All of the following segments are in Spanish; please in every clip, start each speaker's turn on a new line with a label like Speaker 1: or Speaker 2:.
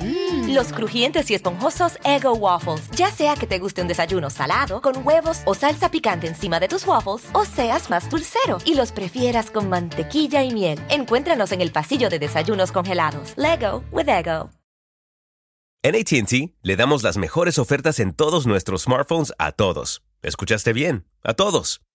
Speaker 1: Mm. Los crujientes y esponjosos Ego Waffles. Ya sea que te guste un desayuno salado, con huevos o salsa picante encima de tus waffles, o seas más dulcero y los prefieras con mantequilla y miel. Encuéntranos en el pasillo de desayunos congelados. Lego with Ego.
Speaker 2: En ATT le damos las mejores ofertas en todos nuestros smartphones a todos. ¿Escuchaste bien? A todos.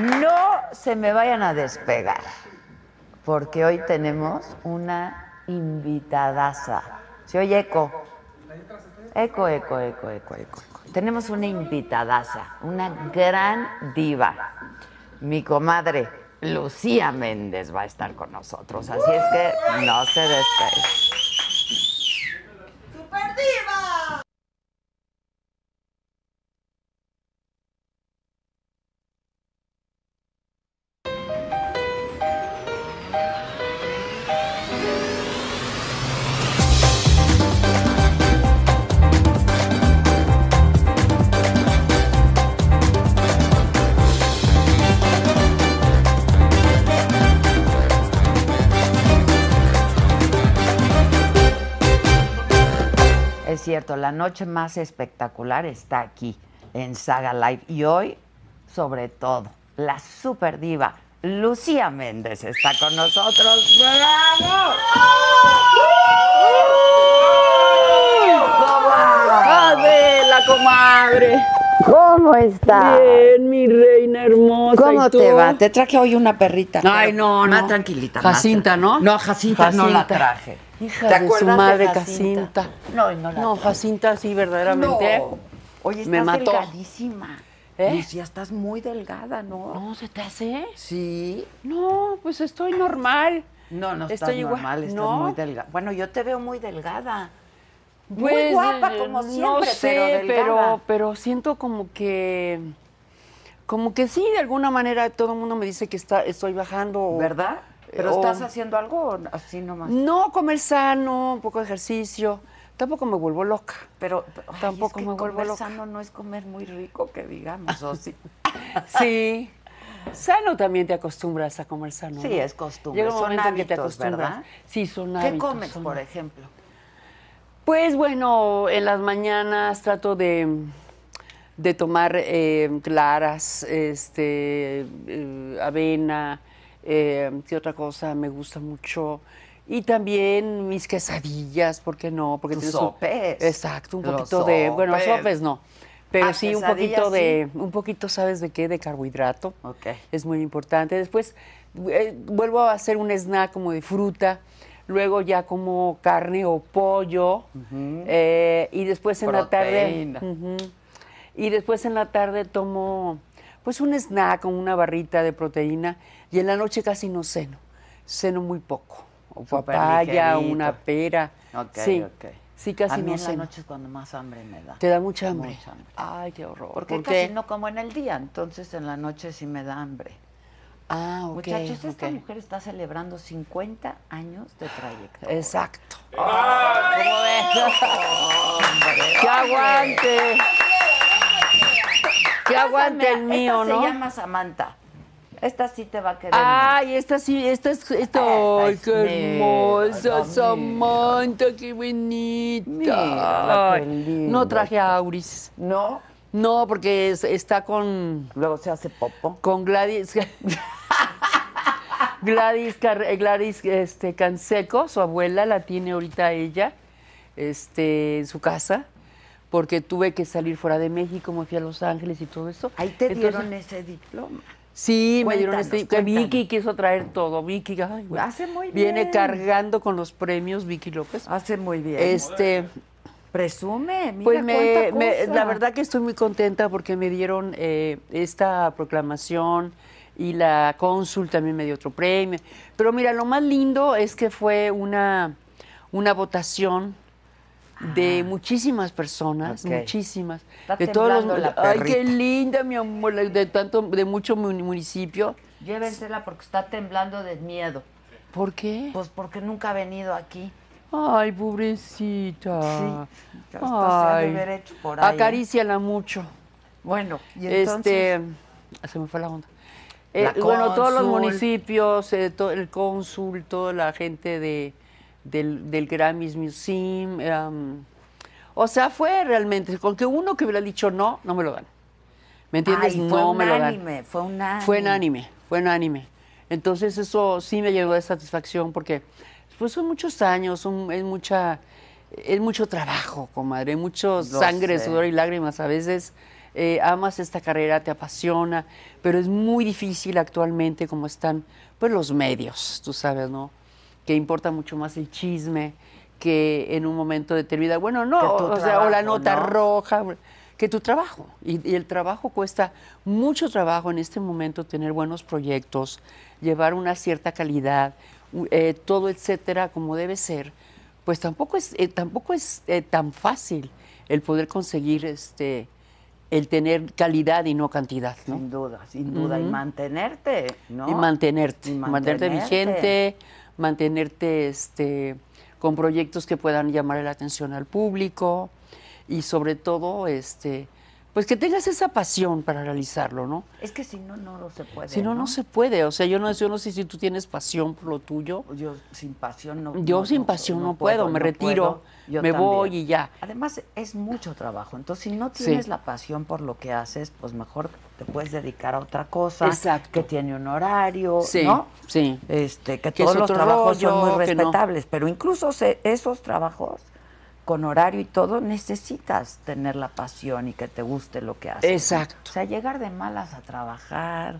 Speaker 3: No se me vayan a despegar, porque hoy tenemos una invitadaza. ¿Se oye eco? Eco, eco, eco, eco, eco. Tenemos una invitadaza, una gran diva. Mi comadre Lucía Méndez va a estar con nosotros, así es que no se despeguen.
Speaker 4: ¡Super diva!
Speaker 3: Es cierto, la noche más espectacular está aquí, en Saga Live. Y hoy, sobre todo, la super diva Lucía Méndez está con nosotros. ¡Bravo!
Speaker 5: la comadre!
Speaker 3: ¿Cómo está?
Speaker 5: Bien, mi reina hermosa.
Speaker 3: ¿Cómo
Speaker 5: ¿y tú?
Speaker 3: te va? Te traje hoy una perrita.
Speaker 5: Ay, no, no.
Speaker 3: Más tranquilita. más
Speaker 5: Jacinta,
Speaker 3: tranqui-
Speaker 5: ¿no?
Speaker 3: No, Jacinta, no la
Speaker 5: Jacinta.
Speaker 3: traje.
Speaker 5: Hija de su madre, Jacinta?
Speaker 3: No, no la
Speaker 5: No,
Speaker 3: traje.
Speaker 5: Jacinta sí, verdaderamente.
Speaker 3: No. Oye, estás
Speaker 5: Me mató.
Speaker 3: delgadísima.
Speaker 5: ¿Eh?
Speaker 3: Lucía, estás muy delgada, ¿no?
Speaker 5: No, ¿se te hace?
Speaker 3: Sí.
Speaker 5: No, pues estoy normal.
Speaker 3: No, no estás
Speaker 5: Estoy igual.
Speaker 3: normal, estás
Speaker 5: No.
Speaker 3: muy delgada. Bueno, yo te veo muy delgada. muy
Speaker 5: Pues,
Speaker 3: guapa como
Speaker 5: eh,
Speaker 3: siempre,
Speaker 5: no sé,
Speaker 3: pero delgada.
Speaker 5: pero, pero siento como que... Como que sí, de alguna manera todo el mundo me dice que está, estoy bajando. o-
Speaker 3: ¿Verdad? Pero
Speaker 5: o-
Speaker 3: estás haciendo algo así nomás.
Speaker 5: Oh. No, comer sano, un poco de ejercicio. Tampoco me vuelvo loca.
Speaker 3: Pero pero, ay,
Speaker 5: Tampoco
Speaker 3: es que
Speaker 5: me vuelvo
Speaker 3: comer
Speaker 5: loca.
Speaker 3: sano no es comer muy rico, que digamos, o sí.
Speaker 5: Sí. Sano también te acostumbras a comer sano.
Speaker 3: Sí,
Speaker 5: ¿no?
Speaker 3: es costumbre.
Speaker 5: Llega un
Speaker 3: Son
Speaker 5: momento en que te
Speaker 3: hábitos,
Speaker 5: acostumbras.
Speaker 3: ¿verdad?
Speaker 5: Sí, son hábitos.
Speaker 3: ¿Qué comes,
Speaker 5: son-
Speaker 3: por ejemplo?
Speaker 5: Pues bueno, en las mañanas trato de, de tomar eh, claras, este, eh, avena, eh, ¿qué otra cosa me gusta mucho? Y también mis quesadillas, ¿por qué no? Porque
Speaker 3: Tus
Speaker 5: tienes un-
Speaker 3: sopes.
Speaker 5: exacto, un
Speaker 3: Los
Speaker 5: poquito de, bueno,
Speaker 3: sopes.
Speaker 5: sopes no, pero
Speaker 3: Ah,
Speaker 5: sí un
Speaker 3: quesadillas,
Speaker 5: poquito de, un poquito, ¿sabes de qué? De carbohidrato.
Speaker 3: Ok.
Speaker 5: Es muy importante. Después eh, vuelvo a hacer un snack como de fruta, luego ya como carne o pollo, eh, y después en
Speaker 3: Proteína.
Speaker 5: la tarde. Ujú. Y después en la tarde tomo pues un snack o una barrita de proteína, y en la noche casi no ceno, ceno muy poco. O
Speaker 3: Súper
Speaker 5: papaya,
Speaker 3: ligerito.
Speaker 5: una pera.
Speaker 3: Ok,
Speaker 5: sí,
Speaker 3: ok.
Speaker 5: sí, casi
Speaker 3: A mí
Speaker 5: no
Speaker 3: en la
Speaker 5: ceno.
Speaker 3: noche es cuando más hambre me da.
Speaker 5: Te da mucha hambre.
Speaker 3: Mucha hambre.
Speaker 5: Ay, qué horror.
Speaker 3: Porque
Speaker 5: ¿Por
Speaker 3: casi
Speaker 5: qué?
Speaker 3: no como en el día, entonces en la noche sí me da hambre.
Speaker 5: Ah, ok.
Speaker 3: Muchachos, esta
Speaker 5: ok.
Speaker 3: mujer está celebrando 50 años de trayectoria.
Speaker 5: Exacto.
Speaker 3: ¿Cómo ves?
Speaker 5: ¡Que aguante! ¡Que aguante el mío,
Speaker 3: esta
Speaker 5: no! Ah.
Speaker 3: se llama Samantha. Esta sí te va a querer.
Speaker 5: Ay, esta sí, esta es. Esta,
Speaker 3: Esta
Speaker 5: ¡Ay,
Speaker 3: es
Speaker 5: qué
Speaker 3: mía, la
Speaker 5: hermosa! Samantha, qué bonita.
Speaker 3: Mira, qué
Speaker 5: Ay,
Speaker 3: linda
Speaker 5: no traje a Auris.
Speaker 3: mucho. No,
Speaker 5: No, porque es- está con.
Speaker 3: luego se hace popo.
Speaker 5: con Gladys. Gladys, Car- eh, Gladys este, Canseco, su abuela, la tiene ahorita ella este, en su casa, porque tuve que salir fuera de México, me fui a Los Ángeles y todo eso.
Speaker 3: Ahí te
Speaker 5: Entonces,
Speaker 3: dieron ese diploma.
Speaker 5: Sí, me dieron
Speaker 3: Cuéntanos,
Speaker 5: este. que
Speaker 3: cuéntanos.
Speaker 5: Vicky quiso traer todo. Vicky, ay, güey.
Speaker 3: Hace muy bien.
Speaker 5: Viene cargando con los premios, Vicky López.
Speaker 3: Hace muy bien.
Speaker 5: Este,
Speaker 3: Presume, mira
Speaker 5: pues me,
Speaker 3: cuánta
Speaker 5: me-
Speaker 3: cosa.
Speaker 5: la verdad que estoy muy contenta porque me dieron eh, esta proclamación y la cónsul también me dio otro premio. Pero mira, lo más lindo es que fue una, una votación de muchísimas personas,
Speaker 3: ok.
Speaker 5: muchísimas.
Speaker 3: Está
Speaker 5: de todos los
Speaker 3: temblando la
Speaker 5: Ay, qué
Speaker 3: perrita.
Speaker 5: linda, mi amor, la- de tanto de mucho mun- municipio.
Speaker 3: Llévensela porque está temblando de miedo.
Speaker 5: ¿Por qué?
Speaker 3: Pues porque nunca ha venido aquí.
Speaker 5: Ay, pobrecita.
Speaker 3: Sí, ya está, se ha de haber hecho por ahí, ¿eh?
Speaker 5: Acaríciala mucho.
Speaker 3: Bueno, y entonces...
Speaker 5: Este, se me fue la onda.
Speaker 3: La
Speaker 5: Eh, bueno, todos los
Speaker 3: cónsul.
Speaker 5: municipios, eh, to- el cónsul, toda la gente de, del, del Grammys Museum. eh, um, o sea, fue realmente, con que uno que hubiera dicho no, no me lo dan. ¿Me entiendes?
Speaker 3: Ay,
Speaker 5: no
Speaker 3: fue
Speaker 5: me lo dan.
Speaker 3: unánime, fue unánime.
Speaker 5: Fue unánime, fue unánime. Entonces eso sí me llegó de satisfacción porque pues son muchos años, son- es mucha es mucho trabajo, comadre, mucho
Speaker 3: Lo
Speaker 5: sangre,
Speaker 3: sé.
Speaker 5: sudor y lágrimas. A veces eh, amas esta carrera, te apasiona, pero es muy difícil actualmente como están pues los medios, tú sabes, ¿no? Que importa mucho más el chisme que en un momento determinado, bueno, no,
Speaker 3: Que tu
Speaker 5: o sea, o la
Speaker 3: trabajo,
Speaker 5: nota
Speaker 3: ¿no?
Speaker 5: roja roja, que tu trabajo. Y, y el trabajo cuesta mucho trabajo en este momento tener buenos proyectos, llevar una cierta calidad, u- eh, todo, etcétera, como debe ser. Pues tampoco es, eh, tampoco es eh, tan fácil el poder conseguir este, el tener calidad y no cantidad, ¿no?
Speaker 3: Sin duda, sin duda. Y mantenerte, ¿no?
Speaker 5: Y mantenerte,
Speaker 3: Y
Speaker 5: mantenerte vigente, mantenerte este, con proyectos que puedan llamar la atención al público y sobre todo, este, pues que tengas esa pasión para realizarlo, ¿no?
Speaker 3: Es que si no, no lo se puede,
Speaker 5: Si no, no se puede. O sea, yo no, yo no sé si tú tienes pasión por lo tuyo.
Speaker 3: Yo sin pasión no
Speaker 5: Yo
Speaker 3: no-
Speaker 5: sin
Speaker 3: no-
Speaker 5: pasión no puedo, me retiro,
Speaker 3: Yo
Speaker 5: me
Speaker 3: también.
Speaker 5: voy y ya.
Speaker 3: Además, es mucho trabajo. Entonces, si no
Speaker 5: Sí.
Speaker 3: tienes la pasión por lo que haces, pues mejor te puedes dedicar a otra cosa.
Speaker 5: Exacto.
Speaker 3: Que tiene un horario,
Speaker 5: Sí,
Speaker 3: ¿no?
Speaker 5: sí.
Speaker 3: Este, que,
Speaker 5: Que es
Speaker 3: todos los
Speaker 5: otro
Speaker 3: trabajos son
Speaker 5: rollo,
Speaker 3: muy
Speaker 5: que no.
Speaker 3: respetables. Pero incluso se- esos trabajos con horario y todo, necesitas tener la pasión y que te guste lo que haces. ¿no?
Speaker 5: Exacto.
Speaker 3: O sea, llegar de malas a trabajar.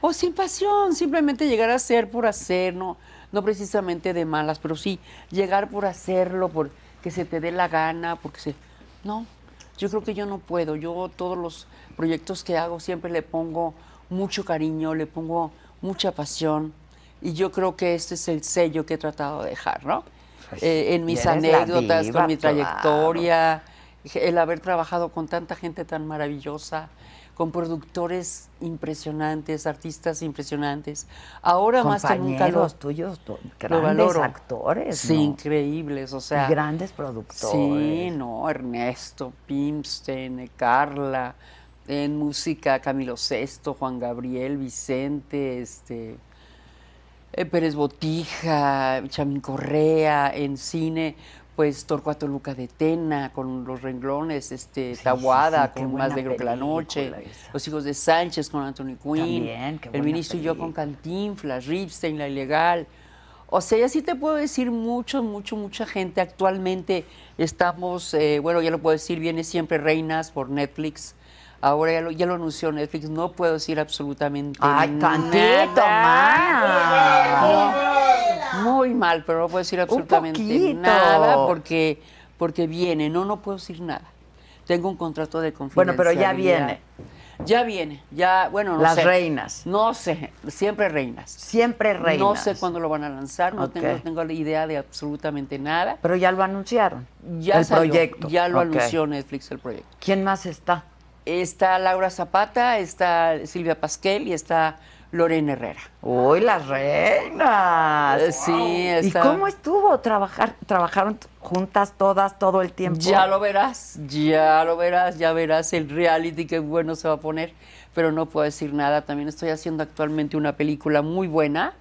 Speaker 5: O sin pasión, simplemente llegar a hacer por hacer, no, no precisamente de malas, pero sí llegar por hacerlo, por que se te dé la gana, porque se. No, yo creo que yo no puedo. Yo todos los proyectos que hago siempre le pongo mucho cariño, le pongo mucha pasión. Y yo creo que este es el sello que he tratado de dejar, ¿no?
Speaker 3: Pues
Speaker 5: Eh,
Speaker 3: sí,
Speaker 5: en
Speaker 3: eres
Speaker 5: mis
Speaker 3: la
Speaker 5: anécdotas,
Speaker 3: diva,
Speaker 5: con mi
Speaker 3: claro.
Speaker 5: trayectoria, el haber trabajado con tanta gente tan maravillosa, con productores impresionantes, artistas impresionantes. Ahora más que nunca lo,
Speaker 3: compañeros tuyos, tu-
Speaker 5: lo
Speaker 3: grandes
Speaker 5: valoro.
Speaker 3: actores,
Speaker 5: Sí,
Speaker 3: ¿no?
Speaker 5: increíbles, o sea.
Speaker 3: Y grandes productores. eh.
Speaker 5: Sí, no, Ernesto, Pimstein, eh, Carla, eh, en música Camilo Sesto, Juan Gabriel, Vicente, este eh, Pérez Botija, Chamín Correa, en cine, pues Torcuato Luca de Tena, con los renglones, este,
Speaker 3: sí,
Speaker 5: Tabuada,
Speaker 3: sí, qué
Speaker 5: con
Speaker 3: buena
Speaker 5: más negro que la
Speaker 3: película
Speaker 5: noche,
Speaker 3: esa.
Speaker 5: Los hijos de Sánchez con Anthony Quinn,
Speaker 3: También, qué
Speaker 5: El
Speaker 3: buena
Speaker 5: ministro y yo con
Speaker 3: película.
Speaker 5: Cantinflas, Ripstein, La Ilegal. O sea, ya sí te puedo decir mucho, mucho, mucha gente. Actualmente estamos, eh, bueno, ya lo puedo decir, viene siempre Reinas por Netflix. Ahora ya lo, ya lo anunció Netflix, no puedo decir absolutamente
Speaker 3: Ay, tantito
Speaker 5: nada.
Speaker 3: más.
Speaker 5: No, muy mal, pero no puedo decir absolutamente
Speaker 3: poquito.
Speaker 5: nada porque, porque viene. No, no puedo decir nada. Tengo un contrato de
Speaker 3: Bueno,
Speaker 5: confidencialidad.
Speaker 3: pero ya viene.
Speaker 5: Ya viene, ya, bueno, no
Speaker 3: Las
Speaker 5: sé.
Speaker 3: reinas.
Speaker 5: No sé, siempre reinas.
Speaker 3: Siempre reinas.
Speaker 5: No sé cuándo lo van a lanzar, no,
Speaker 3: Ok.
Speaker 5: tengo, no tengo la idea de absolutamente nada.
Speaker 3: Pero ya lo anunciaron.
Speaker 5: Ya
Speaker 3: el
Speaker 5: salió,
Speaker 3: proyecto.
Speaker 5: Ya lo
Speaker 3: Ok.
Speaker 5: anunció Netflix el proyecto.
Speaker 3: ¿Quién más está?
Speaker 5: Está Laura Zapata, está Silvia Pasquel y está Lorena Herrera.
Speaker 3: Uy, las
Speaker 5: Eh,
Speaker 3: reinas.
Speaker 5: Sí,
Speaker 3: ¿Y
Speaker 5: está.
Speaker 3: cómo estuvo trabajar? Trabajaron t- juntas todas todo el tiempo.
Speaker 5: Ya lo verás, ya lo verás, ya verás el reality que bueno se va a poner, pero no puedo decir nada. También estoy haciendo actualmente una película muy buena,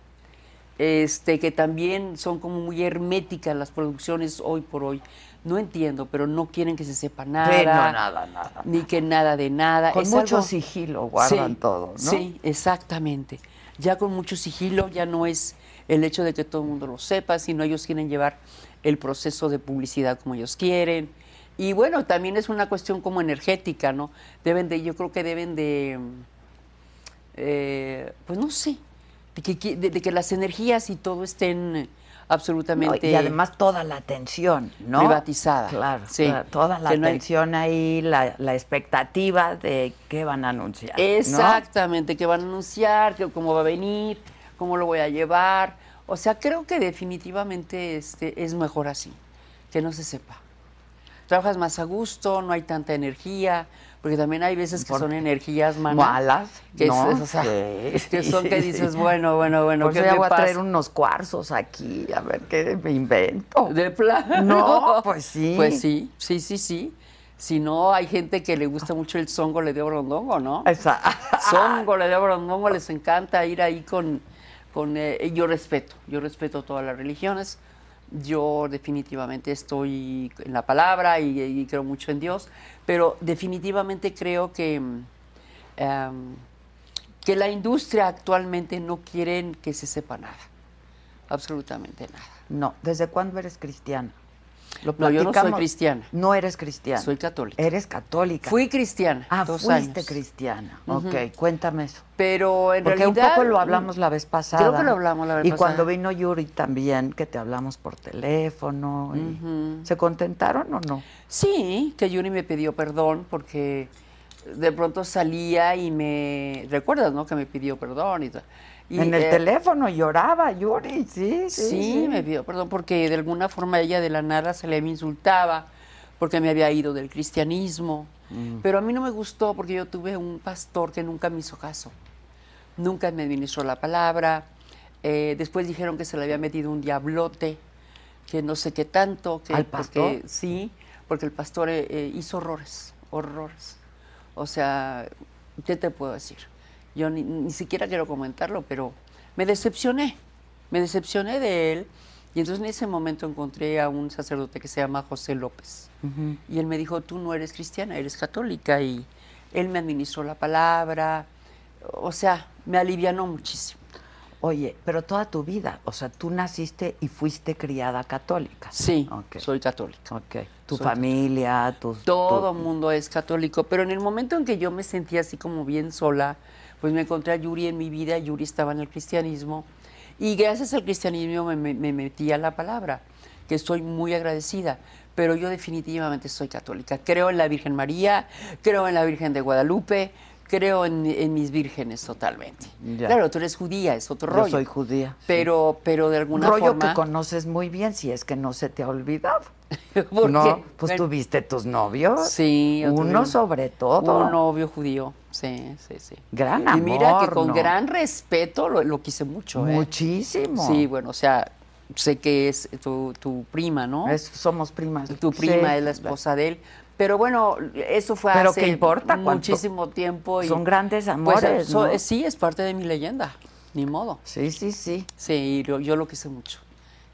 Speaker 5: este, que también son como muy herméticas las producciones hoy por hoy. No entiendo, pero no quieren que se sepa nada.
Speaker 3: Sí, no, nada, nada.
Speaker 5: Ni que nada de nada.
Speaker 3: Con
Speaker 5: Es
Speaker 3: mucho
Speaker 5: algo-
Speaker 3: sigilo guardan
Speaker 5: Sí,
Speaker 3: todo, ¿no?
Speaker 5: Sí, exactamente. Ya con mucho sigilo, ya no es el hecho de que todo el mundo lo sepa, sino ellos quieren llevar el proceso de publicidad como ellos quieren. Y bueno, también es una cuestión como energética, ¿no? Deben de, yo creo que deben de, mm, eh, pues no sé, de que, que- de- de que las energías y todo estén
Speaker 3: No,
Speaker 5: absolutamente...
Speaker 3: y además toda la atención, ¿no?
Speaker 5: Privatizada,
Speaker 3: Claro,
Speaker 5: sí.
Speaker 3: claro, toda la
Speaker 5: Que no hay-
Speaker 3: atención ahí, la, la expectativa de qué van a anunciar. ¿no?
Speaker 5: Exactamente, que van a anunciar, que cómo va a venir, cómo lo voy a llevar. O sea, creo que definitivamente este, es mejor así, que no se sepa. Trabajas más a gusto, no hay tanta energía, porque también hay veces que
Speaker 3: Por-
Speaker 5: son energías malas.
Speaker 3: Malas,
Speaker 5: que, es-
Speaker 3: ¿no?
Speaker 5: es- o sea,
Speaker 3: Sí,
Speaker 5: que son que
Speaker 3: sí,
Speaker 5: dices,
Speaker 3: sí.
Speaker 5: bueno, bueno, bueno,
Speaker 3: Por
Speaker 5: ¿qué
Speaker 3: eso ya
Speaker 5: me
Speaker 3: voy a
Speaker 5: pasa?
Speaker 3: traer unos cuarzos aquí, a ver qué me invento.
Speaker 5: De plano.
Speaker 3: No, pues sí.
Speaker 5: Pues sí, sí, sí, sí. Si no, hay gente que le gusta mucho el zongo, le dio rondongo, ¿no?
Speaker 3: Esa-
Speaker 5: Zongo, le dio brondongo,
Speaker 3: Ah.
Speaker 5: les encanta ir ahí con... con eh, yo respeto, yo respeto todas las religiones. Yo definitivamente estoy en la palabra y, y creo mucho en Dios, pero definitivamente creo que, mm, em, que la industria actualmente no quieren que se sepa nada, absolutamente nada.
Speaker 3: No, ¿desde cuándo eres cristiana? Lo
Speaker 5: No, yo no soy
Speaker 3: platicamos.
Speaker 5: cristiana.
Speaker 3: No eres cristiana.
Speaker 5: Soy católica.
Speaker 3: Eres católica.
Speaker 5: Fui cristiana.
Speaker 3: Ah,
Speaker 5: dos
Speaker 3: fuiste
Speaker 5: años.
Speaker 3: cristiana. Ok, cuéntame eso.
Speaker 5: Pero en
Speaker 3: Porque
Speaker 5: realidad.
Speaker 3: un poco lo hablamos la vez pasada.
Speaker 5: Creo que lo hablamos la vez
Speaker 3: y
Speaker 5: pasada.
Speaker 3: cuando vino Yuri también, que te hablamos por teléfono. y- ¿Se contentaron o no?
Speaker 5: Sí, que Yuri me pidió perdón porque de pronto salía y me. ¿Recuerdas, no? Que me pidió perdón y tal. Y,
Speaker 3: en el
Speaker 5: eh,
Speaker 3: teléfono lloraba Yuri, sí, sí.
Speaker 5: Sí, me pidió perdón porque de alguna forma ella de la nada se le me insultaba porque me había ido del cristianismo.
Speaker 3: Mm.
Speaker 5: Pero a mí no me gustó porque yo tuve un pastor que nunca me hizo caso. Nunca me administró la palabra. Eh, después dijeron que se le había metido un diablote, que no sé qué tanto. Que,
Speaker 3: ¿Al
Speaker 5: porque-
Speaker 3: pastor?
Speaker 5: sí, porque el pastor eh, eh, hizo horrores, horrores. O sea, ¿qué te puedo decir? Yo ni, ni siquiera quiero comentarlo, pero me decepcioné. Me decepcioné de él. Y entonces en ese momento encontré a un sacerdote que se llama José López. Y él me dijo, tú no eres cristiana, eres católica. Y él me administró la palabra. O sea, me alivianó muchísimo.
Speaker 3: Oye, pero toda tu vida, o sea, tú naciste y fuiste criada católica.
Speaker 5: Sí,
Speaker 3: Ok.
Speaker 5: soy católica.
Speaker 3: Ok. Tu
Speaker 5: Soy
Speaker 3: familia, tus...
Speaker 5: Todo
Speaker 3: tu-
Speaker 5: mundo es católico, pero en el momento en que yo me sentía así como bien sola, pues me encontré a Yuri en mi vida, Yuri estaba en el cristianismo, y gracias al cristianismo me, me- me metí a la palabra, que estoy muy agradecida, pero yo definitivamente soy católica. Creo en la Virgen María, creo en la Virgen de Guadalupe, creo en, en mis vírgenes totalmente.
Speaker 3: Ya.
Speaker 5: Claro, tú eres judía, es otro
Speaker 3: Yo
Speaker 5: rollo.
Speaker 3: soy judía, sí.
Speaker 5: Pero, pero de
Speaker 3: Un
Speaker 5: alguna
Speaker 3: rollo
Speaker 5: forma...
Speaker 3: que conoces muy bien, si es que no se te ha olvidado.
Speaker 5: ¿Por
Speaker 3: no,
Speaker 5: qué?
Speaker 3: pues
Speaker 5: Bueno.
Speaker 3: tuviste tus novios.
Speaker 5: Sí, yo tuve
Speaker 3: Uno
Speaker 5: un-
Speaker 3: sobre todo.
Speaker 5: Un novio judío, sí, sí, sí.
Speaker 3: Gran
Speaker 5: Y mira que
Speaker 3: amor,
Speaker 5: con
Speaker 3: ¿no?
Speaker 5: gran respeto lo, lo quise mucho, ¿eh?
Speaker 3: Muchísimo.
Speaker 5: Sí, bueno, o sea, sé que es tu, tu prima, ¿no?
Speaker 3: Es- somos primas.
Speaker 5: tu
Speaker 3: Sí,
Speaker 5: prima es la esposa de él. Pero bueno, eso fue
Speaker 3: Pero
Speaker 5: hace
Speaker 3: ¿qué importa cuánto?
Speaker 5: muchísimo tiempo. y-
Speaker 3: Son grandes
Speaker 5: pues,
Speaker 3: amores,
Speaker 5: so-
Speaker 3: ¿no?
Speaker 5: Sí, es parte de mi leyenda, ni modo.
Speaker 3: Sí, sí, sí.
Speaker 5: Sí, yo, yo lo quise mucho.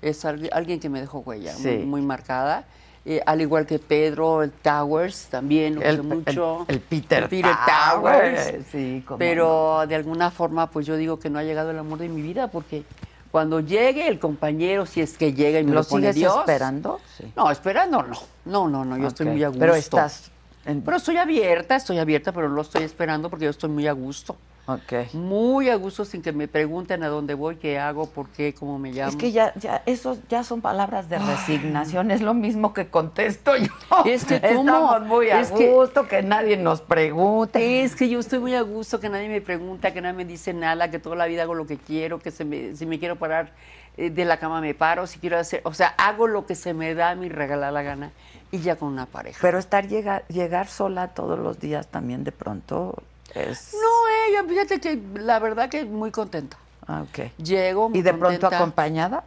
Speaker 5: Es algu- alguien que me dejó huella
Speaker 3: Sí.
Speaker 5: muy, muy marcada. Eh, al igual que Pedro el Towers, también lo quise
Speaker 3: El- el-
Speaker 5: mucho.
Speaker 3: el Peter
Speaker 5: Towers.
Speaker 3: Towers, sí, cómo
Speaker 5: Pero de alguna forma, pues yo digo que no ha llegado el amor de mi vida, porque cuando llegue el compañero, si es que llega y me lo,
Speaker 3: ¿Lo
Speaker 5: pone
Speaker 3: sigues
Speaker 5: Dios-
Speaker 3: esperando? Sí.
Speaker 5: No, esperando no. No, no, no, yo estoy
Speaker 3: Ok.
Speaker 5: muy a gusto.
Speaker 3: Pero estás... En...
Speaker 5: Pero estoy abierta, estoy abierta, pero lo estoy esperando porque yo estoy muy a gusto.
Speaker 3: Ok.
Speaker 5: Muy a gusto sin que me pregunten a dónde voy, qué hago, por qué, cómo me llamo.
Speaker 3: Es que ya, ya, eso ya son palabras de resignación, es lo mismo que contesto yo.
Speaker 5: Es que ¿cómo?
Speaker 3: estamos muy a
Speaker 5: Es que-
Speaker 3: gusto, que nadie nos pregunte.
Speaker 5: Es que yo estoy muy a gusto, que nadie me pregunta, que nadie me dice nada, que toda la vida hago lo que quiero, que se me- si me quiero parar eh, de la cama me paro, si quiero hacer, o sea, hago lo que se me da, me regala la gana, y ya con una pareja.
Speaker 3: Pero estar llega- llegar sola todos los días también de pronto es.
Speaker 5: no, ella, fíjate que la verdad que muy contenta.
Speaker 3: Ah, ok.
Speaker 5: Llego, muy
Speaker 3: ¿Y de pronto
Speaker 5: contenta.
Speaker 3: acompañada?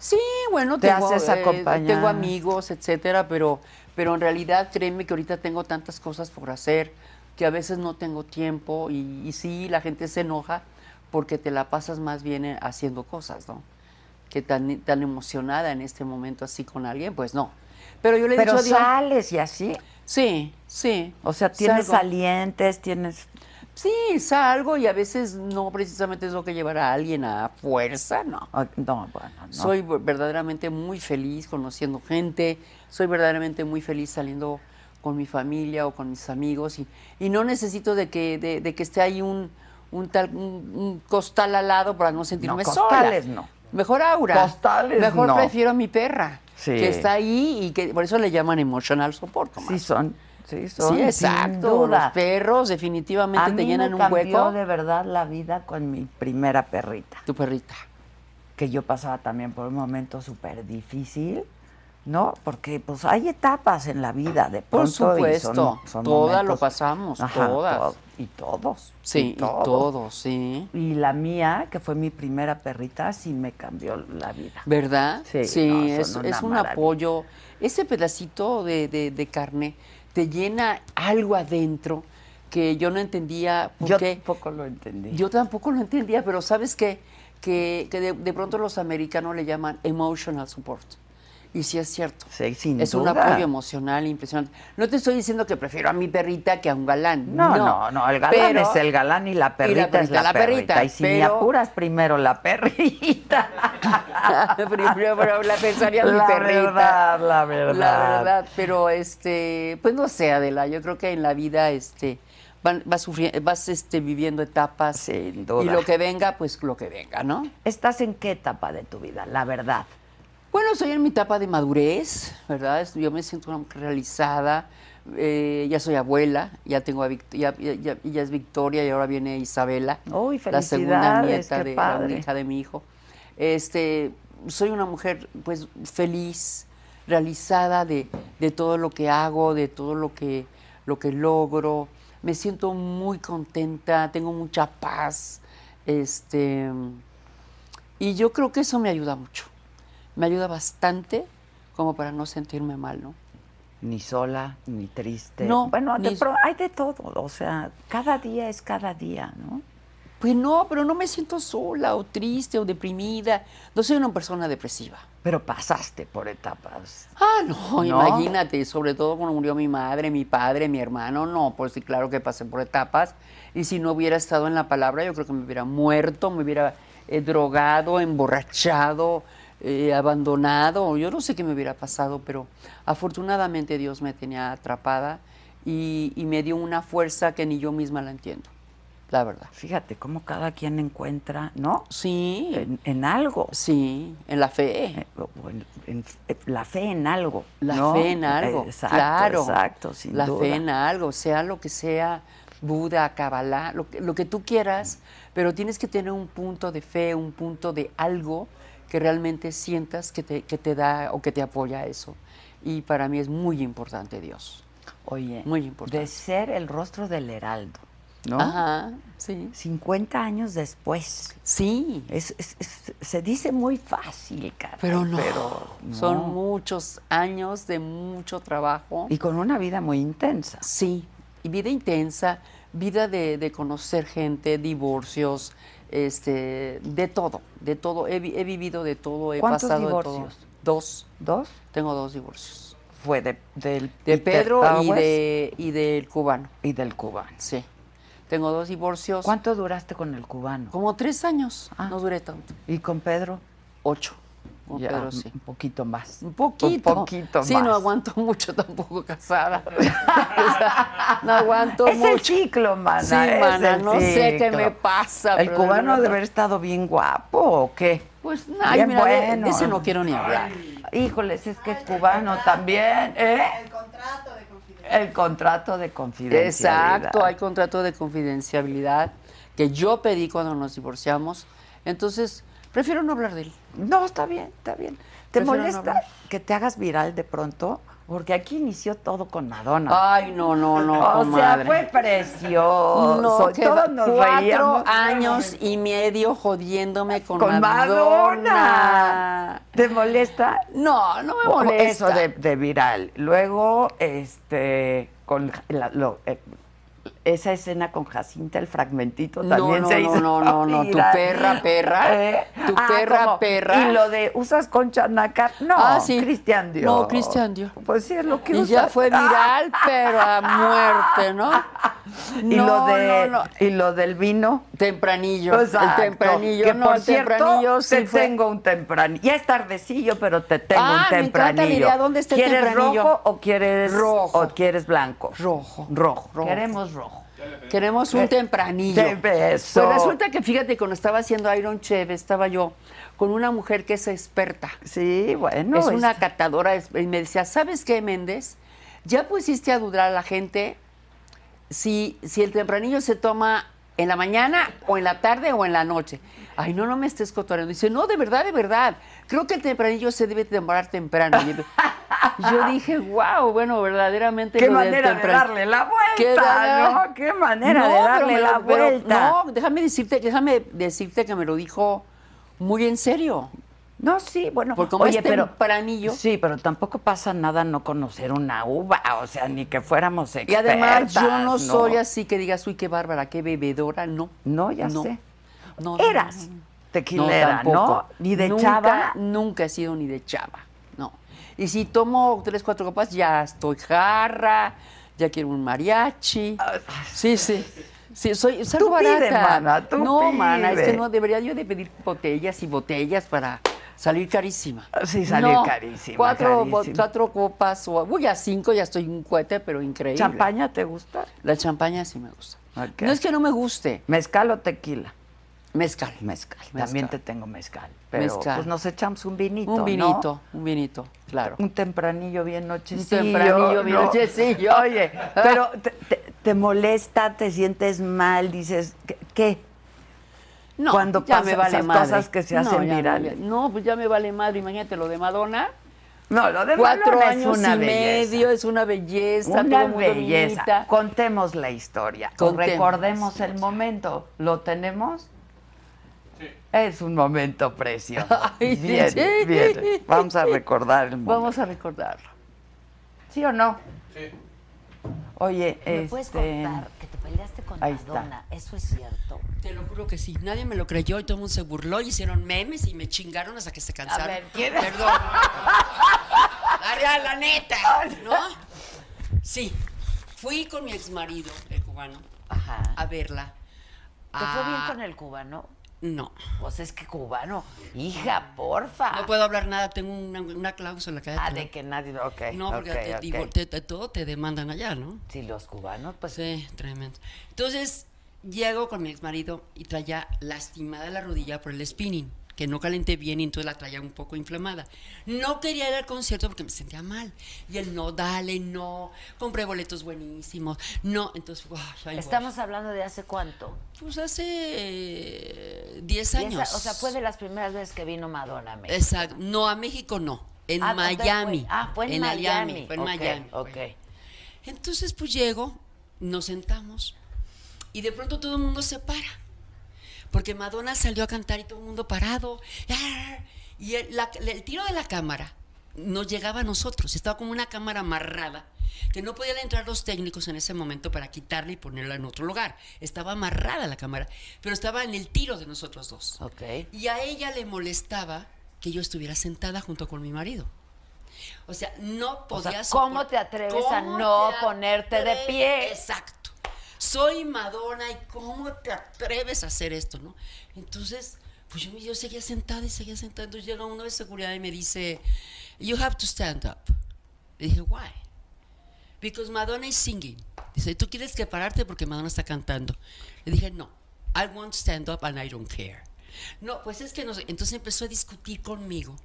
Speaker 5: Sí, bueno,
Speaker 3: Te
Speaker 5: tengo,
Speaker 3: haces acompañar.
Speaker 5: tengo amigos, etcétera, pero, pero en realidad créeme que ahorita tengo tantas cosas por hacer que a veces no tengo tiempo y, y sí, la gente se enoja porque te la pasas más bien eh, haciendo cosas, ¿no? Que tan, tan emocionada en este momento así con alguien, pues no. Pero yo le he
Speaker 3: Pero
Speaker 5: dicho a Dios-
Speaker 3: sales y así.
Speaker 5: Sí, sí.
Speaker 3: O sea, tienes
Speaker 5: salgo.
Speaker 3: salientes, tienes.
Speaker 5: Sí, salgo y a veces no precisamente es lo que llevará a alguien a fuerza, no.
Speaker 3: ah, No, bueno, no.
Speaker 5: Soy ver- verdaderamente muy feliz conociendo gente, soy verdaderamente muy feliz saliendo con mi familia o con mis amigos y, y no necesito de que, de, de que esté ahí un, un tal un, un costal al lado para no sentirme
Speaker 3: No,
Speaker 5: sola.
Speaker 3: costales no.
Speaker 5: Mejor Aura.
Speaker 3: Costales
Speaker 5: Mejor
Speaker 3: no.
Speaker 5: prefiero a mi perra.
Speaker 3: Sí.
Speaker 5: Que está ahí y que por eso le llaman emotional support.
Speaker 3: Sí
Speaker 5: comadre.
Speaker 3: son, sí son.
Speaker 5: Sí,
Speaker 3: sin
Speaker 5: exacto.
Speaker 3: duda.
Speaker 5: Los perros definitivamente
Speaker 3: a
Speaker 5: te
Speaker 3: mí
Speaker 5: llenan
Speaker 3: me
Speaker 5: un
Speaker 3: cambió
Speaker 5: hueco.
Speaker 3: de verdad la vida con mi primera perrita,
Speaker 5: Tu perrita.
Speaker 3: que yo pasaba también por un momento súper difícil, ¿no? Porque pues hay etapas en la vida, de
Speaker 5: Por
Speaker 3: pronto. y son-
Speaker 5: supuesto,
Speaker 3: son
Speaker 5: todas
Speaker 3: momentos-
Speaker 5: lo pasamos, todas.
Speaker 3: todo- y todos.
Speaker 5: Sí, y todo. sí.
Speaker 3: Y la mía, que fue mi primera perrita, sí me cambió la vida.
Speaker 5: ¿Verdad?
Speaker 3: Sí,
Speaker 5: sí
Speaker 3: no, son
Speaker 5: es,
Speaker 3: una
Speaker 5: es un
Speaker 3: maravilla.
Speaker 5: apoyo. Ese pedacito de, de- de carne te llena algo adentro que yo no entendía por
Speaker 3: Yo
Speaker 5: qué.
Speaker 3: tampoco lo entendí.
Speaker 5: Yo tampoco lo entendía, pero ¿sabes qué? Que, que de, de pronto los americanos le llaman emotional support. Y sí es cierto.
Speaker 3: Sí, sin
Speaker 5: es un
Speaker 3: duda.
Speaker 5: apoyo emocional impresionante. No te estoy diciendo que prefiero a mi perrita que a un galán.
Speaker 3: No,
Speaker 5: No,
Speaker 3: no, no, el galán
Speaker 5: pero-
Speaker 3: es el galán y la perrita, es la, perrita, Y si me
Speaker 5: pero-
Speaker 3: apuras primero la perrita.
Speaker 5: Primero, pero la pensaría mi
Speaker 3: La
Speaker 5: perrita.
Speaker 3: verdad, la verdad.
Speaker 5: La verdad, pero este, pues no sé, Adela, yo creo que en la vida este van- vas sufriendo, vas este viviendo etapas
Speaker 3: Sin duda.
Speaker 5: y lo que venga, pues lo que venga, ¿no?
Speaker 3: ¿Estás en qué etapa de tu vida? La verdad.
Speaker 5: Bueno, estoy en mi etapa de madurez, ¿verdad? Es- Yo me siento una mujer realizada, eh, ya soy abuela, ya tengo a Vic- ya, ya- ya- ya es Victoria y ahora viene Isabela,
Speaker 3: Uy,
Speaker 5: la segunda
Speaker 3: felicidades,
Speaker 5: nieta
Speaker 3: qué
Speaker 5: de la
Speaker 3: padre.
Speaker 5: hija de mi hijo. Este, soy una mujer pues feliz, realizada de, de todo lo que hago, de todo lo que, lo que logro. Me siento muy contenta, tengo mucha paz. Este, y yo creo que eso me ayuda mucho. Me ayuda bastante como para no sentirme mal, ¿no?
Speaker 3: Ni sola, ni triste.
Speaker 5: No,
Speaker 3: bueno, de
Speaker 5: ni-
Speaker 3: pro- hay de todo. O sea, cada día es cada día, ¿no?
Speaker 5: Pues no, pero no me siento sola o triste o deprimida. No soy una persona depresiva.
Speaker 3: Pero pasaste por etapas.
Speaker 5: Ah,
Speaker 3: ¿No?
Speaker 5: no, imagínate, sobre todo cuando murió mi madre, mi padre, mi hermano, no, pues sí, claro que pasé por etapas. Y si no hubiera estado en la palabra, yo creo que me hubiera muerto, me hubiera eh, drogado, emborrachado, eh, abandonado. Yo no sé qué me hubiera pasado, pero afortunadamente Dios me tenía atrapada y, y me dio una fuerza que ni yo misma la entiendo, la verdad.
Speaker 3: Fíjate cómo cada quien encuentra, ¿no?
Speaker 5: Sí,
Speaker 3: En, en algo.
Speaker 5: sí, en la fe.
Speaker 3: Eh, o en- en- eh, la fe en algo.
Speaker 5: La
Speaker 3: ¿no? Eh,
Speaker 5: fe en algo,
Speaker 3: Exacto,
Speaker 5: claro.
Speaker 3: Exacto, sin
Speaker 5: la
Speaker 3: duda.
Speaker 5: fe en algo, sea lo que sea, Buda, Kabbalah, lo que, lo que tú quieras, pero tienes que tener un punto de fe, un punto de algo que realmente sientas que te, que te da o que te apoya a eso. Y para mí es muy importante Dios.
Speaker 3: Oye,
Speaker 5: Muy importante.
Speaker 3: de ser el rostro del heraldo, ¿no?
Speaker 5: Ajá, sí.
Speaker 3: 50 años después.
Speaker 5: Sí,
Speaker 3: Es- es- es- se dice muy fácil, caray,
Speaker 5: pero no.
Speaker 3: no.
Speaker 5: Son muchos años de mucho trabajo.
Speaker 3: Y con una vida muy intensa.
Speaker 5: Sí, y vida intensa, vida de, de conocer gente, divorcios, este, de todo, de todo. He, vi- he vivido de todo, he
Speaker 3: ¿Cuántos
Speaker 5: pasado de
Speaker 3: divorcios?
Speaker 5: todo. Dos,
Speaker 3: Dos
Speaker 5: tengo dos divorcios.
Speaker 3: fue de, del
Speaker 5: De
Speaker 3: Peter
Speaker 5: Pedro y,
Speaker 3: Towers
Speaker 5: de, y del cubano,
Speaker 3: y del cubano.
Speaker 5: sí. Tengo dos divorcios.
Speaker 3: ¿Cuánto duraste con el cubano?
Speaker 5: Como tres años,
Speaker 3: Ah.
Speaker 5: no duré tanto.
Speaker 3: ¿Y con Pedro?
Speaker 5: Ocho, con
Speaker 3: Ya,
Speaker 5: Pedro sí.
Speaker 3: Un poquito más.
Speaker 5: Un poquito.
Speaker 3: Un poquito
Speaker 5: sí,
Speaker 3: más.
Speaker 5: no aguanto mucho tampoco casada. O sea, no aguanto
Speaker 3: Es
Speaker 5: mucho.
Speaker 3: el ciclo, mana.
Speaker 5: Sí,
Speaker 3: es
Speaker 5: mana,
Speaker 3: el
Speaker 5: no sé qué
Speaker 3: ciclo.
Speaker 5: me pasa,
Speaker 3: ¿El
Speaker 5: pero
Speaker 3: cubano
Speaker 5: de
Speaker 3: ha de
Speaker 5: verdad.
Speaker 3: haber estado bien guapo o qué?
Speaker 5: Pues no,
Speaker 3: Bien
Speaker 5: mira, de-
Speaker 3: bueno.
Speaker 5: de ese no quiero ni hablar.
Speaker 3: Híjoles, es que es cubano también, ¿eh? El contrato de confidencialidad.
Speaker 5: Exacto, hay contrato de confidencialidad que yo pedí cuando nos divorciamos. Entonces, prefiero no hablar de él.
Speaker 3: No, está bien, está bien. ¿Te
Speaker 5: Prefiero no
Speaker 3: molesta
Speaker 5: hablar.
Speaker 3: que te hagas viral de pronto? Porque aquí inició todo con Madonna.
Speaker 5: Ay, no, no, no,
Speaker 3: o sea,
Speaker 5: Ah, comadre.
Speaker 3: fue precioso.
Speaker 5: no, que va-
Speaker 3: Todos nos
Speaker 5: cuatro
Speaker 3: reíamos.
Speaker 5: años y medio jodiéndome con,
Speaker 3: con Madonna.
Speaker 5: Madonna.
Speaker 3: ¿Te molesta?
Speaker 5: No, no me
Speaker 3: O-
Speaker 5: molesta.
Speaker 3: Eso de, de viral. Luego, este, con la- lo- eh, esa escena con Jacinta, el fragmentito
Speaker 5: No,
Speaker 3: también
Speaker 5: no,
Speaker 3: se
Speaker 5: no,
Speaker 3: hizo.
Speaker 5: no, no, no, tu
Speaker 3: viral. Eh, ah,
Speaker 5: perra, perra, tu perra, perra.
Speaker 3: Y lo de usas concha nácar. No,
Speaker 5: Ah, sí.
Speaker 3: Cristian Dior.
Speaker 5: No, Cristian Dior.
Speaker 3: Pues sí, es lo que
Speaker 5: Y
Speaker 3: usa.
Speaker 5: ya fue
Speaker 3: Ah,
Speaker 5: viral, pero a muerte, ¿no?
Speaker 3: y,
Speaker 6: No,
Speaker 3: lo de,
Speaker 6: no, no.
Speaker 3: y lo del vino.
Speaker 6: Tempranillo.
Speaker 3: Exacto.
Speaker 6: El tempranillo.
Speaker 3: Que
Speaker 6: no,
Speaker 3: por
Speaker 6: el
Speaker 3: cierto,
Speaker 6: tempranillo sí
Speaker 3: te
Speaker 6: fue-
Speaker 3: tengo un tempranillo. Ya es tardecillo, pero te tengo
Speaker 6: Ah,
Speaker 3: un
Speaker 6: me encanta la
Speaker 3: tempranillo.
Speaker 6: idea. ¿Dónde está el
Speaker 3: ¿Quieres
Speaker 6: tempranillo?
Speaker 3: rojo o quieres
Speaker 6: Rojo.
Speaker 3: o quieres blanco?
Speaker 6: Rojo.
Speaker 3: Rojo.
Speaker 6: Rojo.
Speaker 3: Queremos rojo.
Speaker 6: Queremos un tempranillo.
Speaker 3: Tem- eso.
Speaker 6: Pues resulta que fíjate, cuando estaba haciendo Iron Chef, estaba yo con una mujer que es experta.
Speaker 3: Sí, bueno.
Speaker 6: es una
Speaker 3: este-
Speaker 6: catadora. es- Y me decía, ¿sabes qué, Méndez? Ya pusiste a dudar a la gente si, si el tempranillo se toma en la mañana o en la tarde o en la noche. Ay, no, no me estés cotorreando. Dice, no, de verdad, de verdad. Creo que el tempranillo se debe tomar temprano. Y yo- y yo dije, wow, bueno, verdaderamente.
Speaker 3: Qué
Speaker 6: lo del
Speaker 3: manera de
Speaker 6: tempran-
Speaker 3: darle la vuelta,
Speaker 6: da-
Speaker 3: ¿no? Qué manera de
Speaker 6: pero
Speaker 3: darle
Speaker 6: me
Speaker 3: la
Speaker 6: pero-
Speaker 3: vuelta.
Speaker 6: No, déjame decirte, déjame decirte que me lo dijo muy en serio.
Speaker 3: No, sí, bueno.
Speaker 6: Porque como es tempranillo.
Speaker 3: Sí, pero tampoco pasa nada no conocer una uva, o sea, ni que fuéramos
Speaker 6: Y
Speaker 3: expertas.
Speaker 6: además yo no soy así que digas, uy, qué bárbara, qué bebedora, no.
Speaker 3: No, ya sé.
Speaker 6: No, no,
Speaker 3: Eras
Speaker 6: no, no.
Speaker 3: tequilera, ¿no?
Speaker 6: tampoco.
Speaker 3: Ni de
Speaker 6: nunca,
Speaker 3: chava.
Speaker 6: Nunca he sido ni de chava, no. Y si tomo tres, cuatro copas, ya estoy jarra, ya quiero un mariachi. Sí, sí. Sí, soy salgo
Speaker 3: Tú pide,
Speaker 6: barata.
Speaker 3: mana, tú
Speaker 6: no, mana, es que
Speaker 3: pide.
Speaker 6: no, debería yo de pedir botellas y botellas para salir carísima.
Speaker 3: Sí, salir
Speaker 6: No,
Speaker 3: carísima,
Speaker 6: Cuatro, bo-
Speaker 3: carísima.
Speaker 6: cuatro copas, o, uy, a cinco ya estoy un cohete, pero increíble.
Speaker 3: ¿Champaña te gusta?
Speaker 6: La champaña sí me gusta.
Speaker 3: Ok.
Speaker 6: No es que no me guste.
Speaker 3: ¿Mezcal o tequila?
Speaker 6: Mezcal.
Speaker 3: Mezcal.
Speaker 6: Mezcal.
Speaker 3: También te tengo mezcal. Pero
Speaker 6: Mezcal.
Speaker 3: pues nos echamos un vinito,
Speaker 6: Un
Speaker 3: ¿no?
Speaker 6: vinito, un vinito, claro.
Speaker 3: Un tempranillo bien nochecillo.
Speaker 6: tempranillo bien
Speaker 3: ¿no?
Speaker 6: nochecillo. Ah.
Speaker 3: Oye, pero te, te- te molesta, te sientes mal, dices, ¿qué- ¿qué?
Speaker 6: No,
Speaker 3: cuando
Speaker 6: ya
Speaker 3: pasan
Speaker 6: me vale
Speaker 3: esas
Speaker 6: madre.
Speaker 3: cosas que se
Speaker 6: No,
Speaker 3: hacen
Speaker 6: ya me
Speaker 3: virales.
Speaker 6: vale- no, pues ya me vale madre, imagínate lo de Madonna.
Speaker 3: No, lo de
Speaker 6: Cuatro
Speaker 3: Malona es
Speaker 6: años
Speaker 3: una
Speaker 6: y
Speaker 3: belleza.
Speaker 6: medio, es una belleza, todo
Speaker 3: Una
Speaker 6: el mundo
Speaker 3: belleza.
Speaker 6: grita.
Speaker 3: Contemos la historia. o
Speaker 6: Contemos.
Speaker 3: Recordemos el momento. ¿Lo tenemos? Es un momento precioso.
Speaker 6: Ay,
Speaker 3: bien,
Speaker 6: sí.
Speaker 3: bien. Vamos a recordar el momento.
Speaker 6: Vamos a recordarlo.
Speaker 3: ¿Sí o no? Sí. Oye,
Speaker 1: ¿Me
Speaker 3: este...
Speaker 1: puedes contar que te peleaste con
Speaker 3: ahí está.
Speaker 1: Madonna? Eso es cierto.
Speaker 5: Te lo juro que sí. Nadie me lo creyó y todo el mundo se burló. y Hicieron memes y me chingaron hasta que se cansaron.
Speaker 3: ver, ¿quién es?
Speaker 5: Perdón. La real, la neta. ¿No? Sí. Fui con mi exmarido, el cubano,
Speaker 3: Ajá.
Speaker 5: a verla.
Speaker 1: ¿Te fue bien
Speaker 5: Ah,
Speaker 1: con el cubano?
Speaker 5: No.
Speaker 1: Pues es que cubano, hija, porfa.
Speaker 5: No puedo hablar nada. Tengo una, una cláusula que
Speaker 1: Ah, de que nadie. Ok.
Speaker 5: No, porque
Speaker 1: ok,
Speaker 5: te,
Speaker 1: ok.
Speaker 5: digo, te- te- todo te demandan allá, ¿no?
Speaker 1: Si los cubanos, pues.
Speaker 5: Sí, tremendo. Entonces, llego con mi exmarido y traía lastimada la rodilla por el spinning, que no calenté bien y entonces la traía un poco inflamada. No quería ir al concierto porque me sentía mal. Y él, no, dale, no, compré boletos buenísimos, no. Entonces, wow, ahí voy.
Speaker 1: Estamos hablando de hace cuánto.
Speaker 5: Pues hace eh, 10
Speaker 1: Y esa-
Speaker 5: años.
Speaker 1: o sea, fue de las primeras veces que vino Madonna a México.
Speaker 5: Exacto. No, a México no. En
Speaker 1: Ah, ¿dónde fue?
Speaker 5: Miami.
Speaker 1: Ah, fue en, Miami.
Speaker 5: Fue en
Speaker 1: Ok,
Speaker 5: Miami.
Speaker 1: Ok.
Speaker 5: Entonces pues llego, nos sentamos y de pronto todo el mundo se para. Porque Madonna salió a cantar y todo el mundo parado. ¡ah! Y el, la- el tiro de la cámara nos llegaba a nosotros. Estaba como una cámara amarrada que no podían entrar los técnicos en ese momento para quitarla y ponerla en otro lugar. Estaba amarrada la cámara, pero estaba en el tiro de nosotros dos.
Speaker 1: Ok.
Speaker 5: Y a ella le molestaba que yo estuviera sentada junto con mi marido. O sea, no
Speaker 1: O sea,
Speaker 5: podía
Speaker 1: ¿cómo
Speaker 5: sopor-
Speaker 1: te atreves a
Speaker 5: ¿Cómo
Speaker 1: no
Speaker 5: te
Speaker 1: ponerte de
Speaker 5: atreves?
Speaker 1: pie?
Speaker 5: Exacto. Soy Madonna y ¿cómo te atreves a hacer esto, no? Entonces, pues yo, yo seguía sentada y seguía sentada. Entonces llega uno de seguridad y me dice, you have to stand up. Le dije, why? Because Madonna is singing. Dice, ¿tú quieres que pararte porque Madonna está cantando? Le dije, no, I won't stand up and I don't care. No, pues es que no sé. Entonces empezó a discutir conmigo.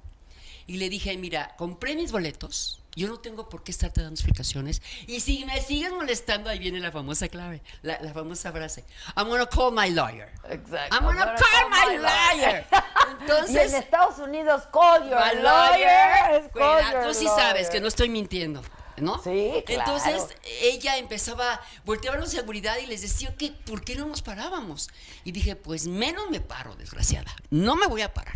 Speaker 5: Y le dije, mira, compré mis boletos, yo no tengo por qué estarte dando explicaciones. Y si me sigues molestando, ahí viene la famosa clave, la, la famosa frase. I'm gonna call my lawyer.
Speaker 1: Exacto.
Speaker 5: I'm gonna call my lawyer.
Speaker 1: Y en
Speaker 5: Entonces,
Speaker 1: Estados Unidos, call your
Speaker 5: my
Speaker 1: lawyer.
Speaker 5: lawyer.
Speaker 1: es call
Speaker 5: Cuidado,
Speaker 1: your
Speaker 5: tú sí sabes
Speaker 1: lawyer.
Speaker 5: que no estoy mintiendo, ¿no?
Speaker 1: Sí, claro.
Speaker 5: Entonces, ella empezaba, volteaba a la seguridad y les decía que por qué no nos parábamos. Y dije, pues menos me paro, desgraciada. No me voy a parar.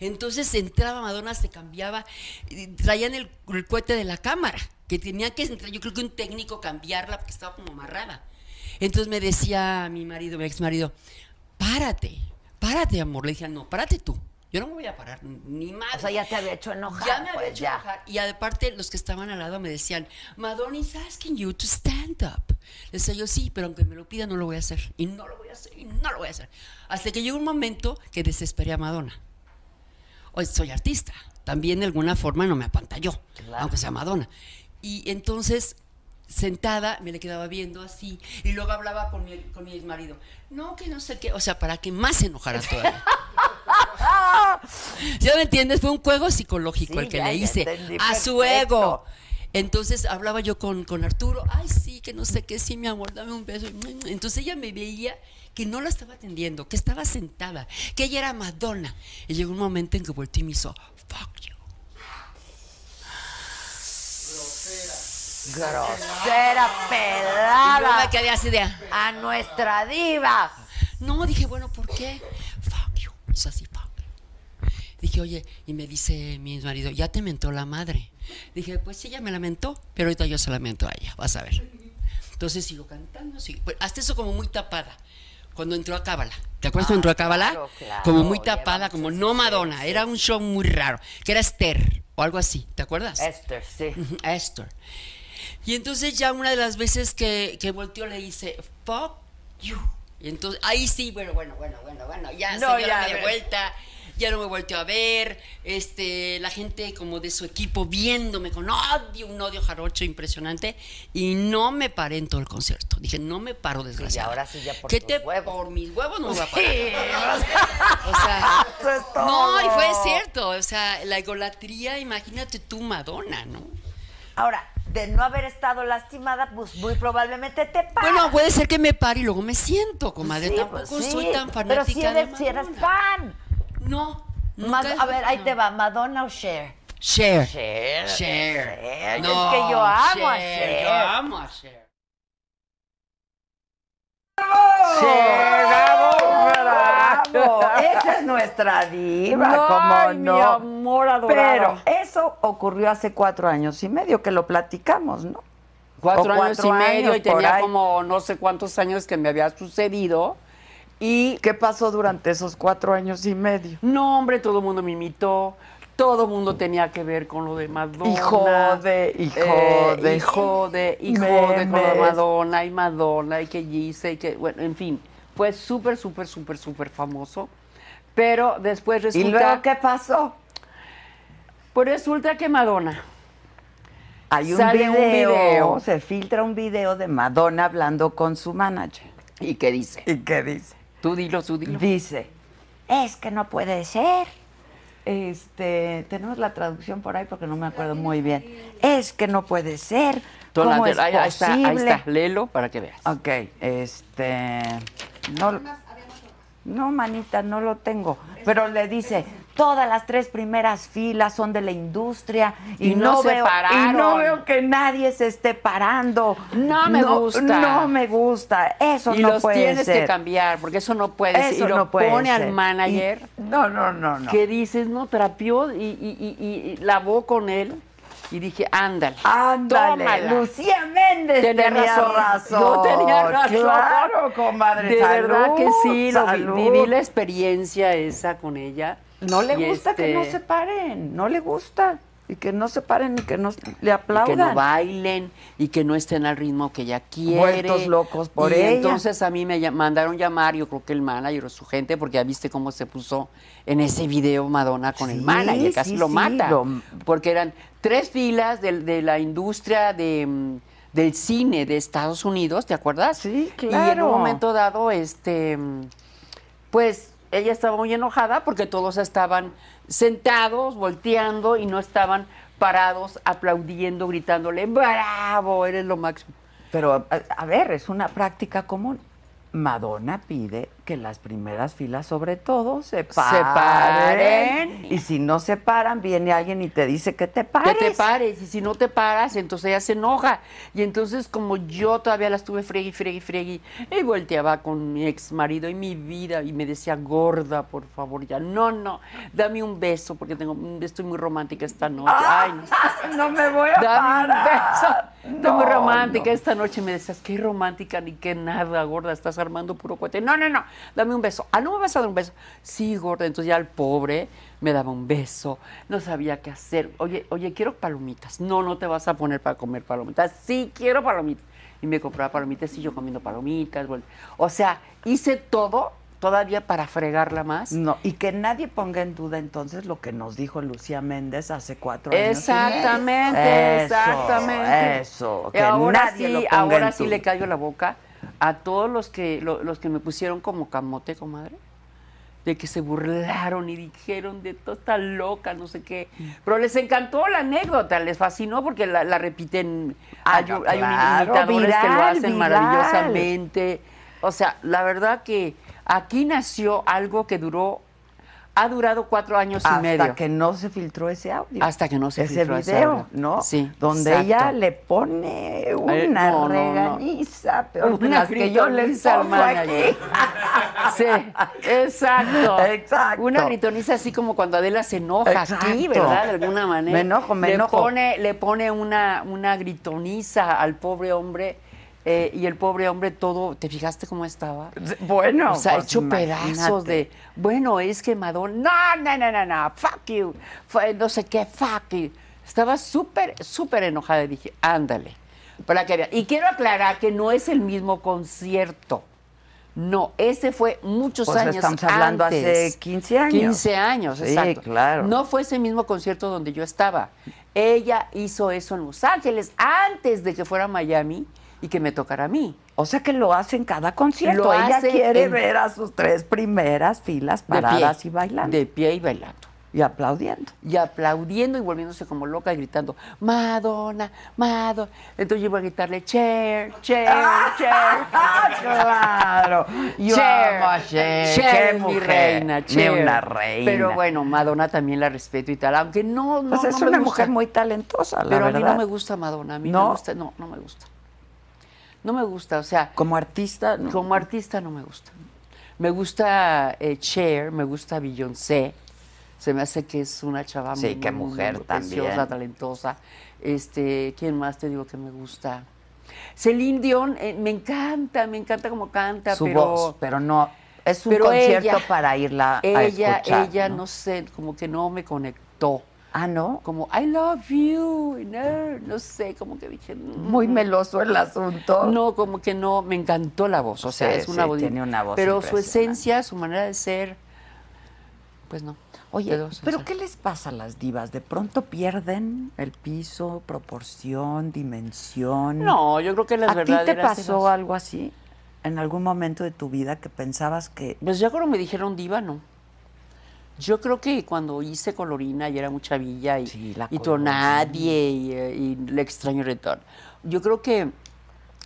Speaker 5: Entonces entraba Madonna, se cambiaba, y traían el, el cohete de la cámara, que tenía que entrar, yo creo que un técnico cambiarla porque estaba como amarrada. Entonces me decía mi marido, mi ex marido, párate, párate, amor. Le dije, no, párate tú.
Speaker 7: Yo no me voy a parar, ni más.
Speaker 3: O sea, ya te había hecho enojar.
Speaker 7: Ya me había
Speaker 3: pues,
Speaker 7: hecho
Speaker 3: ya.
Speaker 7: enojar. Y aparte, los que estaban al lado me decían, Madonna is asking you to stand up. Les decía yo, sí, pero aunque me lo pida, no lo voy a hacer. Y no lo voy a hacer, y no lo voy a hacer. Hasta que llegó un momento que desesperé a Madonna. Hoy soy artista. También de alguna forma no me apantalló, aunque sea Madonna. Y entonces, sentada, me le quedaba viendo así. Y luego hablaba con mi, con mi marido. No, que no sé qué. O sea, para que más se enojara todavía. ¿Ya me entiendes? Fue un juego psicológico
Speaker 3: Sí,
Speaker 7: el que
Speaker 3: ya,
Speaker 7: le
Speaker 3: ya
Speaker 7: hice
Speaker 3: entendí
Speaker 7: a su
Speaker 3: perfecto.
Speaker 7: ego. Entonces hablaba yo con, con Arturo, ay sí, que no sé qué, sí, mi amor, dame un beso. Entonces ella me veía que no la estaba atendiendo, que estaba sentada, que ella era Madonna. Y llegó un momento en que volteó y me hizo, fuck you.
Speaker 3: Grosera,
Speaker 7: Y yo me
Speaker 3: pelada.
Speaker 7: quedé así de,
Speaker 3: A nuestra diva.
Speaker 7: No, dije, bueno, ¿por qué? Fuck you. Hizo así, fuck. Dije, oye, y me dice mi marido, ya te mentó la madre. Dije, pues sí, ya me lamentó, pero ahorita yo se la miento a ella, vas a ver. Entonces sigo cantando, sigo. Pues, hasta eso como muy tapada. Cuando entró a Cábala. ¿Te acuerdas cuando entró a Cábala?
Speaker 3: Ah, claro, claro,
Speaker 7: como muy
Speaker 3: lleva
Speaker 7: tapada, como
Speaker 3: muchos
Speaker 7: no Madonna. Era un show muy raro, que era Esther o algo así, ¿te acuerdas?
Speaker 3: Esther, sí.
Speaker 7: Ujú, a Esther. Y entonces ya una de las veces que, que volteó le dice, fuck you. Y entonces, ahí sí, bueno, bueno, bueno, bueno, bueno, ya
Speaker 3: No,
Speaker 7: se dio la
Speaker 3: ya,
Speaker 7: media
Speaker 3: a ver.
Speaker 7: vuelta, ya no me volteó a ver, este, la gente como de su equipo viéndome con odio, un odio jarocho impresionante, y no me paré en todo el concierto. Dije, no me paro, desgraciado.
Speaker 3: ahora sí, ya por tus
Speaker 7: te,
Speaker 3: huevos.
Speaker 7: Por mis huevos no me voy a parar.
Speaker 3: Sí.
Speaker 7: O sea,
Speaker 3: Eso es todo.
Speaker 7: no, y fue cierto, o sea, la egolatría, imagínate tú, Madonna, ¿no?
Speaker 3: Ahora, de no haber estado lastimada, pues muy probablemente te paga.
Speaker 7: Bueno, puede ser que me pare y luego me siento, comadre.
Speaker 3: Sí,
Speaker 7: Tampoco
Speaker 3: pues sí,
Speaker 7: soy tan
Speaker 3: Pero
Speaker 7: fanática
Speaker 3: si
Speaker 7: de
Speaker 3: eres, si
Speaker 7: Madonna.
Speaker 3: eres fan.
Speaker 7: No.
Speaker 3: Más-
Speaker 7: nunca-
Speaker 3: a ver, ahí
Speaker 7: no.
Speaker 3: te va, Madonna o Cher.
Speaker 7: Cher.
Speaker 3: Cher.
Speaker 7: Cher.
Speaker 3: Cher.
Speaker 7: No,
Speaker 3: es que yo amo a
Speaker 7: Cher,
Speaker 3: Cher.
Speaker 7: Yo amo a Cher.
Speaker 3: Cher, bravo, bravo. Esa es nuestra diva, como
Speaker 5: Ay,
Speaker 3: no.
Speaker 5: mi amor adorado.
Speaker 3: Pero eso ocurrió hace cuatro años y medio que lo platicamos, ¿no?
Speaker 5: cuatro,
Speaker 3: o
Speaker 5: años y
Speaker 3: cuatro
Speaker 5: medio
Speaker 3: años
Speaker 5: y
Speaker 3: por
Speaker 5: tenía
Speaker 3: ahí.
Speaker 5: como no sé cuántos años que me había sucedido. Y
Speaker 3: ¿Qué pasó durante esos cuatro años y medio?
Speaker 5: no, hombre, todo el mundo me imitó. Todo el mundo tenía que ver con lo de Madonna.
Speaker 3: Y jode, y
Speaker 5: Eh,
Speaker 3: jode.
Speaker 5: y jode, y jode con lo de
Speaker 3: Memes.
Speaker 5: Madonna, y Madonna, y que Gise, y que, bueno, en fin. Fue súper, súper, súper, súper famoso. Pero después
Speaker 3: ¿Y
Speaker 5: resulta...
Speaker 3: luego qué pasó?
Speaker 5: Pues resulta que Madonna...
Speaker 3: Hay un
Speaker 5: Sale
Speaker 3: video,
Speaker 5: un video.
Speaker 3: se filtra un video de Madonna hablando con su manager.
Speaker 5: ¿Y qué dice?
Speaker 3: ¿Y qué dice?
Speaker 5: Tú dilo, tú dilo.
Speaker 3: Dice, es que no puede ser. Este, tenemos la traducción por ahí porque no me acuerdo muy bien. Es que no puede ser.
Speaker 5: Tú
Speaker 3: ¿Cómo
Speaker 5: la-
Speaker 3: es
Speaker 5: ahí, ahí está, ahí
Speaker 3: posible?
Speaker 5: está, léelo para que veas.
Speaker 3: Ok, este. No, no, manita, no lo tengo. Pero le dice: todas las tres primeras filas son de la industria y,
Speaker 5: Y no
Speaker 3: no,
Speaker 5: se
Speaker 3: veo, y
Speaker 5: pararon.
Speaker 3: no veo que nadie se esté parando.
Speaker 5: No me gusta.
Speaker 3: No me gusta. Eso
Speaker 5: y
Speaker 3: no
Speaker 5: los
Speaker 3: puede
Speaker 5: tienes
Speaker 3: ser.
Speaker 5: que cambiar, porque eso no puede ser.
Speaker 3: Eso
Speaker 5: y lo
Speaker 3: no puede
Speaker 5: pone
Speaker 3: ser.
Speaker 5: al manager,
Speaker 3: Y- no, no, no, no.
Speaker 5: que dices, no, trapió y, y, y, y- y lavó con él. Y dije, ándale.
Speaker 3: Ándale,
Speaker 5: tómala.
Speaker 3: Lucía Méndez
Speaker 5: Tenía
Speaker 3: tenía
Speaker 5: razón.
Speaker 3: razón.
Speaker 5: Yo tenía razón.
Speaker 3: Claro, comadre.
Speaker 5: De verdad
Speaker 3: salud,
Speaker 5: que sí, lo vi-
Speaker 3: salud.
Speaker 5: viví la experiencia esa con ella.
Speaker 3: No le
Speaker 5: Y
Speaker 3: gusta que no
Speaker 5: este,
Speaker 3: se paren, no le gusta. Y que no se paren y que no s- le
Speaker 5: y
Speaker 3: aplaudan.
Speaker 5: que no bailen y que no estén al ritmo que ella quiere.
Speaker 3: Vueltos locos por
Speaker 5: y
Speaker 3: ella.
Speaker 5: entonces a mí me llam- mandaron llamar, yo creo que el manager o su gente, porque ya viste cómo se puso en ese video Madonna con el
Speaker 3: Sí,
Speaker 5: manager, casi
Speaker 3: sí,
Speaker 5: lo
Speaker 3: sí,
Speaker 5: mata.
Speaker 3: lo-
Speaker 5: Porque eran tres filas del- de, la industria de, mm, del cine de Estados Unidos, ¿te acuerdas?
Speaker 3: Sí,
Speaker 5: Y en un
Speaker 3: claro.
Speaker 5: momento dado, este... mm, pues ella estaba muy enojada porque todos estaban sentados, volteando y no estaban parados, aplaudiendo, gritándole, bravo, eres lo máximo.
Speaker 3: Pero, a, a ver, es una práctica común. Madonna pide que las primeras filas, sobre todo, se paren.
Speaker 5: paren.
Speaker 3: Y si no se paran, viene alguien y te dice que te pares.
Speaker 5: Que te pares, y si no te paras, entonces ella se enoja. Y entonces, como yo todavía la estuve fregui, fregui, fregui, y volteaba con mi ex marido y mi vida, y me decía, gorda, por favor, ya, no, no, dame un
Speaker 3: ¡Ah!
Speaker 5: beso, porque tengo, estoy muy romántica esta noche. Ay, no.
Speaker 3: No me voy a
Speaker 5: Dame un
Speaker 3: parar.
Speaker 5: beso. Está muy romántica esta noche. Me decías, qué romántica ni qué nada, gorda. Estás armando puro cohete. No, no, no. Dame un beso. Ah, no me vas a dar un beso. Sí, gorda. Entonces ya el pobre me daba un beso. No sabía qué hacer. Oye, oye, quiero palomitas. No, no te vas a poner para comer palomitas. Sí, quiero palomitas. Y me compraba palomitas y yo comiendo palomitas. bueno. O sea, hice todo todavía para fregarla más.
Speaker 3: No, y que nadie ponga en duda entonces lo que nos dijo Lucía Méndez hace cuatro años.
Speaker 5: Exactamente,
Speaker 3: Eso,
Speaker 5: exactamente.
Speaker 3: Eso,
Speaker 5: Y
Speaker 3: que
Speaker 5: ahora
Speaker 3: nadie
Speaker 5: sí,
Speaker 3: lo ponga
Speaker 5: ahora
Speaker 3: en
Speaker 5: sí
Speaker 3: duda.
Speaker 5: le callo la boca a todos los que lo- los que me pusieron como camote, comadre. De que se burlaron y dijeron de todo está loca, no sé qué. Pero les encantó la anécdota, les fascinó porque la, la repiten.
Speaker 3: Ah,
Speaker 5: hay, un- hay un
Speaker 3: claro,
Speaker 5: imitadores que lo
Speaker 3: viral,
Speaker 5: hacen
Speaker 3: viral.
Speaker 5: maravillosamente. O sea, la verdad que aquí nació algo que duró, ha durado cuatro años
Speaker 3: Hasta
Speaker 5: y medio.
Speaker 3: que no se filtró ese audio.
Speaker 5: Hasta que no se
Speaker 3: ese
Speaker 5: filtró ese
Speaker 3: video,
Speaker 5: audio.
Speaker 3: ¿no?
Speaker 5: Sí,
Speaker 3: Donde
Speaker 5: exacto.
Speaker 3: ella le pone una
Speaker 5: Eh, no, no, no.
Speaker 3: reganiza, peor que
Speaker 5: Una
Speaker 3: las que yo le
Speaker 5: gritoniza al
Speaker 3: pongo
Speaker 5: manager.
Speaker 3: aquí.
Speaker 5: Sí, exacto.
Speaker 3: Exacto.
Speaker 5: Una gritoniza así como cuando Adela se enoja aquí,
Speaker 3: Exacto.
Speaker 5: ¿verdad? De alguna manera.
Speaker 3: Me enojo, me
Speaker 5: le
Speaker 3: enojo.
Speaker 5: Pone, le pone una, una gritoniza al pobre hombre eh, y el pobre hombre todo, ¿te fijaste cómo estaba?
Speaker 3: Bueno,
Speaker 5: o sea,
Speaker 3: pues,
Speaker 5: hecho
Speaker 3: imagínate.
Speaker 5: pedazos de, bueno, es que Madonna, no, no, no, no, no, fuck you, fue no sé qué, fuck you. Estaba súper, súper enojada y dije, ándale, para que vea. Y quiero aclarar que no es el mismo concierto. No, ese fue muchos
Speaker 3: Pues
Speaker 5: años
Speaker 3: estamos hablando hace
Speaker 5: antes.
Speaker 3: 15 años.
Speaker 5: 15 años,
Speaker 3: Sí,
Speaker 5: exacto.
Speaker 3: claro.
Speaker 5: No fue ese mismo concierto donde yo estaba. Ella hizo eso en Los Ángeles antes de que fuera a Miami y que me tocara a mí.
Speaker 3: O sea que lo hacen cada concierto.
Speaker 5: Lo
Speaker 3: ella
Speaker 5: hace
Speaker 3: quiere
Speaker 5: en-
Speaker 3: ver a sus tres primeras filas
Speaker 5: De
Speaker 3: paradas
Speaker 5: pie.
Speaker 3: y bailando
Speaker 5: De pie y bailando.
Speaker 3: y aplaudiendo.
Speaker 5: y aplaudiendo y volviéndose como loca y gritando Madonna, Madonna. Entonces yo iba a gritarle Cher, Cher,
Speaker 3: Ah,
Speaker 5: Cher.
Speaker 3: claro. Yo
Speaker 5: Cher,
Speaker 3: amo a Cher.
Speaker 5: Cher,
Speaker 3: Qué
Speaker 5: mi
Speaker 3: mujer.
Speaker 5: reina, Cher.
Speaker 3: Ni una reina.
Speaker 5: Pero bueno, Madonna también la respeto y tal, aunque no, no,
Speaker 3: Pues
Speaker 5: no
Speaker 3: es
Speaker 5: me
Speaker 3: una
Speaker 5: gusta.
Speaker 3: mujer muy talentosa, la
Speaker 5: Pero a
Speaker 3: verdad.
Speaker 5: mí no me gusta Madonna, a mí
Speaker 3: ¿No?
Speaker 5: me gusta, no, no me gusta. No me gusta, o sea,
Speaker 3: Como artista, no.
Speaker 5: como artista no me gusta. Me gusta eh, Cher, me gusta Beyoncé. Se me hace que es una chava
Speaker 3: Sí,
Speaker 5: muy-
Speaker 3: qué
Speaker 5: muy- muy
Speaker 3: mujer también.
Speaker 5: preciosa, talentosa. Este, ¿quién más te digo que me gusta? Celine Dion, eh, me encanta, me encanta como canta,
Speaker 3: su
Speaker 5: pero
Speaker 3: voz, pero no. Es un
Speaker 5: pero
Speaker 3: concierto
Speaker 5: ella-
Speaker 3: para irla a
Speaker 5: ella
Speaker 3: escuchar.
Speaker 5: ella no sé, como que no me conectó.
Speaker 3: Ah, ¿no?
Speaker 5: Como I love you, no, no sé, como que dije, mm,
Speaker 3: Muy meloso el asunto.
Speaker 5: No, como que no, me encantó la voz, o sea,
Speaker 3: Sí,
Speaker 5: es una
Speaker 3: sí,
Speaker 5: voz.
Speaker 3: tiene una voz
Speaker 5: Pero su
Speaker 3: impresionante.
Speaker 5: esencia, su manera de ser, pues no.
Speaker 3: Oye,
Speaker 5: Pero, o sea,
Speaker 3: ¿pero qué les pasa a las divas? ¿De pronto pierden el piso, proporción, dimensión?
Speaker 5: No, yo creo que las
Speaker 3: ¿A ti
Speaker 5: verdaderas.
Speaker 3: te pasó
Speaker 5: divas-
Speaker 3: algo así en algún momento de tu vida que pensabas que...
Speaker 5: Pues ya cuando me dijeron diva, no. Yo creo que cuando hice Colorina y era mucha villa y,
Speaker 3: Sí, la
Speaker 5: y tú
Speaker 3: Colorina.
Speaker 5: nadie y, eh, y le extraño retorno. Yo creo que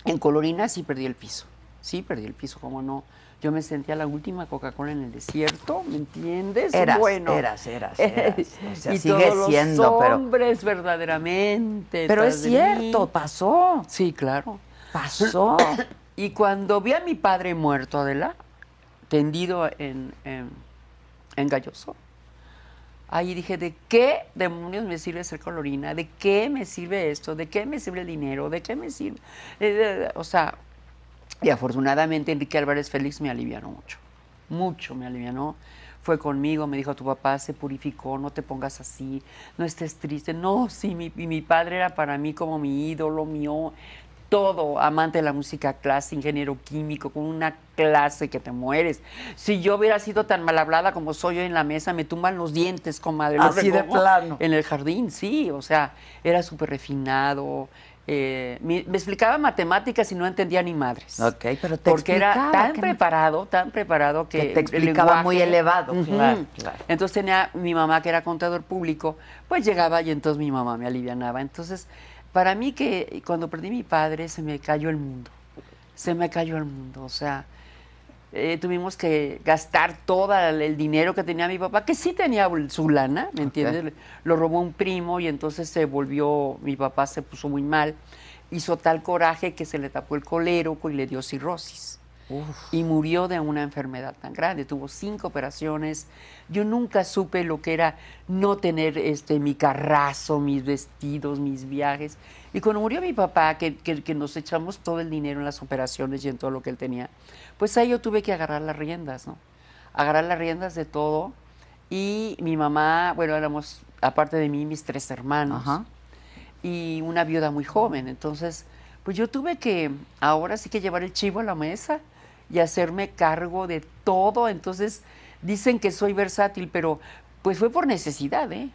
Speaker 5: en Colorina sí perdí el piso. Sí, perdí el piso, cómo no. Yo me sentía la última Coca-Cola en el desierto, ¿me entiendes?
Speaker 3: Eras,
Speaker 5: bueno.
Speaker 3: eras, eras, eras. O sea,
Speaker 5: y
Speaker 3: sigue
Speaker 5: todos
Speaker 3: siendo,
Speaker 5: los
Speaker 3: pero-
Speaker 5: hombres verdaderamente.
Speaker 3: Pero
Speaker 5: tras
Speaker 3: es
Speaker 5: de
Speaker 3: cierto,
Speaker 5: mí.
Speaker 3: pasó,
Speaker 5: Sí, claro.
Speaker 3: pasó.
Speaker 5: Y cuando vi a mi padre muerto, Adela, tendido en, en, en Galloso, ahí dije, ¿de qué demonios me sirve ser colorina? ¿De qué me sirve esto? ¿De qué me sirve el dinero? ¿De qué me sirve? Eh, eh, o sea, y afortunadamente Enrique Álvarez Félix me alivianó mucho, mucho me alivianó. Fue conmigo, me dijo, tu papá se purificó, no te pongas así, no estés triste. No, sí, mi, y mi padre era para mí como mi ídolo, mío, todo, amante de la música clásica, ingeniero químico, con una clase que te mueres. Si yo hubiera sido tan mal hablada como soy hoy en la mesa, me tumban los dientes, comadre. los
Speaker 3: Así de
Speaker 5: recojo
Speaker 3: plano.
Speaker 5: En el jardín, sí, o sea, era súper refinado. eh, me, me explicaba matemáticas y no entendía ni madres.
Speaker 3: Ok, pero te
Speaker 5: Porque era
Speaker 3: explicaba
Speaker 5: tan
Speaker 3: que no-
Speaker 5: preparado, tan preparado que.
Speaker 3: Que te
Speaker 5: el
Speaker 3: explicaba
Speaker 5: lenguaje-
Speaker 3: muy elevado,
Speaker 5: Ujú.
Speaker 3: claro, claro.
Speaker 5: Entonces tenía mi mamá, que era contador público, pues llegaba y entonces mi mamá me alivianaba. Entonces, para mí que cuando perdí a mi padre se me cayó el mundo. Se me cayó el mundo. O sea, eh, tuvimos que gastar todo el dinero que tenía mi papá, que sí tenía su lana, ¿me entiendes? Lo robó un primo y entonces se volvió, mi papá se puso muy mal, hizo tal coraje que se le tapó el coléroco y le dio cirrosis. y murió de una enfermedad tan grande. Tuvo cinco operaciones. Yo nunca supe lo que era no tener este, mi carrazo, mis vestidos, mis viajes. Y cuando murió mi papá, que, que- que nos echamos todo el dinero en las operaciones y en todo lo que él tenía, pues ahí yo tuve que agarrar las riendas, ¿no? Agarrar las riendas de todo. Y mi mamá, bueno, éramos, aparte de mí, mis tres hermanos
Speaker 3: Ajá.
Speaker 5: y una viuda muy joven. Entonces, pues yo tuve que ahora sí que llevar el chivo a la mesa y hacerme cargo de todo. Entonces, dicen que soy versátil, pero pues fue por necesidad, ¿eh?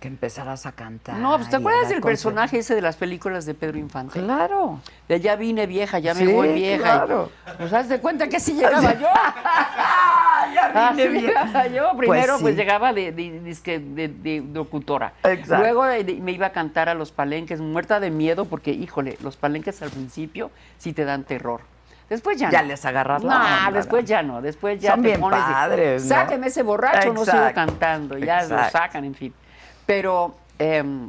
Speaker 3: Que empezaras a cantar.
Speaker 5: no, pues, ¿te
Speaker 3: y a
Speaker 5: acuerdas
Speaker 3: dar
Speaker 5: del
Speaker 3: concert-
Speaker 5: personaje ese de las películas de Pedro Infante?
Speaker 3: Claro.
Speaker 5: De allá vine vieja, ya
Speaker 3: Sí,
Speaker 5: me voy vieja. y-
Speaker 3: claro.
Speaker 5: pues haz de cuenta que así llegaba yo. Ah,
Speaker 3: ya
Speaker 5: Así
Speaker 3: vine bien.
Speaker 5: llegaba yo. Primero pues,
Speaker 3: Ah, sí.
Speaker 5: llegaba de, de- dizque de- de- de locutora.
Speaker 3: Exacto.
Speaker 5: Luego eh, de- me iba a cantar a los palenques, muerta de miedo, porque híjole, los palenques al principio sí te dan terror. Después ya
Speaker 3: Ya
Speaker 5: no.
Speaker 3: les agarras la
Speaker 5: No,
Speaker 3: onda,
Speaker 5: después
Speaker 3: ¿no?
Speaker 5: ya no. Después Pues ya
Speaker 3: Son
Speaker 5: te
Speaker 3: bien
Speaker 5: pones de,
Speaker 3: padres, ¿no?
Speaker 5: Sáqueme ese borracho, no sigo
Speaker 3: Exacto,
Speaker 5: cantando. Ya lo
Speaker 3: exacto.
Speaker 5: sacan, en fin. Pero... em,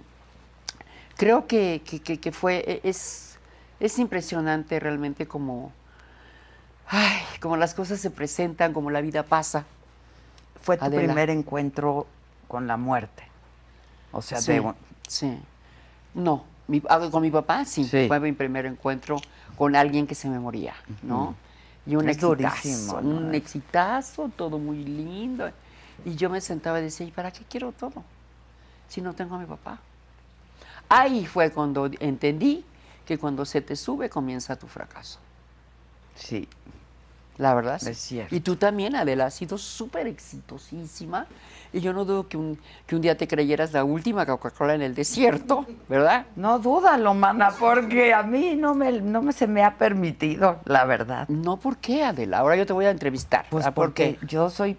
Speaker 5: creo que, que- que- que fue, e- es, es impresionante realmente como, ay, como las cosas se presentan, como la vida pasa.
Speaker 3: Fue tu
Speaker 5: Adela.
Speaker 3: primer encuentro con la muerte. O sea,
Speaker 5: Sí,
Speaker 3: de un-
Speaker 5: sí. No, mi- ah, con mi papá sí,
Speaker 3: Sí.
Speaker 5: fue mi primer encuentro con alguien que se me moría, ¿no? Y un
Speaker 3: Es
Speaker 5: exitazo,
Speaker 3: durísimo, ¿no?
Speaker 5: un exitazo, todo muy lindo. Y yo me sentaba y decía, ¿y para qué quiero todo si no tengo a mi papá? Ahí fue cuando entendí que cuando se te sube comienza tu fracaso.
Speaker 3: Sí.
Speaker 5: La verdad. sí.
Speaker 3: Es cierto.
Speaker 5: Y tú también, Adela, has sido súper exitosísima. Y yo no dudo que un, que un día te creyeras la última Coca-Cola en el desierto, ¿verdad?
Speaker 3: No dúdalo, mana, porque a mí no me, no me se me ha permitido, la verdad.
Speaker 5: No, ¿por qué, Adela? Ahora yo te voy a entrevistar.
Speaker 3: Pues
Speaker 5: Ah, ¿por
Speaker 3: porque
Speaker 5: qué?
Speaker 3: yo soy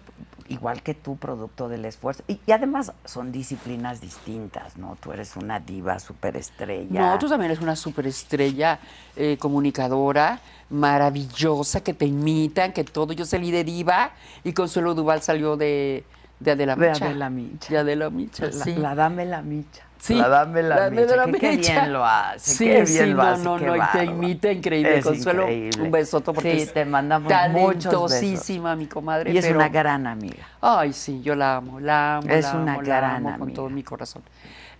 Speaker 3: igual que tú, producto del esfuerzo. Y, y además son disciplinas distintas, ¿no? Tú eres una diva superestrella.
Speaker 5: No, tú también eres una superestrella eh, comunicadora maravillosa que te imitan, que todo. Yo salí de diva y Consuelo Duval salió de, de Adela
Speaker 3: De
Speaker 5: Micha.
Speaker 3: Adela Micha. Pues
Speaker 5: De Adela Micha,
Speaker 3: La,
Speaker 5: sí.
Speaker 3: la dame la micha.
Speaker 5: Sí,
Speaker 3: La dame la,
Speaker 5: dame
Speaker 3: micha.
Speaker 5: la
Speaker 3: que qué
Speaker 5: micha.
Speaker 3: bien lo hace.
Speaker 5: Sí,
Speaker 3: qué bien
Speaker 5: sí,
Speaker 3: lo
Speaker 5: no,
Speaker 3: hace.
Speaker 5: no,
Speaker 3: qué
Speaker 5: no, y te
Speaker 3: bárbaro.
Speaker 5: imita increíble,
Speaker 3: Es
Speaker 5: Consuelo,
Speaker 3: increíble.
Speaker 5: un besoto porque
Speaker 3: Sí,
Speaker 5: es
Speaker 3: te mandamos muchos besos.
Speaker 5: talentosísima mi comadre.
Speaker 3: Y es
Speaker 5: pero-
Speaker 3: una gran amiga.
Speaker 5: Ay, sí, yo la amo, la amo.
Speaker 3: Es
Speaker 5: la
Speaker 3: una
Speaker 5: amo, la
Speaker 3: gran
Speaker 5: amo con
Speaker 3: amiga.
Speaker 5: todo mi corazón.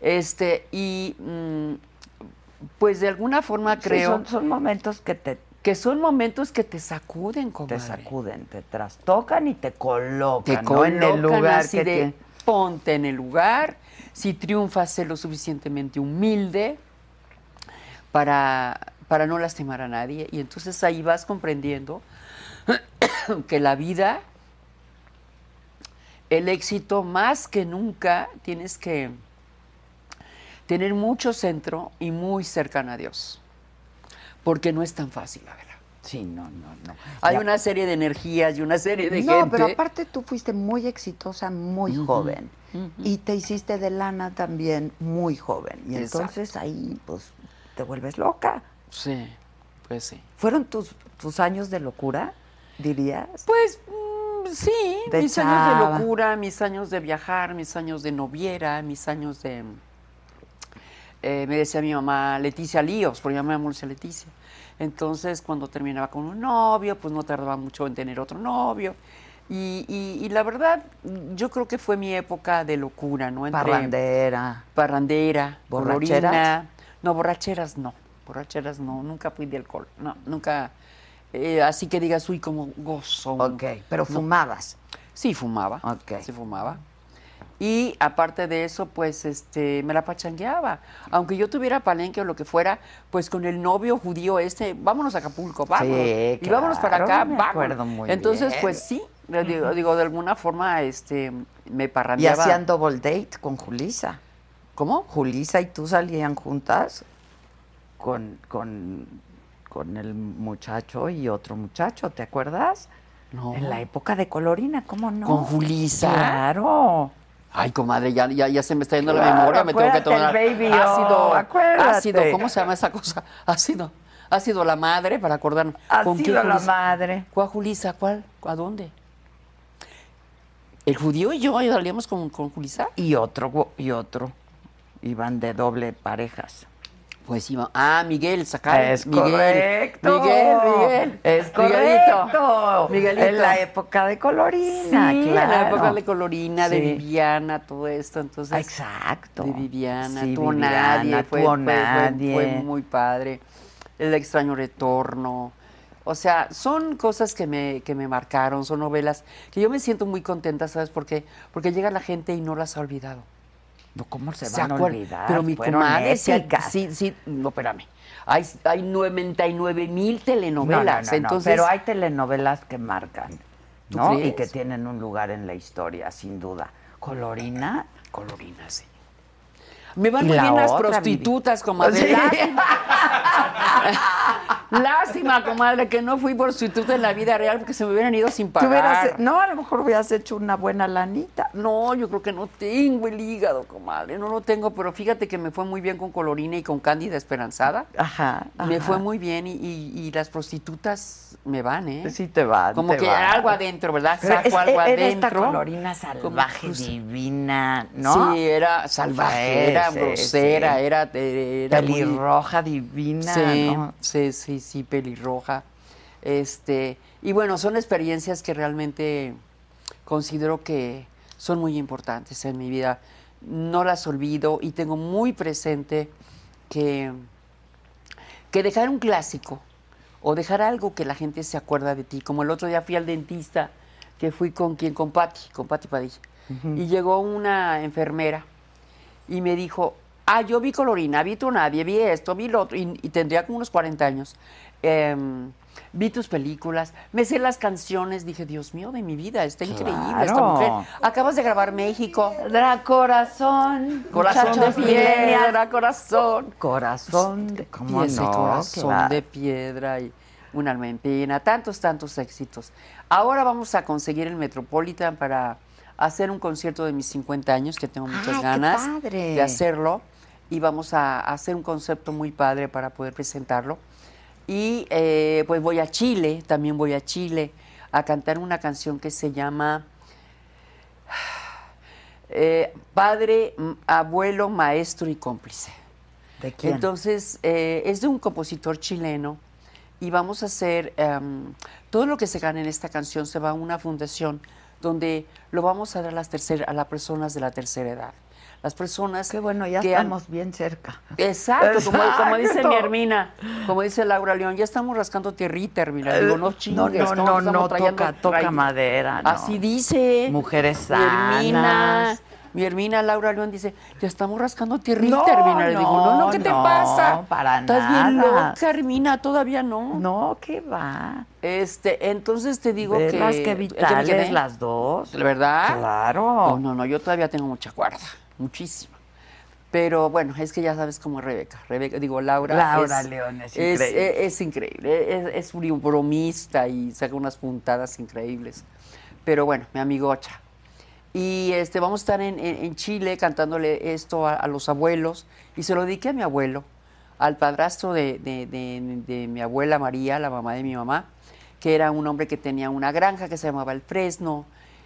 Speaker 5: Este, y mm, pues de alguna forma
Speaker 3: Sí,
Speaker 5: creo
Speaker 3: son, son momentos que te,
Speaker 5: que son momentos que te sacuden,
Speaker 3: te
Speaker 5: comadre.
Speaker 3: sacuden, te trastocan y te
Speaker 5: Te
Speaker 3: colocan, ¿no?
Speaker 5: colocan
Speaker 3: en el lugar
Speaker 5: así
Speaker 3: que
Speaker 5: de,
Speaker 3: tiene.
Speaker 5: ponte en el lugar. Si triunfas, sé lo suficientemente humilde para, para no lastimar a nadie. Y entonces ahí vas comprendiendo que la vida, el éxito más que nunca, tienes que tener mucho centro y muy cercana a Dios. Porque no es tan fácil, la verdad.
Speaker 3: Sí, no, no, no.
Speaker 5: Hay
Speaker 3: Y a-
Speaker 5: una serie de energías y una serie de
Speaker 3: no,
Speaker 5: gente.
Speaker 3: pero aparte tú fuiste muy exitosa, muy joven. Y te hiciste de lana también muy joven. Y
Speaker 5: Exacto.
Speaker 3: entonces ahí, pues, te vuelves loca.
Speaker 5: Sí, pues sí.
Speaker 3: ¿Fueron tus, tus años de locura, dirías?
Speaker 5: Pues mm, sí,
Speaker 3: De
Speaker 5: mis años
Speaker 3: chava.
Speaker 5: de locura, mis años de viajar, mis años de noviera, mis años de... eh, me decía mi mamá Leticia Líos, porque yo me llamo Lucia Leticia. Entonces, cuando terminaba con un novio, pues no tardaba mucho en tener otro novio. Y, y- y la verdad, yo creo que fue mi época de locura, ¿no? Entre-
Speaker 3: Parrandera.
Speaker 5: parrandera,
Speaker 3: ¿Borracheras?
Speaker 5: colorina. No, borracheras no. Borracheras no. Nunca fui de alcohol. No, nunca. eh, así que digas, uy, como gozo.
Speaker 3: Ok, pero
Speaker 5: No.
Speaker 3: fumabas.
Speaker 5: Sí, fumaba.
Speaker 3: Ok.
Speaker 5: Sí, fumaba. Y aparte de eso, pues este, me la pachangueaba. Aunque yo tuviera palenque o lo que fuera, pues con el novio judío este, vámonos a Acapulco, vámonos.
Speaker 3: Sí,
Speaker 5: y vámonos para
Speaker 3: claro,
Speaker 5: acá,
Speaker 3: me
Speaker 5: vámonos.
Speaker 3: acuerdo muy
Speaker 5: Entonces,
Speaker 3: bien.
Speaker 5: pues sí, le digo, digo, de alguna forma este, me
Speaker 3: Y
Speaker 5: parrandeaba.
Speaker 3: hacían double date con Julisa.
Speaker 5: ¿Cómo?
Speaker 3: Julisa y tú salían juntas con, con, con el muchacho y otro muchacho, ¿te acuerdas?
Speaker 5: No.
Speaker 3: En la época de Colorina, ¿cómo no?
Speaker 5: ¿Con Julisa?
Speaker 3: Claro.
Speaker 5: Ay, comadre, ya, ya, ya se me está yendo la
Speaker 3: Claro,
Speaker 5: memoria, me tengo que tomar
Speaker 3: acuérdate el baby,
Speaker 5: ácido,
Speaker 3: oh, acuérdate.
Speaker 5: ácido, ¿cómo se llama esa cosa? Ácido, ácido la madre para acordarme.
Speaker 3: Ha
Speaker 5: ¿Con qué
Speaker 3: sido la
Speaker 5: Julisa?
Speaker 3: madre.
Speaker 5: ¿Cuál Julisa? ¿Cuál? ¿A dónde? El judío y yo salíamos con, con Julisa.
Speaker 3: Y otro, gu- y otro. Iban de doble parejas.
Speaker 5: Pues iba, ah, Miguel, sacaron.
Speaker 3: Es
Speaker 5: Miguel,
Speaker 3: correcto.
Speaker 5: Miguel, Miguel.
Speaker 3: Es
Speaker 5: Miguelito,
Speaker 3: correcto.
Speaker 5: Miguelito.
Speaker 3: En la época de colorina,
Speaker 5: sí,
Speaker 3: claro.
Speaker 5: en la época de Colorina, de
Speaker 3: Sí.
Speaker 5: Viviana, todo esto, entonces.
Speaker 3: Ah, Exacto.
Speaker 5: De Viviana,
Speaker 3: Sí,
Speaker 5: tuvo
Speaker 3: Viviana,
Speaker 5: nadie, fue,
Speaker 3: tuvo
Speaker 5: fue- fue-
Speaker 3: nadie.
Speaker 5: fue muy padre. El extraño retorno. O sea, son cosas que me, que me marcaron, son novelas que yo me siento muy contenta, ¿sabes por qué? Porque llega la gente y no las ha olvidado.
Speaker 3: No, ¿Cómo se,
Speaker 5: ¿Se
Speaker 3: van a
Speaker 5: acuer-
Speaker 3: olvidar?
Speaker 5: Pero mi
Speaker 3: Fueron
Speaker 5: comadre, sí, hay-
Speaker 3: épicas.
Speaker 5: sí, sí, no, espérame. Hay, hay 99
Speaker 3: No,
Speaker 5: mil
Speaker 3: no, no,
Speaker 5: telenovelas,
Speaker 3: no,
Speaker 5: entonces...
Speaker 3: pero hay telenovelas que marcan,
Speaker 5: ¿Tú
Speaker 3: ¿no? Y
Speaker 5: crees?
Speaker 3: que tienen un lugar en la historia, sin duda. Colorina,
Speaker 5: Colorinas, sí. Me van
Speaker 3: Y
Speaker 5: muy
Speaker 3: la
Speaker 5: bien las
Speaker 3: otra, mi
Speaker 5: prostitutas, comadre.
Speaker 3: Sí.
Speaker 5: Lástima. Lástima, comadre, que no fui prostituta en la vida real porque se me hubieran ido sin
Speaker 3: Tú
Speaker 5: pagar.
Speaker 3: hubieras- no, a lo mejor hubieras hecho una buena lanita.
Speaker 5: No, yo creo que no tengo el hígado, comadre. No lo tengo, pero fíjate que me fue muy bien con Colorina y con Cándida Esperanzada.
Speaker 3: Ajá.
Speaker 5: Me
Speaker 3: ajá.
Speaker 5: fue muy bien y, y- y las prostitutas me van, ¿eh?
Speaker 3: Sí te van,
Speaker 5: Como
Speaker 3: te
Speaker 5: que
Speaker 3: van.
Speaker 5: algo adentro, ¿verdad?
Speaker 3: Pero
Speaker 5: Saco
Speaker 3: es- e-,
Speaker 5: algo
Speaker 3: era
Speaker 5: adentro.
Speaker 3: esta colorina
Speaker 5: Como
Speaker 3: salvaje,
Speaker 5: justo-
Speaker 3: divina, ¿no?
Speaker 5: Sí, era salvaje,
Speaker 3: Sí,
Speaker 5: era
Speaker 3: sí,
Speaker 5: grosera,
Speaker 3: sí.
Speaker 5: era... era muy-
Speaker 3: Pelirroja, divina,
Speaker 5: sí,
Speaker 3: ¿no?
Speaker 5: sí, sí, sí, pelirroja. Este, y bueno, son experiencias que realmente considero que son muy importantes en mi vida. No las olvido y tengo muy presente que, que dejar un clásico o dejar algo que la gente se acuerda de ti. Como el otro día fui al dentista, que fui con quien, con Patti, con Patti Padilla. Y llegó una enfermera y me dijo, ah, yo vi Colorina, vi tu nadie, vi esto, vi lo otro, y, y tendría como unos 40 años. Em, vi tus películas, me sé las canciones, dije, Dios mío, de mi vida, está increíble esta
Speaker 3: Claro.
Speaker 5: mujer. Acabas de grabar México.
Speaker 3: Era corazón,
Speaker 5: Corazón de
Speaker 3: muchachos millennials.
Speaker 5: piedra, corazón.
Speaker 3: Corazón de ¿cómo
Speaker 5: Y ese
Speaker 3: no?
Speaker 5: corazón
Speaker 3: Claro.
Speaker 5: de piedra y una almendrina, tantos, tantos éxitos. Ahora vamos a conseguir el Metropolitan para hacer un concierto de mis 50 años, que tengo muchas
Speaker 3: ¡Ay, qué
Speaker 5: ganas
Speaker 3: padre!
Speaker 5: de hacerlo. Y vamos a hacer un concepto muy padre para poder presentarlo. Y eh, pues voy a Chile, también voy a Chile a cantar una canción que se llama eh, Padre, m- Abuelo, Maestro y Cómplice.
Speaker 3: ¿De quién?
Speaker 5: Entonces, eh, es de un compositor chileno y vamos a hacer, em, todo lo que se gane en esta canción se va a una fundación donde lo vamos a dar a las, tercer- a las personas de la tercera edad. Las personas
Speaker 3: Qué bueno, ya
Speaker 5: que han-
Speaker 3: estamos bien cerca.
Speaker 5: Exacto, como, como dice
Speaker 3: Exacto.
Speaker 5: mi Hermina, como dice Laura León, ya estamos rascando tierrita, Hermina. Digo, no chingues,
Speaker 3: Eh, no, no,
Speaker 5: ¿cómo
Speaker 3: no,
Speaker 5: estamos
Speaker 3: no,
Speaker 5: trayendo-
Speaker 3: toca, toca
Speaker 5: tray-
Speaker 3: madera, no.
Speaker 5: Así dice.
Speaker 3: Mujeres
Speaker 5: mi Hermina,
Speaker 3: sanas.
Speaker 5: mi Hermina Laura León dice, ya estamos rascando tierrita,
Speaker 3: No,
Speaker 5: Hermina. Le digo, no, no,
Speaker 3: no,
Speaker 5: ¿qué te
Speaker 3: no,
Speaker 5: pasa?
Speaker 3: para
Speaker 5: Estás bien
Speaker 3: nada.
Speaker 5: loca, Hermina, todavía no.
Speaker 3: No, ¿qué va?
Speaker 5: Este, entonces te digo
Speaker 3: Ve
Speaker 5: que...
Speaker 3: las
Speaker 5: yo
Speaker 3: que
Speaker 5: me
Speaker 3: vitales
Speaker 5: quedé.
Speaker 3: las dos.
Speaker 5: ¿La verdad? Oh,
Speaker 3: Claro.
Speaker 5: No, no, no, yo todavía tengo mucha cuerda, muchísima. Pero bueno, es que ya sabes cómo es Rebeca. Rebeca, digo, Laura.
Speaker 3: Laura León es increíble.
Speaker 5: Es, es increíble, eh, es, es un bromista y saca unas puntadas increíbles. Pero bueno, mi amigocha. Y este, vamos a estar en, en- en Chile cantándole esto a, a los abuelos. Y se lo dediqué a mi abuelo, al padrastro de, de- de- de mi abuela María, la mamá de mi mamá, que era un hombre que tenía una granja que se llamaba El Fresno.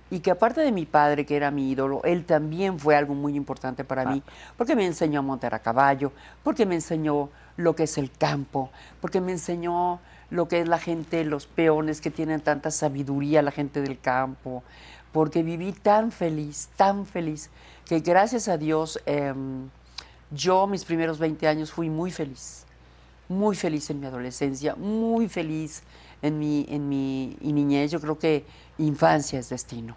Speaker 5: Y que aparte de mi padre, que era mi ídolo, él también fue algo muy importante para mí, porque me enseñó a montar a caballo, porque me enseñó lo que es el campo, porque me enseñó lo que es la gente, los peones que tienen tanta sabiduría, la gente del campo, porque viví tan feliz, tan feliz, que gracias a Dios em, yo mis primeros 20 años fui muy feliz, muy feliz en mi adolescencia, muy feliz en mi, en mi y niñez. Yo creo que infancia es destino.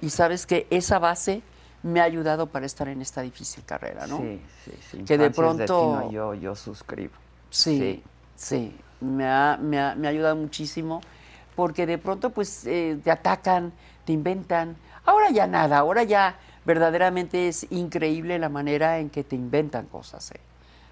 Speaker 5: Y sabes que esa base me ha ayudado para estar en esta difícil carrera, ¿no?
Speaker 3: Sí, sí, sí.
Speaker 5: Que
Speaker 3: infancia
Speaker 5: de
Speaker 3: es
Speaker 5: pronto-
Speaker 3: destino, yo, yo suscribo.
Speaker 5: Sí, sí, me ha, me ha- me ha ayudado muchísimo porque de pronto pues eh, te atacan, te inventan. Ahora ya nada, ahora ya verdaderamente es increíble la manera en que te inventan cosas. ¿eh?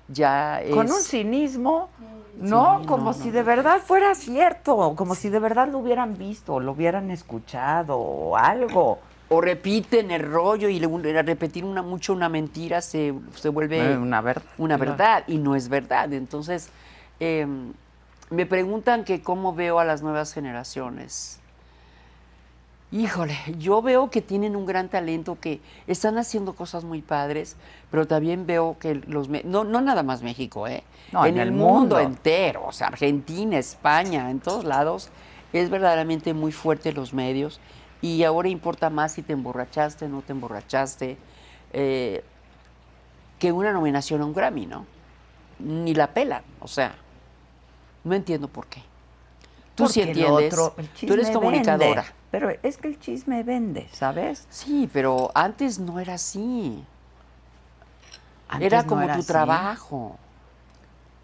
Speaker 5: Ya es...
Speaker 3: Con un cinismo, ¿no?
Speaker 5: Sí,
Speaker 3: como
Speaker 5: no,
Speaker 3: si
Speaker 5: no,
Speaker 3: de
Speaker 5: no.
Speaker 3: verdad fuera cierto, como si de verdad lo hubieran visto, lo hubieran escuchado o algo.
Speaker 5: O repiten el rollo y le- un- repetir una, mucho una mentira se, se vuelve
Speaker 3: Eh, una verdad,
Speaker 5: una
Speaker 3: claro.
Speaker 5: verdad, y no es verdad. Entonces, eh, me preguntan que cómo veo a las nuevas generaciones. Híjole, yo veo que tienen un gran talento, que están haciendo cosas muy padres, pero también veo que los me- no no nada más México, eh,
Speaker 3: No,
Speaker 5: en, el mundo, entero, o sea, Argentina, España, en todos lados es verdaderamente muy fuerte los medios y ahora importa más si te emborrachaste, no te emborrachaste, eh, que una nominación a un Grammy, ¿no? Ni la pelan, o sea, no entiendo por qué. Tú sí
Speaker 3: Porque lo
Speaker 5: entiendes,
Speaker 3: otro- el
Speaker 5: tú eres
Speaker 3: chisme
Speaker 5: comunicadora.
Speaker 3: vende. Pero es que el chisme vende, ¿sabes?
Speaker 5: Sí, pero antes no era así.
Speaker 3: Antes
Speaker 5: era
Speaker 3: no
Speaker 5: como tu
Speaker 3: así.
Speaker 5: trabajo.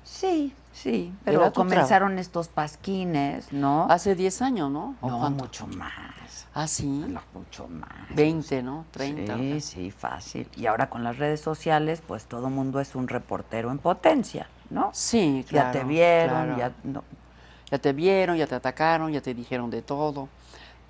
Speaker 3: Sí, sí.
Speaker 5: Era
Speaker 3: Pero
Speaker 5: tu trabajo.
Speaker 3: comenzaron estos pasquines, ¿no?
Speaker 5: Hace 10 años, ¿no? ¿O
Speaker 3: no,
Speaker 5: cuánto?
Speaker 3: mucho más.
Speaker 5: Ah, sí.
Speaker 3: No, mucho más.
Speaker 5: 20, ¿no? 30.
Speaker 3: Sí, sí, fácil. Y ahora con las redes sociales, pues todo mundo es un reportero en potencia, ¿no?
Speaker 5: Sí,
Speaker 3: ya
Speaker 5: claro.
Speaker 3: te vieron,
Speaker 5: claro.
Speaker 3: ya... no.
Speaker 5: Ya te vieron, ya te atacaron, ya te dijeron de todo.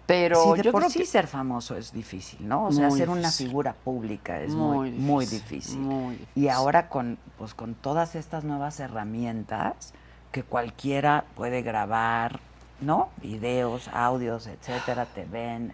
Speaker 5: Pero
Speaker 3: Sí, de
Speaker 5: yo
Speaker 3: por
Speaker 5: creo
Speaker 3: sí
Speaker 5: que
Speaker 3: ser famoso es difícil, ¿no? O sea,
Speaker 5: Muy
Speaker 3: ser una
Speaker 5: difícil.
Speaker 3: figura pública es muy, muy difícil.
Speaker 5: muy
Speaker 3: Y
Speaker 5: difícil.
Speaker 3: ahora con, pues, con todas estas nuevas herramientas que cualquiera puede grabar, ¿no? Videos, audios, etcétera, te ven,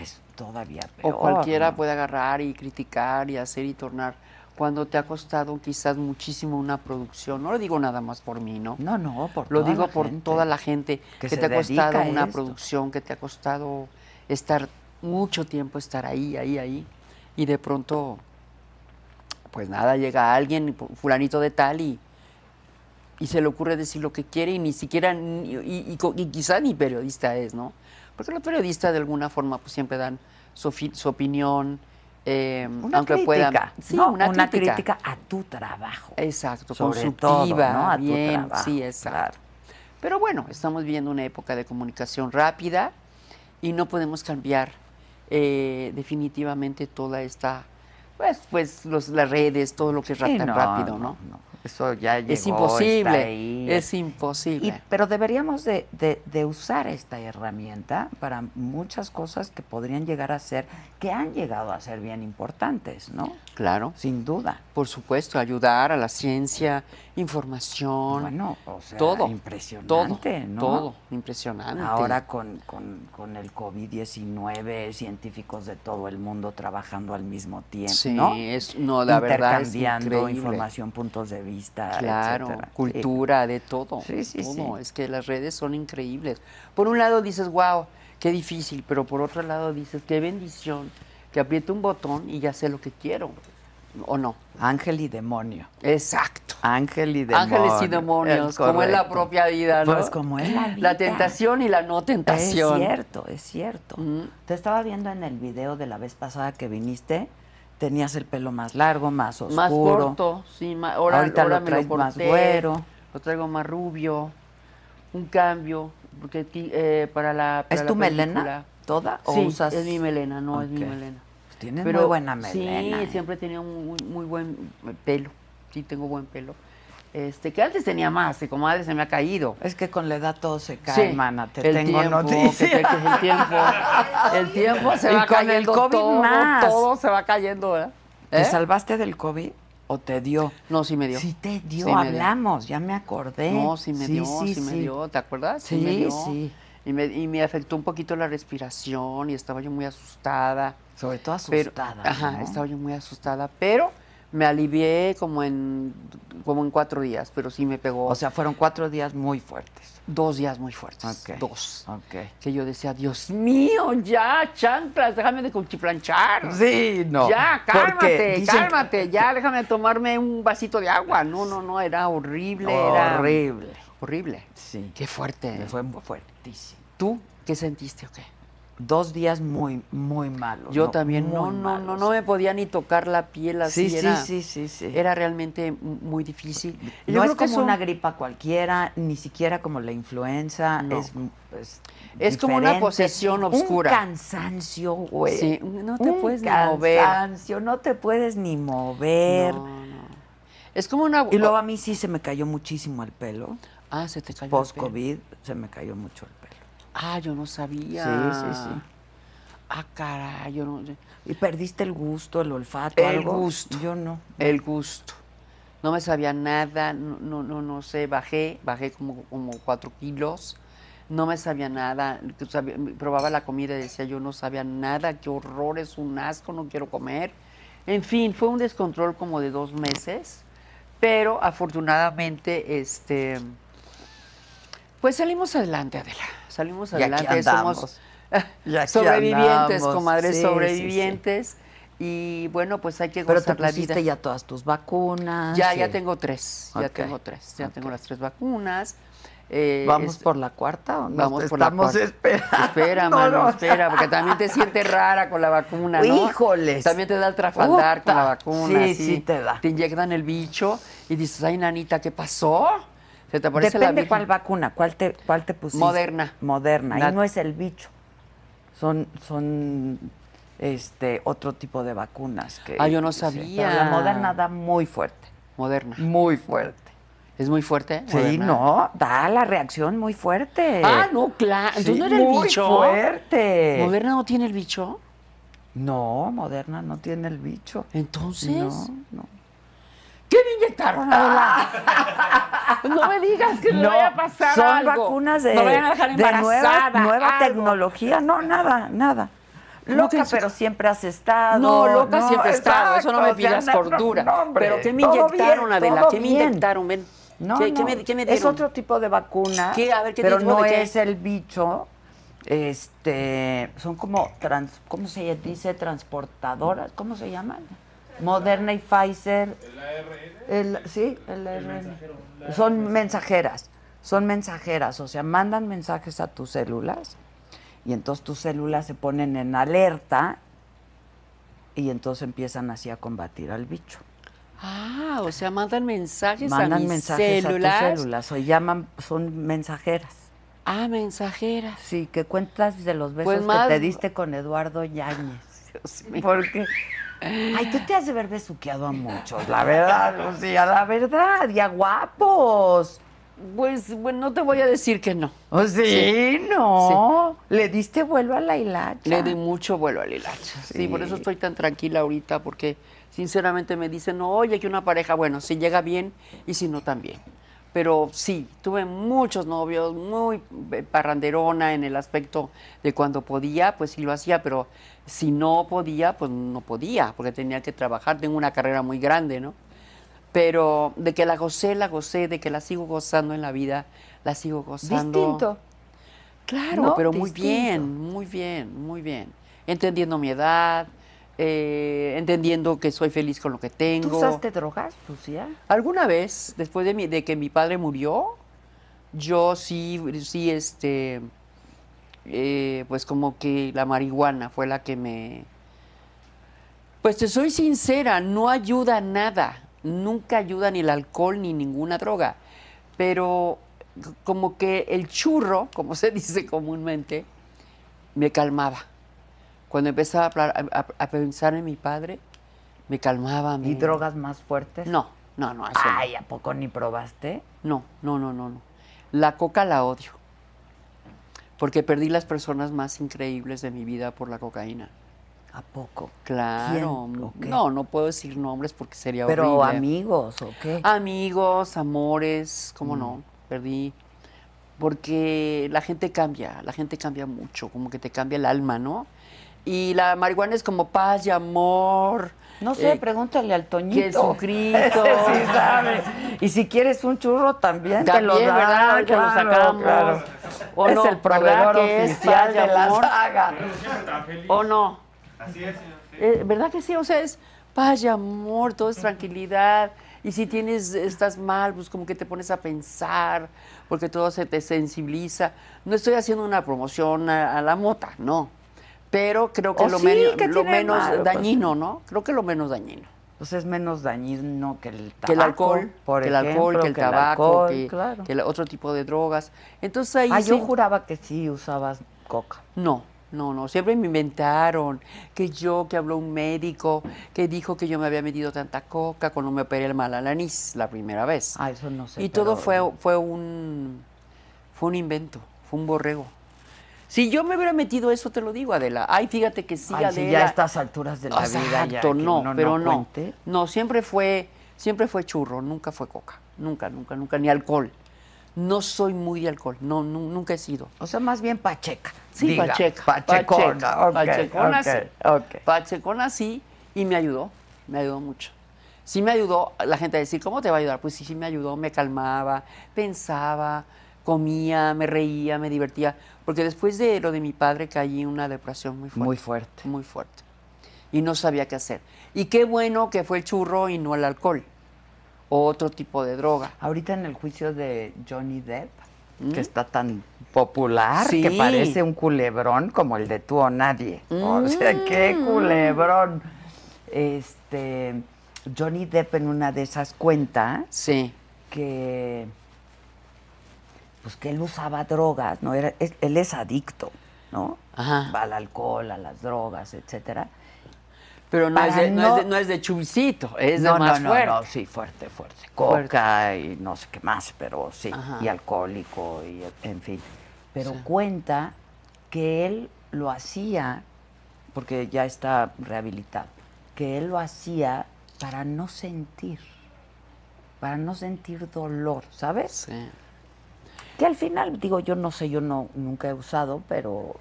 Speaker 3: es todavía peor.
Speaker 5: o cualquiera
Speaker 3: ¿no?
Speaker 5: puede agarrar y criticar y hacer y tornar cuando te ha costado quizás muchísimo una producción. No lo digo nada más por mí, ¿no?
Speaker 3: No, no, por
Speaker 5: Lo
Speaker 3: toda
Speaker 5: digo
Speaker 3: la
Speaker 5: por
Speaker 3: gente.
Speaker 5: toda la gente
Speaker 3: que
Speaker 5: que,
Speaker 3: se
Speaker 5: te ha
Speaker 3: dedica
Speaker 5: costado
Speaker 3: a
Speaker 5: una
Speaker 3: esto.
Speaker 5: producción, que te ha costado estar mucho tiempo, estar ahí, ahí, ahí, y de pronto, pues nada, llega alguien, fulanito de tal, y, y se le ocurre decir lo que quiere y ni siquiera, ni- y, y co- y quizá ni periodista es, ¿no? Porque los periodistas de alguna forma pues siempre dan su, fi- su opinión, eh,
Speaker 3: Una
Speaker 5: aunque
Speaker 3: crítica,
Speaker 5: puedan... Sí,
Speaker 3: ¿no?
Speaker 5: una, crítica.
Speaker 3: a tu trabajo.
Speaker 5: Exacto,
Speaker 3: Sobre
Speaker 5: constructiva,
Speaker 3: todo, ¿no? A tu
Speaker 5: bien,
Speaker 3: trabajo,
Speaker 5: sí, exacto.
Speaker 3: claro.
Speaker 5: Pero bueno, estamos viviendo una época de comunicación rápida y no podemos cambiar eh, definitivamente toda esta, pues, pues los, las redes, todo lo que es ra-
Speaker 3: Sí,
Speaker 5: tan
Speaker 3: no,
Speaker 5: rápido, ¿no?
Speaker 3: Eso ya llegó,
Speaker 5: Es
Speaker 3: está
Speaker 5: imposible,
Speaker 3: ahí.
Speaker 5: es
Speaker 3: Y-
Speaker 5: imposible.
Speaker 3: pero deberíamos de, de- de usar esta herramienta para muchas cosas que podrían llegar a ser, que han llegado a ser bien importantes, ¿no?
Speaker 5: claro,
Speaker 3: Sin duda.
Speaker 5: por supuesto, ayudar a la ciencia, información,
Speaker 3: Bueno, o sea,
Speaker 5: todo,
Speaker 3: impresionante,
Speaker 5: todo,
Speaker 3: ¿no?
Speaker 5: todo, impresionante.
Speaker 3: Ahora con, con- con el COVID-19, científicos de todo el mundo trabajando al mismo tiempo,
Speaker 5: Sí,
Speaker 3: ¿no?
Speaker 5: es- no, la verdad es
Speaker 3: Intercambiando
Speaker 5: increíble.
Speaker 3: información, puntos de vista,
Speaker 5: Claro,
Speaker 3: Ah, etcétera. Sí.
Speaker 5: cultura, de todo.
Speaker 3: Sí, sí,
Speaker 5: todo.
Speaker 3: sí.
Speaker 5: Es que las redes son increíbles. Por un lado dices, wow, qué difícil, pero por otro lado dices, qué bendición, que aprieto un botón y ya sé lo que quiero. ¿O no?
Speaker 3: Eh, Ángel y demonio.
Speaker 5: Exacto.
Speaker 3: Ángel y demonios.
Speaker 5: Ángeles y demonios,
Speaker 3: Es
Speaker 5: como es la
Speaker 3: correcto.
Speaker 5: propia vida, ¿no?
Speaker 3: Pues como es la vida.
Speaker 5: tentación y la no
Speaker 3: Es
Speaker 5: tentación.
Speaker 3: cierto, es cierto.
Speaker 5: Mm.
Speaker 3: Te estaba viendo en el video de la vez pasada que viniste, tenías el pelo más largo, más oscuro.
Speaker 5: Más corto, sí, ma- ahora,
Speaker 3: Ahorita
Speaker 5: ahora
Speaker 3: lo
Speaker 5: me
Speaker 3: traes
Speaker 5: lo
Speaker 3: más
Speaker 5: corté,
Speaker 3: güero.
Speaker 5: Lo traigo más rubio, un cambio, porque ti- eh, para la para
Speaker 3: ¿Es
Speaker 5: la
Speaker 3: tu melena
Speaker 5: película-
Speaker 3: toda o
Speaker 5: sí,
Speaker 3: usas-
Speaker 5: es mi melena, no, es mi
Speaker 3: Ok.
Speaker 5: melena.
Speaker 3: Pues tienes muy buena melena.
Speaker 5: Sí,
Speaker 3: ¿eh?
Speaker 5: siempre he tenido muy, muy buen pelo, sí tengo buen pelo. Este, que antes tenía más, y como madre se me ha caído.
Speaker 3: Es que con la edad todo se cae, hermana. Te tengo ¿Eh?
Speaker 5: tiempo,
Speaker 3: noticias.
Speaker 5: que te- que el tiempo, el tiempo se
Speaker 3: Y
Speaker 5: va
Speaker 3: con el
Speaker 5: cayendo
Speaker 3: COVID
Speaker 5: todo,
Speaker 3: más.
Speaker 5: todo se va cayendo, ¿verdad?
Speaker 3: ¿Te
Speaker 5: ¿Eh?
Speaker 3: salvaste del COVID o te dio?
Speaker 5: No, sí me dio.
Speaker 3: Sí eh. te dio,
Speaker 5: Sí me dio.
Speaker 3: hablamos, ya me acordé.
Speaker 5: No, sí me dio, sí, me dio, ¿te acuerdas? me
Speaker 3: Sí,
Speaker 5: dio.
Speaker 3: sí.
Speaker 5: Y me, y me afectó un poquito la respiración y estaba yo muy asustada.
Speaker 3: Sobre todo
Speaker 5: pero-
Speaker 3: asustada.
Speaker 5: ajá,
Speaker 3: ¿no?
Speaker 5: estaba yo muy asustada, pero me alivié como en, como en cuatro días, pero sí me pegó
Speaker 3: O sea, fueron cuatro días muy fuertes.
Speaker 5: dos días muy fuertes,
Speaker 3: Ok,
Speaker 5: dos.
Speaker 3: ok.
Speaker 5: Que yo decía, Dios mío, ya, chanclas, déjame de cuchiplanchar.
Speaker 3: Sí, no.
Speaker 5: Ya,
Speaker 3: porque
Speaker 5: cálmate,
Speaker 3: dicen-
Speaker 5: cálmate, ya déjame tomarme un vasito de agua. No, no, no, era horrible, era
Speaker 3: Horrible.
Speaker 5: horrible.
Speaker 3: Sí.
Speaker 5: Qué fuerte.
Speaker 3: Me Fue muy fuertísimo.
Speaker 5: ¿Tú qué sentiste o qué?
Speaker 3: Dos días muy, muy malos.
Speaker 5: Yo
Speaker 3: Oh, ¿no?
Speaker 5: también, no,
Speaker 3: Muy
Speaker 5: no, no,
Speaker 3: malos.
Speaker 5: no me podía ni tocar la piel así.
Speaker 3: Sí, sí,
Speaker 5: era,
Speaker 3: sí, sí, sí.
Speaker 5: Era realmente m- muy difícil. Yo
Speaker 3: No
Speaker 5: creo
Speaker 3: es
Speaker 5: que
Speaker 3: como
Speaker 5: eso-
Speaker 3: una gripa cualquiera, ni siquiera como la influenza.
Speaker 5: No.
Speaker 3: Es, es,
Speaker 5: Es como una
Speaker 3: diferente.
Speaker 5: posesión oscura.
Speaker 3: Un cansancio, güey.
Speaker 5: Sí, no te
Speaker 3: Un
Speaker 5: puedes ni
Speaker 3: cansancio, no te puedes ni mover.
Speaker 5: No, no. Es como una.
Speaker 3: Y luego a mí sí se me cayó muchísimo el pelo.
Speaker 5: Ah, se te cayó. el pelo.
Speaker 3: Post-COVID se me cayó mucho el pelo.
Speaker 5: Ah, yo no sabía.
Speaker 3: Sí, sí, sí.
Speaker 5: Ah, caray, yo no.
Speaker 3: ¿Y perdiste el gusto, el olfato,
Speaker 5: El
Speaker 3: algo?
Speaker 5: gusto.
Speaker 3: Yo no.
Speaker 5: El gusto. No me sabía nada, no, no, no, no sé, bajé, bajé como, como cuatro kilos, No me sabía nada. Sabía- probaba la comida y decía, yo no sabía nada, qué horror, es un asco, no quiero comer. En fin, fue un descontrol como de dos meses, pero afortunadamente, este, pues salimos adelante, Adela. Salimos
Speaker 8: Y aquí
Speaker 5: Pues, adelante.
Speaker 8: andamos.
Speaker 5: Somos ah,
Speaker 8: Y aquí
Speaker 5: sobrevivientes,
Speaker 8: andamos.
Speaker 5: comadres,
Speaker 8: Sí, sí, sí.
Speaker 5: sobrevivientes. Y bueno, pues hay que
Speaker 8: Pero te
Speaker 5: gozar la vida.
Speaker 8: pusiste ya todas tus vacunas.
Speaker 5: Ya,
Speaker 8: Ah,
Speaker 5: ya
Speaker 3: eh,
Speaker 8: Sí.
Speaker 5: tengo tres, ya
Speaker 8: Ok,
Speaker 5: tengo tres, ya tengo
Speaker 8: ok.
Speaker 5: las tres vacunas. Eh,
Speaker 8: ¿Vamos
Speaker 5: este,
Speaker 8: por la cuarta o no?
Speaker 5: vamos
Speaker 8: Te
Speaker 5: por la
Speaker 8: Estamos
Speaker 5: cuarta.
Speaker 8: esperando.
Speaker 5: Espera,
Speaker 8: no,
Speaker 5: mano,
Speaker 8: no.
Speaker 5: espera, porque también te sientes rara con la vacuna, ¿no?
Speaker 8: Híjoles.
Speaker 5: También te da el trafaldar
Speaker 8: Puta.
Speaker 5: con la vacuna.
Speaker 8: Sí,
Speaker 5: así.
Speaker 8: sí te da.
Speaker 5: Te inyectan el bicho y dices, ay, nanita, ¿qué pasó? Se te aparece la
Speaker 3: Depende
Speaker 5: Virgen.
Speaker 3: cuál vacuna, cuál te, cuál te pusiste.
Speaker 5: Moderna.
Speaker 3: Moderna.
Speaker 5: La-
Speaker 3: Y no es el bicho. Son, son este otro tipo de vacunas que.
Speaker 5: Ah, yo no
Speaker 3: sí,
Speaker 5: sabía.
Speaker 3: pero la moderna da muy fuerte.
Speaker 5: Moderna.
Speaker 3: Muy fuerte.
Speaker 5: Es muy fuerte.
Speaker 3: Sí,
Speaker 5: Moderna.
Speaker 3: no, da la reacción muy fuerte.
Speaker 5: Ah, no, claro.
Speaker 3: Sí,
Speaker 5: Entonces no era el
Speaker 3: muy
Speaker 5: bicho.
Speaker 3: fuerte.
Speaker 5: ¿Moderna no tiene el bicho?
Speaker 3: No, Moderna no tiene el bicho.
Speaker 5: Entonces. Ah.
Speaker 3: No, no.
Speaker 5: ¿Qué me inyectaron, Adela? Pues no me digas que me vaya a pasar
Speaker 3: son
Speaker 5: algo.
Speaker 3: vacunas de,
Speaker 5: Me vayan a dejar
Speaker 3: de nueva,
Speaker 5: embarazada, Ah,
Speaker 3: nueva
Speaker 5: algo.
Speaker 3: tecnología. No, nada, nada.
Speaker 5: ¿Cómo
Speaker 3: Loca,
Speaker 5: que sí?
Speaker 3: pero siempre has estado.
Speaker 5: No, loca siempre he estado, eso no me
Speaker 3: exacto,
Speaker 5: pidas
Speaker 3: o sea, no,
Speaker 5: cordura.
Speaker 3: no, hombre,
Speaker 5: Pero ¿qué me
Speaker 3: todo
Speaker 5: inyectaron,
Speaker 3: bien,
Speaker 5: Adela?
Speaker 3: todo
Speaker 5: ¿Qué me
Speaker 3: bien.
Speaker 5: inyectaron? Ven.
Speaker 3: No,
Speaker 5: ¿Qué, qué
Speaker 3: no,
Speaker 5: me, qué me
Speaker 3: es
Speaker 5: dieron?
Speaker 3: otro tipo de vacuna,
Speaker 5: ¿Qué? A ver, ¿qué
Speaker 3: pero
Speaker 5: tipo
Speaker 3: no
Speaker 5: de qué?
Speaker 3: es el bicho. Este, son como trans, ¿cómo se dice? Transportadoras, ¿cómo se llaman? Moderna y Pfizer. El ARN. sí, el ARN. son mensajeras, son mensajeras, o sea, mandan mensajes a tus células y entonces tus células se ponen en alerta y entonces empiezan así a combatir al bicho.
Speaker 5: Ah, o sea, mandan mensajes a
Speaker 3: Mandan
Speaker 5: mis
Speaker 3: mensajes
Speaker 5: células.
Speaker 3: a tus células o llaman, son mensajeras.
Speaker 5: Ah, mensajeras.
Speaker 3: Sí, que cuentas de los besos
Speaker 5: Pues más-
Speaker 3: que te diste con Eduardo Yáñez. Porque, ay, tú te has de haber besuqueado a muchos, la verdad, Lucía, la verdad, y a guapos.
Speaker 5: Pues, bueno, no te voy a decir que no.
Speaker 3: O sí, no. Le diste vuelo a la hilacha.
Speaker 5: Le di mucho vuelo al hilacho. Sí.
Speaker 3: Sí.
Speaker 5: por eso estoy tan tranquila ahorita, porque sinceramente me dicen, oye, que una pareja, bueno, si llega bien y si no también. Pero sí, tuve muchos novios, muy eh, parranderona en el aspecto de cuando podía, pues sí lo hacía, pero si no podía, pues no podía, porque tenía que trabajar, tengo una carrera muy grande, ¿no? Pero de que la gocé, la gocé, de que la sigo gozando en la vida, la sigo gozando.
Speaker 3: Distinto.
Speaker 5: Claro,
Speaker 3: ¿no?
Speaker 5: pero muy
Speaker 3: Distinto.
Speaker 5: bien, muy bien, muy bien. Entendiendo mi edad, eh, entendiendo que soy feliz con lo que tengo.
Speaker 3: ¿Tú usaste drogas, Lucía?
Speaker 5: Alguna vez, después de, mi- de que mi padre murió, yo sí, sí, este, eh, pues como que la marihuana fue la que me... Pues te soy sincera, no ayuda a nada, nunca ayuda ni el alcohol ni ninguna droga, pero c- como que el churro, como se dice comúnmente, me calmaba. Cuando empezaba a, pla- a- a- a pensar en mi padre, me calmaba.
Speaker 3: ¿Y
Speaker 5: me-
Speaker 3: drogas más fuertes?
Speaker 5: Mm. no, no, no, eso no.
Speaker 3: Ay, ¿a poco ni probaste?
Speaker 5: no. No, no, no, no. La coca la odio. Porque perdí las personas más increíbles de mi vida por la cocaína.
Speaker 3: ¿A poco?
Speaker 5: Claro.
Speaker 3: ¿Quién o qué?
Speaker 5: No, no puedo decir nombres porque sería
Speaker 3: ¿Pero
Speaker 5: horrible.
Speaker 3: amigos o qué?
Speaker 5: Amigos, amores, cómo
Speaker 3: Mm.
Speaker 5: no, perdí. Porque la gente cambia, la gente cambia mucho, como que te cambia el alma, ¿no? Y la marihuana es como paz y amor.
Speaker 3: No sé,
Speaker 5: eh,
Speaker 3: pregúntale al Toñito.
Speaker 5: Jesucristo.
Speaker 3: Ese sí sabe. Y si quieres un churro también, te lo
Speaker 5: También,
Speaker 3: da,
Speaker 5: ¿verdad? Ahorita lo
Speaker 3: claro,
Speaker 5: sacamos.
Speaker 3: claro.
Speaker 5: ¿O
Speaker 3: es
Speaker 5: no?
Speaker 3: el proveedor
Speaker 5: ¿Verdad que es
Speaker 3: oficial
Speaker 5: paz y
Speaker 3: de la
Speaker 5: amor?
Speaker 3: saga.
Speaker 5: ¿O no? Así es, Eh, ¿Verdad que sí? O sea, es paz y amor, todo es tranquilidad. Y si tienes, estás mal, pues como que te pones a pensar, porque todo se te sensibiliza. No estoy haciendo una promoción a, a la mota, no. Pero creo que
Speaker 3: O
Speaker 5: lo,
Speaker 3: sí,
Speaker 5: menos-
Speaker 3: ¿qué tiene
Speaker 5: lo
Speaker 3: pues. de
Speaker 5: menos
Speaker 3: malo?
Speaker 5: dañino, ¿no? Creo que lo menos dañino.
Speaker 3: Pues es menos dañino que el tabaco.
Speaker 5: que el alcohol,
Speaker 3: por
Speaker 5: que el alcohol,
Speaker 3: ejemplo,
Speaker 5: que el tabaco,
Speaker 3: alcohol,
Speaker 5: que,
Speaker 3: claro.
Speaker 5: que el otro tipo de drogas. Entonces ahí
Speaker 3: Ah, yo
Speaker 5: sí-
Speaker 3: juraba que sí usabas coca.
Speaker 5: No, no, no. Siempre me inventaron que yo, que habló un médico, que dijo que yo me había metido tanta coca cuando me operé el mal alanís la primera vez.
Speaker 3: Ah, eso no sé.
Speaker 5: y todo
Speaker 3: pero-
Speaker 5: fue, fue un fue un invento, fue un borrego. Si yo me hubiera metido eso, te lo digo, Adela. Ay, fíjate que sí,
Speaker 3: Ay,
Speaker 5: Adela.
Speaker 3: si ya a estas alturas de la vida. ya
Speaker 5: Exacto,
Speaker 3: que
Speaker 5: no,
Speaker 3: uno
Speaker 5: pero no.
Speaker 3: cuente.
Speaker 5: No, siempre fue, siempre fue churro, nunca fue coca. Nunca, nunca, nunca, ni alcohol. No soy muy de alcohol, no, nu- nunca he sido.
Speaker 3: O sea, más bien Pacheca.
Speaker 5: Sí,
Speaker 3: diga.
Speaker 5: Pacheca.
Speaker 3: Pachecona.
Speaker 5: Pacheca,
Speaker 3: ok,
Speaker 5: Pachecona
Speaker 3: ok,
Speaker 5: sí.
Speaker 3: ok.
Speaker 5: Pachecona sí, y me ayudó, me ayudó mucho. Sí me ayudó, la gente a decir, ¿cómo te va a ayudar? Pues sí, sí me ayudó, me calmaba, pensaba, comía, me reía, me divertía. Porque después de lo de mi padre caí en una depresión muy fuerte.
Speaker 3: Muy fuerte. Mm.
Speaker 5: Muy fuerte. Y no sabía qué hacer. Y qué bueno que fue el churro y no el alcohol. O otro tipo de droga.
Speaker 3: Ahorita en el juicio de Johnny Depp, que está tan popular, que
Speaker 5: Sí.
Speaker 3: parece un culebrón como el de tú o nadie. O sea, qué culebrón. Este, Johnny Depp en una de esas cuentas
Speaker 5: Sí.
Speaker 3: que pues que él usaba drogas, no era es- él es adicto, ¿no?
Speaker 5: Ajá.
Speaker 3: Al alcohol, a las drogas, etcétera.
Speaker 5: Pero no
Speaker 3: Para
Speaker 5: es, de, no,
Speaker 3: no-
Speaker 5: es de, no es de chubicito, es de
Speaker 3: no,
Speaker 5: más
Speaker 3: no,
Speaker 5: fuerte.
Speaker 3: no, no, sí, fuerte, fuerte. Coca y no sé qué más, pero sí,
Speaker 5: Ajá.
Speaker 3: y alcohólico y en fin. Pero cuenta que él lo hacía porque ya está rehabilitado, que él lo hacía para no sentir, para no sentir dolor, ¿sabes?
Speaker 5: Sí.
Speaker 3: Que al final, digo, yo no sé, yo no nunca he usado, pero.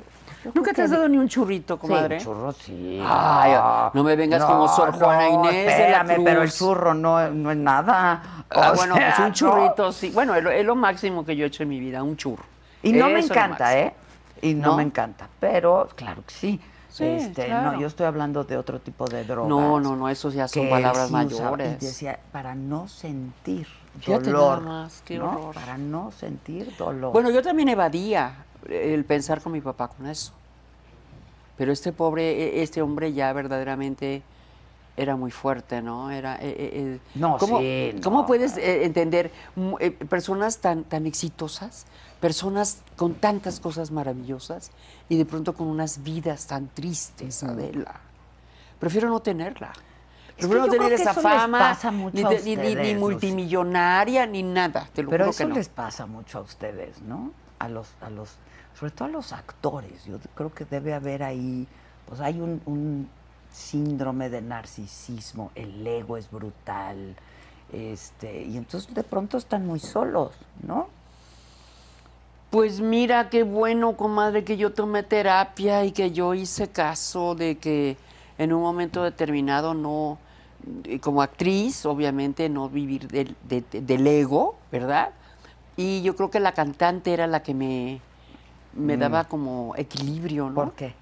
Speaker 3: yo
Speaker 5: ¿Nunca
Speaker 3: creo
Speaker 5: te has
Speaker 3: que-
Speaker 5: dado ni un churrito, comadre?
Speaker 3: Sí, churro sí. Ah.
Speaker 5: Ay, no me vengas como Sor Juana Inés de la
Speaker 3: espérame, pero el
Speaker 5: Cruz.
Speaker 3: churro no, no es nada.
Speaker 5: Ah,
Speaker 3: O
Speaker 5: bueno,
Speaker 3: sea,
Speaker 5: pues un
Speaker 3: no.
Speaker 5: churrito, sí. Bueno, es lo, es lo máximo que yo he hecho en mi vida, un churro.
Speaker 3: Y no me
Speaker 5: Eso es lo
Speaker 3: encanta,
Speaker 5: máximo.
Speaker 3: ¿eh? Y no,
Speaker 5: ¿No?
Speaker 3: me encanta, pero claro que sí.
Speaker 5: Sí,
Speaker 3: este,
Speaker 5: claro.
Speaker 3: No, yo estoy hablando de otro tipo de drogas.
Speaker 5: No, no, no, eso ya son
Speaker 3: que él
Speaker 5: palabras
Speaker 3: sí usaba,
Speaker 5: mayores.
Speaker 3: Y decía, para no sentir
Speaker 5: Fíjate nada
Speaker 3: dolor.
Speaker 5: más, qué
Speaker 3: ¿no?
Speaker 5: horror.
Speaker 3: Para no sentir dolor.
Speaker 5: Bueno, yo también evadía el pensar con mi papá con eso. Pero este pobre, e- este hombre ya verdaderamente era muy fuerte, ¿no? Era, eh, eh, eh,
Speaker 3: No,
Speaker 5: ¿cómo,
Speaker 3: sí, no.
Speaker 5: ¿Cómo puedes eh, entender mm, eh, personas tan, tan exitosas, personas con tantas cosas maravillosas y de pronto con unas vidas tan tristes, Adela? Prefiero no tenerla.
Speaker 3: que
Speaker 5: Prefiero
Speaker 3: yo
Speaker 5: no
Speaker 3: creo
Speaker 5: tener
Speaker 3: que
Speaker 5: esa
Speaker 3: eso les
Speaker 5: fama,
Speaker 3: pasa mucho
Speaker 5: ni,
Speaker 3: a
Speaker 5: de- ni- ni- ni
Speaker 3: ustedes, Lucy.
Speaker 5: multimillonaria, ni nada. Te lo
Speaker 3: Pero
Speaker 5: juro que
Speaker 3: eso
Speaker 5: no.
Speaker 3: les pasa mucho a ustedes, ¿no? A los, a los, sobre todo a los actores. Yo creo que debe haber ahí, pues hay un, un síndrome de narcisismo, el ego es brutal, este, y entonces de pronto están muy solos, ¿no?
Speaker 5: Pues mira, qué bueno, comadre, que yo tomé terapia y que yo hice caso de que en un momento determinado no, eh, como actriz, obviamente, no vivir del, de- de- del ego, ¿verdad? Y yo creo que la cantante era la que me, me daba como equilibrio, ¿no?
Speaker 3: Mm. ¿Por qué?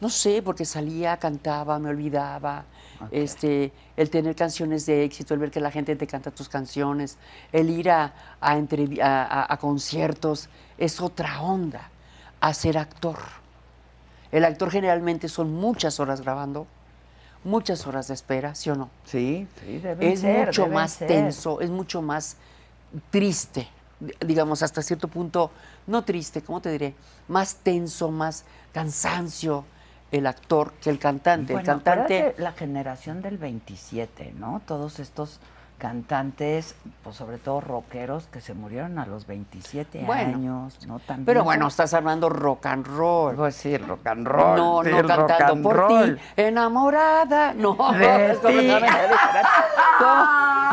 Speaker 5: No sé, porque salía, cantaba, me olvidaba.
Speaker 3: Ok.
Speaker 5: Este, el tener canciones de éxito, el ver que la gente te canta tus canciones, el ir a, a entrevi- a- a- a conciertos, es otra onda a ser actor. El actor generalmente son muchas horas grabando, muchas horas de espera, ¿sí o no?
Speaker 3: Sí, sí, debe
Speaker 5: es mucho más tenso, es mucho más triste, di- digamos, hasta cierto punto, no triste, ¿cómo te diré? Más tenso, más cansancio el actor que el cantante. el
Speaker 3: Bueno, pero es
Speaker 5: cantante,
Speaker 3: de la generación del 27, ¿no? Todos estos cantantes, pues sobre todo rockeros, que se murieron a los 27
Speaker 5: Bueno.
Speaker 3: años, ¿no? También
Speaker 5: pero bueno, estás hablando rock and roll.
Speaker 3: Pues sí, rock and roll.
Speaker 5: no,
Speaker 3: sí,
Speaker 5: no
Speaker 3: rock
Speaker 5: cantando
Speaker 3: and
Speaker 5: por
Speaker 3: roll.
Speaker 5: ti, enamorada. No,
Speaker 3: De
Speaker 5: es como-
Speaker 3: ti.
Speaker 5: no, no, no, no,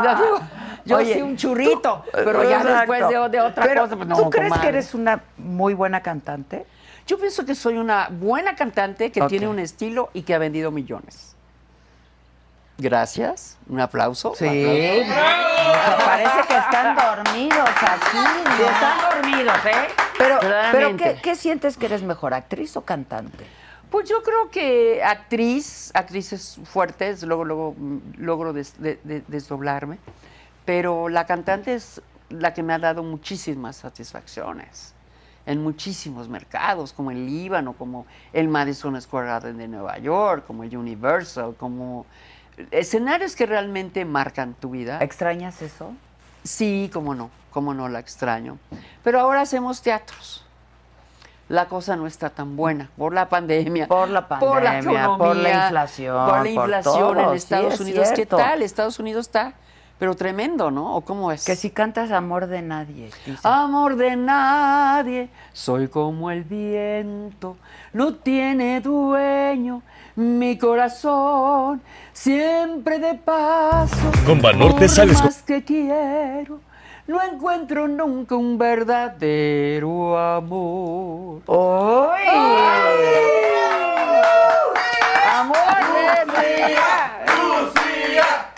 Speaker 5: no, no, Yo
Speaker 3: Oye,
Speaker 5: sí un churrito,
Speaker 3: tú-
Speaker 5: pero ya
Speaker 3: Exacto.
Speaker 5: después de, de otra
Speaker 3: Pero,
Speaker 5: cosa. pues, no,
Speaker 3: ¿Tú crees
Speaker 5: comadre.
Speaker 3: que eres una muy buena cantante?
Speaker 5: Yo pienso que soy una buena cantante que
Speaker 3: Ok.
Speaker 5: tiene un estilo y que ha vendido millones. Gracias, un aplauso.
Speaker 3: O sea, Parece que están dormidos aquí. ¿no?
Speaker 5: Están dormidos, ¿eh?
Speaker 3: Pero, pero
Speaker 5: Claramente.
Speaker 3: ¿qué, qué sientes que eres mejor, actriz o cantante?
Speaker 5: Pues yo creo que actriz, actrices fuertes, luego, luego mm, logro des- de- de- desdoblarme, pero la cantante es la que me ha dado muchísimas satisfacciones en muchísimos mercados, como el Líbano, como el Madison Square Garden de Nueva York, como el Universal, como escenarios que realmente marcan tu vida.
Speaker 3: ¿Extrañas eso?
Speaker 5: Sí, cómo no, cómo no la extraño. Pero ahora hacemos teatros. La cosa no está tan buena por la pandemia.
Speaker 3: Por la pandemia, por la
Speaker 5: economía,
Speaker 3: inflación,
Speaker 5: Por la
Speaker 3: por
Speaker 5: inflación
Speaker 3: todo,
Speaker 5: en
Speaker 3: sí,
Speaker 5: Estados
Speaker 3: es
Speaker 5: Unidos.
Speaker 3: cierto.
Speaker 5: ¿Qué tal? Estados Unidos está, pero tremendo, ¿no? ¿O cómo es?
Speaker 3: Que si cantas amor de nadie. dicen.
Speaker 5: Amor de nadie, soy como el viento, no tiene dueño mi corazón, siempre de paso.
Speaker 9: Con Banorte
Speaker 5: corre
Speaker 9: sales
Speaker 5: más que quiero, no encuentro nunca un verdadero amor.
Speaker 3: ¡Uy! ¡Amor de Lucía!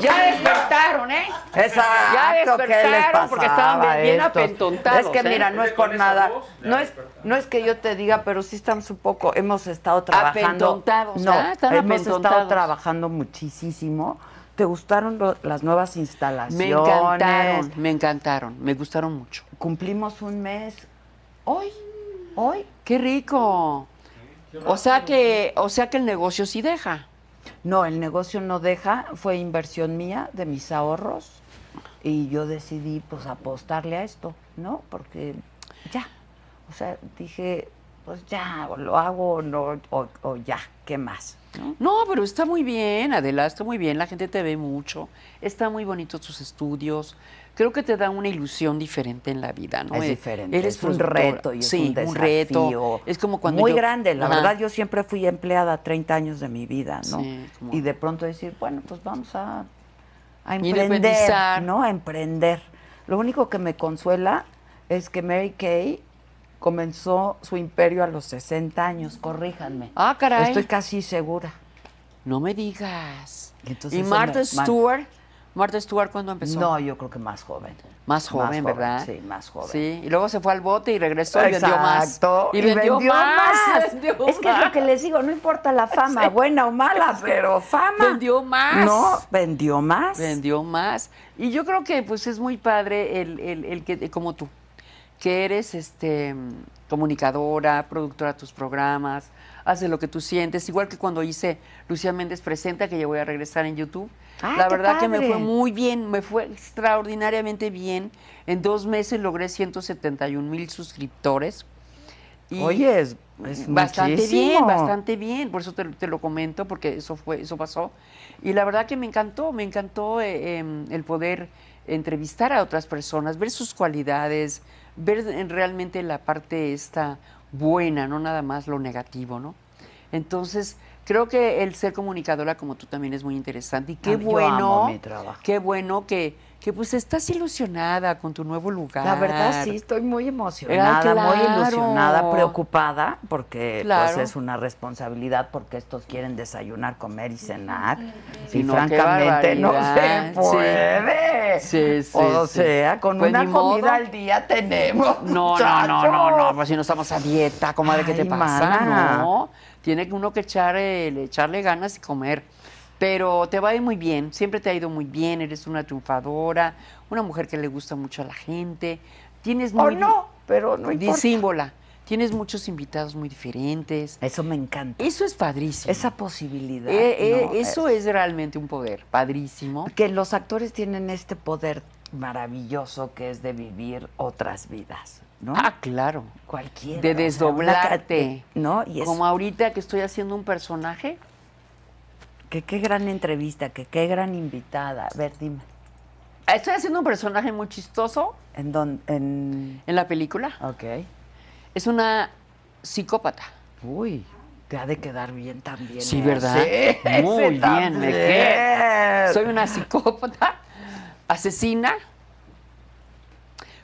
Speaker 5: Ya despertaron, ¿eh?
Speaker 3: Exacto,
Speaker 5: Ya
Speaker 3: ¿qué les
Speaker 5: despertaron
Speaker 3: pasaba
Speaker 5: porque estaban bien- bien
Speaker 3: a estos?
Speaker 5: apentontados,
Speaker 3: Es que
Speaker 5: ¿eh?
Speaker 3: mira, no es por nada, no es, no es que yo te diga, pero sí estamos un poco, hemos estado trabajando.
Speaker 5: Apentontados,
Speaker 3: no,
Speaker 5: ah, están
Speaker 3: hemos estado
Speaker 5: apentontados.
Speaker 3: trabajando muchísimo. ¿Te gustaron lo- las nuevas instalaciones?
Speaker 5: Me encantaron, me encantaron, me gustaron mucho.
Speaker 3: Cumplimos un mes. Hoy, hoy.
Speaker 5: ¡Qué rico! O sea que, o sea que el negocio sí deja.
Speaker 3: No, el negocio no deja, fue inversión mía de mis ahorros y yo decidí pues apostarle a esto, ¿no? Porque ya, o sea, dije, pues ya, o lo hago o, no, o, o ya, ¿qué más? ¿no?
Speaker 5: No, pero está muy bien, Adela, está muy bien, la gente te ve mucho, está muy bonito tus estudios. Creo que te da una ilusión diferente en la vida, ¿no?
Speaker 3: Es
Speaker 5: Eh,
Speaker 3: diferente,
Speaker 5: eres
Speaker 3: es un
Speaker 5: productora.
Speaker 3: reto y es
Speaker 5: sí,
Speaker 3: un desafío.
Speaker 5: reto. Es como cuando
Speaker 3: Muy
Speaker 5: yo-
Speaker 3: grande, la
Speaker 5: Ajá.
Speaker 3: verdad, yo siempre fui empleada 30 años de mi vida, ¿no?
Speaker 5: Sí, como-
Speaker 3: Y de pronto decir, bueno, pues vamos a, a
Speaker 5: Independizar.
Speaker 3: emprender, ¿no? A emprender. Lo único que me consuela es que Mary Kay comenzó su imperio a los 60 años, corríjanme.
Speaker 5: Ah, caray.
Speaker 3: Estoy casi segura.
Speaker 5: No me digas.
Speaker 3: Y entonces
Speaker 5: y
Speaker 3: eso
Speaker 5: Martha
Speaker 3: me-
Speaker 5: Stewart, Martha Stewart cuándo empezó?
Speaker 3: No, yo creo que más joven.
Speaker 5: Más joven, ¿verdad?
Speaker 3: Sí, más joven.
Speaker 5: Sí, y luego se fue al bote y regresó y vendió más.
Speaker 3: Exacto.
Speaker 5: Y vendió, más. Vendió
Speaker 3: Es que es lo que
Speaker 5: más.
Speaker 3: les digo, no importa la fama, buena o mala, pero fama.
Speaker 5: Vendió más.
Speaker 3: No, vendió más.
Speaker 5: Vendió más. Y yo creo que pues es muy padre el, el- el que, como tú, que eres este mm, comunicadora, productora de tus programas, haces lo que tú sientes. Igual que cuando hice Lucía Méndez Presenta, que ya voy a regresar en YouTube.
Speaker 3: Ah,
Speaker 5: La
Speaker 3: qué
Speaker 5: verdad que me
Speaker 3: padre.
Speaker 5: fue muy bien, me fue extraordinariamente bien. En dos meses logré 171 mil suscriptores. Y-
Speaker 3: Oye, es, es
Speaker 5: bastante
Speaker 3: muchísimo.
Speaker 5: bien, bastante bien, por eso te, te lo comento, porque eso fue, eso pasó. Y la verdad que me encantó, me encantó eh, em, el poder entrevistar a otras personas, ver sus cualidades, ver en- realmente la parte esta buena, no nada más lo negativo, ¿no? Entonces, creo que el ser comunicadora como tú también es muy interesante. Y qué
Speaker 3: Ah, yo
Speaker 5: bueno,
Speaker 3: amo mi trabajo.
Speaker 5: qué bueno que, que pues estás ilusionada con tu nuevo lugar.
Speaker 3: La verdad sí, estoy muy emocionada, muy
Speaker 5: claro.
Speaker 3: ilusionada, preocupada, porque
Speaker 5: Claro.
Speaker 3: pues, es una responsabilidad, porque estos quieren desayunar, comer y cenar.
Speaker 5: Sí,
Speaker 3: y
Speaker 5: no, qué
Speaker 3: francamente no
Speaker 5: barbaridad,
Speaker 3: se
Speaker 5: sí.
Speaker 3: puede.
Speaker 5: Sí, sí,
Speaker 3: o
Speaker 5: sí.
Speaker 3: sea, con
Speaker 5: Pues,
Speaker 3: una
Speaker 5: ni modo.
Speaker 3: comida al día tenemos.
Speaker 5: No, no, no, no, no, pues si no estamos a dieta, comadre, ¿qué te
Speaker 3: Ay,
Speaker 5: pasa?
Speaker 3: mana.
Speaker 5: No, tiene que uno que echar, el- echarle ganas y comer. Pero te va a ir muy bien, siempre te ha ido muy bien, eres una triunfadora, una mujer que le gusta mucho a la gente, tienes
Speaker 3: O
Speaker 5: muy...
Speaker 3: Oh, no, pero no importa.
Speaker 5: disímbola, tienes muchos invitados muy diferentes.
Speaker 3: Eso me encanta.
Speaker 5: Eso es padrísimo.
Speaker 3: Esa posibilidad.
Speaker 5: Eh, eh,
Speaker 3: ¿no?
Speaker 5: eso es realmente un poder, padrísimo.
Speaker 3: Que los actores tienen este poder maravilloso que es de vivir otras vidas, ¿no?
Speaker 5: Ah, claro.
Speaker 3: Cualquiera.
Speaker 5: De
Speaker 3: o sea, una
Speaker 5: desdoblarte.
Speaker 3: ca- ¿No? Y es
Speaker 5: Como ahorita que estoy haciendo un personaje,
Speaker 3: que qué gran entrevista, que qué gran invitada. A ver, dime.
Speaker 5: estoy haciendo un personaje muy chistoso
Speaker 3: ¿En dónde? En...
Speaker 5: en la película.
Speaker 3: Ok.
Speaker 5: Es una psicópata.
Speaker 3: Uy, te ha de quedar bien también.
Speaker 5: Sí,
Speaker 3: ¿eh?
Speaker 5: ¿verdad?
Speaker 3: Sí,
Speaker 5: Muy
Speaker 3: ese
Speaker 5: bien,
Speaker 3: también.
Speaker 5: me queda. Soy una psicópata, asesina,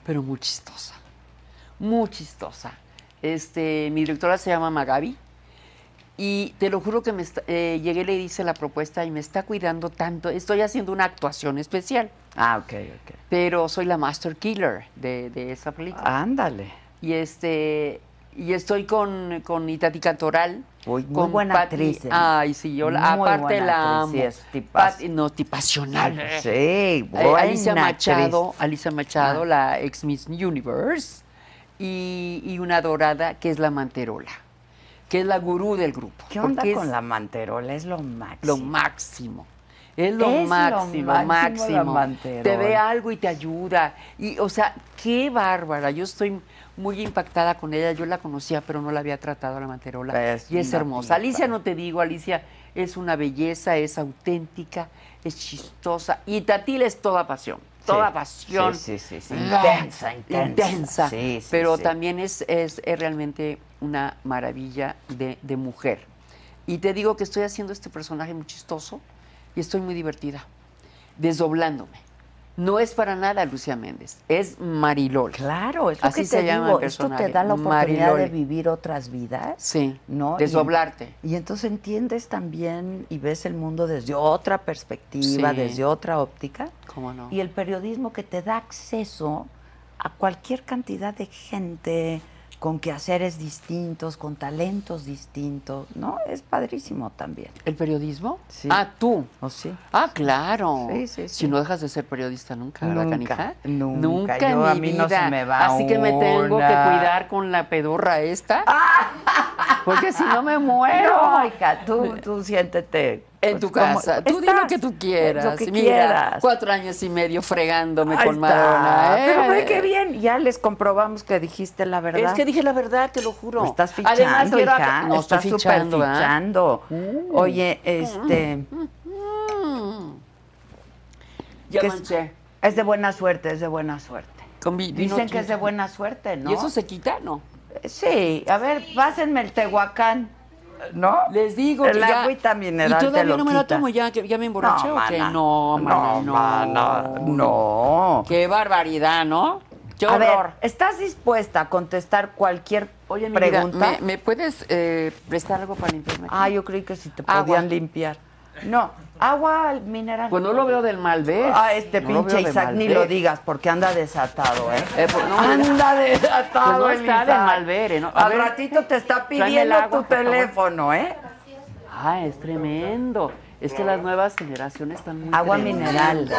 Speaker 5: pero muy chistosa. Muy chistosa. Este, mi directora se llama Magabi. Y te lo juro que me está- eh, llegué, le hice la propuesta y me está cuidando tanto. Estoy haciendo una actuación especial,
Speaker 3: Ah, ok, ok.
Speaker 5: pero soy la master killer de, de esa película.
Speaker 3: Ándale.
Speaker 5: y este y estoy con, con Itati Cantoral.
Speaker 3: Uy, muy
Speaker 5: con
Speaker 3: buena
Speaker 5: Pati-
Speaker 3: actriz, ¿eh?
Speaker 5: Ay, sí, yo la,
Speaker 3: Muy
Speaker 5: aparte
Speaker 3: buena
Speaker 5: la amo.
Speaker 3: actriz, sí, es tipazo.
Speaker 5: Pati- no, tipacional.
Speaker 3: Sí,
Speaker 5: Eh,
Speaker 3: buena
Speaker 5: Alicia Machado,
Speaker 3: actriz. Ah.
Speaker 5: Alicia Machado, la ex Miss Universe, y, y una dorada que es la Manterola, que es la gurú del grupo.
Speaker 3: ¿Qué onda
Speaker 5: porque
Speaker 3: con
Speaker 5: es
Speaker 3: la manterola? Es lo máximo.
Speaker 5: Lo máximo. Es lo
Speaker 3: Es lo
Speaker 5: máximo,
Speaker 3: máximo la
Speaker 5: máximo.
Speaker 3: Manterola.
Speaker 5: Te ve algo y te ayuda. Y, o sea, qué bárbara. Yo estoy muy impactada con ella. Yo la conocía, pero no la había tratado a la manterola.
Speaker 3: Es
Speaker 5: y es
Speaker 3: una
Speaker 5: hermosa. Alicia,
Speaker 3: tipa.
Speaker 5: no te digo, Alicia es una belleza, es auténtica, es chistosa. Y Tatil es toda pasión. Toda
Speaker 3: Sí,
Speaker 5: pasión.
Speaker 3: sí, sí, sí, sí.
Speaker 5: Ah,
Speaker 3: Intensa, intensa.
Speaker 5: intensa.
Speaker 3: Sí, sí,
Speaker 5: pero
Speaker 3: sí.
Speaker 5: también es, es, es realmente una maravilla de, de mujer. Y te digo que estoy haciendo este personaje muy chistoso y estoy muy divertida, desdoblándome. No es para nada Lucía Méndez, es Marilol.
Speaker 3: Claro, es lo
Speaker 5: Así
Speaker 3: que
Speaker 5: se
Speaker 3: te
Speaker 5: llama
Speaker 3: digo.
Speaker 5: el
Speaker 3: Esto te
Speaker 5: personaje,
Speaker 3: da la oportunidad
Speaker 5: Mariloli.
Speaker 3: de vivir otras vidas.
Speaker 5: Sí,
Speaker 3: ¿no?
Speaker 5: desdoblarte.
Speaker 3: Y, y entonces entiendes también y ves el mundo desde otra perspectiva,
Speaker 5: Sí.
Speaker 3: desde otra óptica.
Speaker 5: ¿Cómo no?
Speaker 3: Y el periodismo que te da acceso a cualquier cantidad de gente con quehaceres distintos, con talentos distintos, ¿no? Es padrísimo también.
Speaker 5: ¿El periodismo?
Speaker 3: Sí.
Speaker 5: Ah, tú.
Speaker 3: ¿O sí?
Speaker 5: Ah, claro.
Speaker 3: Sí, sí, sí.
Speaker 5: Si no dejas de ser periodista nunca, ¿verdad,
Speaker 3: Nunca,
Speaker 5: canija?
Speaker 3: nunca.
Speaker 5: Nunca en
Speaker 3: Yo,
Speaker 5: mi
Speaker 3: a mí no se
Speaker 5: vida.
Speaker 3: me va
Speaker 5: Así que me tengo que
Speaker 3: una. Ah.
Speaker 5: cuidar con la pedorra esta. Porque si no me muero.
Speaker 3: No, hija, tú, tú siéntete.
Speaker 5: En
Speaker 3: pues,
Speaker 5: tu
Speaker 3: como-
Speaker 5: casa. Tú di lo
Speaker 3: Estás,
Speaker 5: que tú quieras.
Speaker 3: Lo que
Speaker 5: Mira,
Speaker 3: quieras.
Speaker 5: cuatro años y medio fregándome
Speaker 3: Ahí
Speaker 5: con
Speaker 3: está.
Speaker 5: Madonna. ¿eh?
Speaker 3: Pero ve qué bien, ya les comprobamos que dijiste la verdad.
Speaker 5: Es que dije la verdad, te lo juro.
Speaker 3: Me Pues estás fichando,
Speaker 5: Además, quiero ac-
Speaker 3: hija.
Speaker 5: No, estoy
Speaker 3: estás súper
Speaker 5: fichando, ¿ah? Mm. ¿verdad?
Speaker 3: fichando. Oye, este,
Speaker 5: mm, Ya
Speaker 3: ¿Qué es?
Speaker 5: manché.
Speaker 3: es de buena suerte, es de buena suerte.
Speaker 5: Con vi- vino
Speaker 3: Dicen que es de
Speaker 5: tinto.
Speaker 3: buena suerte, ¿no?
Speaker 5: ¿Y eso se quita? No.
Speaker 3: Sí, a ver, pásenme el Tehuacán, ¿no?
Speaker 5: Les digo
Speaker 3: el
Speaker 5: que ya-
Speaker 3: agüita mineral
Speaker 5: ¿Y
Speaker 3: te
Speaker 5: todavía
Speaker 3: lo
Speaker 5: no me la
Speaker 3: quita.
Speaker 5: tomo ya? que ¿Ya me emborraché o qué?
Speaker 3: mana,
Speaker 5: No, mana, no.
Speaker 3: mana, no.
Speaker 5: Qué barbaridad, ¿no? Qué
Speaker 3: A ver,
Speaker 5: horror.
Speaker 3: ¿estás dispuesta a contestar cualquier
Speaker 5: Oye, mi
Speaker 3: pregunta?
Speaker 5: vida, ¿me, me puedes eh, prestar algo para limpiarme?
Speaker 3: Ah, yo creí que si te
Speaker 5: Agua.
Speaker 3: podían limpiar. No, agua mineral.
Speaker 5: Pues no lo veo del mal, ¿ves?
Speaker 3: Ah, este
Speaker 5: No lo
Speaker 3: pinche
Speaker 5: veo de
Speaker 3: Isaac,
Speaker 5: mal
Speaker 3: ni lo
Speaker 5: ver.
Speaker 3: digas, porque anda desatado, ¿eh?
Speaker 5: Eh, pues, no,
Speaker 3: anda desatado.
Speaker 5: Pues no
Speaker 3: el
Speaker 5: está de
Speaker 3: Isaac.
Speaker 5: mal ver, ¿eh? No, a
Speaker 3: Al
Speaker 5: ver,
Speaker 3: ratito te está
Speaker 5: tráeme el
Speaker 3: pidiendo
Speaker 5: agua,
Speaker 3: tu
Speaker 5: por favor.
Speaker 3: teléfono, ¿eh?
Speaker 5: Ah, es tremendo. Es que las nuevas generaciones están muy
Speaker 3: Agua
Speaker 5: tremendas.
Speaker 3: mineral.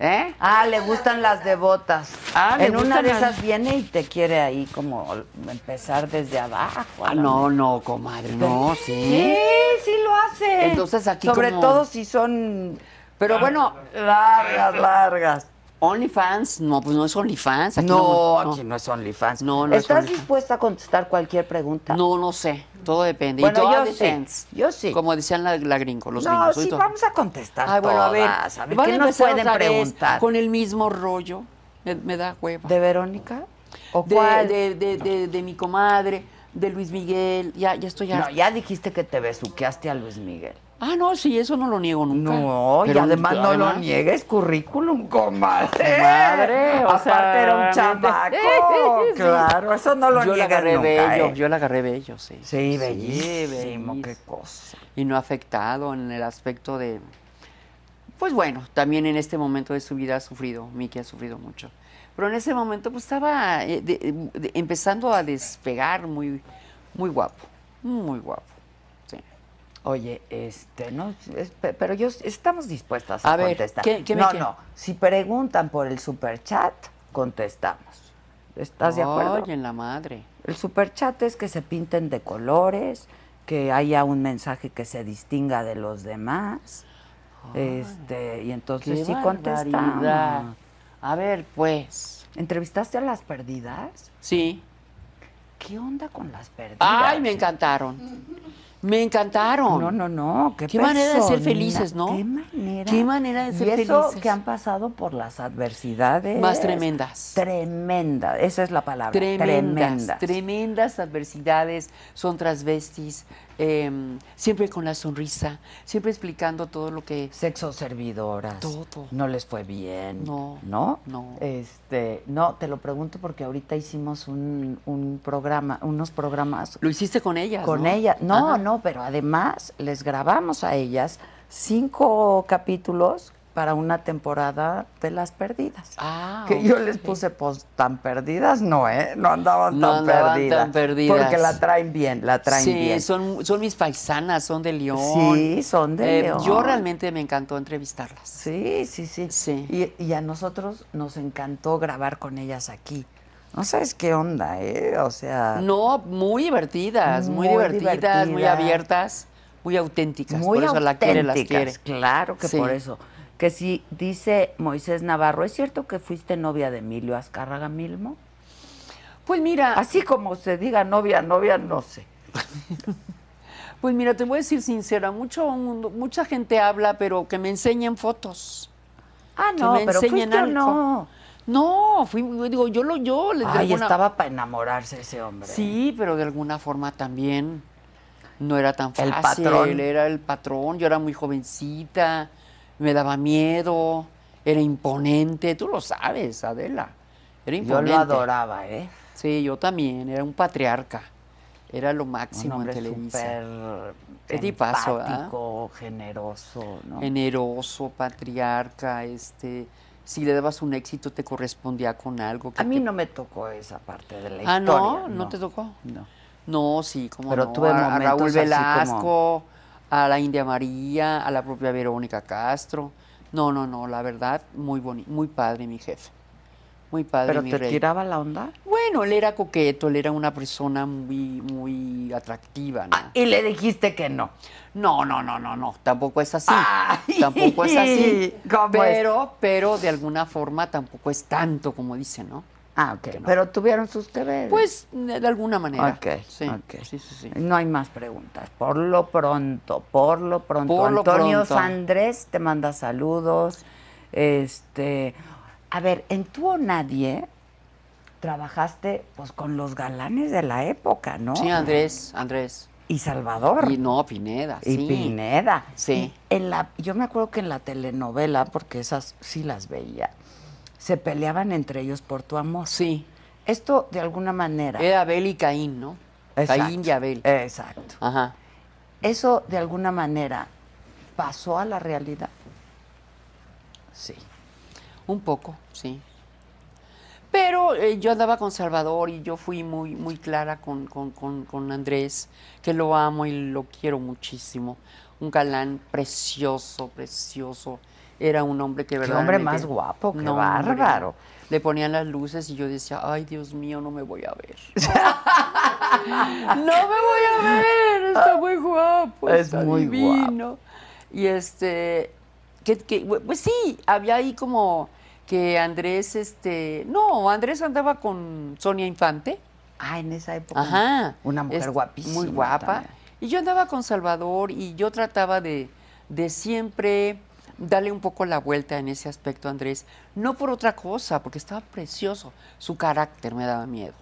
Speaker 5: ¿Eh?
Speaker 3: Ah, le gustan las devotas.
Speaker 5: Ah, le
Speaker 3: en una
Speaker 5: gustan
Speaker 3: de
Speaker 5: las-
Speaker 3: esas viene y te quiere ahí como empezar desde abajo.
Speaker 5: Ah, no, no, comadre, no, sí.
Speaker 3: Sí, sí lo hace.
Speaker 5: Entonces, aquí
Speaker 3: Sobre
Speaker 5: como-
Speaker 3: todo si son Ah,
Speaker 5: Pero bueno,
Speaker 3: largas, largas.
Speaker 5: OnlyFans, no, pues no es OnlyFans. Aquí
Speaker 3: no,
Speaker 5: no,
Speaker 3: aquí no es OnlyFans.
Speaker 5: No, no es
Speaker 3: ¿Estás
Speaker 5: OnlyFans.
Speaker 3: dispuesta a contestar cualquier pregunta?
Speaker 5: No, no sé. Todo depende.
Speaker 3: Bueno,
Speaker 5: y todo
Speaker 3: yo sí,
Speaker 5: depends.
Speaker 3: yo sí.
Speaker 5: Como decían la, la gringo, los
Speaker 3: No,
Speaker 5: gringos.
Speaker 3: sí,
Speaker 5: y todo.
Speaker 3: vamos a contestar.
Speaker 5: Ay, bueno, a ver.
Speaker 3: todas. A ver,
Speaker 5: van
Speaker 3: ¿qué
Speaker 5: a
Speaker 3: nos
Speaker 5: empezar
Speaker 3: pueden
Speaker 5: otra vez
Speaker 3: preguntar?
Speaker 5: Con el mismo rollo. Me, me da hueva.
Speaker 3: ¿De Verónica? ¿O
Speaker 5: De-
Speaker 3: cuál?
Speaker 5: de, de- de- de mi comadre, de Luis Miguel. Ya, ya estoy harta.
Speaker 3: No, ya dijiste que te besuqueaste a Luis Miguel.
Speaker 5: Ah, no, sí, eso no lo niego nunca.
Speaker 3: No, y
Speaker 5: Pero
Speaker 3: además no lo
Speaker 5: además-
Speaker 3: niegues, currículum, comadre.
Speaker 5: Madre, o
Speaker 3: Aparte
Speaker 5: sea,
Speaker 3: era un
Speaker 5: realmente-
Speaker 3: chamaco,
Speaker 5: Sí.
Speaker 3: claro, eso no lo
Speaker 5: Yo la
Speaker 3: niegas
Speaker 5: agarré
Speaker 3: nunca.
Speaker 5: bello,
Speaker 3: ¿eh?
Speaker 5: yo la agarré bello, sí.
Speaker 3: Sí, bellísimo,
Speaker 5: bellísimo.
Speaker 3: qué cosa.
Speaker 5: y no ha afectado en el aspecto de, pues bueno, también en este momento de su vida ha sufrido, Miki ha sufrido mucho, pero en ese momento pues estaba eh, de- de- empezando a despegar muy, muy guapo, muy guapo. sí.
Speaker 3: Oye, este, no, es- pe- pero yo estamos dispuestas a,
Speaker 5: A ver,
Speaker 3: contestar.
Speaker 5: ¿qué- qué me
Speaker 3: no,
Speaker 5: quiere?
Speaker 3: no, si preguntan por el superchat, contestamos. ¿Estás de acuerdo?
Speaker 5: Ay, en la madre.
Speaker 3: El superchat es que se pinten de colores, que haya un mensaje que se distinga de los demás. este, y entonces
Speaker 5: Qué
Speaker 3: sí
Speaker 5: barbaridad.
Speaker 3: contestamos.
Speaker 5: A ver, pues,
Speaker 3: ¿Entrevistaste a las perdidas?
Speaker 5: sí.
Speaker 3: ¿Qué onda con las perdidas?
Speaker 5: Ay, me encantaron. Me encantaron.
Speaker 3: No, no, no. Qué,
Speaker 5: Qué manera de ser
Speaker 3: persona-
Speaker 5: felices, ¿no?
Speaker 3: Qué manera.
Speaker 5: Qué manera de ser
Speaker 3: y eso
Speaker 5: felices.
Speaker 3: que han pasado por las adversidades.
Speaker 5: Más tremendas.
Speaker 3: Tremenda. Esa es la palabra.
Speaker 5: Tremendas,
Speaker 3: Tremenda.
Speaker 5: tremendas adversidades, son transvestis, em, siempre con la sonrisa, siempre explicando todo lo que...
Speaker 3: Sexo servidoras.
Speaker 5: Todo.
Speaker 3: No les fue bien.
Speaker 5: No,
Speaker 3: ¿No?
Speaker 5: no.
Speaker 3: Este, no, te lo pregunto porque ahorita hicimos un, un programa, unos programas
Speaker 5: Lo hiciste con ellas,
Speaker 3: con
Speaker 5: ¿no?
Speaker 3: ella. No,
Speaker 5: Ajá.
Speaker 3: no, pero además les grabamos a ellas cinco capítulos para una temporada de las perdidas.
Speaker 5: Ah,
Speaker 3: que yo
Speaker 5: ok.
Speaker 3: les puse, pues tan perdidas no, ¿eh? No andaban,
Speaker 5: No
Speaker 3: tan,
Speaker 5: andaban
Speaker 3: perdidas,
Speaker 5: tan perdidas.
Speaker 3: Porque la traen bien, la traen
Speaker 5: sí,
Speaker 3: bien.
Speaker 5: Son, son mis paisanas, son de León. Em, Eh,
Speaker 3: Sí, son de León.
Speaker 5: Yo realmente me encantó entrevistarlas.
Speaker 3: Sí, sí, sí.
Speaker 5: Sí.
Speaker 3: Y, y a nosotros nos encantó grabar con ellas aquí. No sabes qué onda, ¿eh? O sea,
Speaker 5: No, muy divertidas, muy,
Speaker 3: Muy
Speaker 5: divertidas, muy
Speaker 3: divertidas.
Speaker 5: abiertas, muy auténticas.
Speaker 3: muy
Speaker 5: por eso la quiere, las quiere.
Speaker 3: auténticas, Claro que
Speaker 5: Sí.
Speaker 3: por eso. Que si dice Moisés Navarro, ¿es cierto que fuiste novia de Emilio Azcárraga Milmo?
Speaker 5: Pues mira,
Speaker 3: Así como se diga novia, novia, no sé.
Speaker 5: Pues mira, te voy a decir sincera, mucho mundo- mucha gente habla, pero que me enseñen fotos.
Speaker 3: Ah,
Speaker 5: que
Speaker 3: no,
Speaker 5: me
Speaker 3: pero
Speaker 5: enseñen
Speaker 3: fuiste o
Speaker 5: algo.
Speaker 3: no.
Speaker 5: No, fui, digo, yo lo, yo les de
Speaker 3: Ay,
Speaker 5: alguna-
Speaker 3: estaba para enamorarse ese hombre.
Speaker 5: Sí, pero de alguna forma también no era tan
Speaker 3: El
Speaker 5: fácil.
Speaker 3: patrón.
Speaker 5: Era el patrón, yo era muy jovencita, me daba miedo, era imponente, tú lo sabes, Adela. Era
Speaker 3: Yo
Speaker 5: imponente.
Speaker 3: lo adoraba, ¿eh?
Speaker 5: Sí, yo también, era un patriarca. Era lo
Speaker 3: Un
Speaker 5: máximo en
Speaker 3: hombre
Speaker 5: Televisa.
Speaker 3: súper
Speaker 5: Qué tipazo, ¿ah?
Speaker 3: empático, generoso, ¿no?
Speaker 5: Generoso, patriarca, este, si le dabas un éxito te correspondía con algo que
Speaker 3: A mí
Speaker 5: te-
Speaker 3: no me tocó esa parte de la
Speaker 5: Ah,
Speaker 3: historia.
Speaker 5: no, no te tocó.
Speaker 3: No.
Speaker 5: No, sí, como
Speaker 3: Pero tuve
Speaker 5: a, a
Speaker 3: momentos
Speaker 5: Raúl
Speaker 3: así como-
Speaker 5: Velasco, a la India María, a la propia Verónica Castro. No, no, no, la verdad, muy bonito, muy padre mi jefe. Muy padre
Speaker 3: ¿Pero
Speaker 5: mi
Speaker 3: te
Speaker 5: rey.
Speaker 3: tiraba la onda?
Speaker 5: Bueno, él era coqueto, él era una persona muy muy atractiva, ¿no?
Speaker 3: Ah, y le dijiste que no.
Speaker 5: No, no, no, no, no, tampoco es así.
Speaker 3: Ay,
Speaker 5: Tampoco es así.
Speaker 3: ¿cómo es? Pues
Speaker 5: pero, pero de alguna forma tampoco es tanto como dice, ¿no?
Speaker 3: Ah, ok.
Speaker 5: Que no.
Speaker 3: Pero tuvieron sus que ver.
Speaker 5: Pues de de alguna manera.
Speaker 3: Ok,
Speaker 5: sí,
Speaker 3: ok.
Speaker 5: sí, sí, sí.
Speaker 3: No hay más preguntas. Por lo pronto, por lo pronto.
Speaker 5: Por lo
Speaker 3: Antonio
Speaker 5: pronto.
Speaker 3: Sandrés te manda saludos. Este, a ver, en tú o nadie trabajaste pues con los galanes de la época, ¿no?
Speaker 5: Sí, Andrés, Andrés.
Speaker 3: Y Salvador.
Speaker 5: Y no, Pineda.
Speaker 3: Y
Speaker 5: sí.
Speaker 3: Pineda.
Speaker 5: Sí.
Speaker 3: Y en la, yo me acuerdo que en la telenovela, porque esas sí las veía, se peleaban entre ellos por tu amor.
Speaker 5: Sí.
Speaker 3: Esto de alguna manera.
Speaker 5: Era Abel y Caín, ¿no?
Speaker 3: Exacto. Eh.
Speaker 5: Caín y Abel.
Speaker 3: Exacto.
Speaker 5: Ajá.
Speaker 3: Eso de alguna manera pasó a la realidad.
Speaker 5: Sí. Un poco, sí. Pero eh, yo andaba con Salvador y yo fui muy, muy clara con, con- con- con Andrés, que lo amo y lo quiero muchísimo. Un galán precioso, precioso. Era un hombre que verdad.
Speaker 3: hombre más guapo, qué bárbaro.
Speaker 5: Le ponían las luces y yo decía, ay Dios mío, no me voy a ver. no me voy a ver, está muy guapo.
Speaker 3: Ah, Es
Speaker 5: está
Speaker 3: muy
Speaker 5: divino. Y este, que, que, pues sí, había ahí como que Andrés, este, no, Andrés andaba con Sonia Infante.
Speaker 3: Ah, en esa época.
Speaker 5: Ajá.
Speaker 3: Una mujer
Speaker 5: Es
Speaker 3: guapísima.
Speaker 5: Muy guapa.
Speaker 3: también.
Speaker 5: Y yo andaba con Salvador y yo trataba de, de siempre darle un poco la vuelta en ese aspecto, Andrés. No por otra cosa, porque estaba precioso. Su carácter me daba miedo.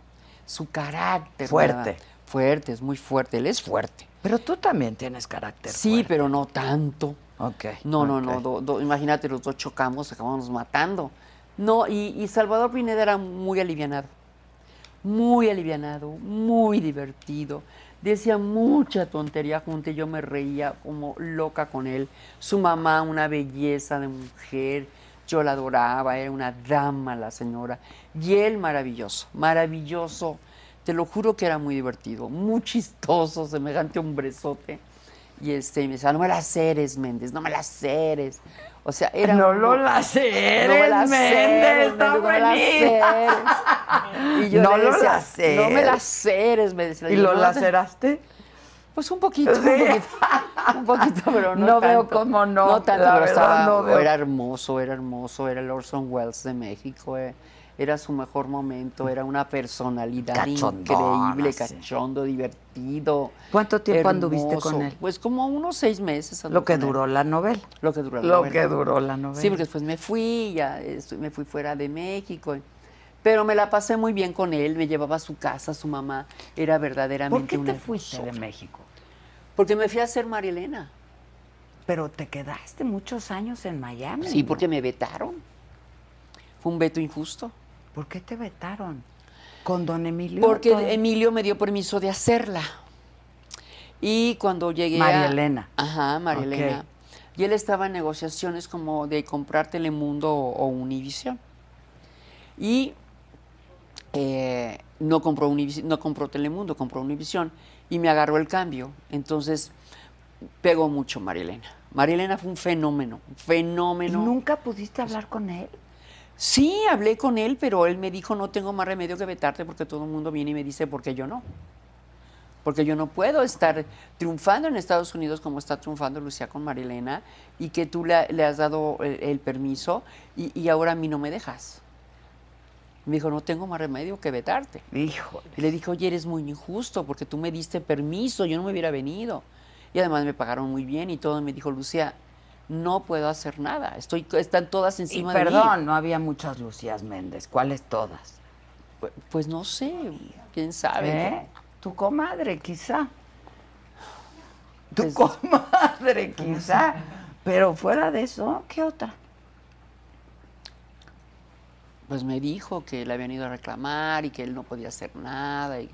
Speaker 5: Su carácter. me
Speaker 3: Fuerte.
Speaker 5: daba- fuerte, es muy fuerte. Él es fuerte.
Speaker 3: Pero tú también tienes carácter.
Speaker 5: sí,
Speaker 3: fuerte.
Speaker 5: pero no tanto.
Speaker 3: Ok.
Speaker 5: No, no, no.
Speaker 3: ok.
Speaker 5: do- do- imagínate, los dos chocamos, acabamos matando. No, y, y Salvador Pineda era muy alivianado. Muy alivianado, muy divertido. Decía mucha tontería junto y yo me reía como loca con él. Su mamá, una belleza de mujer. Yo la adoraba, era una dama la señora. Y él maravilloso, maravilloso. Te lo juro que era muy divertido, muy chistoso, semejante hombrezote. Y este, y me decía, no me la ceres, Méndez, no me la ceres. O sea, era...
Speaker 3: No
Speaker 5: un-
Speaker 3: lo laceres, Méndez,
Speaker 5: Méndez,
Speaker 3: está
Speaker 5: no me la
Speaker 3: buenísimo.
Speaker 5: ceres. Y yo
Speaker 3: No
Speaker 5: le
Speaker 3: lo
Speaker 5: decía,
Speaker 3: laceres.
Speaker 5: No me la ceres, me decía.
Speaker 3: ¿Y
Speaker 5: Yo,
Speaker 3: lo
Speaker 5: "No te-
Speaker 3: laceraste?
Speaker 5: Pues un poquito, un poquito, un poquito, pero no
Speaker 3: No veo
Speaker 5: tanto.
Speaker 3: cómo no,
Speaker 5: No tanto,
Speaker 3: la
Speaker 5: pero
Speaker 3: verdad
Speaker 5: estaba- oh,
Speaker 3: no veo.
Speaker 5: era hermoso, era hermoso, era el Orson Welles de México, eh, era su mejor momento, era una personalidad
Speaker 3: Cachondón,
Speaker 5: increíble,
Speaker 3: así.
Speaker 5: cachondo, divertido.
Speaker 3: ¿Cuánto tiempo anduviste
Speaker 5: hermoso.
Speaker 3: con él?
Speaker 5: Pues como unos seis meses. anduve
Speaker 3: Lo que
Speaker 5: con él.
Speaker 3: duró la novela.
Speaker 5: Lo que duró la
Speaker 3: Lo
Speaker 5: novela.
Speaker 3: que duró la novela.
Speaker 5: Sí, porque después me fui, ya estu- me fui fuera de México. Pero me la pasé muy bien con él, me llevaba a su casa, su mamá era verdaderamente
Speaker 3: ¿Por qué
Speaker 5: una
Speaker 3: te fuiste de
Speaker 5: hermosura.
Speaker 3: México?
Speaker 5: Porque me fui a hacer Marilena.
Speaker 3: Pero te quedaste muchos años en Miami.
Speaker 5: Sí,
Speaker 3: ¿no?
Speaker 5: porque me vetaron. Fue un veto injusto.
Speaker 3: ¿Por qué te vetaron? Con don Emilio.
Speaker 5: Porque
Speaker 3: todo.
Speaker 5: Emilio me dio permiso de hacerla. Y cuando llegué
Speaker 3: María
Speaker 5: a...
Speaker 3: Elena.
Speaker 5: Ajá, María
Speaker 3: Ok.
Speaker 5: Elena. Y él estaba en negociaciones como de comprar Telemundo o, o Univisión. Y eh, no, compró Univis- no compró Telemundo, compró Univisión. Y me agarró el cambio. Entonces pegó mucho María Elena. María Elena fue un fenómeno, un
Speaker 3: ¿Y
Speaker 5: fenómeno.
Speaker 3: nunca pudiste hablar con él?
Speaker 5: Sí, hablé con él, pero él me dijo, no tengo más remedio que vetarte porque todo el mundo viene y me dice, ¿por qué yo no? Porque yo no puedo estar triunfando en Estados Unidos como está triunfando Lucía con Marilena y que tú le, le has dado el, el permiso y, y ahora a mí no me dejas. Me dijo, no tengo más remedio que vetarte.
Speaker 3: Hijo.
Speaker 5: Y le dije, oye, eres muy injusto porque tú me diste permiso, yo no me hubiera venido. Y además me pagaron muy bien y todo. Y me dijo, Lucía, no puedo hacer nada. Estoy, están todas
Speaker 3: Y
Speaker 5: encima de mí.
Speaker 3: perdón, no había muchas Lucías Méndez. ¿Cuáles todas?
Speaker 5: Pu- Pues no sé, quién sabe.
Speaker 3: ¿Eh? Tu comadre, quizá. Tu
Speaker 5: Pues-
Speaker 3: comadre, quizá. Pero fuera de eso, ¿qué otra?
Speaker 5: pues me dijo que le habían ido a reclamar y que él no podía hacer nada. Y,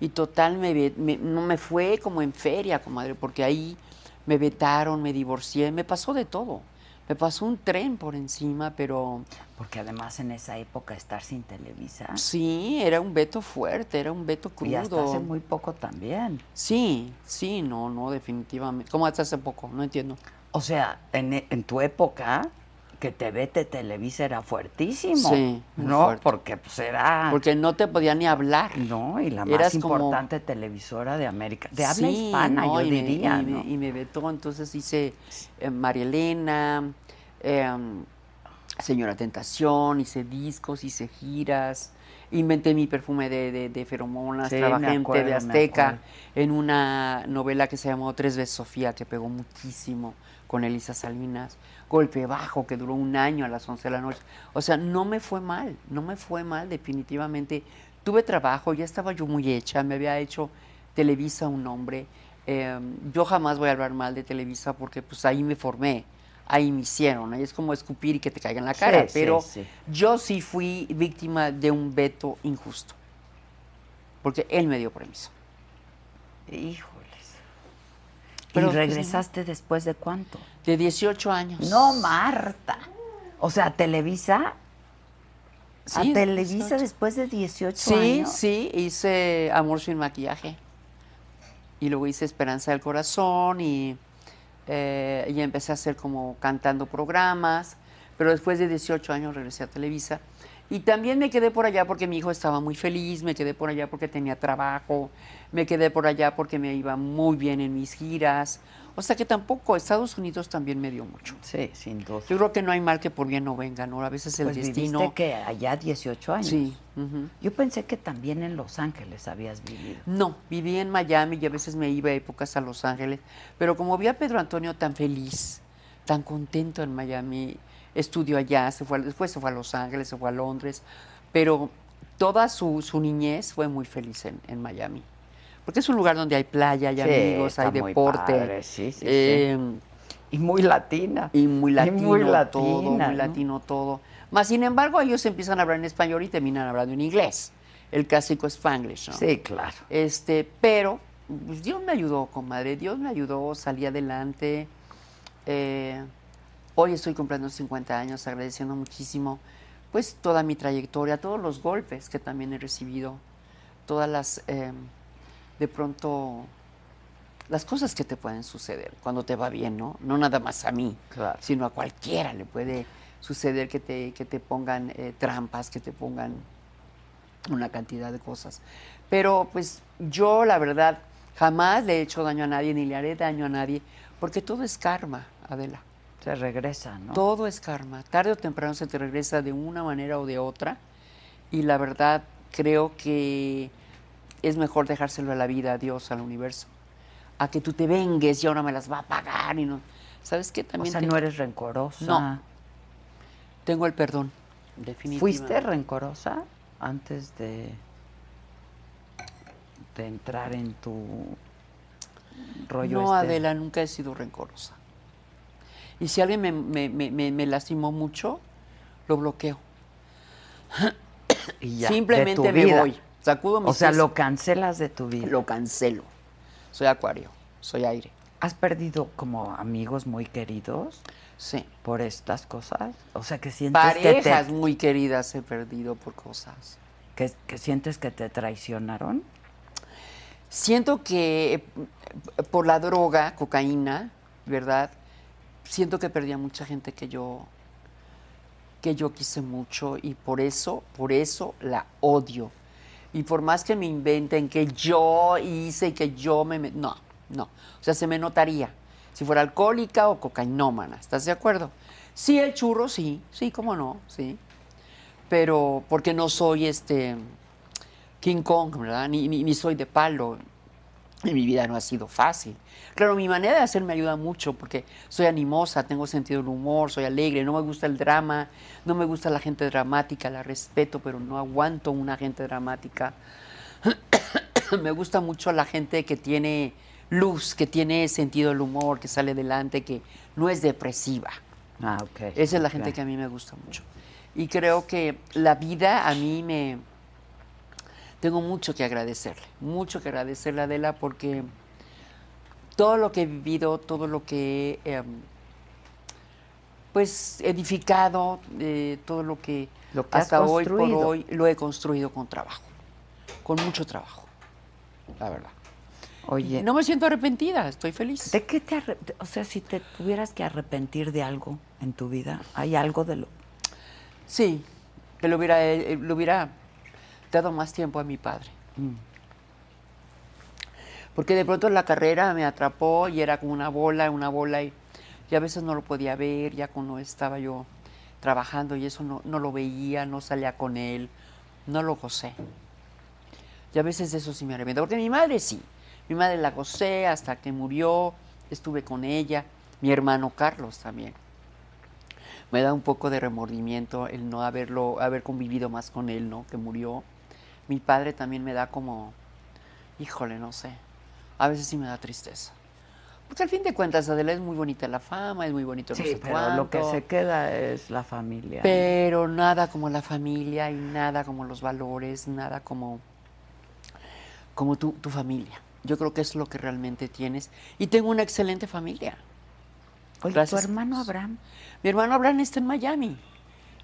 Speaker 5: y total, me, ve- me- no me fue como en feria, comadre, porque ahí me vetaron, me divorcié, me pasó de todo. Me pasó un tren por encima, pero
Speaker 3: Porque además en esa época estar sin Televisa.
Speaker 5: sí, era un veto fuerte, era un veto crudo.
Speaker 3: Ah. Y hasta hace muy poco también.
Speaker 5: Sí, sí, no, no, definitivamente. ¿Cómo hasta hace poco? No entiendo.
Speaker 3: O sea, en, e- en tu época, que te vete Televisa era fuertísimo.
Speaker 5: Sí, muy
Speaker 3: No,
Speaker 5: fuerte.
Speaker 3: porque pues era.
Speaker 5: Porque no te podía ni hablar.
Speaker 3: no, y la más
Speaker 5: eras como-
Speaker 3: importante televisora de América. De habla
Speaker 5: Sí,
Speaker 3: hispana,
Speaker 5: no,
Speaker 3: yo
Speaker 5: y me-
Speaker 3: diría.
Speaker 5: y, me,
Speaker 3: ¿no?
Speaker 5: y me vetó, entonces hice eh, María Elena, em, Señora Tentación, hice discos, hice giras, inventé mi perfume de, de- de feromonas,
Speaker 3: Sí, me
Speaker 5: trabajé en
Speaker 3: acuerdo,
Speaker 5: TV
Speaker 3: me
Speaker 5: Azteca,
Speaker 3: acuerdo.
Speaker 5: en una novela que se llamó Tres veces Sofía, que pegó muchísimo con Elisa Salinas, Golpe Bajo, que duró un año a las 11 de la noche. O sea, no me fue mal, no me fue mal definitivamente. Tuve trabajo, ya estaba yo muy hecha, me había hecho Televisa un nombre. Eh, yo jamás voy a hablar mal de Televisa porque pues ahí me formé, ahí me hicieron, ahí es como escupir y que te caiga en la
Speaker 3: Sí,
Speaker 5: cara,
Speaker 3: sí,
Speaker 5: pero
Speaker 3: sí.
Speaker 5: yo sí fui víctima de un veto injusto, porque él me dio permiso.
Speaker 3: Híjoles.
Speaker 5: Pero,
Speaker 3: ¿Y
Speaker 5: pues,
Speaker 3: regresaste después de cuánto?
Speaker 5: De 18 años.
Speaker 3: No, Marta. O sea, a Televisa.
Speaker 5: Sí,
Speaker 3: a
Speaker 5: de
Speaker 3: Televisa
Speaker 5: 18.
Speaker 3: después de 18
Speaker 5: Sí,
Speaker 3: años.
Speaker 5: sí, hice Amor sin maquillaje. Y luego hice Esperanza del Corazón y, eh, y empecé a hacer como cantando programas. Pero después de 18 años regresé a Televisa. Y también me quedé por allá porque mi hijo estaba muy feliz, me quedé por allá porque tenía trabajo, me quedé por allá porque me iba muy bien en mis giras. O sea que tampoco, Estados Unidos también me dio mucho.
Speaker 3: Sí, sin duda.
Speaker 5: Yo creo que no hay mal que por bien no venga, ¿no? A veces el
Speaker 3: Pues
Speaker 5: destino...
Speaker 3: viviste que allá 18 años.
Speaker 5: Sí. ujú.
Speaker 3: Yo pensé que también en Los Ángeles habías vivido.
Speaker 5: No, viví en Miami y a veces me iba a épocas a Los Ángeles, pero como vi a Pedro Antonio tan feliz, tan contento en Miami, estudió allá, se fue, a- después se fue a Los Ángeles, se fue a Londres, pero toda su, su niñez fue muy feliz en, en Miami, porque es un lugar donde hay playa, hay
Speaker 3: Sí,
Speaker 5: amigos, hay
Speaker 3: está muy
Speaker 5: deporte.
Speaker 3: padre, sí, sí, sí.
Speaker 5: eh,
Speaker 3: Y muy latina.
Speaker 5: y muy latino todo, muy
Speaker 3: latina, ¿no?
Speaker 5: latino todo. Más sin embargo, ellos empiezan a hablar en español y terminan hablando en inglés. El clásico Spanglish, ¿no?
Speaker 3: Sí, claro.
Speaker 5: Este, pero pues, Dios me ayudó, comadre. Dios me ayudó, salí adelante. Eh, hoy estoy cumpliendo 50 años, agradeciendo muchísimo pues toda mi trayectoria, todos los golpes que también he recibido, todas las eh, de pronto las cosas que te pueden suceder cuando te va bien, ¿no? No nada más a mí,
Speaker 3: Claro.
Speaker 5: sino a cualquiera le puede suceder que te, que te pongan eh, trampas, que te pongan una cantidad de cosas. Pero pues yo la verdad jamás le he hecho daño a nadie, ni le haré daño a nadie, porque todo es karma, Adela.
Speaker 3: Se regresa, ¿no?
Speaker 5: Todo es karma. Tarde o temprano se te regresa de una manera o de otra. Y la verdad creo que es mejor dejárselo a la vida, a Dios, al universo. A que tú te vengues y ahora me las va a pagar. Y no. ¿Sabes qué?
Speaker 3: o
Speaker 5: También
Speaker 3: sea,
Speaker 5: te-
Speaker 3: no eres rencorosa.
Speaker 5: No, tengo el perdón. Definitivamente.
Speaker 3: ¿Fuiste rencorosa antes de, de entrar en tu rollo
Speaker 5: No,
Speaker 3: este?
Speaker 5: Adela, nunca he sido rencorosa. Y si alguien me, me- me- me- me lastimó mucho, lo bloqueo.
Speaker 3: Y ya, de
Speaker 5: Simplemente
Speaker 3: tu
Speaker 5: me
Speaker 3: vida.
Speaker 5: voy. Sacudo mis
Speaker 3: O sea,
Speaker 5: pies,
Speaker 3: lo cancelas de tu vida.
Speaker 5: lo cancelo. Soy acuario, soy aire.
Speaker 3: ¿Has perdido como amigos muy queridos
Speaker 5: Sí.
Speaker 3: por estas cosas? O sea, que sientes que te-
Speaker 5: Parejas muy queridas he perdido por cosas.
Speaker 3: que, que sientes que te traicionaron.
Speaker 5: Siento que eh, por la droga, cocaína, ¿verdad? Siento que perdí a mucha gente que yo que yo quise mucho y por eso, por eso la odio. Y por más que me inventen que yo hice y que yo me... me- no, no. O sea, se me notaría si fuera alcohólica o cocainómana. ¿Estás de acuerdo? Sí, el churro, sí. Sí, cómo no, sí. Pero porque no soy este King Kong, ¿verdad? Ni, ni- ni soy de palo. Y mi vida no ha sido fácil. Claro, mi manera de hacer me ayuda mucho porque soy animosa, tengo sentido del humor, soy alegre, no me gusta el drama, no me gusta la gente dramática, la respeto, pero no aguanto una gente dramática. me gusta mucho la gente que tiene luz, que tiene sentido del humor, que sale adelante, que no es depresiva.
Speaker 3: Ah, ok.
Speaker 5: Esa es la gente que a
Speaker 3: Claro.
Speaker 5: mí me gusta mucho. Y creo que la vida a mí me... Tengo mucho que agradecerle, mucho que agradecerle a Adela porque todo lo que he vivido, todo lo que he em, pues edificado, eh, todo lo que,
Speaker 3: Lo que has
Speaker 5: hasta hoy por
Speaker 3: construido.
Speaker 5: hoy lo he construido con trabajo, con mucho trabajo, la verdad.
Speaker 3: Oye,
Speaker 5: No me siento arrepentida, estoy feliz.
Speaker 3: ¿de qué te arre- O sea, si te tuvieras que arrepentir de algo en tu vida, ¿hay algo de lo...?
Speaker 5: Sí, que le hubiera, eh, le hubiera dado más tiempo a mi padre. Porque de pronto la carrera me atrapó y era como una bola, una bola, y, y a veces no lo podía ver, ya cuando estaba yo trabajando y eso no, no lo veía, no salía con él, no lo gocé. Y a veces de eso sí me arrepiento. Porque mi madre sí. Mi madre la gocé hasta que murió, estuve con ella, mi hermano Carlos también. Me da un poco de remordimiento el no haberlo, haber convivido más con él, ¿no? Que murió. Mi padre también me da como, híjole, no sé. A veces sí me da tristeza. Porque al fin de cuentas, Adela es muy bonita la fama, es muy bonito no sé
Speaker 3: pero lo que
Speaker 5: cuánto.
Speaker 3: se queda es la familia.
Speaker 5: Pero nada como la familia y nada como los valores, nada como, como tu, tu familia. Yo creo que es lo que realmente tienes. Y tengo una excelente familia.
Speaker 3: Oye,
Speaker 5: gracias,
Speaker 3: tu hermano
Speaker 5: Dios.
Speaker 3: Abraham,
Speaker 5: Mi hermano Abraham está en Miami.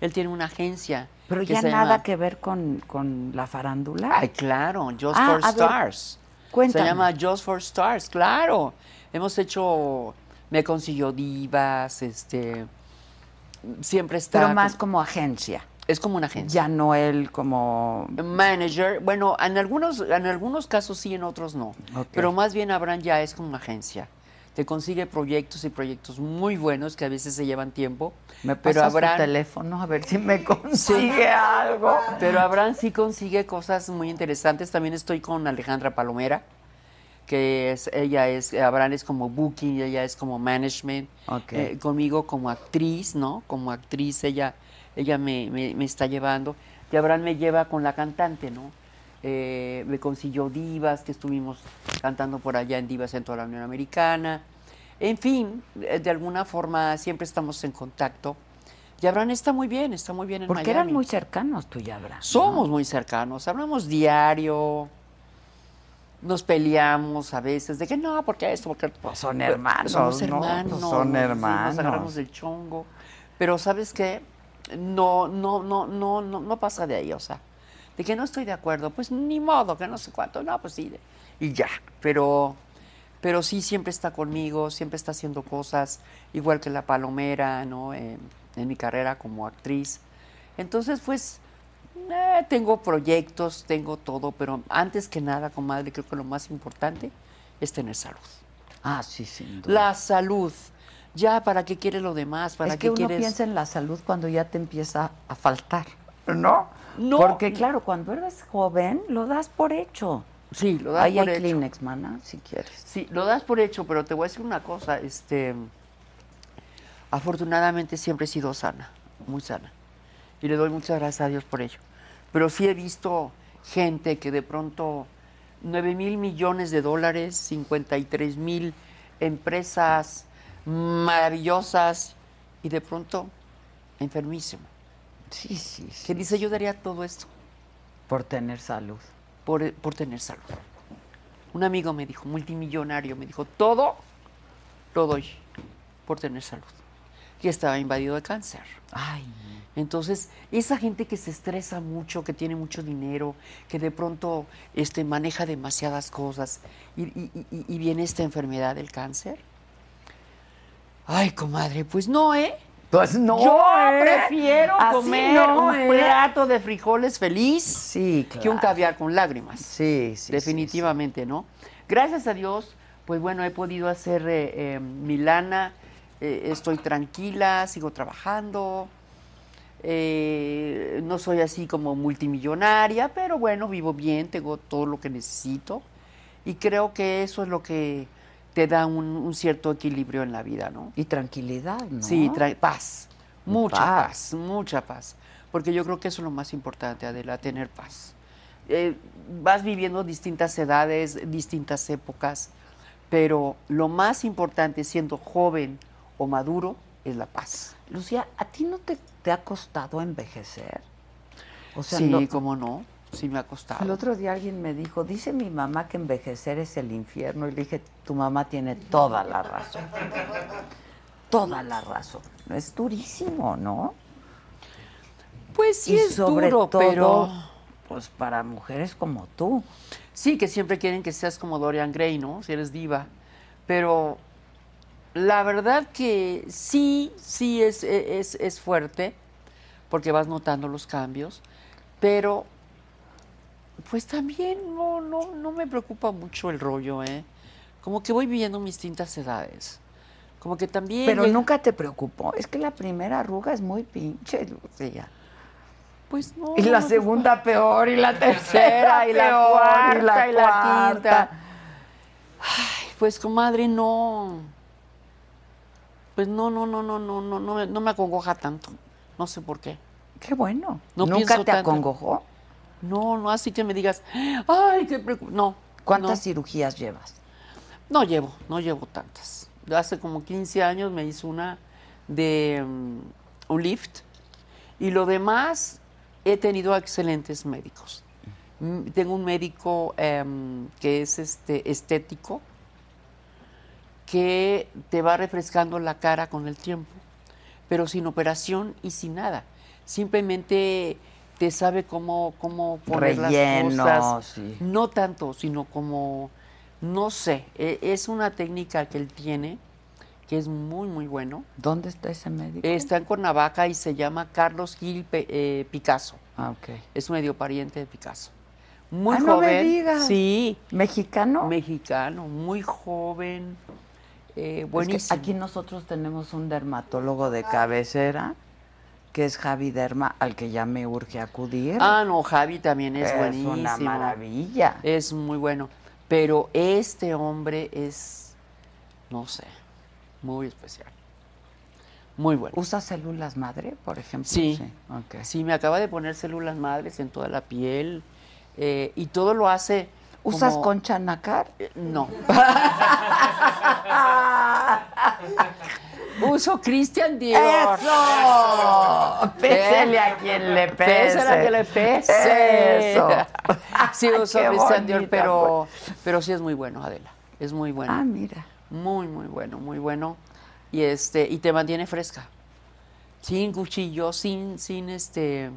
Speaker 5: Él tiene una agencia.
Speaker 3: pero
Speaker 5: que
Speaker 3: ya
Speaker 5: se
Speaker 3: nada
Speaker 5: llama-
Speaker 3: que ver con, con la farándula.
Speaker 5: Ay, claro, Just
Speaker 3: Ah,
Speaker 5: for
Speaker 3: a ver,
Speaker 5: Stars.
Speaker 3: cuéntame.
Speaker 5: Se llama Just for Stars, claro. Hemos hecho, me consiguió divas, este, siempre está.
Speaker 3: pero
Speaker 5: con-
Speaker 3: más como agencia.
Speaker 5: es como una agencia.
Speaker 3: Ya no él como...
Speaker 5: manager. Bueno, en algunos, en algunos casos sí, en otros no.
Speaker 3: Ok.
Speaker 5: Pero más bien Abraham ya es como una agencia. Te consigue proyectos y proyectos muy buenos que a veces se llevan tiempo.
Speaker 3: Me
Speaker 5: pero
Speaker 3: pasas
Speaker 5: Abraham,
Speaker 3: tu teléfono a ver si me consigue algo.
Speaker 5: Pero Abraham sí consigue cosas muy interesantes. También estoy con Alejandra Palomera, que es, ella es, Abraham es como booking, y ella es como management.
Speaker 3: Ok.
Speaker 5: Eh, conmigo como actriz, ¿no? Como actriz ella, ella me, me- me está llevando. Y Abraham me lleva con la cantante, ¿no? Eh, me consiguió divas, que estuvimos cantando por allá en divas en toda la Unión Americana. En fin, eh, de alguna forma siempre estamos en contacto. Y Abraham está muy bien, está muy bien en
Speaker 3: Porque
Speaker 5: Miami.
Speaker 3: eran muy cercanos tú y Abraham. ¿no?
Speaker 5: Somos muy cercanos, hablamos diario, nos peleamos a veces, de que no, porque esto, porque...
Speaker 3: Pues son
Speaker 5: Pero
Speaker 3: hermanos,
Speaker 5: Somos
Speaker 3: ¿no? Pues
Speaker 5: hermanos.
Speaker 3: son
Speaker 5: sí,
Speaker 3: hermanos.
Speaker 5: Nos agarramos del chongo. Pero ¿sabes qué? No, no, no, no, no, no pasa de ahí, o sea, de que no estoy de acuerdo, pues ni modo, que no sé cuánto, no, pues sí, de- y ya. Pero, pero sí, siempre está conmigo, siempre está haciendo cosas, igual que la palomera, ¿no? En, en mi carrera como actriz. Entonces, pues, eh, tengo proyectos, tengo todo, pero antes que nada, comadre, creo que lo más importante es tener salud.
Speaker 3: Ah, sí, sin duda.
Speaker 5: La salud. Ya, ¿para qué quieres lo demás? ¿Para
Speaker 3: es que
Speaker 5: qué
Speaker 3: uno
Speaker 5: quieres?
Speaker 3: piensa en la salud cuando ya te empieza a faltar, ¿no?
Speaker 5: No.
Speaker 3: Porque claro, cuando eres joven lo das por hecho.
Speaker 5: Sí, lo das
Speaker 3: Ahí
Speaker 5: por
Speaker 3: hay
Speaker 5: hecho.
Speaker 3: Kleenex, mana, si quieres.
Speaker 5: Sí, lo das por hecho, pero te voy a decir una cosa, este afortunadamente siempre he sido sana, muy sana. Y le doy muchas gracias a Dios por ello. Pero sí he visto gente que de pronto 9 mil millones de dólares, 53 mil empresas maravillosas y de pronto enfermísimo.
Speaker 3: Sí, sí, sí.
Speaker 5: Que dice, yo daría todo esto.
Speaker 3: Por tener salud.
Speaker 5: por, por tener salud. Un amigo me dijo, multimillonario, me dijo, todo lo doy por tener salud. Y estaba invadido de cáncer.
Speaker 3: Ay,
Speaker 5: Entonces, esa gente que se estresa mucho, que tiene mucho dinero, que de pronto este, maneja demasiadas cosas y, y- y- y viene esta enfermedad del cáncer. Ay, comadre, pues no, ¿eh?
Speaker 3: pues no.
Speaker 5: Yo
Speaker 3: ¿eh?
Speaker 5: prefiero
Speaker 3: Así
Speaker 5: comer
Speaker 3: no,
Speaker 5: un
Speaker 3: ¿eh?
Speaker 5: plato de frijoles feliz
Speaker 3: Sí,
Speaker 5: que un
Speaker 3: claro.
Speaker 5: caviar con lágrimas.
Speaker 3: Sí, sí, sí.
Speaker 5: Definitivamente, ¿no? Gracias a Dios, pues bueno, he podido hacer eh, eh, mi lana, eh, estoy tranquila, sigo trabajando, eh, no soy así como multimillonaria, pero bueno, vivo bien, tengo todo lo que necesito y creo que eso es lo que te da un, un cierto equilibrio en la vida, ¿no?
Speaker 3: sí. Y tranquilidad, ¿no?
Speaker 5: Sí, trae paz, mucha
Speaker 3: Paz.
Speaker 5: paz. mucha paz, porque yo creo que eso es lo más importante, Adela, tener paz. Eh, vas viviendo distintas edades, distintas épocas, pero lo más importante siendo joven o maduro es la paz.
Speaker 3: Lucía, ¿a ti no te, te ha costado envejecer? O sea,
Speaker 5: sí,
Speaker 3: no-
Speaker 5: cómo no, sí me ha costado.
Speaker 3: el otro día alguien me dijo, dice mi mamá que envejecer es el infierno. Y le dije, tu mamá tiene toda la razón. Toda la razón. No es durísimo, ¿no?
Speaker 5: Pues sí
Speaker 3: y
Speaker 5: es
Speaker 3: sobre
Speaker 5: duro,
Speaker 3: todo,
Speaker 5: pero
Speaker 3: pues para mujeres como tú.
Speaker 5: sí que siempre quieren que seas como Dorian Gray, ¿no? Si eres diva. Pero la verdad que sí, sí es, e, es, es fuerte, porque vas notando los cambios, pero pues también no, no, no me preocupa mucho el rollo, ¿eh? Como que voy viviendo mis distintas edades. Como que también...
Speaker 3: Pero
Speaker 5: llega-
Speaker 3: nunca te preocupó. Es que la primera arruga es muy pinche, Lucía.
Speaker 5: Pues no.
Speaker 3: Y la
Speaker 5: no,
Speaker 3: segunda peor, y la tercera, y la
Speaker 5: peor,
Speaker 3: cuarta, y la,
Speaker 5: y la
Speaker 3: quinta.
Speaker 5: quinta. Pues comadre, no. Pues no, no, no, no, no, no, no, me- no me acongoja tanto. No sé por qué.
Speaker 3: Qué bueno.
Speaker 5: No
Speaker 3: ¿Nunca
Speaker 5: pienso
Speaker 3: te
Speaker 5: tanto.
Speaker 3: acongojó?
Speaker 5: No, no, así que me digas, ay, qué preocup-". No.
Speaker 3: ¿Cuántas
Speaker 5: No,
Speaker 3: cirugías llevas?
Speaker 5: no llevo, no llevo tantas. Hace como 15 años me hice una de mm, un lift y lo demás he tenido excelentes médicos. Mm, Tengo un médico em, que es este estético, que te va refrescando la cara con el tiempo, pero sin operación y sin nada. Simplemente te sabe cómo, cómo poner
Speaker 3: Relleno,
Speaker 5: las cosas.
Speaker 3: sí.
Speaker 5: No tanto, sino como, no sé, e- es una técnica que él tiene que es muy, muy bueno.
Speaker 3: ¿Dónde está ese médico?
Speaker 5: Está en Cuernavaca y se llama Carlos Gil Pe- eh, Picasso.
Speaker 3: Ah, ok.
Speaker 5: Es un medio pariente de Picasso. Muy
Speaker 3: Ah,
Speaker 5: joven.
Speaker 3: no me digas.
Speaker 5: Sí,
Speaker 3: ¿Mexicano?
Speaker 5: mexicano, eh, muy joven, eh,
Speaker 3: Es que
Speaker 5: buenísimo.
Speaker 3: aquí nosotros tenemos un dermatólogo de cabecera, que es Javi Derma, al que ya me urge acudir.
Speaker 5: Ah, no, Javi también es,
Speaker 3: es
Speaker 5: buenísimo. Eh,
Speaker 3: una maravilla.
Speaker 5: Es muy bueno. Pero este hombre es, no sé, muy especial. Muy bueno.
Speaker 3: ¿Usa células madre, por ejemplo?
Speaker 5: Sí.
Speaker 3: ok.
Speaker 5: Sí, me acaba de poner células madres en toda la piel eh, y todo lo hace.
Speaker 3: ¿Usas
Speaker 5: como-
Speaker 3: concha nácar?
Speaker 5: eh, No. Ah, Uso Christian Dior.
Speaker 3: ¡Eso! Pésele a quien le pese.
Speaker 5: Pese a que le pese.
Speaker 3: Eso.
Speaker 5: Sí, uso
Speaker 3: Qué
Speaker 5: Christian Dior,
Speaker 3: bonita,
Speaker 5: pero, pero sí es muy bueno, Adela. Es muy
Speaker 3: pues.
Speaker 5: bueno.
Speaker 3: Ah, mira.
Speaker 5: Muy, muy bueno, muy bueno. Y este, y te mantiene fresca. Sin cuchillo, sin, sin este.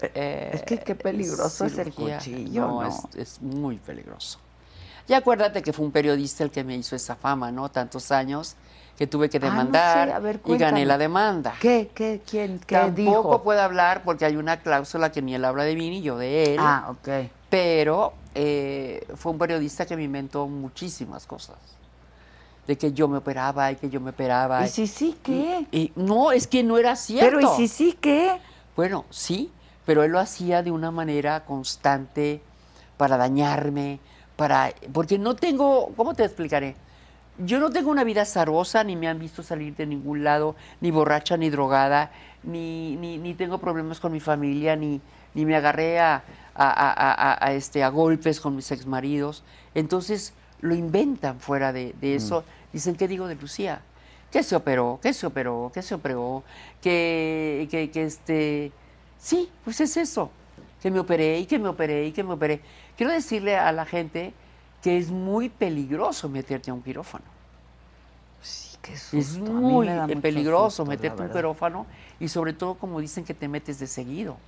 Speaker 3: es que qué
Speaker 5: eh,
Speaker 3: peligroso es el
Speaker 5: cirugía.
Speaker 3: cuchillo, ¿no?
Speaker 5: Es, es muy peligroso. Y acuérdate que fue un periodista el que me hizo esa fama, ¿no? Tantos años que tuve que
Speaker 3: Ah, no sé,
Speaker 5: demandar
Speaker 3: a ver,
Speaker 5: y gané
Speaker 3: cuéntame.
Speaker 5: la demanda.
Speaker 3: ¿Qué, qué, quién, qué
Speaker 5: Tampoco
Speaker 3: dijo?
Speaker 5: puedo hablar porque hay una cláusula que ni él habla de mí ni yo de él.
Speaker 3: Ah, ok.
Speaker 5: Pero eh, fue un periodista que me inventó muchísimas cosas. De que yo me operaba y que yo me operaba.
Speaker 3: ¿Y si sí qué?
Speaker 5: Y- no, es que no era cierto.
Speaker 3: Pero ¿y si sí qué?
Speaker 5: Bueno, sí, pero él lo hacía de una manera constante para dañarme, para porque no tengo, ¿cómo te explicaré? Yo no tengo una vida zarosa, ni me han visto salir de ningún lado, ni borracha, ni drogada, ni, ni, ni tengo problemas con mi familia, ni, ni me agarré a, a- a- a- a, este, a golpes con mis exmaridos. Entonces lo inventan fuera de, de eso. Dicen, ¿qué digo de Lucía? que se operó, que se operó, que se operó, que, que, que, este, sí, pues es eso, que me operé y que me operé y que me operé. Quiero decirle a la gente que es muy peligroso meterte a un quirófano.
Speaker 3: Pues Sí, qué
Speaker 5: Es
Speaker 3: susto. A mí
Speaker 5: muy eh,
Speaker 3: me da mucho
Speaker 5: peligroso
Speaker 3: susto, la
Speaker 5: meterte un
Speaker 3: verdad.
Speaker 5: quirófano y sobre todo como dicen que te metes de seguido.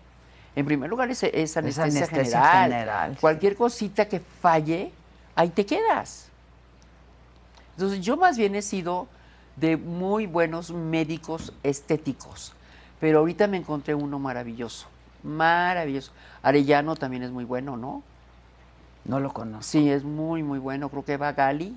Speaker 5: En primer lugar es, es anestesia,
Speaker 3: anestesia
Speaker 5: general.
Speaker 3: general, sí.
Speaker 5: Cualquier cosita que falle, ahí te quedas. Entonces yo más bien he sido de muy buenos médicos estéticos, pero ahorita me encontré uno maravilloso, maravilloso. Arellano también es muy bueno, ¿no?
Speaker 3: No lo conozco.
Speaker 5: Sí, es muy, muy bueno. Creo que va Gali.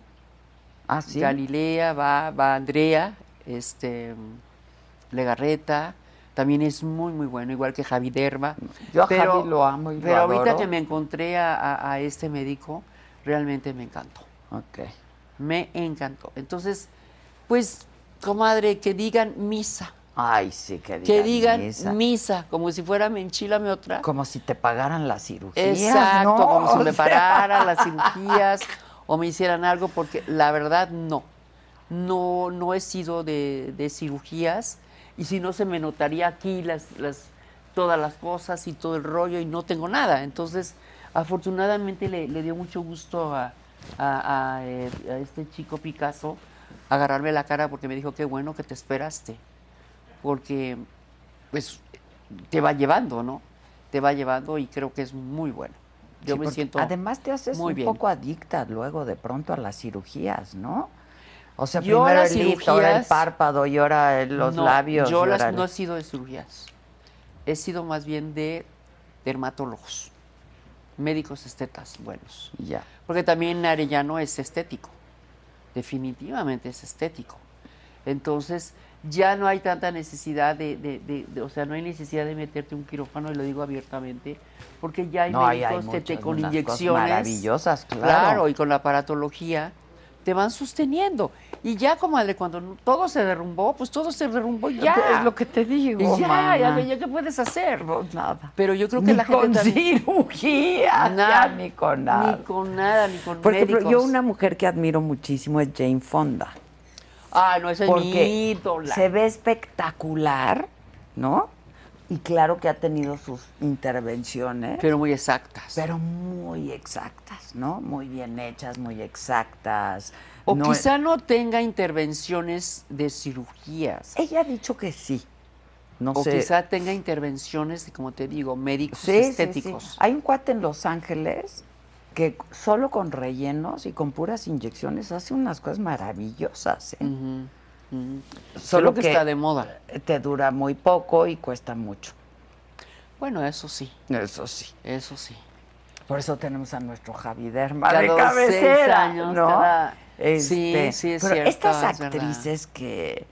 Speaker 3: Ah, sí.
Speaker 5: Galilea, va, va Andrea, este, mm, Legarreta, también es muy, muy bueno, igual que Javi Derma.
Speaker 3: Yo a Javi lo amo y lo
Speaker 5: Pero ahorita
Speaker 3: adoro.
Speaker 5: que me encontré a, a- a este médico, realmente me encantó,
Speaker 3: Ok.
Speaker 5: me encantó. Entonces, pues, comadre, que digan misa,
Speaker 3: Ay, sí, que digan.
Speaker 5: que digan
Speaker 3: misa.
Speaker 5: misa, como si fuera menchílame otra.
Speaker 3: Como si te pagaran las cirugías.
Speaker 5: Exacto,
Speaker 3: ¿no?
Speaker 5: como si
Speaker 3: O
Speaker 5: me
Speaker 3: sea,
Speaker 5: pararan las cirugías o me hicieran algo, porque la verdad no. no, no he sido de, de cirugías y si no se me notaría aquí las, las, todas las cosas y todo el rollo y no tengo nada. Entonces, afortunadamente le, le dio mucho gusto a, a- a, eh, a este chico Picasso agarrarme la cara porque me dijo, qué bueno que te esperaste, porque pues te va llevando, ¿no? Te va llevando y creo que es muy bueno. Yo
Speaker 3: Sí,
Speaker 5: me
Speaker 3: porque
Speaker 5: siento...
Speaker 3: Además te haces
Speaker 5: muy
Speaker 3: un
Speaker 5: bien.
Speaker 3: poco adicta luego de pronto a las cirugías, ¿no? O sea,
Speaker 5: Yo
Speaker 3: primero
Speaker 5: las
Speaker 3: el lift, ahora el
Speaker 5: cirugías-
Speaker 3: párpado y ahora el- los
Speaker 5: No,
Speaker 3: labios.
Speaker 5: Yo
Speaker 3: y
Speaker 5: las-
Speaker 3: ahora el-
Speaker 5: no he sido de cirugías. He sido más bien de dermatólogos, médicos estetas buenos.
Speaker 3: y ya.
Speaker 5: Porque también Arellano es estético, definitivamente es estético. Entonces, ya no hay tanta necesidad de, de- de- de- o sea, no hay necesidad de meterte un quirófano, y lo digo abiertamente, porque ya hay
Speaker 3: No, hay- hay
Speaker 5: médicos que este, te
Speaker 3: muchas,
Speaker 5: con
Speaker 3: unas cosas
Speaker 5: inyecciones.
Speaker 3: maravillosas, claro.
Speaker 5: y con la paratología te van sosteniendo. Y ya, comadre, cuando todo se derrumbó, pues todo se derrumbó y ya.
Speaker 3: Es lo que te digo,
Speaker 5: Y ya,
Speaker 3: mana.
Speaker 5: ya, ya, ¿qué puedes hacer?
Speaker 3: Pues nada.
Speaker 5: Pero yo creo que
Speaker 3: Ni
Speaker 5: la gente
Speaker 3: con
Speaker 5: también-
Speaker 3: cirugía,
Speaker 5: Nada,
Speaker 3: ya ni con nada.
Speaker 5: Ni con nada, ni con
Speaker 3: Por ejemplo, yo
Speaker 5: médicos.
Speaker 3: una mujer que admiro muchísimo es Jane Fonda.
Speaker 5: Ah, no, esa es mi
Speaker 3: porque
Speaker 5: ídola.
Speaker 3: se ve espectacular, ¿no? Y claro que ha tenido sus intervenciones, pero,
Speaker 5: Pero muy exactas.
Speaker 3: muy exactas, ¿no? Muy bien hechas, muy exactas.
Speaker 5: o
Speaker 3: No,
Speaker 5: quizá no tenga intervenciones de cirugías.
Speaker 3: Ella ha dicho que sí. No
Speaker 5: o
Speaker 3: sé.
Speaker 5: quizá tenga intervenciones, de, como te digo, médicos
Speaker 3: Sí, sí, sí.
Speaker 5: estéticos.
Speaker 3: Hay un cuate en Los Ángeles que solo con rellenos y con puras inyecciones hace unas cosas maravillosas. ¿eh?
Speaker 5: Ujú, ujú.
Speaker 3: Solo
Speaker 5: Creo que,
Speaker 3: que-
Speaker 5: está de moda.
Speaker 3: Te dura muy poco y cuesta mucho.
Speaker 5: Bueno, eso sí,
Speaker 3: Eso sí.
Speaker 5: eso sí.
Speaker 3: Por eso tenemos a nuestro Javi Derma
Speaker 5: Cada
Speaker 3: de
Speaker 5: seis
Speaker 3: cabecera,
Speaker 5: años,
Speaker 3: ¿no?
Speaker 5: cada-
Speaker 3: Este,
Speaker 5: Sí, sí, es
Speaker 3: pero
Speaker 5: cierto,
Speaker 3: estas
Speaker 5: es verdad.
Speaker 3: actrices que,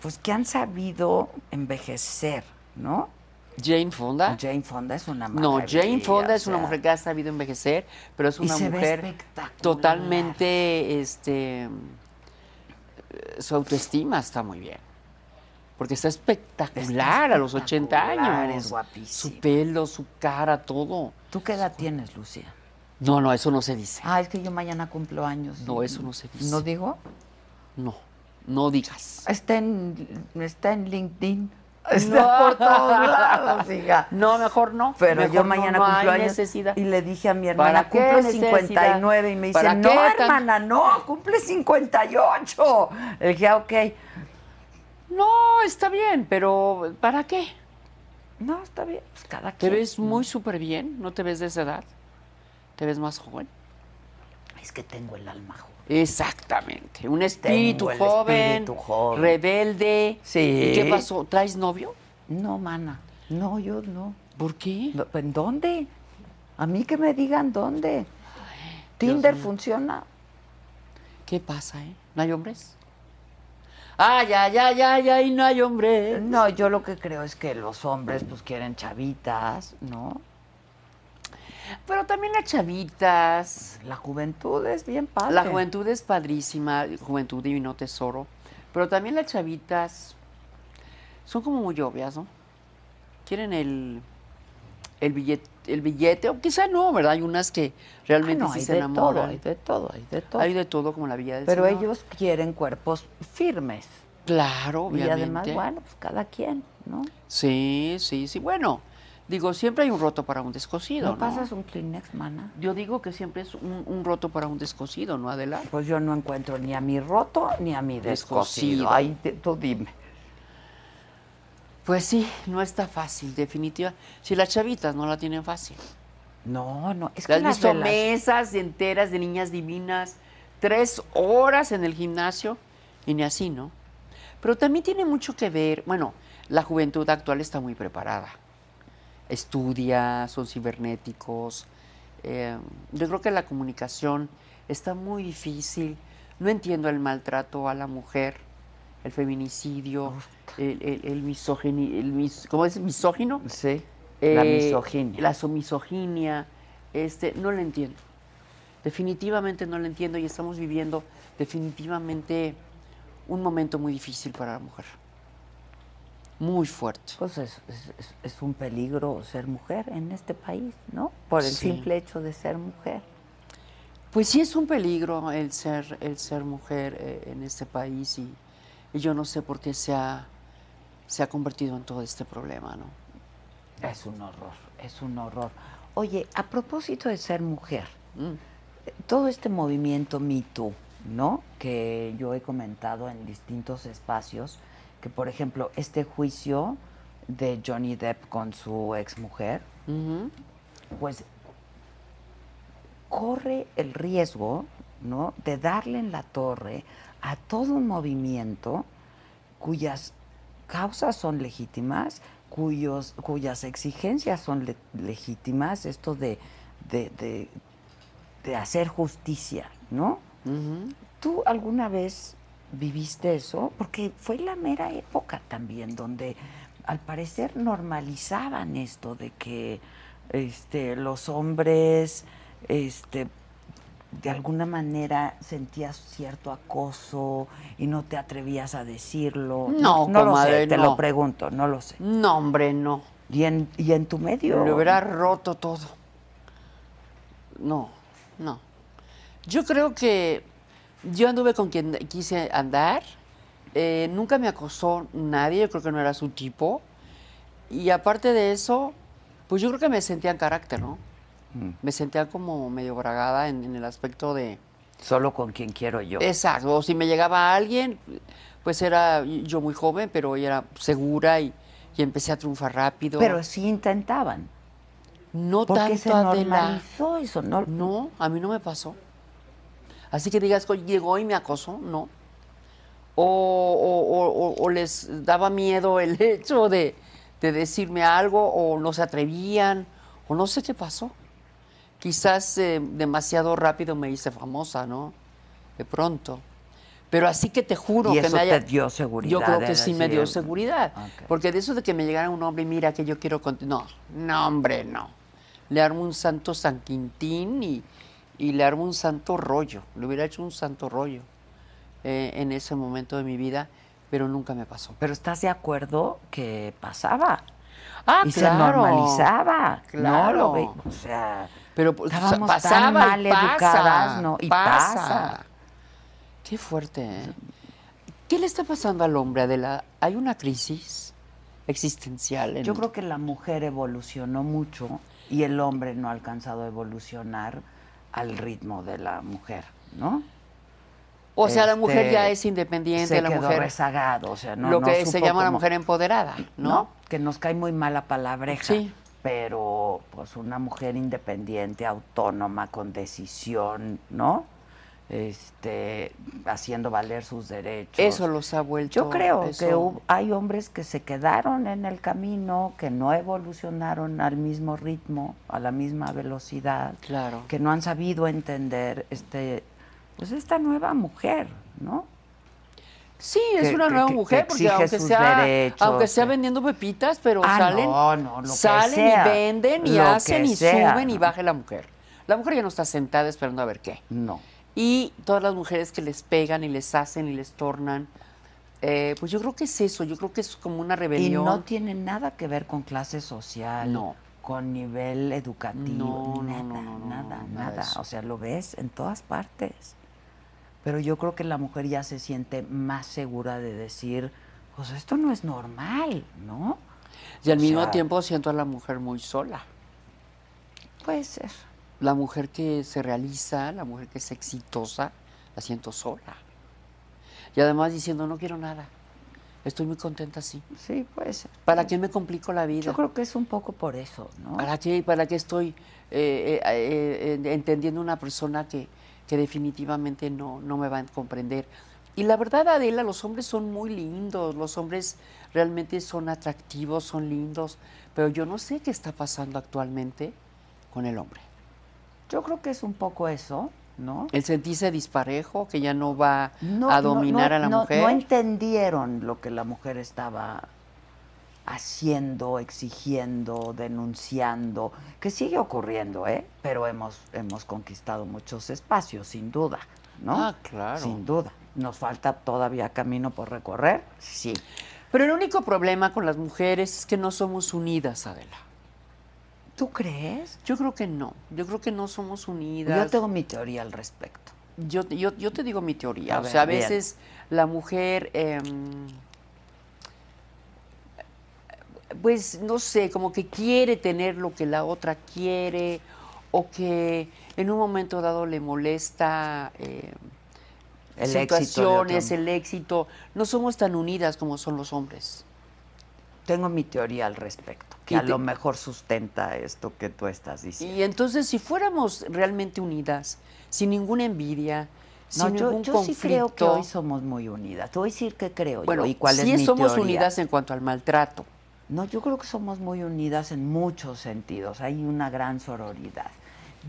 Speaker 3: pues, que han sabido envejecer, ¿no?
Speaker 5: Jane Fonda.
Speaker 3: Jane Fonda es una mujer.
Speaker 5: ¿Ah? No, Jane Fonda es una mujer que ha sabido envejecer, pero es
Speaker 3: Y
Speaker 5: una
Speaker 3: se ve
Speaker 5: mujer
Speaker 3: espectacular.
Speaker 5: totalmente, este, eh, su autoestima está muy bien. Porque está espectacular, a los 80
Speaker 3: espectacular,
Speaker 5: años.
Speaker 3: es guapísima.
Speaker 5: Su pelo, su cara, todo.
Speaker 3: ¿Tú qué edad tienes, Lucía?
Speaker 5: No, no, eso no se dice.
Speaker 3: Ah, es que yo mañana cumplo años.
Speaker 5: No, eso no se dice.
Speaker 3: ¿No digo?
Speaker 5: No, no digas.
Speaker 3: Está en, está en LinkedIn. Está por todos lados, hija.
Speaker 5: No, mejor no.
Speaker 3: Pero
Speaker 5: Mejor
Speaker 3: yo
Speaker 5: no,
Speaker 3: mañana
Speaker 5: no hay
Speaker 3: cumplo años
Speaker 5: necesidad.
Speaker 3: y le dije a mi
Speaker 5: ¿Para
Speaker 3: hermana,
Speaker 5: qué
Speaker 3: cumple
Speaker 5: necesidad?
Speaker 3: 59 y me dice,
Speaker 5: ¿Para
Speaker 3: no,
Speaker 5: qué tan-
Speaker 3: hermana, no, cumple 58. Le dije, "Ah, ok,
Speaker 5: No, está bien, pero ¿para qué?
Speaker 3: no, está bien, pues cada
Speaker 5: Te
Speaker 3: quien.
Speaker 5: ves muy súper bien, no te ves de esa edad. Te ves más joven.
Speaker 3: Es que tengo el alma joven.
Speaker 5: Exactamente. Un espíritu,
Speaker 3: el
Speaker 5: joven,
Speaker 3: espíritu joven.
Speaker 5: rebelde.
Speaker 3: Sí.
Speaker 5: ¿Y qué pasó? ¿Traes novio?
Speaker 3: No, mana, no, yo no.
Speaker 5: ¿Por qué?
Speaker 3: No, ¿En dónde? A mí que me digan dónde. Tinder funciona.
Speaker 5: ¿Qué pasa, eh? ¿No hay hombres? Ay, ay, ay, ay, ay, no hay hombres.
Speaker 3: No, yo lo que creo es que los hombres pues quieren chavitas, ¿no?
Speaker 5: Pero también las chavitas.
Speaker 3: La juventud es bien padre.
Speaker 5: La juventud es padrísima, juventud divino tesoro. Pero también las chavitas son como muy obvias, ¿no? Quieren el, el billete, el billete, o quizá no, ¿verdad? Hay unas que
Speaker 3: Ah,
Speaker 5: realmente
Speaker 3: no,
Speaker 5: sí
Speaker 3: hay
Speaker 5: se
Speaker 3: de
Speaker 5: enamoran.
Speaker 3: todo, hay de todo, hay de todo.
Speaker 5: Hay de todo como la vida del
Speaker 3: Pero
Speaker 5: Señor.
Speaker 3: ellos quieren cuerpos firmes.
Speaker 5: Claro, obviamente.
Speaker 3: Y además, bueno, pues cada quien, ¿no?
Speaker 5: Sí, sí, sí. Bueno, digo, siempre hay un roto para un descosido,
Speaker 3: ¿No,
Speaker 5: ¿no?
Speaker 3: pasas un Kleenex, mana?
Speaker 5: Yo digo que siempre es un, un roto para un descosido, ¿no, Adela?
Speaker 3: Pues yo no encuentro ni a mi roto ni a mi descosido.
Speaker 5: Descosido.
Speaker 3: Ay, te- tú dime.
Speaker 5: Pues sí, no está fácil, definitiva. Si las chavitas no la tienen fácil.
Speaker 3: No, no, es que
Speaker 5: Las
Speaker 3: las
Speaker 5: visto
Speaker 3: velas-
Speaker 5: mesas enteras de niñas divinas, tres horas en el gimnasio y ni así, ¿no? Pero también tiene mucho que ver, bueno, la juventud actual está muy preparada. Estudia, son cibernéticos. eh, yo creo que la comunicación está muy difícil. No entiendo el maltrato a la mujer, el feminicidio, el, el, el misogini- el mis- ¿cómo es? ¿Misógino?
Speaker 3: Sí, la
Speaker 5: Eh,
Speaker 3: misoginia.
Speaker 5: La somisoginia, este, no la entiendo. Definitivamente no la entiendo y estamos viviendo definitivamente un momento muy difícil para la mujer. Muy fuerte.
Speaker 3: Pues es, es- es- es un peligro ser mujer en este país, ¿no? Por el
Speaker 5: Sí.
Speaker 3: simple hecho de ser mujer.
Speaker 5: Pues sí es un peligro el ser, el ser mujer eh, en este país y, y yo no sé por qué se ha, se ha convertido en todo este problema, ¿no?
Speaker 3: Es un horror, es un horror. Mm. Oye, a propósito de ser mujer, todo este movimiento Me Too, ¿no? Que yo he comentado en distintos espacios, que por ejemplo, este juicio de Johnny Depp con su exmujer, pues corre el riesgo, ¿no? De darle en la torre a todo un movimiento cuyas causas son legítimas, cuyos, cuyas exigencias son le- legítimas, esto de, de- de- de hacer justicia, ¿no? ¿Tú alguna vez viviste eso? Porque fue la mera época también donde al parecer normalizaban esto de que este, los hombres este, de alguna manera sentías cierto acoso y no te atrevías a decirlo.
Speaker 5: No,
Speaker 3: no lo sé,
Speaker 5: comadre,
Speaker 3: te
Speaker 5: no.
Speaker 3: lo pregunto, no lo sé.
Speaker 5: No, hombre, no.
Speaker 3: Y en, y en tu medio.
Speaker 5: Lo hubiera roto todo. No, no. Yo creo que yo anduve con quien quise andar. eh, nunca me acosó nadie, yo creo que no era su tipo. Y aparte de eso, pues yo creo que me sentía en carácter, ¿no? Me sentía como medio bragada en- en el aspecto de,
Speaker 3: Solo con quien quiero yo.
Speaker 5: Exacto, o si me llegaba alguien, pues era yo muy joven, pero ella era segura y, y empecé a triunfar rápido.
Speaker 3: Pero sí intentaban.
Speaker 5: no
Speaker 3: Porque
Speaker 5: tanto
Speaker 3: se
Speaker 5: Adela.
Speaker 3: normalizó eso, ¿no?
Speaker 5: No, a mí no me pasó. Así que digas, "Oye, llegó y me acosó, no. O, o- o- o- o les daba miedo el hecho de, de decirme algo, o no se atrevían, o no sé qué pasó. Quizás eh, demasiado rápido me hice famosa, ¿no? De pronto. Pero así que te juro
Speaker 3: Y
Speaker 5: que
Speaker 3: eso
Speaker 5: me haya.
Speaker 3: te dio seguridad,
Speaker 5: Yo creo que
Speaker 3: era
Speaker 5: sí
Speaker 3: así
Speaker 5: me
Speaker 3: de-
Speaker 5: dio seguridad.
Speaker 3: Ok.
Speaker 5: Porque de eso de que me llegara un hombre y mira que yo quiero continuar. No, no, hombre, no. Le armo un santo San Quintín y, y le armo un santo rollo. Le hubiera hecho un santo rollo eh, en ese momento de mi vida, pero nunca me pasó.
Speaker 3: Pero estás de acuerdo que pasaba.
Speaker 5: Ah,
Speaker 3: y
Speaker 5: claro.
Speaker 3: se normalizaba. No
Speaker 5: Claro.
Speaker 3: lo ve- O sea,
Speaker 5: Pero pues,
Speaker 3: Estábamos tan
Speaker 5: pasaba y
Speaker 3: mal
Speaker 5: pasa,
Speaker 3: educadas, ¿no? Y pasa.
Speaker 5: Qué fuerte. ¿eh? ¿Qué le está pasando al hombre, Adela? ¿Hay una crisis existencial? en-
Speaker 3: yo creo que la mujer evolucionó mucho y el hombre no ha alcanzado a evolucionar al ritmo de la mujer, ¿no?
Speaker 5: O sea, la mujer
Speaker 3: Este,
Speaker 5: ya es independiente,
Speaker 3: se
Speaker 5: la
Speaker 3: quedó
Speaker 5: mujer.
Speaker 3: rezagado, o sea, no
Speaker 5: lo
Speaker 3: no
Speaker 5: que se
Speaker 3: supo
Speaker 5: llama la
Speaker 3: cómo-
Speaker 5: mujer empoderada, ¿no?
Speaker 3: ¿no? Que nos cae muy mala palabreja.
Speaker 5: Sí.
Speaker 3: Pero, pues, una mujer independiente, autónoma, con decisión, ¿no? Este, haciendo valer sus derechos.
Speaker 5: Eso los ha vuelto.
Speaker 3: Yo creo que
Speaker 5: eso-
Speaker 3: hu- hay hombres que se quedaron en el camino, que no evolucionaron al mismo ritmo, a la misma velocidad.
Speaker 5: Claro.
Speaker 3: Que no han sabido entender este, pues, esta nueva mujer, ¿no?
Speaker 5: Sí, es
Speaker 3: que-
Speaker 5: una
Speaker 3: que-
Speaker 5: nueva
Speaker 3: que- que
Speaker 5: mujer, porque
Speaker 3: exige
Speaker 5: aunque
Speaker 3: sus
Speaker 5: sea,
Speaker 3: derechos,
Speaker 5: aunque sea
Speaker 3: que-
Speaker 5: vendiendo pepitas, pero
Speaker 3: Ah,
Speaker 5: salen,
Speaker 3: no, no, lo que
Speaker 5: salen
Speaker 3: sea,
Speaker 5: y venden y
Speaker 3: lo
Speaker 5: hacen
Speaker 3: que
Speaker 5: y
Speaker 3: sea,
Speaker 5: suben y
Speaker 3: ¿no?
Speaker 5: baja la mujer. La mujer ya no está sentada esperando a ver qué.
Speaker 3: No.
Speaker 5: Y todas las mujeres que les pegan y les hacen y les tornan, eh, pues yo creo que es eso, yo creo que es como una
Speaker 3: Y
Speaker 5: rebelión.
Speaker 3: no tiene nada que ver con clase social,
Speaker 5: No.
Speaker 3: con nivel educativo,
Speaker 5: No, no,
Speaker 3: nada,
Speaker 5: no, no, no,
Speaker 3: nada,
Speaker 5: no, nada de
Speaker 3: nada.
Speaker 5: eso.
Speaker 3: O sea, lo ves en todas partes. Pero yo creo que la mujer ya se siente más segura de decir, pues esto no es normal, ¿no?
Speaker 5: y al
Speaker 3: o
Speaker 5: mismo
Speaker 3: sea-
Speaker 5: tiempo siento a la mujer muy sola.
Speaker 3: Puede ser.
Speaker 5: La mujer que se realiza, la mujer que es exitosa, la siento sola. Y además diciendo, no quiero nada. Estoy muy contenta así.
Speaker 3: Sí, puede ser.
Speaker 5: ¿Para qué me complico la vida?
Speaker 3: Yo creo que es un poco por eso, ¿no?
Speaker 5: ¿Para qué, para qué estoy eh, eh, eh, eh, entendiendo una persona que, que definitivamente no, no me va a comprender? Y la verdad, Adela, los hombres son muy lindos, los hombres realmente son atractivos, son lindos, pero yo no sé qué está pasando actualmente con el hombre.
Speaker 3: Yo creo que es un poco eso, ¿no?
Speaker 5: El sentirse disparejo, que ya no va
Speaker 3: No,
Speaker 5: a
Speaker 3: no,
Speaker 5: dominar
Speaker 3: no,
Speaker 5: a la
Speaker 3: no,
Speaker 5: mujer.
Speaker 3: No entendieron lo que la mujer estaba haciendo, exigiendo, denunciando, que sigue ocurriendo, ¿eh? Pero hemos, hemos conquistado muchos espacios, sin duda, ¿no?
Speaker 5: Ah, claro.
Speaker 3: Sin duda. ¿Nos falta todavía camino por recorrer? Sí.
Speaker 5: Pero el único problema con las mujeres es que no somos unidas, Adela.
Speaker 3: ¿Tú crees?
Speaker 5: Yo creo que no. Yo creo que no somos unidas.
Speaker 3: Yo tengo mi teoría al respecto.
Speaker 5: Yo, yo, yo te digo mi teoría.
Speaker 3: A
Speaker 5: o
Speaker 3: ver,
Speaker 5: sea, a
Speaker 3: bien.
Speaker 5: veces la mujer, eh, pues no sé, como que quiere tener lo que la otra quiere o que en un momento dado le molesta eh,
Speaker 3: El
Speaker 5: situaciones,
Speaker 3: éxito. de otro-
Speaker 5: el éxito. No somos tan unidas como son los hombres.
Speaker 3: Tengo mi teoría al respecto, que
Speaker 5: Y
Speaker 3: a
Speaker 5: te-
Speaker 3: lo mejor sustenta esto que tú estás diciendo.
Speaker 5: Y entonces, si fuéramos realmente unidas, sin ninguna envidia,
Speaker 3: No,
Speaker 5: sin
Speaker 3: yo,
Speaker 5: ningún
Speaker 3: yo sí
Speaker 5: conflicto,
Speaker 3: creo que hoy somos muy unidas. Te voy a decir que creo
Speaker 5: bueno,
Speaker 3: yo y cuál
Speaker 5: sí
Speaker 3: es mi
Speaker 5: somos
Speaker 3: teoría.
Speaker 5: unidas en cuanto al maltrato.
Speaker 3: No, yo creo que somos muy unidas en muchos sentidos. Hay una gran sororidad.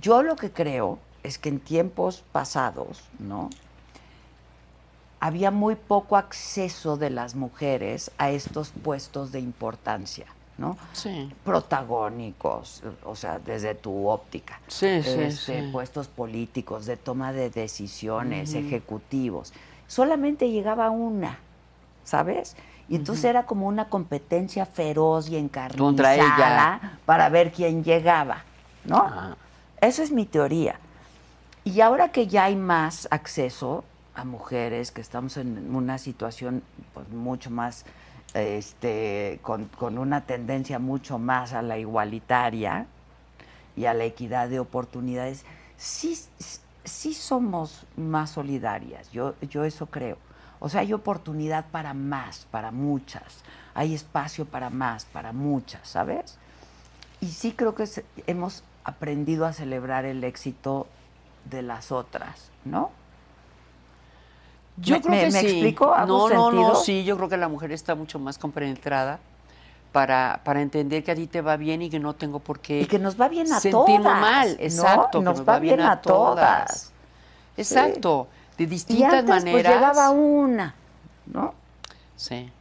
Speaker 3: Yo lo que creo es que en tiempos pasados, ¿no? Había muy poco acceso de las mujeres a estos puestos de importancia, ¿no?
Speaker 5: Sí.
Speaker 3: protagónicos, o sea, desde tu óptica.
Speaker 5: Sí, sí,
Speaker 3: Este,
Speaker 5: sí.
Speaker 3: Puestos políticos, de toma de decisiones, ejecutivos. Solamente llegaba una, ¿sabes? Y entonces era como una competencia feroz y encarnizada
Speaker 5: Contra ella.
Speaker 3: para ver quién llegaba, ¿no?
Speaker 5: Ajá.
Speaker 3: Eso es mi teoría. Y ahora que ya hay más acceso a mujeres, que estamos en una situación pues, mucho más, este, con, con una tendencia mucho más a la igualitaria y a la equidad de oportunidades, sí, sí somos más solidarias, yo, yo eso creo. O sea, hay oportunidad para más, para muchas, hay espacio para más, para muchas, ¿sabes? Y sí creo que se- hemos aprendido a celebrar el éxito de las otras, ¿no?
Speaker 5: Yo
Speaker 3: Me-
Speaker 5: creo
Speaker 3: me-
Speaker 5: que
Speaker 3: ¿me
Speaker 5: sí.
Speaker 3: explico? ¿Hago
Speaker 5: No, no, no,
Speaker 3: sentido?
Speaker 5: sí, yo creo que la mujer está mucho más compenetrada para, para entender que a ti te va bien y que no tengo por qué
Speaker 3: Y que nos va bien a
Speaker 5: sentirme
Speaker 3: todas,
Speaker 5: mal,
Speaker 3: ¿no?
Speaker 5: exacto, que
Speaker 3: Nos va bien a todas.
Speaker 5: Exacto, de
Speaker 3: Y
Speaker 5: distintas
Speaker 3: antes pues,
Speaker 5: maneras.
Speaker 3: llegaba una, ¿no?
Speaker 5: Sí.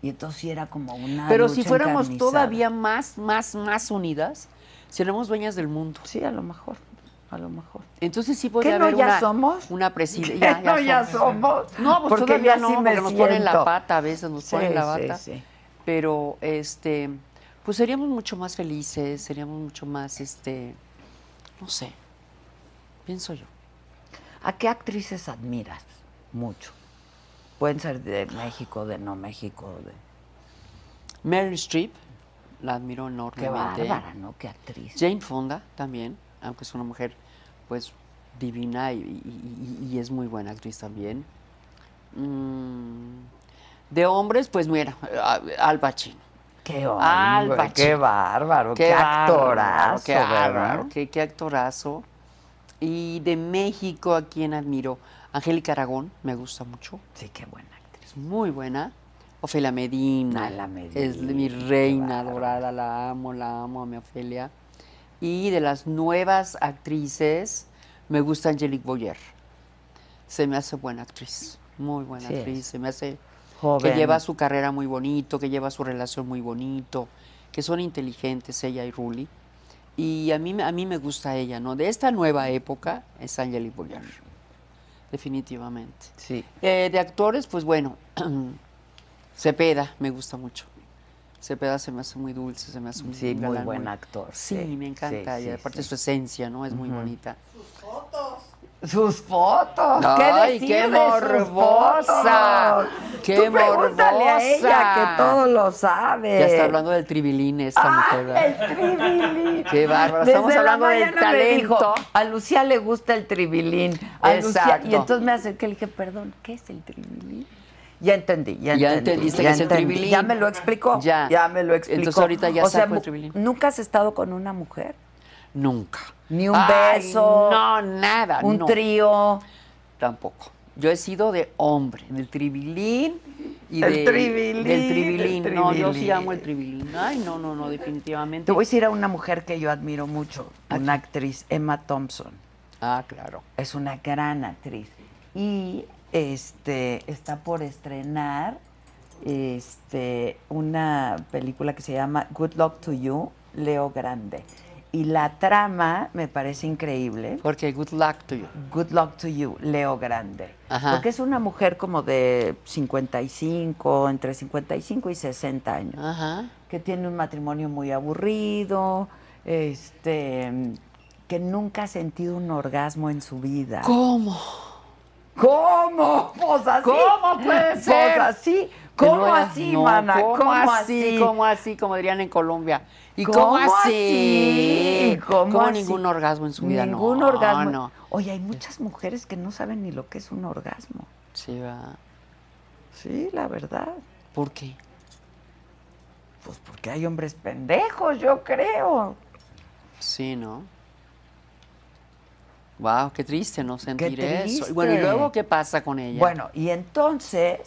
Speaker 3: Y entonces sí era como una
Speaker 5: Pero
Speaker 3: lucha
Speaker 5: si fuéramos
Speaker 3: encarnizada.
Speaker 5: todavía más, más, más unidas, seremos dueñas del mundo.
Speaker 3: Sí, a lo mejor, a lo mejor.
Speaker 5: Entonces sí podría
Speaker 3: ¿Qué no
Speaker 5: haber
Speaker 3: ya
Speaker 5: una,
Speaker 3: somos?
Speaker 5: una presidencia.
Speaker 3: ¿Qué no ya somos?
Speaker 5: No, pues
Speaker 3: Porque
Speaker 5: todavía
Speaker 3: ya
Speaker 5: no,
Speaker 3: sí me
Speaker 5: porque nos ponen la
Speaker 3: siento.
Speaker 5: pata a veces, nos ponen
Speaker 3: Sí,
Speaker 5: la
Speaker 3: sí,
Speaker 5: bata.
Speaker 3: sí.
Speaker 5: Pero, este, pues seríamos mucho más felices, seríamos mucho más, este, no sé, pienso yo.
Speaker 3: ¿A qué actrices admiras mucho? Pueden ser de México, de no México, de...
Speaker 5: Meryl Streep, la admiro
Speaker 3: Qué
Speaker 5: enormemente.
Speaker 3: bárbara, ¿no? Qué actriz.
Speaker 5: Jane Fonda también, aunque es una mujer pues divina y, y- y- y es muy buena actriz también. Mm, de hombres, pues mira, a- Al Pacino.
Speaker 3: Qué
Speaker 5: Al
Speaker 3: hombre,
Speaker 5: Pacino.
Speaker 3: qué bárbaro, qué,
Speaker 5: bárbaro,
Speaker 3: actorazo,
Speaker 5: qué
Speaker 3: ¿verdad?
Speaker 5: bárbaro, qué, qué actorazo. Y de México, a quien admiro, Angélica Aragón, me gusta mucho,
Speaker 3: Sí, qué buena actriz.
Speaker 5: es muy buena. Ofelia Medina,
Speaker 3: Ah, la Medina,
Speaker 5: es mi
Speaker 3: qué
Speaker 5: reina
Speaker 3: bárbaro.
Speaker 5: dorada, la amo, la amo a mi Ofelia. Y de las nuevas actrices, me gusta Angelique Boyer. Se me hace buena actriz, muy buena
Speaker 3: Sí es.
Speaker 5: actriz, se me hace
Speaker 3: Joven.
Speaker 5: que lleva su carrera muy bonito, que lleva su relación muy bonito, que son inteligentes ella y Ruli. Y a mí, me- a mí me gusta ella, ¿no? De esta nueva época es Angelique Boyer, definitivamente.
Speaker 3: Sí.
Speaker 5: Eh, de actores, pues bueno, Cepeda me gusta mucho. Cepeda se me hace muy dulce, se me hace un
Speaker 3: Sí,
Speaker 5: un
Speaker 3: muy
Speaker 5: galán
Speaker 3: buen actor,
Speaker 5: Sí,
Speaker 3: sí,
Speaker 5: me encanta.
Speaker 3: sí,
Speaker 5: y
Speaker 3: sí,
Speaker 5: aparte
Speaker 3: sí.
Speaker 5: su esencia, ¿no? Es muy bonita.
Speaker 3: Sus fotos.
Speaker 5: Ay,
Speaker 3: decir
Speaker 5: qué
Speaker 3: de sus
Speaker 5: morbosa,
Speaker 3: fotos?
Speaker 5: qué
Speaker 3: Tú pregúntale a ella
Speaker 5: morbosa.
Speaker 3: que todo lo sabe.
Speaker 5: Ya está hablando del tribilín esta
Speaker 3: Eh, Ah,
Speaker 5: mujer. ¿verdad?
Speaker 3: el tribilín.
Speaker 5: Qué bárbaro. Estamos
Speaker 3: Desde la
Speaker 5: hablando del
Speaker 3: mañana me dijo,
Speaker 5: talento.
Speaker 3: a Lucía le gusta el tribilín. A Lucía-
Speaker 5: Exacto.
Speaker 3: y entonces me acerqué y le dije, perdón, ¿qué es el tribilín? Ya entendí, ya,
Speaker 5: Ya
Speaker 3: entendí.
Speaker 5: entendiste que es el tribilín.
Speaker 3: Ya me lo explicó.
Speaker 5: Ya.
Speaker 3: Ya. me lo explicó.
Speaker 5: Entonces ahorita ya
Speaker 3: o sea,
Speaker 5: saco el
Speaker 3: mu-
Speaker 5: tribilín.
Speaker 3: ¿Nunca has estado con una mujer?
Speaker 5: Nunca.
Speaker 3: Ni un
Speaker 5: Ay,
Speaker 3: beso.
Speaker 5: No, nada.
Speaker 3: Un
Speaker 5: Ah, no.
Speaker 3: trío.
Speaker 5: Tampoco. Yo he sido de hombre, del tribilín y
Speaker 3: El
Speaker 5: de-
Speaker 3: tribilín,
Speaker 5: del tribilín.
Speaker 3: el
Speaker 5: No, yo sí
Speaker 3: tribilín.
Speaker 5: amo el tribilín. Ay, no, no, no, definitivamente.
Speaker 3: Te voy a decir a una mujer que yo admiro mucho, una actriz, Emma Thompson.
Speaker 5: Ah, claro.
Speaker 3: es una gran actriz y este está por estrenar este una película que se llama Good Luck to You Leo Grande y la trama me parece increíble
Speaker 5: Porque good luck to you.
Speaker 3: Good Luck to You Leo Grande
Speaker 5: Ajá.
Speaker 3: porque es una mujer como de 55 entre 55 y 60 años
Speaker 5: Ajá.
Speaker 3: que tiene un matrimonio muy aburrido, este, que nunca ha sentido un orgasmo en su vida.
Speaker 5: ¿Cómo?
Speaker 3: ¿Cómo? Pues así.
Speaker 5: ¿Cómo puede ser?
Speaker 3: Pues así. ¿Cómo
Speaker 5: Que no era-
Speaker 3: así,
Speaker 5: no,
Speaker 3: mana?
Speaker 5: ¿Cómo, así?
Speaker 3: ¿Cómo
Speaker 5: ¿Cómo así? Como dirían en Colombia. ¿Y
Speaker 3: ¿Cómo
Speaker 5: cómo, así?
Speaker 3: así? ¿Cómo
Speaker 5: ¿Cómo
Speaker 3: así?
Speaker 5: ningún orgasmo en su vida? No,
Speaker 3: Ningún orgasmo.
Speaker 5: No,
Speaker 3: Oye, hay muchas mujeres que no saben ni lo que es un orgasmo.
Speaker 5: Sí, va.
Speaker 3: Sí, la verdad.
Speaker 5: ¿Por qué?
Speaker 3: Pues porque hay hombres pendejos, yo creo.
Speaker 5: Sí, ¿no? Wow, qué triste no sentir eso.
Speaker 3: triste.
Speaker 5: Y bueno, ¿y luego qué pasa con ella?
Speaker 3: Bueno, y entonces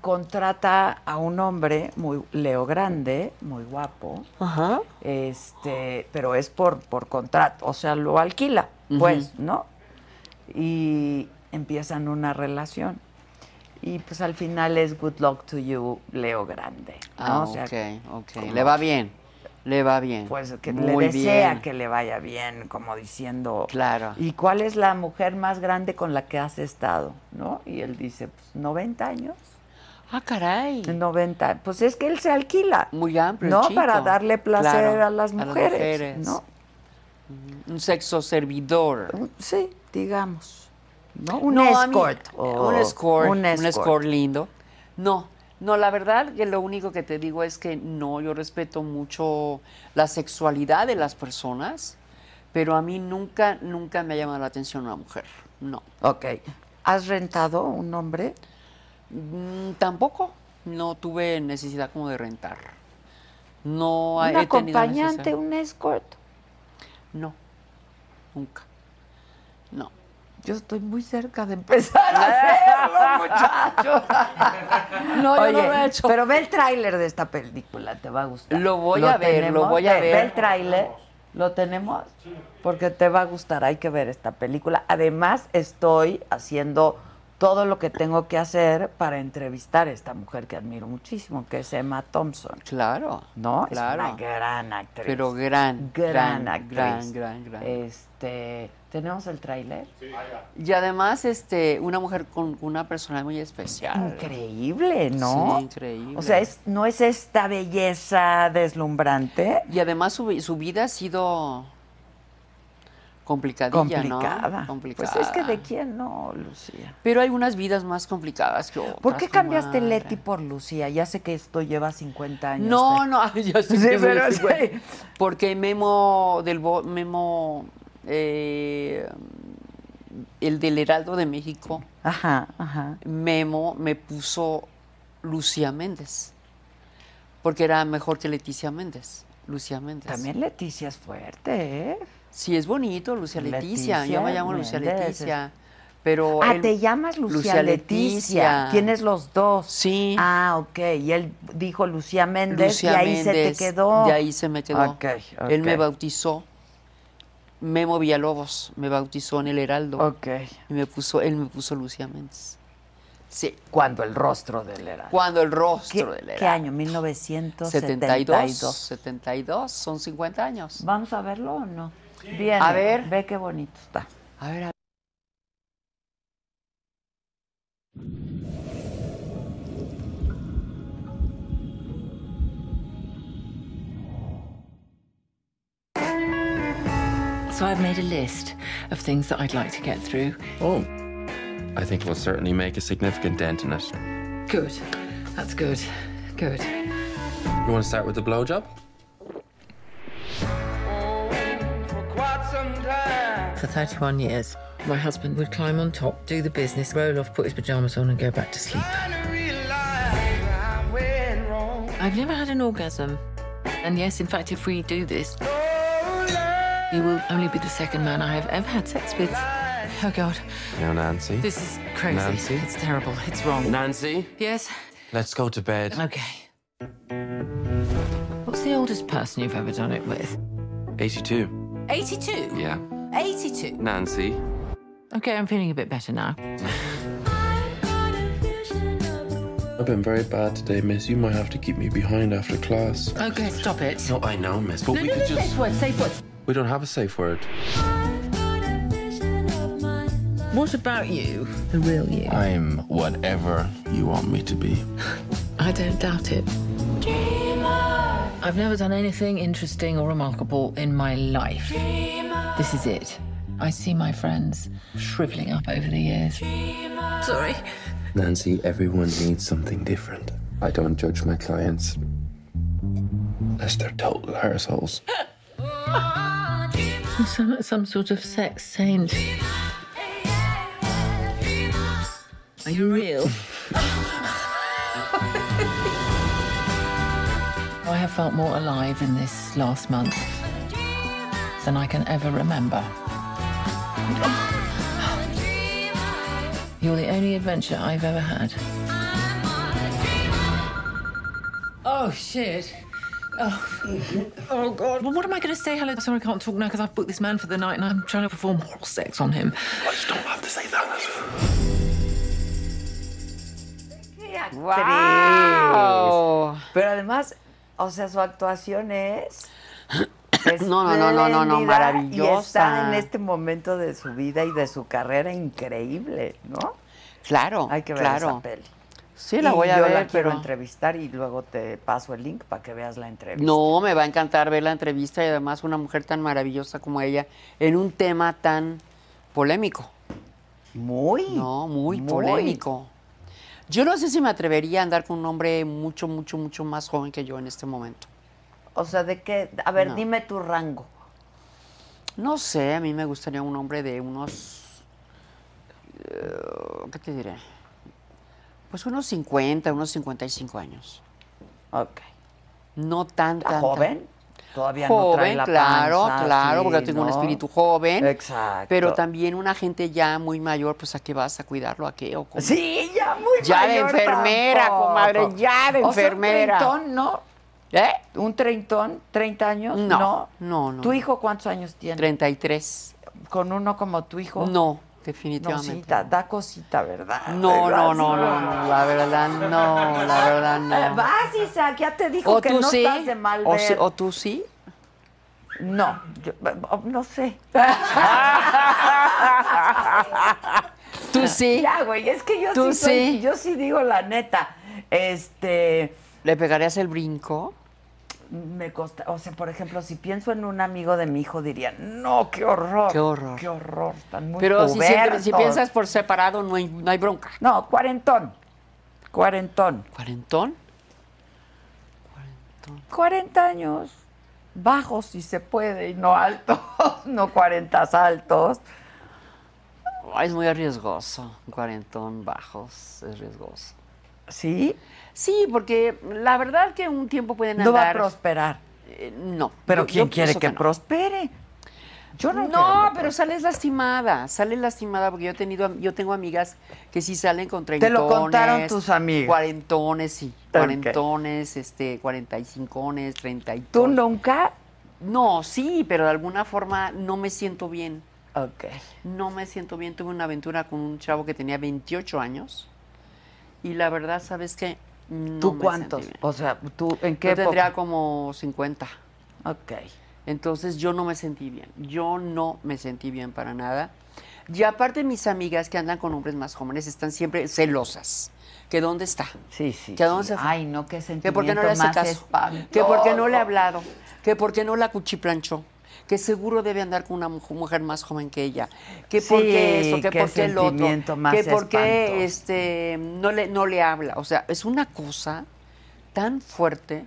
Speaker 3: contrata a un hombre muy Leo Grande, muy guapo,
Speaker 5: Ajá.
Speaker 3: este, pero es por, por contrato, o sea, lo alquila, pues, ¿no? Y empiezan una relación. Y pues al final es good luck to you, Leo Grande. ¿no?
Speaker 5: Ah,
Speaker 3: O sea,
Speaker 5: ok, ok. Le va bien. Le va bien.
Speaker 3: Pues que
Speaker 5: Muy
Speaker 3: le desea
Speaker 5: bien.
Speaker 3: que le vaya bien, como diciendo.
Speaker 5: Claro.
Speaker 3: ¿Y cuál es la mujer más grande con la que has estado? ¿No? Y él dice, pues 90 años.
Speaker 5: Ah, caray.
Speaker 3: 90. Pues es que él se alquila.
Speaker 5: Muy amplio. el
Speaker 3: ¿No?
Speaker 5: chico.
Speaker 3: Para darle placer
Speaker 5: Claro,
Speaker 3: a las mujeres. ¿No?
Speaker 5: Un sexo servidor.
Speaker 3: Un- Sí, digamos. ¿No? Un
Speaker 5: No, a mí-
Speaker 3: escort. o-
Speaker 5: un escort. Oh, Un escort.
Speaker 3: escort.
Speaker 5: lindo. No, no, la verdad que lo único que te digo es que no, yo respeto mucho la sexualidad de las personas, pero a mí nunca, nunca me ha llamado la atención una mujer. No.
Speaker 3: Ok. ¿Has rentado un hombre?
Speaker 5: Mm, tampoco. No tuve necesidad como de rentar. No
Speaker 3: Un
Speaker 5: he tenido
Speaker 3: acompañante,
Speaker 5: necesidad.
Speaker 3: un escort.
Speaker 5: No. Nunca. No.
Speaker 3: Yo estoy muy cerca de empezar a hacerlo, muchachos.
Speaker 5: No, yo no
Speaker 3: Oye,
Speaker 5: lo he hecho.
Speaker 3: Pero ve el tráiler de esta película, te va a gustar.
Speaker 5: Lo voy a ver, lo voy a
Speaker 3: Ve- Ve
Speaker 5: ver.
Speaker 3: el tráiler, ¿lo tenemos? Porque te va a gustar, hay que ver esta película. Además, estoy haciendo todo lo que tengo que hacer para entrevistar a esta mujer que admiro muchísimo, que es Emma Thompson.
Speaker 5: Claro.
Speaker 3: ¿No?
Speaker 5: Claro.
Speaker 3: Es una gran actriz.
Speaker 5: Pero gran,
Speaker 3: gran,
Speaker 5: gran,
Speaker 3: actriz.
Speaker 5: gran, gran, gran.
Speaker 3: Este, ¿tenemos el tráiler?
Speaker 5: Y además, este, una mujer con una personalidad muy especial.
Speaker 3: Increíble, ¿no?
Speaker 5: Sí, increíble.
Speaker 3: O sea, es, no es esta belleza deslumbrante.
Speaker 5: Y además su, vi- su vida ha sido complicadilla,
Speaker 3: Complicada.
Speaker 5: ¿no? Complicada.
Speaker 3: Pues es que de quién no, Lucía.
Speaker 5: Pero hay unas vidas más complicadas que otras.
Speaker 3: ¿Por qué
Speaker 5: tu
Speaker 3: cambiaste
Speaker 5: madre.
Speaker 3: Leti por Lucía? Ya sé que esto lleva 50 años.
Speaker 5: No,
Speaker 3: pero-
Speaker 5: no, yo estoy
Speaker 3: Sí,
Speaker 5: que soy
Speaker 3: pero
Speaker 5: así,
Speaker 3: sí.
Speaker 5: güey. Porque Memo del Bo- Memo eh, el del Heraldo de México,
Speaker 3: Ajá, ajá.
Speaker 5: Memo me puso Lucía Méndez. Porque era mejor que Leticia Méndez. Lucía Méndez.
Speaker 3: También Leticia es fuerte, ¿eh?
Speaker 5: Sí, es bonito, Lucia Leticia. Yo me
Speaker 3: Leticia
Speaker 5: llamo Lucia
Speaker 3: Méndez,
Speaker 5: Leticia. Pero
Speaker 3: Ah,
Speaker 5: él-
Speaker 3: te llamas Lucía,
Speaker 5: Lucía
Speaker 3: Leticia.
Speaker 5: Leticia.
Speaker 3: Tienes los dos.
Speaker 5: Sí.
Speaker 3: Ah, ok. Y él dijo Lucía Méndez
Speaker 5: Lucía
Speaker 3: y ahí
Speaker 5: Méndez,
Speaker 3: se te quedó.
Speaker 5: De ahí se me quedó.
Speaker 3: Ok, ok.
Speaker 5: Él me bautizó. Memo Villalobos me bautizó en el Heraldo.
Speaker 3: Ok.
Speaker 5: Y me puso, él me puso Lucía Méndez. Sí.
Speaker 3: Cuando el rostro de él era.
Speaker 5: Cuando el
Speaker 3: ¿Qué,
Speaker 5: rostro del
Speaker 3: qué
Speaker 5: Heraldo.
Speaker 3: año?
Speaker 5: 72.
Speaker 3: 1972.
Speaker 5: 72, son 50 años.
Speaker 3: ¿Vamos a verlo o no? Bien.
Speaker 5: A ver.
Speaker 3: Ve qué bonito está.
Speaker 5: A ver, a-
Speaker 9: So I've made a list of things that I'd like to get through.
Speaker 10: Oh. I think we'll certainly make a significant dent in it.
Speaker 9: Good. That's good. Good.
Speaker 10: You want to start with the blowjob?
Speaker 9: For 31 years, my husband would climb on top, do the business, roll off, put his pajamas on, and go back to sleep. I've never had an orgasm. And yes, in fact, if we do this, you will only be the second man I have ever had sex with. Oh, God.
Speaker 10: Now, Nancy.
Speaker 9: This is crazy.
Speaker 10: Nancy?
Speaker 9: It's terrible. It's wrong.
Speaker 10: Nancy,
Speaker 9: Yes?
Speaker 10: let's go to bed.
Speaker 9: Okay. What's the oldest person you've ever done it with?
Speaker 10: 82.
Speaker 9: 82?
Speaker 10: Yeah.
Speaker 9: 82.
Speaker 10: Nancy.
Speaker 9: Okay, I'm feeling a bit better now.
Speaker 10: I've been very bad today, miss. You might have to keep me behind after class.
Speaker 9: Okay, stop it.
Speaker 10: No, I know, miss. But we
Speaker 9: no,
Speaker 10: could
Speaker 9: no,
Speaker 10: just.
Speaker 9: safe word, safe word.
Speaker 10: We don't have a safe word.
Speaker 9: What about you? The real you.
Speaker 10: I'm whatever you want me to be.
Speaker 9: I don't doubt it.
Speaker 11: Dreamer.
Speaker 9: I've never done anything interesting or remarkable in my life. This is it. I see my friends shriveling up over the years. Sorry.
Speaker 10: Nancy, everyone needs something different. I don't judge my clients unless they're total assholes.
Speaker 9: You sound like some sort of sex saint. Are you real? I have felt more alive in this last month than I can ever remember. You're the only adventure I've ever had. Oh, shit. Oh God! Well, what am I going to say? Hello, sorry, I can't talk now because I've booked this man for the night, and I'm trying to perform oral sex on him.
Speaker 10: I just don't have to say that.
Speaker 5: ¡Wow!
Speaker 3: Pero además, o sea, su actuación es.
Speaker 5: No, no, no, no, no, no,
Speaker 3: espléndida
Speaker 5: maravillosa.
Speaker 3: Y está en este momento de su vida y de su carrera increíble, ¿no?
Speaker 5: Claro,
Speaker 3: Hay que ver
Speaker 5: claro.
Speaker 3: esa peli.
Speaker 5: Sí, la
Speaker 3: Y
Speaker 5: voy a
Speaker 3: yo
Speaker 5: ver,
Speaker 3: la quiero
Speaker 5: pero
Speaker 3: entrevistar y luego te paso el link para que veas la entrevista.
Speaker 5: no, me va a encantar ver la entrevista y además una mujer tan maravillosa como ella en un tema tan polémico.
Speaker 3: Muy.
Speaker 5: No, muy, polémico. Yo no sé si me atrevería a andar con un hombre mucho, mucho, mucho más joven que yo en este momento.
Speaker 3: O sea, ¿de qué? A ver,
Speaker 5: No.
Speaker 3: dime tu rango.
Speaker 5: No sé, a mí me gustaría un hombre de unos... eh, ¿Qué te diré? Pues unos 50, unos 55 años.
Speaker 3: Ok.
Speaker 5: No tan, tan,
Speaker 3: ¿Está
Speaker 5: tan-
Speaker 3: joven? Todavía no trae
Speaker 5: Joven,
Speaker 3: la
Speaker 5: claro,
Speaker 3: panza,
Speaker 5: claro,
Speaker 3: sí,
Speaker 5: porque tengo un
Speaker 3: ¿no?
Speaker 5: espíritu joven.
Speaker 3: Exacto.
Speaker 5: Pero también una gente ya muy mayor, pues ¿a qué vas? ¿A cuidarlo? ¿A qué? ¿O cómo?
Speaker 3: Sí, ya muy
Speaker 5: Ya de
Speaker 3: mayor
Speaker 5: enfermera,
Speaker 3: tampoco.
Speaker 5: comadre, ya de
Speaker 3: O sea, un
Speaker 5: enfermera.
Speaker 3: treintón, ¿no?
Speaker 5: ¿Eh?
Speaker 3: ¿Un treintón? ¿30 años?
Speaker 5: No,
Speaker 3: No,
Speaker 5: no, no,
Speaker 3: ¿Tu
Speaker 5: no.
Speaker 3: hijo cuántos años tiene?
Speaker 5: 33.
Speaker 3: ¿Con uno como tu hijo?
Speaker 5: No,
Speaker 3: No,
Speaker 5: definitivamente.
Speaker 3: sí, da, da cosita, ¿verdad?
Speaker 5: No,
Speaker 3: ¿Verdad?
Speaker 5: no, no, no, no, la verdad no, la verdad
Speaker 3: Eh,
Speaker 5: no.
Speaker 3: Vas, Isaac, ya te dijo que no estás de mal
Speaker 5: o,
Speaker 3: ver.
Speaker 5: sí- o tú sí.
Speaker 3: No, yo- o- no sé.
Speaker 5: Tú sí.
Speaker 3: Ya, güey, es que yo
Speaker 5: Tú
Speaker 3: sí, soy-
Speaker 5: sí.
Speaker 3: yo sí digo la neta. Este,
Speaker 5: ¿Le pegarías el brinco?
Speaker 3: me costa, o sea, por ejemplo, si pienso en un amigo de mi hijo diría, "No, qué horror."
Speaker 5: Qué horror.
Speaker 3: Qué horror, tan muy
Speaker 5: Pero si, siempre- si
Speaker 3: pubertos".
Speaker 5: piensas por separado, no hay, no hay bronca.
Speaker 3: No, cuarentón. Cuarentón.
Speaker 5: ¿Cuarentón?
Speaker 3: 40 años. Bajos si se puede y no altos, no 40 altos.
Speaker 5: Ay, Ah, es muy arriesgoso. Un Cuarentón bajos, es riesgoso.
Speaker 3: ¿Sí?
Speaker 5: Sí, porque la verdad que un tiempo pueden
Speaker 3: No va a
Speaker 5: andar.
Speaker 3: prosperar.
Speaker 5: eh, no.
Speaker 3: Pero
Speaker 5: Yo-
Speaker 3: ¿quién
Speaker 5: yo
Speaker 3: quiere
Speaker 5: pienso
Speaker 3: que,
Speaker 5: no.
Speaker 3: prospere? Yo no
Speaker 5: No, pero sales lastimada, sales lastimada porque yo he tenido, yo tengo amigas que sí salen con
Speaker 3: Te
Speaker 5: treintones.
Speaker 3: lo contaron tus amigas.
Speaker 5: Cuarentones, sí,
Speaker 3: Ok.
Speaker 5: cuarentones, este, cuarenta y cincones, treinta y
Speaker 3: tú nunca.
Speaker 5: No, sí, pero de alguna forma no me siento bien,
Speaker 3: Ok.
Speaker 5: no me siento bien. Tuve una aventura con un chavo que tenía 28 años y la verdad, ¿sabes qué? No
Speaker 3: ¿Tú
Speaker 5: me
Speaker 3: cuántos?
Speaker 5: sentí bien.
Speaker 3: O sea, tú en qué
Speaker 5: Yo tendría
Speaker 3: época?
Speaker 5: como 50.
Speaker 3: Ok.
Speaker 5: Entonces yo no me sentí bien, yo no me sentí bien para nada. Y aparte mis amigas que andan con hombres más jóvenes están siempre celosas. ¿Que dónde está?
Speaker 3: Sí, sí.
Speaker 5: ¿Que a dónde
Speaker 3: sí.
Speaker 5: se fue?
Speaker 3: Ay, no, qué sentimiento
Speaker 5: ¿Que por qué no le hace
Speaker 3: más
Speaker 5: caso?
Speaker 3: espantoso.
Speaker 5: ¿Que por qué no le ha hablado? ¿Que por qué no la cuchiplanchó? Que seguro debe andar con una muj- mujer más joven que ella. ¿Que por qué
Speaker 3: Sí,
Speaker 5: eso? ¿Que
Speaker 3: qué
Speaker 5: por qué el otro?
Speaker 3: sentimiento más
Speaker 5: ¿Que por
Speaker 3: espantoso.
Speaker 5: qué este, no, le, no le habla? O sea, es una cosa tan fuerte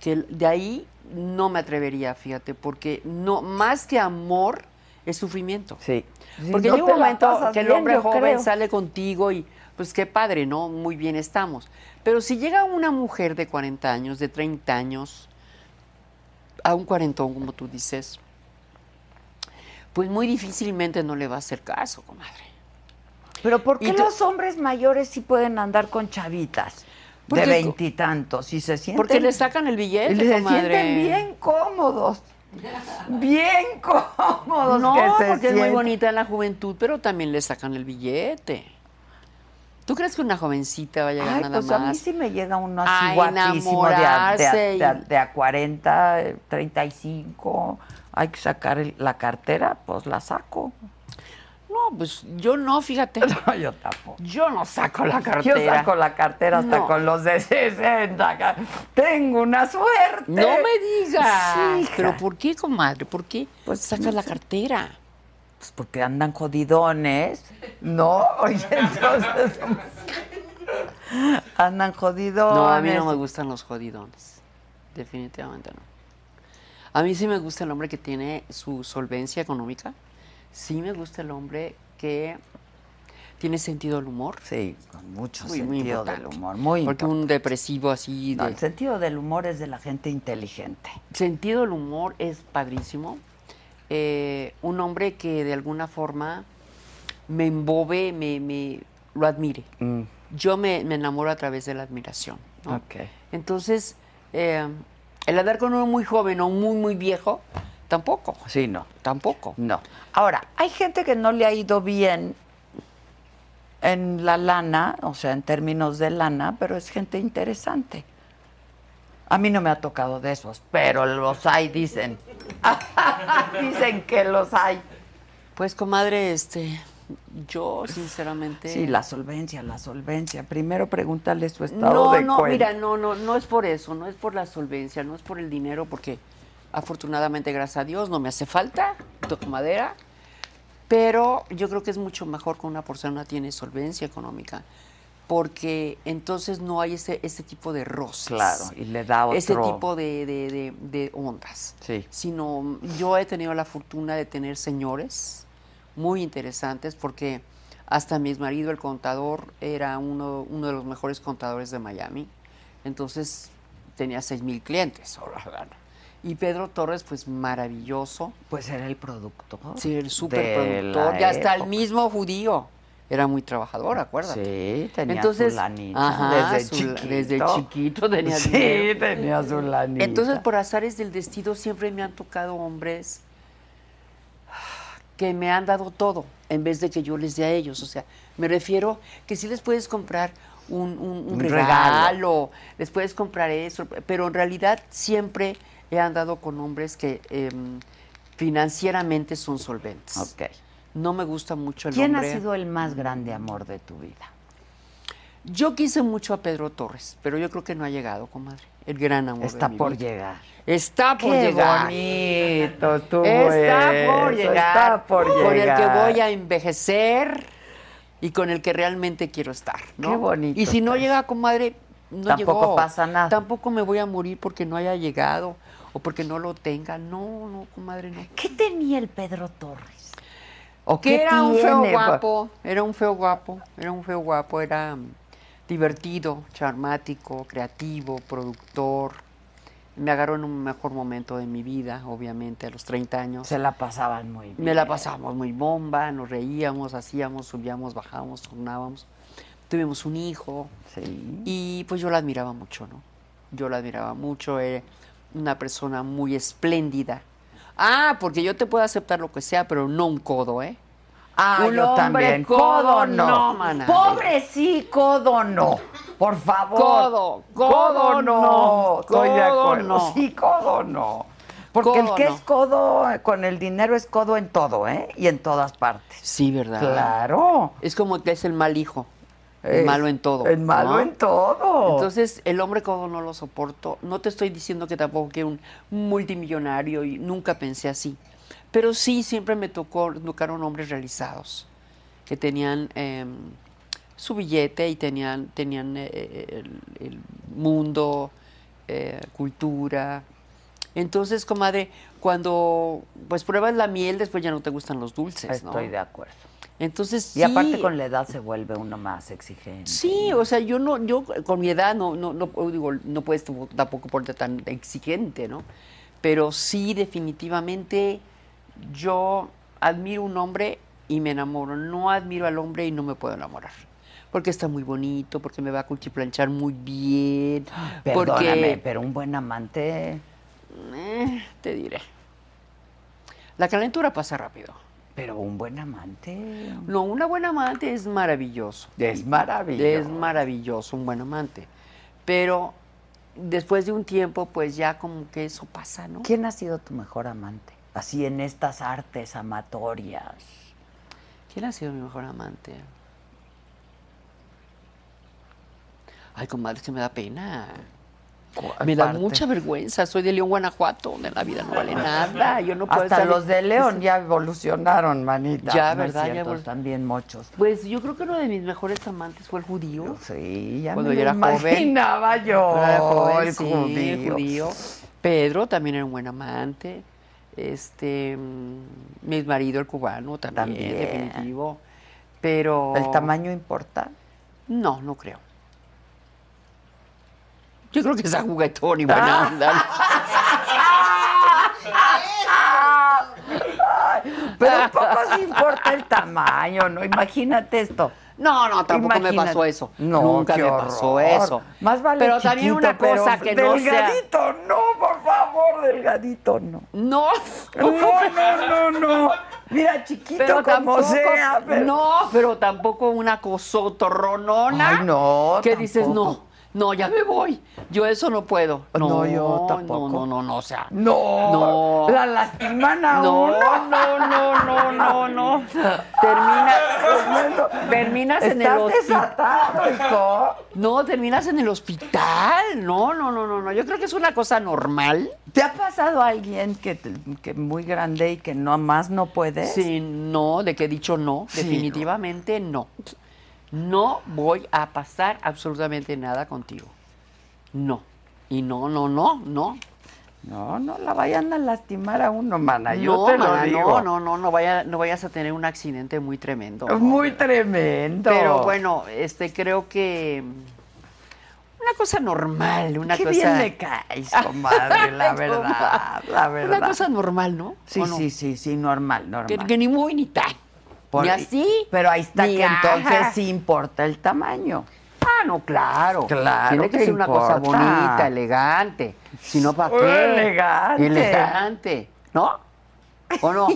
Speaker 5: que el- de ahí no me atrevería, fíjate, porque no más que amor es sufrimiento.
Speaker 3: Sí.
Speaker 5: Porque
Speaker 3: no
Speaker 5: llega
Speaker 3: te
Speaker 5: un
Speaker 3: la
Speaker 5: momento
Speaker 3: pasas
Speaker 5: que el
Speaker 3: bien,
Speaker 5: hombre
Speaker 3: yo
Speaker 5: joven
Speaker 3: creo.
Speaker 5: sale contigo y pues qué padre, ¿no? Muy bien estamos. Pero si llega una mujer de 40 años, de 30 años, a un cuarentón, como tú dices, pues muy difícilmente no le va a hacer caso, comadre.
Speaker 3: Pero ¿por
Speaker 5: Y
Speaker 3: qué
Speaker 5: tú-
Speaker 3: los hombres mayores sí pueden andar con chavitas de
Speaker 5: Porque co-
Speaker 3: veintitantos y se sienten
Speaker 5: Pues Porque le sacan el billete,
Speaker 3: se
Speaker 5: comadre.
Speaker 3: sienten bien cómodos? Bien cómodos
Speaker 5: No,
Speaker 3: que se
Speaker 5: porque es muy
Speaker 3: sienten.
Speaker 5: bonita en la juventud, pero también le sacan el billete. ¿Tú crees que una jovencita va a llegar
Speaker 3: Ay,
Speaker 5: nada
Speaker 3: pues
Speaker 5: más?
Speaker 3: a mí sí me llega uno
Speaker 5: a
Speaker 3: así guapísimo de a, de, a,
Speaker 5: enamorarse y-
Speaker 3: de a- de a 40, eh, 35. Hay que sacar el- la cartera, pues la saco.
Speaker 5: No, No, pues yo no, fíjate.
Speaker 3: No, yo tampoco.
Speaker 5: Yo no saco la
Speaker 3: Yo
Speaker 5: cartera.
Speaker 3: saco la cartera hasta
Speaker 5: No.
Speaker 3: con los de 60. Tengo una suerte.
Speaker 5: No me digas.
Speaker 3: Sí, hija.
Speaker 5: Pero ¿por qué, comadre? ¿Por qué
Speaker 3: Pues,
Speaker 5: sacas
Speaker 3: no
Speaker 5: la
Speaker 3: sé.
Speaker 5: cartera?
Speaker 3: Pues porque andan jodidones, ¿no? Oye, entonces. andan jodidones.
Speaker 5: No, a mí no me gustan los jodidones. Definitivamente no. A mí sí me gusta el hombre que tiene su solvencia económica. Sí me gusta el hombre que tiene sentido del humor.
Speaker 3: Sí, con mucho
Speaker 5: Muy, muy
Speaker 3: sentido del
Speaker 5: importante.
Speaker 3: humor. Muy
Speaker 5: Porque
Speaker 3: importante.
Speaker 5: un depresivo así...
Speaker 3: No,
Speaker 5: de-
Speaker 3: el sentido del humor es de la gente inteligente.
Speaker 5: sentido del humor es padrísimo. Eh, un hombre que de alguna forma me embobe, me, me- lo admire. Yo me, me enamoro a través de la admiración. ¿no?
Speaker 3: Mm, Ok.
Speaker 5: Entonces, eh, el andar con uno muy joven o muy, muy viejo, tampoco.
Speaker 3: Sí, no.
Speaker 5: Tampoco.
Speaker 3: No. Ahora, hay gente que no le ha ido bien en la lana, o sea, en términos de lana, pero es gente interesante. A mí no me ha tocado de esos, pero los hay, dicen. dicen que los hay.
Speaker 5: Pues, comadre, este, yo sinceramente...
Speaker 3: Sí, la solvencia, la solvencia. Primero pregúntale su estado
Speaker 5: No,
Speaker 3: de
Speaker 5: no,
Speaker 3: cuenta.
Speaker 5: mira, no, no, no es por eso, no es por la solvencia, no es por el dinero, porque afortunadamente, gracias a Dios, no me hace falta, toco madera, pero yo creo que es mucho mejor que una persona tiene solvencia económica, porque entonces no hay ese, ese tipo de roces.
Speaker 3: Claro, y le da otro.
Speaker 5: Ese tipo de, de- de- de ondas.
Speaker 3: Sí.
Speaker 5: Sino yo he tenido la fortuna de tener señores muy interesantes porque hasta mi marido, el contador, era uno, uno de los mejores contadores de Miami. Entonces tenía seis mil clientes. Y Pedro Torres, pues maravilloso.
Speaker 3: Pues era el productor.
Speaker 5: Sí, el
Speaker 3: de
Speaker 5: superproductor.
Speaker 3: la
Speaker 5: Y hasta el
Speaker 3: época.
Speaker 5: mismo judío. Era muy trabajador, acuérdate.
Speaker 3: Sí, tenía
Speaker 5: Entonces,
Speaker 3: su lanita.
Speaker 5: ajá,
Speaker 3: desde,
Speaker 5: su la-
Speaker 3: chiquito.
Speaker 5: desde chiquito tenía
Speaker 3: Sí,
Speaker 5: dinero.
Speaker 3: tenía su lanita.
Speaker 5: Entonces, por azares del destino, siempre me han tocado hombres que me han dado todo, en vez de que yo les dé a ellos. O sea, me refiero que sí les puedes comprar un, un- un
Speaker 3: Un regalo.
Speaker 5: regalo, les puedes comprar eso, pero en realidad siempre he andado con hombres que em, financieramente son solventes.
Speaker 3: Ok.
Speaker 5: No me gusta mucho el
Speaker 3: ¿Quién
Speaker 5: hombre-
Speaker 3: ha sido el más grande amor de tu vida?
Speaker 5: Yo quise mucho a Pedro Torres, pero yo creo que no ha llegado, comadre. El gran amor. de
Speaker 3: Está
Speaker 5: mi
Speaker 3: por
Speaker 5: vida.
Speaker 3: llegar.
Speaker 5: Está por llegar.
Speaker 3: bonito estuvo
Speaker 5: Está
Speaker 3: eso,
Speaker 5: por llegar.
Speaker 3: Está por
Speaker 5: Con el
Speaker 3: llegar.
Speaker 5: que voy a envejecer y con el que realmente quiero estar. ¿no?
Speaker 3: Qué bonito
Speaker 5: Y si no
Speaker 3: está
Speaker 5: llega, comadre, no
Speaker 3: Tampoco
Speaker 5: llegó.
Speaker 3: pasa nada.
Speaker 5: Tampoco me voy a morir porque no haya llegado o porque no lo tenga. No, no, comadre, no.
Speaker 3: ¿Qué tenía el Pedro Torres?
Speaker 5: ¿O
Speaker 3: qué
Speaker 5: era un feo
Speaker 3: tiene, Pues, pa-
Speaker 5: guapo, era un feo guapo, era un feo guapo, era mm, divertido, charmático, creativo, productor. Me agarró en un mejor momento de mi vida, obviamente, a los 30 años.
Speaker 3: Se la pasaban muy bien.
Speaker 5: Me la pasábamos muy bomba, nos reíamos, hacíamos, subíamos, bajábamos, tornábamos. Tuvimos un hijo
Speaker 3: Sí.
Speaker 5: y pues yo la admiraba mucho, ¿no? Yo la admiraba mucho, era una persona muy espléndida. Ah, porque yo te puedo aceptar lo que sea, pero no un codo, ¿eh?
Speaker 3: Ah,
Speaker 5: Un
Speaker 3: yo
Speaker 5: hombre
Speaker 3: también.
Speaker 5: codo
Speaker 3: Codo no.
Speaker 5: no, maná.
Speaker 3: Pobre sí, codo no. Por favor.
Speaker 5: Codo, codo
Speaker 3: no.
Speaker 5: no,
Speaker 3: Estoy de
Speaker 5: codo
Speaker 3: acuerdo.
Speaker 5: no.
Speaker 3: Sí, codo no. Porque el
Speaker 5: Codo
Speaker 3: que
Speaker 5: no.
Speaker 3: es codo eh, con el dinero es codo en todo, ¿eh? Y en todas partes.
Speaker 5: Sí, ¿verdad?
Speaker 3: Claro.
Speaker 5: Es como que es el mal hijo, el
Speaker 3: Es-
Speaker 5: malo en todo.
Speaker 3: El malo
Speaker 5: ¿no?
Speaker 3: en todo.
Speaker 5: Entonces, el hombre codo no lo soporto. No te estoy diciendo que tampoco que un multimillonario y nunca pensé así. Pero sí, siempre me tocó, tocaron hombres realizados que tenían eh, su billete y tenían, tenían eh, eh, el, el mundo, eh, cultura. Entonces, comadre, cuando pues pruebas la miel, después ya no te gustan los dulces, pues, ¿no?
Speaker 3: Estoy de acuerdo.
Speaker 5: Entonces,
Speaker 3: Y aparte
Speaker 5: sí,
Speaker 3: con la edad se vuelve uno más exigente.
Speaker 5: Sí, o sea, yo no, yo con mi edad no, no, no puedo- digo, no puedes tampoco- tampoco ponerte tan exigente, ¿no? Pero sí, definitivamente, yo admiro un hombre y me enamoro. No admiro al hombre y no me puedo enamorar. Porque está muy bonito, porque me va a cuchiplanchar muy bien.
Speaker 3: Perdóname,
Speaker 5: porque,
Speaker 3: pero un buen amante,
Speaker 5: eh, te diré. La calentura pasa rápido.
Speaker 3: pero un buen amante
Speaker 5: No, una buena amante es maravilloso.
Speaker 3: es maravilloso.
Speaker 5: Es maravilloso, un buen amante. Pero después de un tiempo, pues ya como que eso pasa, ¿no?
Speaker 3: ¿Quién ha sido tu mejor amante? Así en estas artes amatorias.
Speaker 5: ¿Quién ¿Quién ha sido mi mejor amante? Ay, comadre, se me da pena. Me da
Speaker 3: Aparte.
Speaker 5: mucha vergüenza. Soy de León, Guanajuato, donde la vida no vale nada. Yo no puedo
Speaker 3: Hasta
Speaker 5: estar-
Speaker 3: los de León ya evolucionaron, manita.
Speaker 5: Pues Ya,
Speaker 3: No es
Speaker 5: ¿verdad? Ya
Speaker 3: cierto,
Speaker 5: evol-
Speaker 3: están bien mochos.
Speaker 5: Pues yo creo que uno de mis mejores amantes fue el judío.
Speaker 3: Sí, ya
Speaker 5: Cuando
Speaker 3: me
Speaker 5: yo
Speaker 3: lo
Speaker 5: era joven.
Speaker 3: imaginaba yo.
Speaker 5: Cuando era joven,
Speaker 3: el
Speaker 5: sí,
Speaker 3: judío.
Speaker 5: judío. Pedro también era un buen amante. Este, mm, mi marido, el cubano, también,
Speaker 3: También.
Speaker 5: definitivo. Pero.
Speaker 3: ¿El tamaño importa?
Speaker 5: No, no creo. Yo creo que es juguetón y buena
Speaker 3: Ah.
Speaker 5: onda. ¿no?
Speaker 3: Pero poco sí importa el tamaño, ¿no? Imagínate esto.
Speaker 5: No, no, tampoco me
Speaker 3: Imagínate.
Speaker 5: pasó eso.
Speaker 3: No,
Speaker 5: Nunca
Speaker 3: qué
Speaker 5: me pasó
Speaker 3: horror.
Speaker 5: eso.
Speaker 3: Más vale
Speaker 5: Pero también
Speaker 3: chiquito,
Speaker 5: una cosa
Speaker 3: pero
Speaker 5: que no sea.
Speaker 3: delgadito, no, por favor, delgadito, no.
Speaker 5: No,
Speaker 3: No, no, no, no. Mira, chiquito
Speaker 5: pero
Speaker 3: como
Speaker 5: tampoco.
Speaker 3: sea. pero-
Speaker 5: No, pero tampoco una cosotorronona.
Speaker 3: Ay, no,
Speaker 5: Que dices, no,
Speaker 3: tampoco.
Speaker 5: no, ya me voy. Yo eso no puedo. No,
Speaker 3: No, yo tampoco.
Speaker 5: No, no, no, no, o sea.
Speaker 3: No,
Speaker 5: No.
Speaker 3: la lastiman a
Speaker 5: No,
Speaker 3: uno.
Speaker 5: no, no, no, no, no. Terminas, terminas en el
Speaker 3: Estás
Speaker 5: hospital.
Speaker 3: desatado, hijo.
Speaker 5: No, terminas en el hospital. No, no, no, no, no. Yo creo que es una cosa normal.
Speaker 3: ¿Te ha pasado a alguien que, te- que muy grande y que no más no puedes?
Speaker 5: Sí, no, de que he dicho no,
Speaker 3: Sí,
Speaker 5: definitivamente no. No voy a pasar absolutamente nada contigo. No. Y no, no, no, no.
Speaker 3: No, no la vayan a lastimar a uno, mana. Ah, Yo
Speaker 5: no,
Speaker 3: te lo
Speaker 5: mana,
Speaker 3: digo.
Speaker 5: no, no, no, no, vaya, no vayas a tener un accidente muy tremendo.
Speaker 3: Es
Speaker 5: no.
Speaker 3: muy tremendo.
Speaker 5: Pero bueno, este creo que mm, una cosa normal, una
Speaker 3: Qué
Speaker 5: cosa
Speaker 3: bien le caes, comadre, la verdad, la verdad.
Speaker 5: Una cosa normal, ¿no?
Speaker 3: Sí,
Speaker 5: ¿O no?
Speaker 3: sí, sí, sí, normal, normal.
Speaker 5: Que, que ni muy ni tan.
Speaker 3: Por-
Speaker 5: ni así.
Speaker 3: Pero ahí está
Speaker 5: ni
Speaker 3: que
Speaker 5: ajá.
Speaker 3: entonces sí importa el tamaño.
Speaker 5: Ah, no, claro.
Speaker 3: Claro
Speaker 5: Tiene que
Speaker 3: que
Speaker 5: ser una cosa
Speaker 3: importa.
Speaker 5: bonita, elegante. Si no, ¿para
Speaker 3: Oh,
Speaker 5: qué?
Speaker 3: elegante.
Speaker 5: Elegante. ¿No? ¿O no?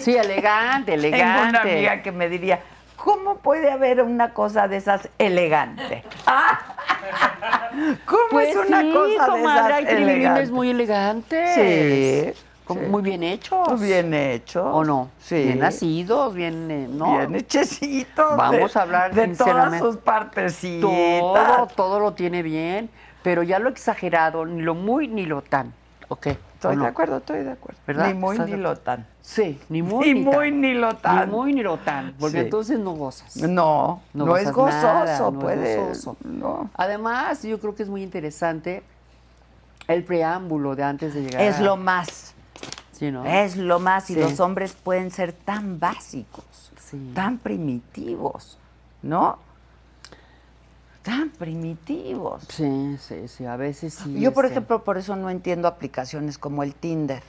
Speaker 5: Sí, elegante, elegante.
Speaker 3: Tengo una amiga que me diría, ¿cómo puede haber una cosa de esas elegante? Ah, ¿Cómo
Speaker 5: Pues
Speaker 3: es una
Speaker 5: sí,
Speaker 3: cosa
Speaker 5: comadre, hay
Speaker 3: de esas
Speaker 5: criminales
Speaker 3: elegante?
Speaker 5: muy elegantes.
Speaker 3: Sí,
Speaker 5: Como
Speaker 3: sí.
Speaker 5: Muy bien hechos.
Speaker 3: Bien hecho.
Speaker 5: ¿O no?
Speaker 3: Sí.
Speaker 5: Bien nacidos, bien, eh, ¿no?
Speaker 3: Bien hechecitos.
Speaker 5: Vamos
Speaker 3: de-
Speaker 5: a hablar
Speaker 3: de todas
Speaker 5: sinceramente.
Speaker 3: sus partecitas.
Speaker 5: Todo, todo lo tiene bien, pero ya lo exagerado, ni lo muy ni lo tan. ¿Ok? ¿o
Speaker 3: Estoy
Speaker 5: no?
Speaker 3: de acuerdo, estoy de acuerdo.
Speaker 5: ¿Verdad?
Speaker 3: Ni muy
Speaker 5: ¿Estás de
Speaker 3: ni lo tan.
Speaker 5: Sí, ni muy
Speaker 3: Ni muy ni lo tan.
Speaker 5: Ni muy ni lo tan, porque
Speaker 3: Sí.
Speaker 5: entonces no gozas.
Speaker 3: No, no,
Speaker 5: No
Speaker 3: es
Speaker 5: gozas
Speaker 3: gozoso,
Speaker 5: nada, no es
Speaker 3: puede.
Speaker 5: gozoso.
Speaker 3: No.
Speaker 5: Además, yo creo que es muy interesante el preámbulo de antes de llegar.
Speaker 3: Es
Speaker 5: a-
Speaker 3: lo más,
Speaker 5: Sí, ¿no?
Speaker 3: es lo más. Y
Speaker 5: Sí.
Speaker 3: los hombres pueden ser tan básicos,
Speaker 5: Sí.
Speaker 3: tan primitivos, ¿no? Tan primitivos.
Speaker 5: Sí, sí, sí, a veces sí.
Speaker 3: Yo, por
Speaker 5: este,
Speaker 3: ejemplo, por eso no entiendo aplicaciones como el Tinder,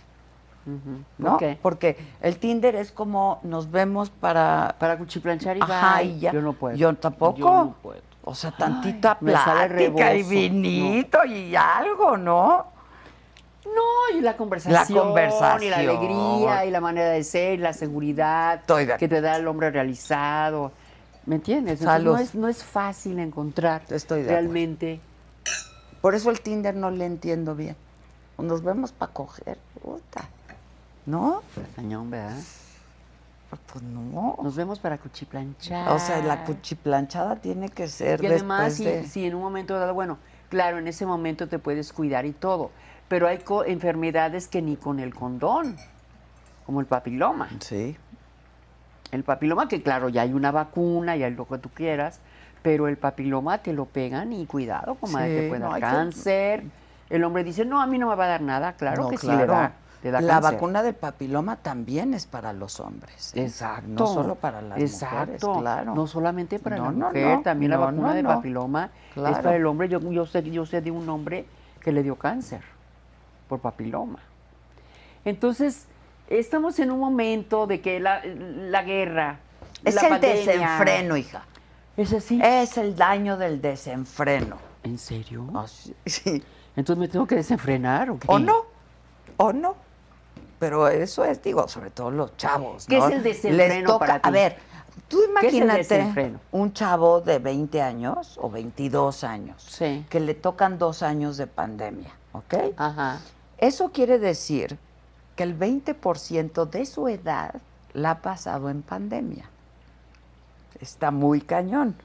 Speaker 5: ujú.
Speaker 3: ¿no?
Speaker 5: ¿Por qué?
Speaker 3: Porque el Tinder es como nos vemos para...
Speaker 5: Para cuchiplanchar y
Speaker 3: Ajá,
Speaker 5: bye.
Speaker 3: y ya.
Speaker 5: Yo no puedo.
Speaker 3: Yo tampoco.
Speaker 5: Yo no puedo.
Speaker 3: O sea, tantita
Speaker 5: me sale
Speaker 3: plática y
Speaker 5: rebozo.
Speaker 3: vinito y algo, ¿no?
Speaker 5: No, y la conversación. Y
Speaker 3: conversación.
Speaker 5: la alegría, y la manera de ser, y la seguridad
Speaker 3: Estoy de acuerdo.
Speaker 5: que te da el hombre realizado. ¿Me entiendes? Entonces,
Speaker 3: Salud.
Speaker 5: no, es, no es fácil encontrar
Speaker 3: Estoy de acuerdo.
Speaker 5: realmente.
Speaker 3: Por eso el Tinder no le entiendo bien. Nos vemos para coger, puta. ¿No?
Speaker 5: Cañón, ¿verdad?
Speaker 3: Pues no.
Speaker 5: Nos vemos para cuchiplanchar.
Speaker 3: O sea, la cuchiplanchada tiene que ser
Speaker 5: Y además, si,
Speaker 3: después de-
Speaker 5: si en un momento dado, bueno, claro, en ese momento te puedes cuidar y todo, pero hay co- enfermedades que ni con el condón, como el papiloma.
Speaker 3: Sí.
Speaker 5: El papiloma, que claro, ya hay una vacuna, ya hay lo que tú quieras, pero el papiloma te lo pegan y cuidado, comadre,
Speaker 3: Sí,
Speaker 5: te puede
Speaker 3: no,
Speaker 5: dar
Speaker 3: hay que-
Speaker 5: cáncer. El hombre dice, no, a mí no me va a dar nada, claro
Speaker 3: No,
Speaker 5: que sí le da, le da
Speaker 3: la
Speaker 5: cáncer.
Speaker 3: vacuna del papiloma también es para los hombres. ¿eh?
Speaker 5: Exacto.
Speaker 3: No solo para las mujeres,
Speaker 5: Exacto.
Speaker 3: claro.
Speaker 5: No solamente para
Speaker 3: No,
Speaker 5: la
Speaker 3: no,
Speaker 5: mujer,
Speaker 3: no.
Speaker 5: también la
Speaker 3: No,
Speaker 5: vacuna
Speaker 3: no,
Speaker 5: de
Speaker 3: no.
Speaker 5: papiloma es
Speaker 3: Claro.
Speaker 5: para el hombre. Yo, yo, sé, yo sé de un hombre que le dio cáncer por papiloma. Entonces, estamos en un momento de que la, la guerra.
Speaker 3: Es
Speaker 5: la
Speaker 3: el
Speaker 5: pandemia-
Speaker 3: desenfreno, hija.
Speaker 5: ¿Es así?
Speaker 3: Es el daño del desenfreno.
Speaker 5: ¿En serio?
Speaker 3: Así- sí.
Speaker 5: Entonces me tengo que desenfrenar o qué?
Speaker 3: O no, o no. Pero eso es, digo, sobre todo los chavos.
Speaker 5: ¿Qué
Speaker 3: ¿no?
Speaker 5: es el desenfreno
Speaker 3: Les toca-
Speaker 5: para ti?
Speaker 3: A ver, tú
Speaker 5: es el
Speaker 3: imagínate
Speaker 5: desenfreno?
Speaker 3: un chavo de 20 años o 22 años
Speaker 5: Sí. Ah.
Speaker 3: que le tocan dos años de pandemia, ¿ok?
Speaker 5: Ajá.
Speaker 3: Eso quiere decir que el 20% de su edad la ha pasado en pandemia. Está muy cañón.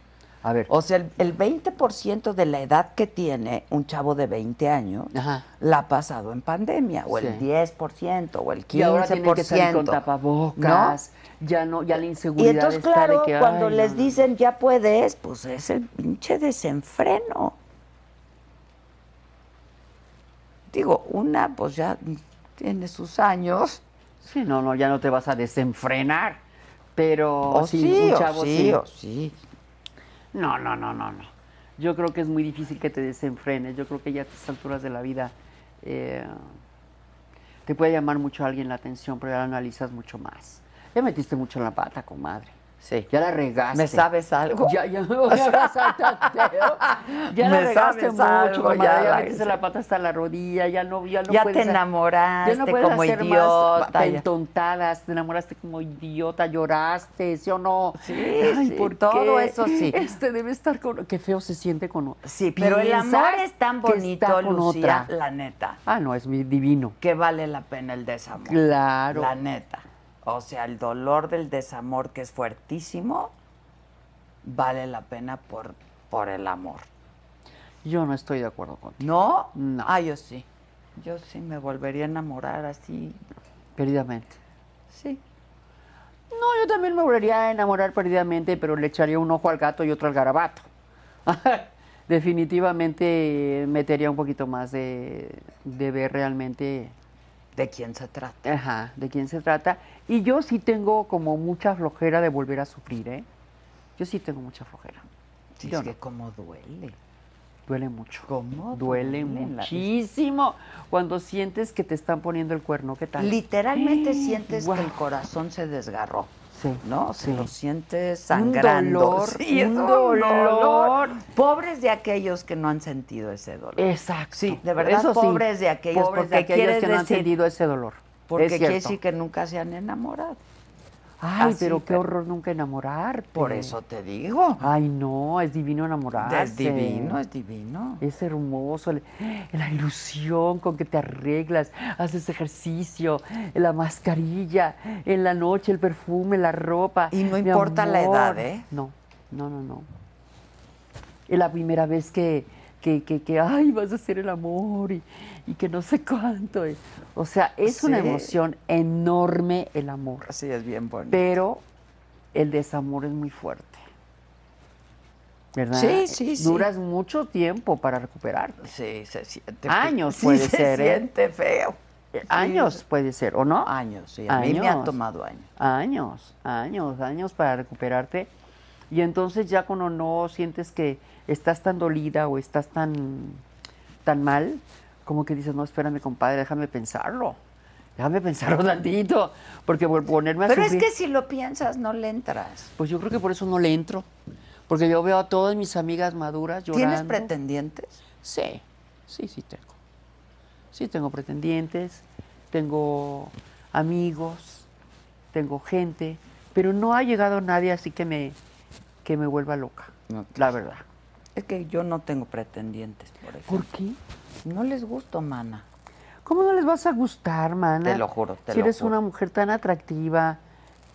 Speaker 11: A ver.
Speaker 3: O sea, el, el 20% de la edad que tiene un chavo de 20 años
Speaker 5: Ajá.
Speaker 3: la ha pasado en pandemia, o el
Speaker 5: Sí.
Speaker 3: 10%, o el 15%.
Speaker 5: Y ahora tienen que salir con tapabocas. Ya no, ya la
Speaker 3: Y
Speaker 5: inseguridad
Speaker 3: entonces,
Speaker 5: está de
Speaker 3: claro,
Speaker 5: que,
Speaker 3: cuando
Speaker 5: ay,
Speaker 3: les
Speaker 5: no, no.
Speaker 3: dicen ya puedes, pues es el pinche desenfreno. Digo, una pues ya tiene sus años.
Speaker 5: Sí, no, no, ya no te vas a desenfrenar. Pero
Speaker 3: O,
Speaker 5: Oh, sí,
Speaker 3: sí,
Speaker 5: un
Speaker 3: o
Speaker 5: chavo
Speaker 3: sí,
Speaker 5: sí.
Speaker 3: o sí.
Speaker 5: No, no, no, no, no. Yo creo que es muy difícil que te desenfrenes. Yo creo que ya a estas alturas de la vida eh, te puede llamar mucho alguien la atención, pero ya la analizas mucho más. Ya metiste mucho en la pata, comadre.
Speaker 3: Sí.
Speaker 5: Ya la regaste.
Speaker 3: ¿Me sabes algo?
Speaker 5: Este, Ya, ya me voy a abrazar tanteo. Ya la
Speaker 3: Me
Speaker 5: regaste
Speaker 3: sabes
Speaker 5: mucho,
Speaker 3: algo,
Speaker 5: comadre.
Speaker 3: ya
Speaker 5: Ya,
Speaker 3: la-
Speaker 5: metiste la pata hasta la rodilla, ya no, ya no
Speaker 3: ya
Speaker 5: puedes
Speaker 3: te
Speaker 5: hacer-
Speaker 3: enamoraste
Speaker 5: ya no puedes
Speaker 3: como
Speaker 5: hacer
Speaker 3: idiota.
Speaker 5: más
Speaker 3: ya.
Speaker 5: pa- pentontadas, te enamoraste como idiota, lloraste, ¿sí o no?
Speaker 3: Sí, sí, todo eso sí.
Speaker 5: Este debe estar con... Qué feo se siente con...
Speaker 3: Sí, pero el
Speaker 5: Piensas
Speaker 3: amor es tan
Speaker 5: que
Speaker 3: bonito,
Speaker 5: está con
Speaker 3: Lucía,
Speaker 5: otra.
Speaker 3: la neta,
Speaker 5: Ah, no, es mi divino.
Speaker 3: que vale la pena el desamor.
Speaker 5: Claro.
Speaker 3: La neta. O sea, el dolor del desamor que es fuertísimo, vale la pena por, por el amor.
Speaker 5: Yo no estoy de acuerdo con
Speaker 3: ¿No?
Speaker 5: No.
Speaker 3: Ah, yo sí. Yo sí me volvería a enamorar así.
Speaker 5: Perdidamente.
Speaker 3: Sí.
Speaker 5: No, yo también me volvería a enamorar perdidamente, pero le echaría un ojo al gato y otro al garabato. Definitivamente eh, metería un poquito más de, de ver realmente
Speaker 3: ¿De quién se trata?
Speaker 5: Ajá, de quién se trata. Y yo sí tengo como mucha flojera de volver a sufrir, ¿eh? Yo sí tengo mucha flojera.
Speaker 3: Sí,
Speaker 5: Yo
Speaker 3: es
Speaker 5: no.
Speaker 3: que cómo duele.
Speaker 5: Duele mucho.
Speaker 3: ¿Cómo
Speaker 5: Duele
Speaker 3: duele la-
Speaker 5: muchísimo cuando sientes que te están poniendo el cuerno. ¿Qué tal?
Speaker 3: Literalmente sientes
Speaker 5: guau.
Speaker 3: que el corazón se desgarró.
Speaker 5: Sí,
Speaker 3: ¿No? Se
Speaker 5: sí.
Speaker 3: lo sientes sangrando.
Speaker 5: dolor,
Speaker 3: Sí, es
Speaker 5: un
Speaker 3: un dolor.
Speaker 5: dolor.
Speaker 3: Pobres de aquellos que no han sentido ese dolor.
Speaker 5: Exacto.
Speaker 3: Sí, de verdad,
Speaker 5: Eso sí,
Speaker 3: pobres de aquellos,
Speaker 5: pobres de
Speaker 3: porque
Speaker 5: aquellos
Speaker 3: quiere
Speaker 5: que no han
Speaker 3: decir-
Speaker 5: sentido ese dolor.
Speaker 3: Porque
Speaker 5: Es
Speaker 3: quiere
Speaker 5: cierto.
Speaker 3: decir que nunca se han enamorado.
Speaker 5: Ay,
Speaker 3: Así,
Speaker 5: pero qué
Speaker 3: pero-
Speaker 5: horror nunca enamorarte.
Speaker 3: Por eso te digo.
Speaker 5: Ay, no, es divino enamorarse.
Speaker 3: es divino, es divino.
Speaker 5: Es hermoso, el- la ilusión con que te arreglas, haces ejercicio, la mascarilla, en la noche el perfume, la ropa.
Speaker 3: Y no
Speaker 5: mi
Speaker 3: importa la
Speaker 5: amor.
Speaker 3: edad, ¿eh?
Speaker 5: No, no, no, no. Es la primera vez que, que, que, que, ay, vas a hacer el amor y, y que no sé cuánto. y- O sea, es una
Speaker 3: Sí.
Speaker 5: emoción enorme el amor,
Speaker 3: Así es bien bonito.
Speaker 5: pero el desamor es muy fuerte. ¿Verdad?
Speaker 3: Sí, sí, sí.
Speaker 5: Duras mucho tiempo para recuperarte.
Speaker 3: sí, se siente.
Speaker 5: Años
Speaker 3: sí,
Speaker 5: puede
Speaker 3: se
Speaker 5: ser, ¿eh?
Speaker 3: siente feo.
Speaker 5: Años puede ser, ¿o no?
Speaker 3: Años, sí. A mí me han
Speaker 5: Años.
Speaker 3: tomado años.
Speaker 5: Años, años, años para recuperarte. Y entonces ya cuando no sientes que estás tan dolida o estás tan, tan mal, como que dices, no, espérame, compadre, déjame pensarlo. Déjame pensarlo tantito, porque vol- ponerme a
Speaker 3: Pero es
Speaker 5: sufrir-
Speaker 3: que si lo piensas, no le entras.
Speaker 5: Pues yo creo que por eso no le entro. Porque yo veo a todas mis amigas maduras llorando.
Speaker 3: ¿Tienes pretendientes?
Speaker 5: Sí, sí, sí tengo. Sí tengo pretendientes, tengo amigos, tengo gente, pero no ha llegado nadie así que me, que me vuelva loca,
Speaker 3: Ok.
Speaker 5: la verdad.
Speaker 3: Es que yo no tengo pretendientes, por ejemplo.
Speaker 5: ¿Por qué?
Speaker 3: No les gusto, mana.
Speaker 5: ¿Cómo no les vas a gustar, mana?
Speaker 3: Te lo juro, te
Speaker 5: Si
Speaker 3: lo
Speaker 5: eres
Speaker 3: juro.
Speaker 5: una mujer tan atractiva,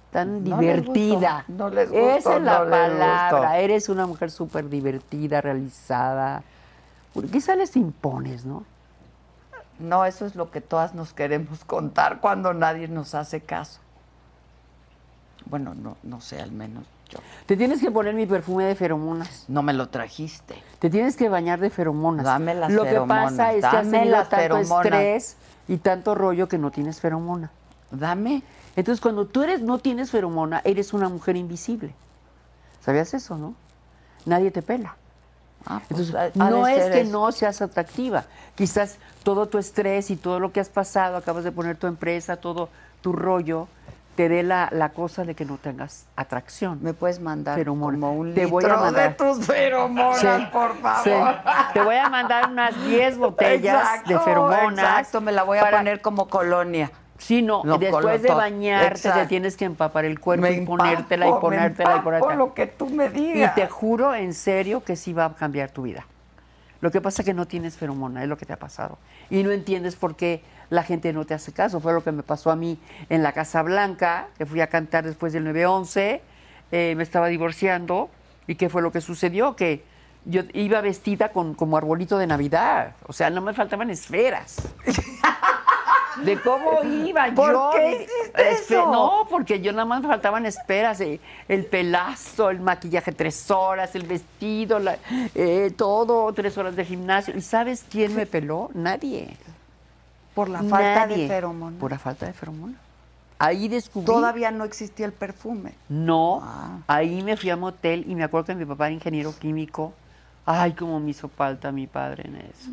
Speaker 5: tan
Speaker 3: No les gusto,
Speaker 5: divertida.
Speaker 3: no les gusto,
Speaker 5: Esa es la
Speaker 3: no les gusto.
Speaker 5: palabra. Eres una mujer súper divertida, realizada. Quizá les impones, ¿no?
Speaker 3: No, eso es lo que todas nos queremos contar cuando nadie nos hace caso. Bueno, no, no sé, al menos yo.
Speaker 5: Te tienes que poner mi perfume de feromonas.
Speaker 3: No me lo trajiste.
Speaker 5: Te tienes que bañar de feromonas.
Speaker 3: Dame las
Speaker 5: Lo
Speaker 3: feromonas,
Speaker 5: que pasa es que has
Speaker 3: dame
Speaker 5: tenido
Speaker 3: las
Speaker 5: tanto
Speaker 3: feromonas.
Speaker 5: estrés y tanto rollo que no tienes feromona.
Speaker 3: Dame.
Speaker 5: Entonces, cuando tú eres, no tienes feromona, eres una mujer invisible. ¿Sabías eso, no? Nadie te pela.
Speaker 3: Ah, pues,
Speaker 5: Entonces,
Speaker 3: ha- ha
Speaker 5: no
Speaker 3: de
Speaker 5: es
Speaker 3: ser
Speaker 5: que
Speaker 3: eso.
Speaker 5: no seas atractiva. Quizás todo tu estrés y todo lo que has pasado, acabas de poner tu empresa, todo tu rollo, te dé la, la cosa de que no tengas atracción.
Speaker 3: Me puedes mandar
Speaker 5: Feromona.
Speaker 3: como un
Speaker 5: Te
Speaker 3: litro
Speaker 5: voy a
Speaker 3: de
Speaker 5: mandar.
Speaker 3: tus feromonas,
Speaker 5: Sí,
Speaker 3: por favor.
Speaker 5: sí. Te voy a mandar unas 10 botellas
Speaker 3: Exacto,
Speaker 5: de feromonas.
Speaker 3: Exacto, me la voy a
Speaker 5: para-
Speaker 3: poner como colonia.
Speaker 5: Sí, no,
Speaker 3: Lo
Speaker 5: después de
Speaker 3: coloto.
Speaker 5: bañarte
Speaker 3: Exacto.
Speaker 5: te tienes que empapar el cuerpo
Speaker 3: Me
Speaker 5: y ponértela
Speaker 3: empapo,
Speaker 5: y ponértela
Speaker 3: me
Speaker 5: y
Speaker 3: empapo
Speaker 5: ponértela.
Speaker 3: lo que tú me
Speaker 5: Y
Speaker 3: digas.
Speaker 5: te juro en serio que sí va a cambiar tu vida. Lo que pasa es que no tienes feromona, es lo que te ha pasado. Y no entiendes por qué la gente no te hace caso. Fue lo que me pasó a mí en la Casa Blanca, que fui a cantar después del 9-11. eh, me estaba divorciando y qué fue lo que sucedió, que yo iba vestida con, como arbolito de Navidad, o sea, no me faltaban esferas. De cómo iba
Speaker 3: ¿Por
Speaker 5: yo.
Speaker 3: qué hiciste eso?
Speaker 5: No, porque yo nada más me faltaban esperas. eh, el pelazo, el maquillaje tres horas, el vestido, la- eh, todo, tres horas de gimnasio. ¿Y sabes quién me peló? Nadie.
Speaker 3: Por la falta
Speaker 5: Nadie.
Speaker 3: de feromonas.
Speaker 5: Por la falta de feromona. Ahí descubrí.
Speaker 3: Todavía no existía el perfume.
Speaker 5: No,
Speaker 3: Ah.
Speaker 5: ahí me fui a motel y me acuerdo que mi papá era ingeniero químico. Ay, cómo me hizo falta mi padre en eso.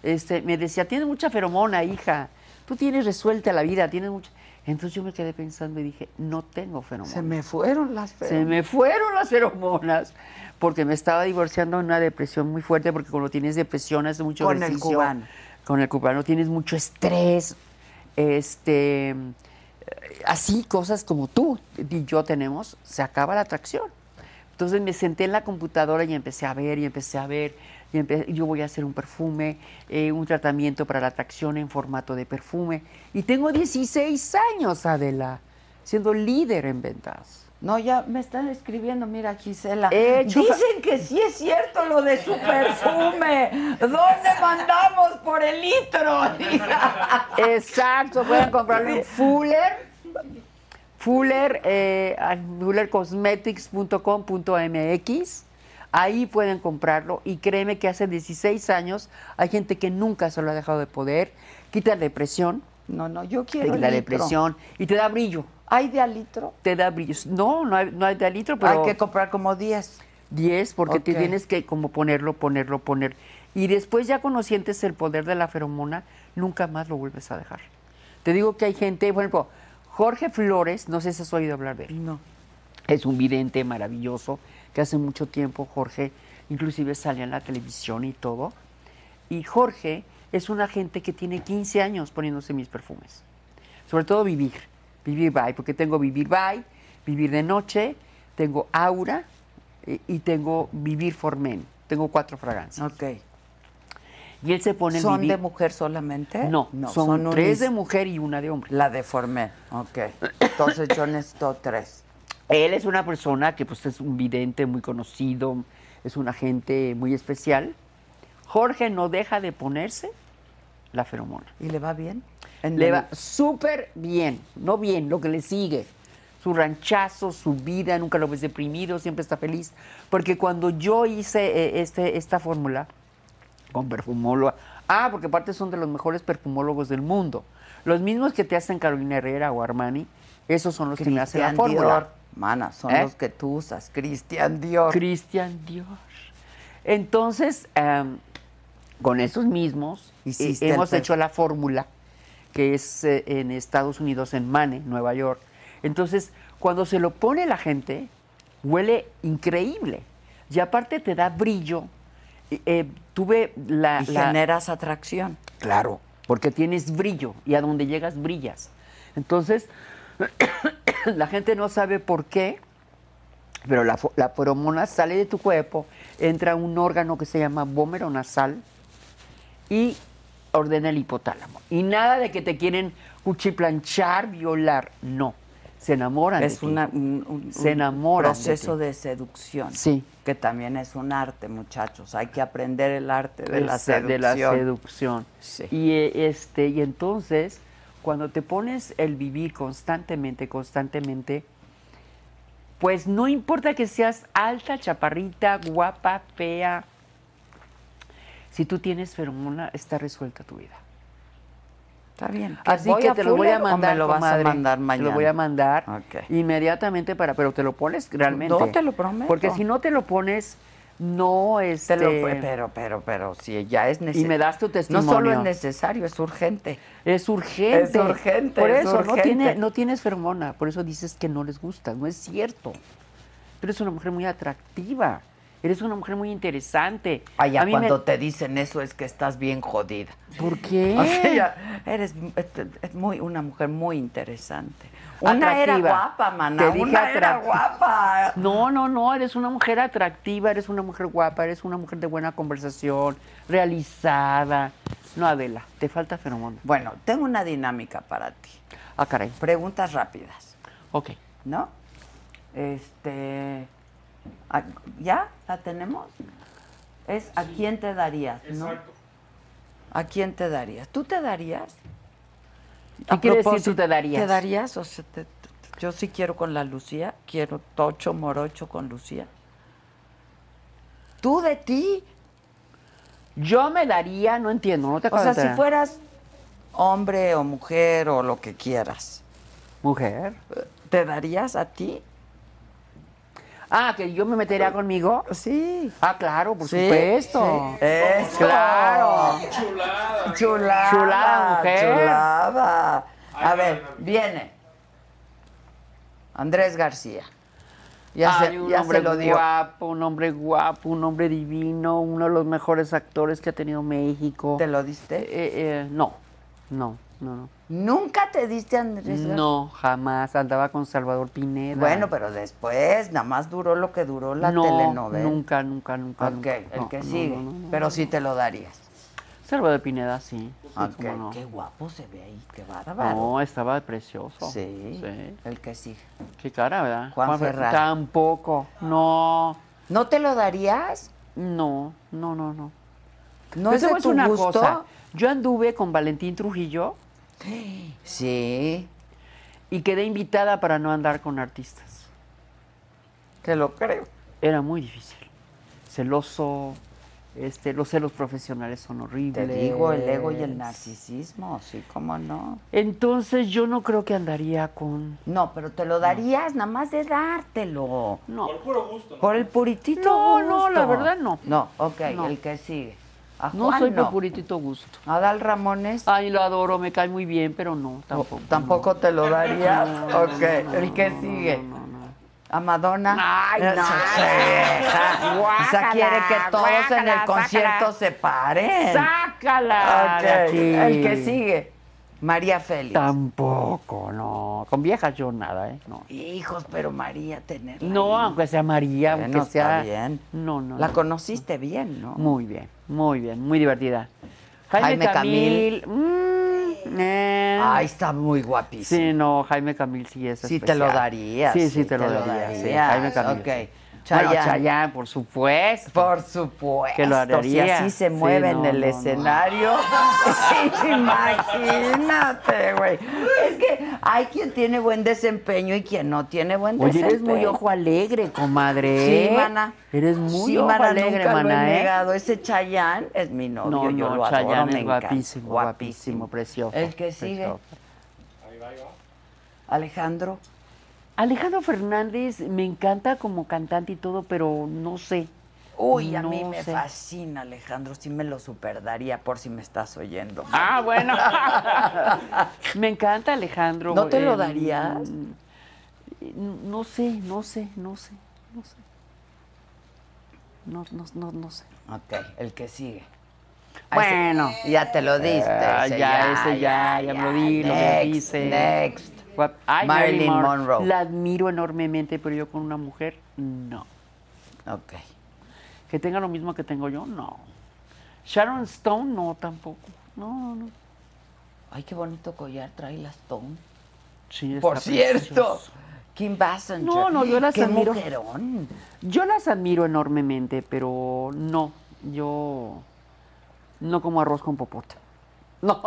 Speaker 5: Este, me decía, tienes mucha feromona, hija. Tú tienes resuelta la vida, tienes mucha. Entonces yo me quedé pensando y dije, no tengo feromona.
Speaker 3: Se me fueron las
Speaker 5: Se
Speaker 3: feromonas.
Speaker 5: me fueron las feromonas porque me estaba divorciando en una depresión muy fuerte porque cuando tienes depresión haces mucho
Speaker 3: Con el
Speaker 5: ejercicio,
Speaker 3: cubano.
Speaker 5: Con el cubano tienes mucho estrés, este, eh, así cosas como tú y yo tenemos, se acaba la atracción. Entonces me senté en la computadora y empecé a ver y empecé a ver. Y empe- yo voy a hacer un perfume, eh, un tratamiento para la atracción en formato de perfume. Y tengo 16 años, Adela, siendo líder en ventas.
Speaker 3: No, ya me están escribiendo, mira, Gisela.
Speaker 5: He hecho-
Speaker 3: Dicen que sí es cierto lo de su perfume. ¿Dónde mandamos por el litro?
Speaker 5: Exacto, pueden comprarlo en Fuller. Fuller, eh, ay, fullercosmetics.com.mx. Ahí pueden comprarlo y créeme que hace 16 años hay gente que nunca se lo ha dejado de poder. Quita depresión,
Speaker 3: No, no, yo quiero
Speaker 5: quita
Speaker 3: el
Speaker 5: la
Speaker 3: litro.
Speaker 5: depresión y te da brillo.
Speaker 3: ¿Hay de alitro?
Speaker 5: Te da brillo. No, no hay, no hay de al litro, pero
Speaker 3: Hay que comprar como 10.
Speaker 5: 10 porque te
Speaker 3: Ok.
Speaker 5: tienes que como ponerlo, ponerlo, poner. Y después ya cuando sientes el poder de la feromona, nunca más lo vuelves a dejar. Te digo que hay gente, por ejemplo, Jorge Flores, no sé si has oído hablar de él.
Speaker 3: No.
Speaker 5: Es un vidente maravilloso que hace mucho tiempo Jorge inclusive salía en la televisión y todo. Y Jorge es una gente que tiene 15 años poniéndose mis perfumes. Sobre todo vivir, vivir by, porque tengo vivir by, vivir de noche, tengo aura eh, y tengo vivir for men. Tengo cuatro fragancias.
Speaker 3: Ok.
Speaker 5: Y él se pone el
Speaker 3: ¿Son
Speaker 5: vivir.
Speaker 3: de mujer solamente?
Speaker 5: No, son,
Speaker 3: unis.
Speaker 5: tres de mujer y una de hombre.
Speaker 3: La deformé. Ok. Entonces yo necesito tres.
Speaker 5: Él es una persona que pues, es un vidente muy conocido, es un agente muy especial. Jorge no deja de ponerse la feromona.
Speaker 3: ¿Y le va bien? En
Speaker 5: Le
Speaker 3: el-
Speaker 5: va súper bien, no bien, lo que le sigue. Su ranchazo, su vida, nunca lo ves deprimido, siempre está feliz. Porque cuando yo hice eh, este, esta fórmula con perfumóloga, ah, porque aparte son de los mejores perfumólogos del mundo. Los mismos que te hacen Carolina Herrera o Armani, esos son los que me hacen la
Speaker 3: Cristian
Speaker 5: fórmula.
Speaker 3: Dior. Mana, son
Speaker 5: ¿Eh?
Speaker 3: los que tú usas. Cristian Dior.
Speaker 5: Cristian Dior. Entonces, em, con esos mismos, eh,
Speaker 3: Hiciste el
Speaker 5: hemos
Speaker 3: perf-
Speaker 5: hecho la fórmula, que es eh, en Estados Unidos, en Mane, Nueva York. Entonces, cuando se lo pone la gente, huele increíble. Y aparte te da brillo. Y, eh, tuve la...
Speaker 3: y
Speaker 5: la-
Speaker 3: generas atracción.
Speaker 5: Claro, porque tienes brillo y a donde llegas brillas. Entonces, la gente no sabe por qué, pero la, fo- la feromona sale de tu cuerpo, entra a un órgano que se llama vómero nasal y ordena el hipotálamo. Y nada de que te quieren cuchiplanchar, violar, no. Se enamoran. de
Speaker 3: Es
Speaker 5: ti.
Speaker 3: una- un, un-
Speaker 5: Se
Speaker 3: un
Speaker 5: enamoran de
Speaker 3: proceso
Speaker 5: ti.
Speaker 3: de, seducción.
Speaker 5: Sí.
Speaker 3: Que también es un arte, muchachos. Hay que aprender el arte de la
Speaker 5: Esa-
Speaker 3: seducción.
Speaker 5: de la seducción.
Speaker 3: Sí.
Speaker 5: Y, eh, este, y entonces, cuando te pones el vivir constantemente, constantemente, pues no importa que seas alta, chaparrita, guapa, fea, si tú tienes feromona, está resuelta tu vida.
Speaker 3: Está bien. ¿Que
Speaker 5: Así
Speaker 3: voy
Speaker 5: que
Speaker 3: a
Speaker 5: te lo voy a
Speaker 3: Fuller o
Speaker 5: mandar,
Speaker 3: me lo vas
Speaker 5: comadre?
Speaker 3: a mandar mañana.
Speaker 5: Te lo voy a mandar
Speaker 3: Ok.
Speaker 5: inmediatamente para, pero te lo pones realmente.
Speaker 3: No, te lo prometo.
Speaker 5: Porque si no te lo pones, no este.
Speaker 3: Te lo- pero, pero, pero, si ya es necesario.
Speaker 5: Y me das tu
Speaker 3: No solo es
Speaker 5: testimonio.
Speaker 3: necesario, es urgente.
Speaker 5: Es urgente.
Speaker 3: Es urgente,
Speaker 5: Por
Speaker 3: es
Speaker 5: eso No,
Speaker 3: urgente.
Speaker 5: tiene, no tienes fermona, por eso dices que no les gusta. No es cierto. Tú eres una mujer muy atractiva. Eres una mujer muy interesante.
Speaker 3: Ay, ya
Speaker 5: A mí me-
Speaker 3: cuando te dicen eso es que estás bien jodida.
Speaker 5: ¿Por qué?
Speaker 3: O sea, ya eres este, es muy, una mujer muy interesante. Una era
Speaker 5: Atractiva.
Speaker 3: guapa,
Speaker 5: Te
Speaker 3: maná.
Speaker 5: dije
Speaker 3: Una era
Speaker 5: atractiva.
Speaker 3: guapa.
Speaker 5: No, no, no, eres una mujer atractiva, eres una mujer guapa, eres una mujer de buena conversación, realizada. No, Adela, te falta feromona.
Speaker 3: Bueno, tengo una dinámica para ti.
Speaker 5: Ah, caray.
Speaker 3: Preguntas rápidas,
Speaker 5: Ok,
Speaker 3: ¿no? Este, a- ¿ya? ¿La tenemos? Es a quién te darías, ¿no? ¿A quién te darías? ¿Tú te darías?
Speaker 5: ¿Qué quiere decir
Speaker 3: propósito,
Speaker 5: tú te darías?
Speaker 3: ¿Te darías? O sea, te- te- te- yo sí quiero con la Lucía, quiero tocho morocho con Lucía. Tú de ti,
Speaker 5: Yo me daría, no entiendo, no te
Speaker 3: o sea,
Speaker 5: acuerdas.
Speaker 3: si fueras hombre o mujer o lo que quieras,
Speaker 5: Mujer.
Speaker 3: ¿te darías a ti?
Speaker 5: Ah, que yo me metería conmigo.
Speaker 3: Sí.
Speaker 5: Ah, claro, por
Speaker 3: Sí,
Speaker 5: supuesto.
Speaker 3: sí. Eso.
Speaker 5: Claro.
Speaker 3: Chulada.
Speaker 5: Chulada, mujer.
Speaker 3: Chulada. A ver, viene. Andrés García. Ya,
Speaker 5: Ay,
Speaker 3: se,
Speaker 5: un
Speaker 3: ya
Speaker 5: hombre
Speaker 3: se lo dio.
Speaker 5: guapo, un hombre guapo, un hombre divino, uno de los mejores actores que ha tenido México.
Speaker 3: ¿Te lo diste?
Speaker 5: Eh, eh, no, no, no, no.
Speaker 3: Nunca te diste a Andrés García.
Speaker 5: No, jamás. Andaba con Salvador Pineda.
Speaker 3: Bueno, pero después, nada más duró lo que duró la
Speaker 5: no,
Speaker 3: telenovela.
Speaker 5: Nunca, nunca, nunca.
Speaker 3: Ok,
Speaker 5: nunca.
Speaker 3: el
Speaker 5: No,
Speaker 3: que
Speaker 5: no,
Speaker 3: sigue.
Speaker 5: no, no, no.
Speaker 3: Pero sí te lo darías.
Speaker 5: Salvador Pineda, sí. sí,
Speaker 3: Ok,
Speaker 5: cómo no.
Speaker 3: Qué guapo se ve ahí, qué bárbaro.
Speaker 5: No, estaba precioso.
Speaker 3: sí,
Speaker 5: Sí.
Speaker 3: el que sigue.
Speaker 5: Qué cara, ¿verdad?
Speaker 3: Juan
Speaker 5: Fer-
Speaker 3: Ferraz.
Speaker 5: Tampoco. No,
Speaker 3: ¿No te lo darías?
Speaker 5: no, no, no, no.
Speaker 3: ¿No
Speaker 5: Yo
Speaker 3: es
Speaker 5: te
Speaker 3: de
Speaker 5: voy a decir
Speaker 3: tu
Speaker 5: una
Speaker 3: gusto?
Speaker 5: cosa. Yo anduve con Valentín Trujillo
Speaker 3: Sí,
Speaker 5: y quedé invitada para no andar con artistas.
Speaker 3: te lo creo.
Speaker 5: Era muy difícil. Celoso, este, los celos profesionales son
Speaker 3: Te
Speaker 5: horribles.
Speaker 3: digo, el ego y el narcisismo, sí, cómo no.
Speaker 5: Entonces yo no creo que andaría con.
Speaker 3: No, pero te lo darías nada más de dártelo.
Speaker 5: No.
Speaker 3: Por el puritito
Speaker 5: No, no,
Speaker 3: gusto.
Speaker 5: la verdad no.
Speaker 3: No, ok,
Speaker 5: No.
Speaker 3: el que sigue. A
Speaker 5: No
Speaker 3: Juan
Speaker 5: soy Ah.
Speaker 3: no.
Speaker 5: por puritito gusto.
Speaker 3: Adal Ramones.
Speaker 5: Ay, lo adoro, me cae muy bien, pero no, tampoco.
Speaker 3: Tampoco, te lo darías. ok, el que
Speaker 5: no,
Speaker 3: sigue.
Speaker 5: no, no, no.
Speaker 3: A Madonna. Eh,
Speaker 5: Ay, no.
Speaker 3: Esa- O sea, quiere que todos en el concierto se paren.
Speaker 5: ¡Sácala! de
Speaker 3: Ok,
Speaker 5: aquí!
Speaker 3: El que sigue. María Félix.
Speaker 5: Tampoco, no. Con viejas yo nada, ¿eh? No,
Speaker 3: Hijos, pero María, tenerla.
Speaker 5: no
Speaker 3: ahí.
Speaker 5: aunque sea María,
Speaker 3: Bueno,
Speaker 5: aunque sea.
Speaker 3: está bien.
Speaker 5: No, no.
Speaker 3: La
Speaker 5: no.
Speaker 3: conociste bien, ¿no?
Speaker 5: Muy bien, muy bien, muy divertida. Jaime,
Speaker 3: Jaime
Speaker 5: Camil. mm, eh.
Speaker 3: Ay, está muy guapísimo.
Speaker 5: Sí, no, Jaime Camil sí es
Speaker 3: Sí, te
Speaker 5: especial.
Speaker 3: lo darías.
Speaker 5: Sí, sí, te, lo, daría. Sí,
Speaker 3: darías.
Speaker 5: Jaime Camil.
Speaker 3: Ok.
Speaker 5: sí.
Speaker 3: Chayanne.
Speaker 5: Bueno, Chayanne, por supuesto.
Speaker 3: Por supuesto.
Speaker 5: Que lo
Speaker 3: Si
Speaker 5: haría.
Speaker 3: así se
Speaker 5: Sí,
Speaker 3: mueve
Speaker 5: no,
Speaker 3: en el
Speaker 5: no, no.
Speaker 3: escenario. Imagínate, güey. Es que hay quien tiene buen desempeño y quien no tiene buen
Speaker 5: Oye,
Speaker 3: desempeño.
Speaker 5: eres muy ojo alegre, comadre.
Speaker 3: Sí, mana.
Speaker 5: ¿Eh? Eres muy
Speaker 3: Sí,
Speaker 5: ojo
Speaker 3: mana,
Speaker 5: alegre,
Speaker 3: nunca
Speaker 5: mana,
Speaker 3: Lo he
Speaker 5: ¿eh?
Speaker 3: negado. Ese Chayán es mi novio.
Speaker 5: No,
Speaker 3: yo
Speaker 5: no,
Speaker 3: lo adoro,
Speaker 5: Chayanne
Speaker 3: me
Speaker 5: es
Speaker 3: encanta.
Speaker 5: guapísimo, guapísimo, precioso,
Speaker 3: El que sigue.
Speaker 5: precioso.
Speaker 3: Alejandro.
Speaker 5: Alejandro Fernández me encanta como cantante y todo, pero no sé.
Speaker 3: Uy, a mí
Speaker 5: No
Speaker 3: me
Speaker 5: sé.
Speaker 3: fascina, Alejandro. Sí me lo superdaría por si me estás oyendo.
Speaker 5: Ah, bueno. me encanta Alejandro.
Speaker 3: ¿No te lo
Speaker 5: eh,
Speaker 3: darías?
Speaker 5: No sé, no sé, no sé, no sé. No, no, no, no sé.
Speaker 3: Ok, el que sigue. Ah, ese-
Speaker 5: Bueno.
Speaker 3: Ya te lo diste.
Speaker 5: Ah,
Speaker 3: Este, ese
Speaker 5: ya, ese ya, ya me lo di, lo
Speaker 3: Next,
Speaker 5: me dice.
Speaker 3: Next.
Speaker 5: Guap- Ay,
Speaker 3: Marilyn
Speaker 5: Mon-
Speaker 3: Monroe.
Speaker 5: La admiro enormemente, pero yo con una mujer, no.
Speaker 3: Ok.
Speaker 5: Que tenga lo mismo que tengo yo, no. Sharon Stone, no, tampoco. No, no, no.
Speaker 3: Ay, qué bonito collar trae la Stone.
Speaker 5: Sí, está
Speaker 3: Por cierto.
Speaker 5: preciosa.
Speaker 3: Kim Basinger.
Speaker 5: No, no, yo las
Speaker 3: qué
Speaker 5: admiro.
Speaker 3: mujerón.
Speaker 5: Yo las admiro enormemente, pero no. Yo no como arroz con popota. No,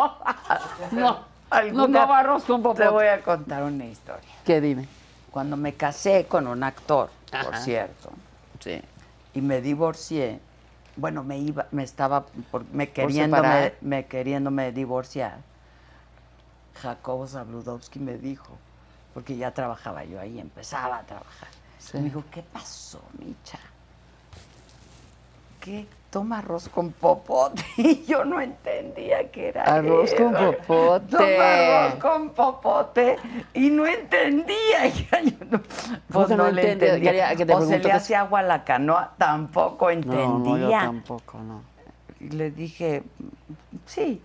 Speaker 5: no. No
Speaker 3: Alguna-
Speaker 5: como arroz con
Speaker 3: Te
Speaker 5: popota.
Speaker 3: voy a contar una historia.
Speaker 5: ¿Qué dime?
Speaker 3: Cuando me casé con un actor, por
Speaker 5: Ajá.
Speaker 3: cierto,
Speaker 5: Sí.
Speaker 3: y me divorcié, bueno, me iba, me estaba, por- me, queriéndome,
Speaker 5: separar.
Speaker 3: me queriéndome divorciar, Jacobo Zabludowski me dijo, porque ya trabajaba yo ahí, empezaba a trabajar. Me dijo, ¿qué pasó, Micha? ¿Qué? Toma arroz con popote. Y yo no entendía qué era
Speaker 5: Arroz con
Speaker 3: eso.
Speaker 5: popote.
Speaker 3: Toma arroz con popote. Y no entendía. Y yo no- pues
Speaker 5: que
Speaker 3: no,
Speaker 5: no
Speaker 3: le
Speaker 5: entendía?
Speaker 3: entendía.
Speaker 5: Quería que te
Speaker 3: o se le
Speaker 5: pregunto qué-
Speaker 3: hace agua a la canoa. Tampoco entendía.
Speaker 5: No, no, yo tampoco, no.
Speaker 3: Y le dije, sí.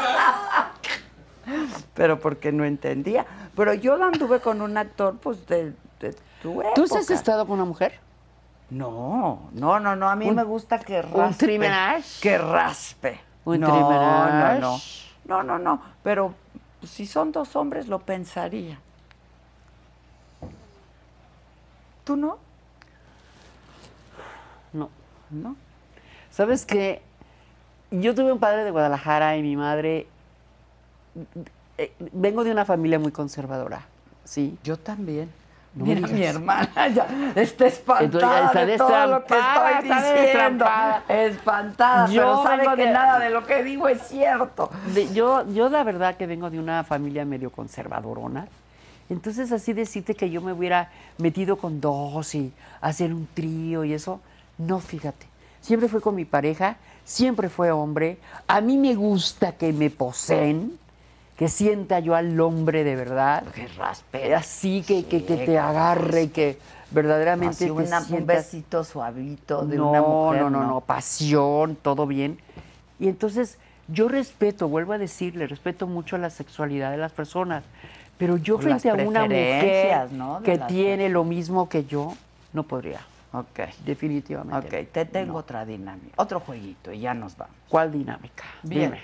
Speaker 3: Pero porque no entendía. Pero yo anduve con un actor, pues, de, de tu época.
Speaker 5: ¿Tú sí has estado con una mujer?
Speaker 3: No, no, no, no. A mí
Speaker 5: Un-
Speaker 3: me gusta que raspe.
Speaker 5: trimenage.
Speaker 3: Que raspe.
Speaker 5: Un
Speaker 3: no,
Speaker 5: trimenage.
Speaker 3: no, no. No, no, no. Pero si son dos hombres, lo pensaría. ¿Tú no?
Speaker 5: No.
Speaker 3: ¿No?
Speaker 5: ¿Sabes qué? Yo tuve un padre de Guadalajara y mi madre. eh, vengo de una familia muy conservadora, ¿sí.
Speaker 3: Yo también.
Speaker 5: No me
Speaker 3: Mira, mi
Speaker 5: digas.
Speaker 3: hermana ya está espantada
Speaker 5: está
Speaker 3: de todo lo que
Speaker 5: destrampada,
Speaker 3: estoy
Speaker 5: está
Speaker 3: diciendo.
Speaker 5: destrampada.
Speaker 3: Espantada,
Speaker 5: Yo
Speaker 3: pero sabe
Speaker 5: vengo
Speaker 3: que
Speaker 5: de-
Speaker 3: nada de lo que digo es cierto.
Speaker 5: De- yo, yo la verdad que vengo de una familia medio conservadorona. Entonces así decirte que yo me hubiera metido con dos y hacer un trío y eso, no, fíjate. Siempre fue con mi pareja, siempre fue hombre. A mí me gusta que me poseen, que sienta yo al hombre de verdad.
Speaker 3: Que
Speaker 5: Eh,
Speaker 3: raspe.
Speaker 5: Así que, que, que
Speaker 3: Sí,
Speaker 5: te agarre y que verdaderamente
Speaker 3: Así
Speaker 5: te
Speaker 3: una- un
Speaker 5: sientas-
Speaker 3: besito suavito de
Speaker 5: no,
Speaker 3: una mujer.
Speaker 5: No, no, no, pasión, todo bien. Y entonces yo respeto, vuelvo a decirle, respeto mucho la sexualidad de las personas, pero yo
Speaker 3: O las
Speaker 5: frente a una mujer
Speaker 3: preferencias, ¿no? De
Speaker 5: que
Speaker 3: las
Speaker 5: tiene lo mismo que yo, no podría,
Speaker 3: Ok,
Speaker 5: definitivamente.
Speaker 3: ok, te tengo
Speaker 5: no.
Speaker 3: otra dinámica, otro jueguito y ya nos vamos.
Speaker 5: ¿Cuál dinámica?
Speaker 3: Bien.
Speaker 5: Dime.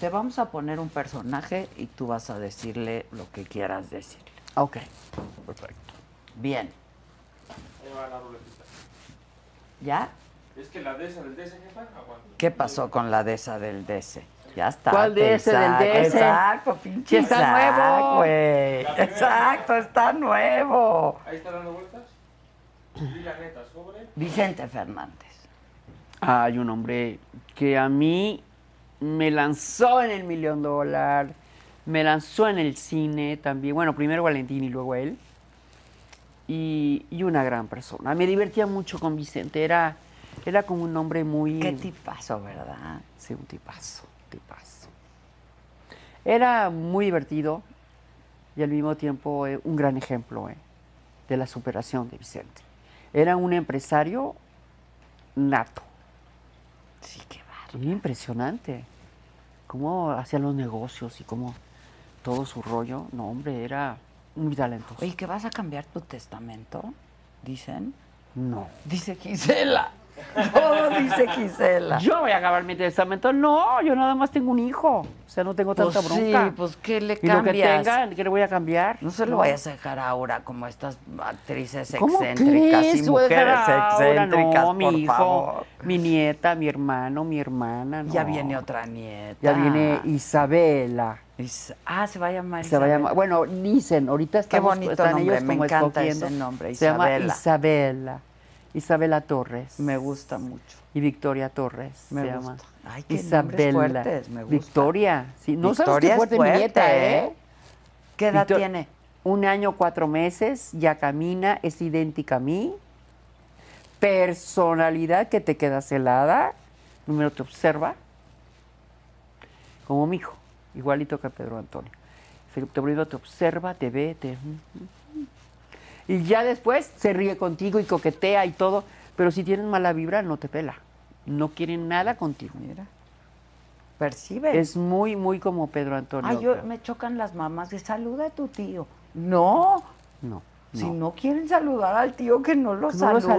Speaker 3: Te vamos a poner un personaje y tú vas a decirle lo que quieras decirle.
Speaker 5: Ok.
Speaker 3: Bien. ¿Ya?
Speaker 11: Es que la de esa del de esa jefa aguanta.
Speaker 3: ¿Qué pasó con la de esa del DC? Ya está.
Speaker 5: ¿Cuál de
Speaker 3: te
Speaker 5: ese del
Speaker 3: saco,
Speaker 5: de ese?
Speaker 3: Exacto, pinche.
Speaker 5: Sí, está
Speaker 3: saco,
Speaker 5: nuevo.
Speaker 3: güey. Exacto, está nuevo.
Speaker 11: Ahí está dando vueltas. Y la neta, sobre.
Speaker 3: Vicente Fernández.
Speaker 5: Hay un hombre que a mí me lanzó en el millón dólar, me lanzó en el cine también. Bueno, primero Valentín y luego él. Y, y una gran persona. Me divertía mucho con Vicente. Era, era como un hombre muy.
Speaker 3: Qué tipazo, ¿verdad?
Speaker 5: Sí, un tipazo, tipazo. Era muy divertido y al mismo tiempo eh, un gran ejemplo eh, de la superación de Vicente. Era un empresario nato.
Speaker 3: Sí, qué bárbaro.
Speaker 5: Muy impresionante. Cómo hacía los negocios y cómo todo su rollo. No, hombre, era muy talentoso.
Speaker 3: Oye, ¿que vas a cambiar tu testamento? Dicen.
Speaker 5: no.
Speaker 3: Dice Gisela. Todo dice Gisela.
Speaker 5: Yo voy a acabar mi testamento. No, yo nada más tengo un hijo. O sea, no tengo
Speaker 3: Pues
Speaker 5: tanta
Speaker 3: sí,
Speaker 5: bronca.
Speaker 3: pues ¿qué le
Speaker 5: y lo que
Speaker 3: cambias?
Speaker 5: tenga, ¿qué le voy a cambiar?
Speaker 3: No se lo vayas a dejar ahora como estas actrices excéntricas
Speaker 5: crees?
Speaker 3: y
Speaker 5: Voy a dejar
Speaker 3: mujeres
Speaker 5: ahora, no,
Speaker 3: excéntricas,
Speaker 5: mi
Speaker 3: por
Speaker 5: hijo,
Speaker 3: favor.
Speaker 5: mi nieta, mi hermano, mi hermana.
Speaker 3: Ya
Speaker 5: no.
Speaker 3: viene otra nieta.
Speaker 5: Ya viene Isabela.
Speaker 3: Is- Ah, se va a llamar
Speaker 5: Se va a
Speaker 3: Isabel.
Speaker 5: llamar- bueno, dicen, ahorita estamos,
Speaker 3: bonito
Speaker 5: están
Speaker 3: nombre,
Speaker 5: ellos
Speaker 3: me
Speaker 5: como
Speaker 3: encanta
Speaker 5: escogiendo.
Speaker 3: ese nombre,
Speaker 5: Se llama
Speaker 3: Isabela.
Speaker 5: Isabela. Isabela Torres.
Speaker 3: Me gusta mucho.
Speaker 5: Y Victoria Torres.
Speaker 3: Me
Speaker 5: se
Speaker 3: gusta.
Speaker 5: llama.
Speaker 3: Ay, qué nombres fuertes, me gusta.
Speaker 5: Victoria. Sí, no sabes
Speaker 3: Victoria
Speaker 5: qué
Speaker 3: es
Speaker 5: fuerte, mi
Speaker 3: fuerte,
Speaker 5: nieta, ¿eh?
Speaker 3: ¿eh? ¿Qué edad
Speaker 5: Victor-
Speaker 3: tiene?
Speaker 5: Un año, cuatro meses, ya camina, es idéntica a mí. Personalidad que te quedas helada. Número, te observa. Como mi hijo, igualito que Pedro Antonio. Se- Te primero te observa, te ve, te... Y ya después se ríe contigo y coquetea y todo. Pero si tienes mala vibra, no te pela. No quieren nada contigo.
Speaker 3: Mira. Percibe.
Speaker 5: Es muy, muy como Pedro Antonio.
Speaker 3: Ay, Ah, yo,
Speaker 5: creo.
Speaker 3: me chocan las mamás. que Saluda a tu tío. No.
Speaker 5: No,
Speaker 3: Si
Speaker 5: no.
Speaker 3: no quieren saludar al tío, que no lo
Speaker 5: Que no lo
Speaker 3: saluden.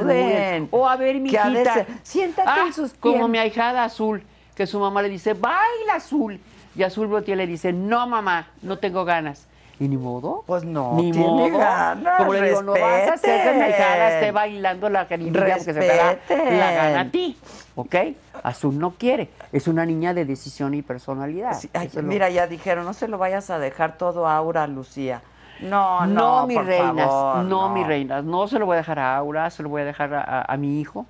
Speaker 5: saluden. O a ver, mi
Speaker 3: Que ha de
Speaker 5: hijita.
Speaker 3: ser- Siéntate
Speaker 5: Ah,
Speaker 3: en sus pies.
Speaker 5: Como mi ahijada Azul, que su mamá le dice, baila Azul. Y Azul Botiel le dice, no, mamá, no tengo ganas. ¿Y ni modo?
Speaker 3: Pues no, tiene ganas,
Speaker 5: Como le digo, no vas a hacer que mi ahijada esté
Speaker 3: respeten.
Speaker 5: bailando la carilla porque se te da la gana a ti. ¿Ok? Azul no quiere. Es una niña de decisión y personalidad.
Speaker 3: Sí, ay,
Speaker 5: Eso es lo-
Speaker 3: mira, ya dijeron, no se lo vayas a dejar todo a Aura, Lucía. No, no,
Speaker 5: No, mis
Speaker 3: por
Speaker 5: reinas,
Speaker 3: favor, Pues
Speaker 5: no, mis reinas, no se lo voy a dejar a Aura, se lo voy a dejar a, a- a mi hijo,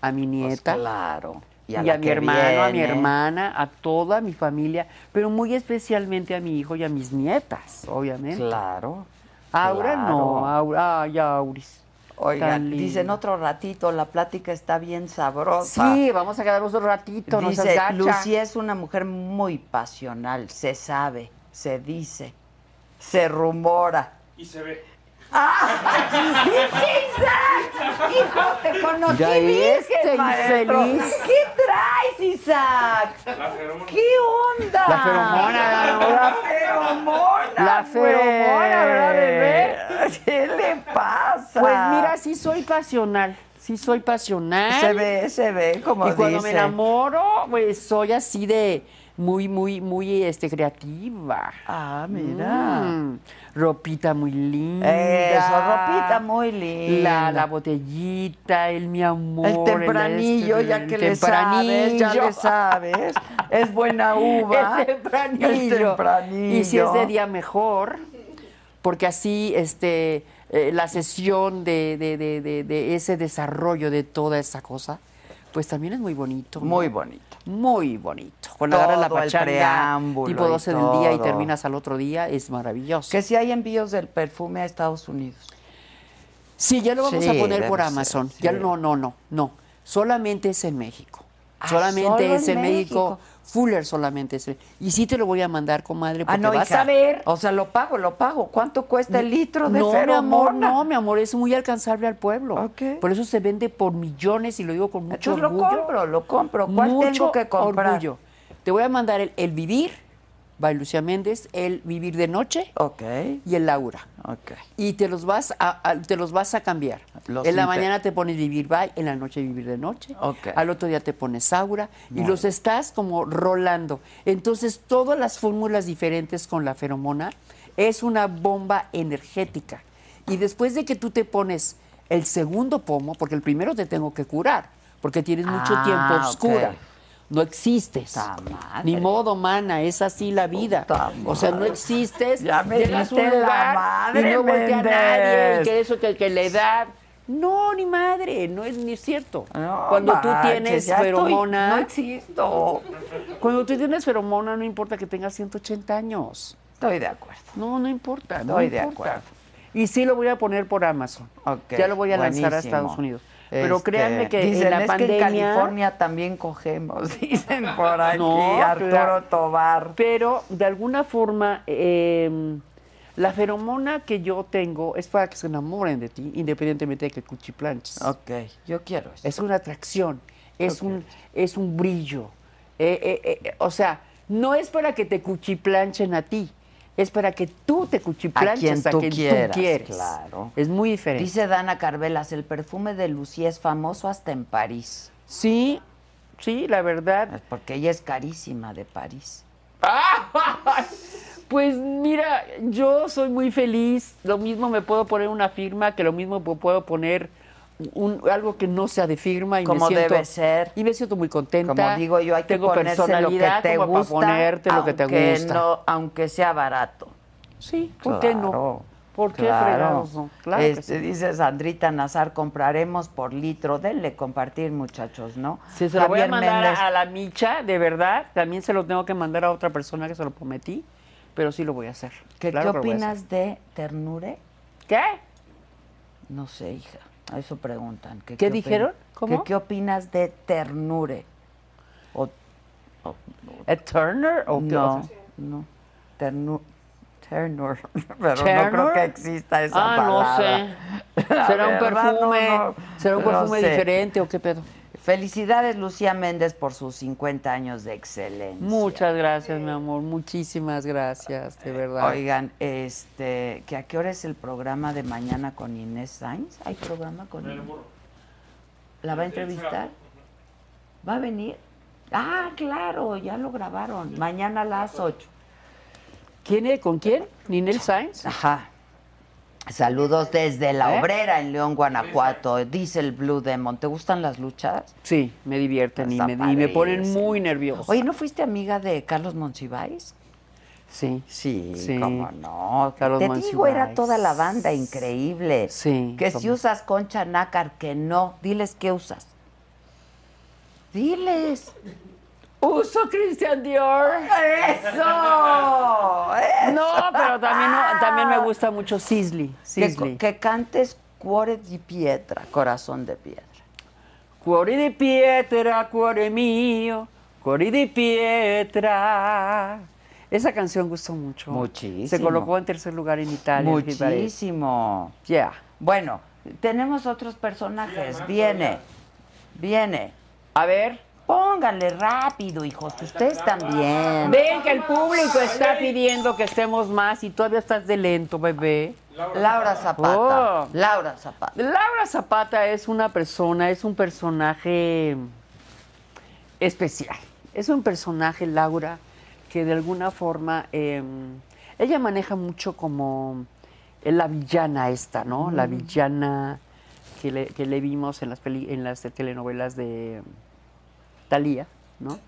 Speaker 5: a mi
Speaker 3: Pues
Speaker 5: nieta.
Speaker 3: claro.
Speaker 5: y a,
Speaker 3: la
Speaker 5: mi
Speaker 3: que
Speaker 5: hermano, a mi
Speaker 3: viene.
Speaker 5: hermana, a toda mi familia, pero muy especialmente a mi hijo y a mis nietas, obviamente.
Speaker 3: Claro.
Speaker 5: ¿eh? Aura no,
Speaker 3: claro.
Speaker 5: Aura, ay, Auris.
Speaker 3: Oigan,
Speaker 5: tan linda.
Speaker 3: dicen otro ratito, la plática está bien sabrosa.
Speaker 5: Sí, vamos a quedarnos un ratito, no seas
Speaker 3: Dice,
Speaker 5: gacha.
Speaker 3: Lucía es una mujer muy pasional, se sabe, se dice, se rumora.
Speaker 11: Y se ve.
Speaker 3: ¡Sí, Isaac! ¡Hijo, te conocí
Speaker 5: Ya
Speaker 3: virgen,
Speaker 5: este
Speaker 3: maestro!
Speaker 5: infeliz.
Speaker 3: ¿Qué traes, Isaac?
Speaker 11: La feromona.
Speaker 3: ¿Qué onda?
Speaker 5: La feromona, la-
Speaker 3: La feromona.
Speaker 5: La feromona, ¿verdad, bebé?
Speaker 3: güey. ¿Qué le pasa?
Speaker 5: Pues mira, sí soy pasional, sí soy pasional.
Speaker 3: Se ve, se ve, como
Speaker 5: y cuando
Speaker 3: dice.
Speaker 5: me enamoro, pues soy así de, muy, muy, muy este, creativa.
Speaker 3: Ah, mira.
Speaker 5: Mm, ropita muy linda.
Speaker 3: Eso, ropita muy
Speaker 5: La,
Speaker 3: linda.
Speaker 5: la botellita, el mi amor.
Speaker 3: El tempranillo,
Speaker 5: este,
Speaker 3: ya
Speaker 5: el
Speaker 3: que le sabes, ya
Speaker 5: tempranillo.
Speaker 3: le sabes. Es buena uva.
Speaker 5: El tempranillo.
Speaker 3: El tempranillo.
Speaker 5: Y si es de día mejor, porque así este, eh, la sesión de, de- de- de- de ese desarrollo de toda esa cosa, pues también es muy bonito. ¿no?
Speaker 3: Muy bonito.
Speaker 5: Muy bonito. Cuando agarras la
Speaker 3: Todo el
Speaker 5: pachanga,
Speaker 3: preámbulo
Speaker 5: tipo
Speaker 3: y
Speaker 5: 12 del día y
Speaker 3: todo.
Speaker 5: terminas al otro día, es maravilloso.
Speaker 3: Que si hay envíos del perfume a Estados Unidos.
Speaker 5: Eh, Sí, ya lo vamos
Speaker 3: Sí,
Speaker 5: a poner por
Speaker 3: debe ser,
Speaker 5: Amazon.
Speaker 3: sí.
Speaker 5: Ya no, no, no, no. Solamente es en México.
Speaker 3: Ah,
Speaker 5: solamente
Speaker 3: solo
Speaker 5: es
Speaker 3: en
Speaker 5: en México.
Speaker 3: México.
Speaker 5: Fuller solamente es. en- Y sí te lo voy a mandar, comadre, porque
Speaker 3: Ah, no, y
Speaker 5: vas
Speaker 3: ca-
Speaker 5: a ver.
Speaker 3: O sea, lo pago, lo pago. ¿Cuánto cuesta el litro de
Speaker 5: no, mi amor,
Speaker 3: feromona?
Speaker 5: no, mi amor, es muy alcanzable al pueblo.
Speaker 3: Ok.
Speaker 5: Por eso se vende por millones y lo digo con mucho
Speaker 3: Entonces lo
Speaker 5: orgullo.
Speaker 3: compro, lo compro. ¿Cuál
Speaker 5: Mucho
Speaker 3: tengo que comprar?
Speaker 5: orgullo. Te voy a mandar el, el Vivir, by Lucía Méndez, el Vivir de Noche
Speaker 3: Ok,
Speaker 5: y el Laura.
Speaker 3: ok.
Speaker 5: y te los vas a, a- te los vas a cambiar.
Speaker 3: Los
Speaker 5: en la
Speaker 3: inter-
Speaker 5: mañana te pones vivir by, en la noche vivir de noche.
Speaker 3: Ok.
Speaker 5: Al otro día te pones aura
Speaker 3: Muy
Speaker 5: y los estás como rolando. Entonces, todas las fórmulas diferentes con la feromona es una bomba energética. Y después de que tú te pones el segundo pomo, porque el primero te tengo que curar, porque tienes mucho
Speaker 3: Ah, ok.
Speaker 5: tiempo oscura. No existes.
Speaker 3: Ta madre.
Speaker 5: Ni modo, mana, es así la vida.
Speaker 3: Puta
Speaker 5: O sea, no
Speaker 3: madre.
Speaker 5: existes
Speaker 3: Ya me
Speaker 5: llegas a un
Speaker 3: diste la
Speaker 5: lugar
Speaker 3: madre,
Speaker 5: y no voltea a nadie
Speaker 3: Méndez.
Speaker 5: y que eso que, que le da no ni madre no es ni cierto
Speaker 3: No,
Speaker 5: cuando tú
Speaker 3: manches,
Speaker 5: tienes
Speaker 3: ya estoy-
Speaker 5: feromona
Speaker 3: no existo.
Speaker 5: cuando tú tienes feromona no importa que tengas 180 años
Speaker 3: Estoy de acuerdo.
Speaker 5: no no importa no
Speaker 3: Estoy de
Speaker 5: importa.
Speaker 3: acuerdo.
Speaker 5: y sí lo voy a poner por Amazon
Speaker 3: Ok,
Speaker 5: ya lo voy a lanzar a
Speaker 3: buenísimo.
Speaker 5: Estados Unidos pero
Speaker 3: Este,
Speaker 5: créanme que
Speaker 3: dicen,
Speaker 5: en la
Speaker 3: es
Speaker 5: pandemia
Speaker 3: que en California también cogemos, dicen por aquí
Speaker 5: No,
Speaker 3: Arturo
Speaker 5: claro.
Speaker 3: Tobar.
Speaker 5: Pero de alguna forma, eh, la feromona que yo tengo es para que se enamoren de ti, independientemente de que cuchiplanches.
Speaker 3: Ok, yo quiero eso.
Speaker 5: Es una atracción, es, un, es un brillo. Eh, eh, eh, eh, o sea, no es para que te cuchiplanchen a ti, es para que tú te cuchiplanches a quien, tú, quieras,
Speaker 3: claro.
Speaker 5: Es muy diferente.
Speaker 3: Dice Dana Carvelas, el perfume de Lucía es famoso hasta en París.
Speaker 5: sí, sí, la verdad.
Speaker 3: Porque ella es carísima de París.
Speaker 5: Pues mira, yo soy muy feliz. Lo mismo me puedo poner una firma, que lo mismo pu- puedo poner un- algo que no sea de firma y me
Speaker 3: Como
Speaker 5: siento-
Speaker 3: debe ser.
Speaker 5: Y me siento muy contenta.
Speaker 3: Como digo yo, hay que
Speaker 5: Tengo
Speaker 3: ponerse lo que
Speaker 5: personalidad
Speaker 3: te
Speaker 5: como para
Speaker 3: gusta,
Speaker 5: ponerte lo que te
Speaker 3: aunque
Speaker 5: gusta.
Speaker 3: no- aunque sea barato.
Speaker 5: Sí, ¿por qué no?
Speaker 3: Claro,
Speaker 5: ¿Por qué
Speaker 3: claro.
Speaker 5: fregados no? Claro que
Speaker 3: Este,
Speaker 5: sí.
Speaker 3: Dice Sandrita Nazar, compraremos por litro. Denle compartir, muchachos, ¿no?
Speaker 5: Sí, se lo voy a
Speaker 3: Javier
Speaker 5: mandar
Speaker 3: Méndez,
Speaker 5: a la micha, de verdad. También se lo tengo que mandar a otra persona que se lo prometí, pero sí lo voy a hacer.
Speaker 3: ¿Qué,
Speaker 5: Claro
Speaker 3: qué
Speaker 5: que lo voy a hacer.
Speaker 3: opinas de ternure?
Speaker 5: ¿Qué?
Speaker 3: No sé, hija. A eso preguntan. que
Speaker 5: ¿Qué
Speaker 3: opin-
Speaker 5: dijeron?
Speaker 3: que
Speaker 5: ¿Cómo?
Speaker 3: ¿Qué opinas de ternure? O,
Speaker 5: ¿A Turner o qué?
Speaker 3: no, no. Ternu- Ternur, pero no creo
Speaker 5: ¿Ternur?
Speaker 3: que exista esa
Speaker 5: ah,
Speaker 3: palabra.
Speaker 5: no sé. ¿Será un
Speaker 3: verdad, no,
Speaker 5: perfume?
Speaker 3: no,
Speaker 5: ¿Será un
Speaker 3: no
Speaker 5: perfume
Speaker 3: sé.
Speaker 5: diferente o qué pedo?
Speaker 3: Felicidades, Lucía Méndez, por sus 50 años de excelencia.
Speaker 5: Muchas gracias, mi amor. Muchísimas gracias, de verdad.
Speaker 3: Oigan, este, ¿que a qué hora es el programa de mañana con Inés Sainz? ¿Hay programa con Inés? ¿La va a entrevistar? ¿Va a venir? Ah, claro, ya lo grabaron. Mañana a las 8.
Speaker 5: ¿Quién es? ¿Con quién? ¿Ninel Sainz?
Speaker 3: Ajá. Saludos desde La
Speaker 5: ¿Eh?
Speaker 3: Obrera, en León, Guanajuato. Dice el Blue Demon. ¿Te gustan las luchas?
Speaker 5: Sí, me divierten y
Speaker 3: Está
Speaker 5: me, y me ponen
Speaker 3: padrísimo.
Speaker 5: muy nerviosa.
Speaker 3: Oye, ¿no fuiste amiga de Carlos Monsiváis?
Speaker 5: Sí.
Speaker 3: Sí,
Speaker 5: Sí.
Speaker 3: cómo no.
Speaker 5: Carlos
Speaker 3: Te digo, era
Speaker 5: Monsiváis.
Speaker 3: toda la banda increíble.
Speaker 5: Sí,
Speaker 3: Que si
Speaker 5: cómo.
Speaker 3: usas concha nácar, que no. Diles qué usas. Diles.
Speaker 5: Uso Christian Dior.
Speaker 3: ¡Eso! ¡Eh!
Speaker 5: No, pero también, no- también me gusta mucho Sisley.
Speaker 3: Que,
Speaker 5: Sisley.
Speaker 3: co- que cantes cuore di piedra, corazón de piedra.
Speaker 5: Cuore de pietra, cuore mío, cuore de pietra. Esa canción gustó mucho.
Speaker 3: Muchísimo.
Speaker 5: Se colocó en tercer lugar en Italia. en Vivaldi.
Speaker 3: Muchísimo.
Speaker 5: Yeah.
Speaker 3: Bueno, tenemos otros personajes. Viene, viene.
Speaker 5: A ver,
Speaker 3: Pónganle rápido, hijos. Ustedes también.
Speaker 5: ven que el público está pidiendo que estemos más y todavía estás de lento, bebé.
Speaker 3: Laura Zapata.
Speaker 5: Oh.
Speaker 3: Laura Zapata.
Speaker 5: Laura Zapata es una persona, es un personaje especial. Es un personaje, Laura, que de alguna forma, eh, ella maneja mucho como es la villana esta, ¿no? La villana que le, que le vimos en las, peli- en las telenovelas de Talía, ¿no?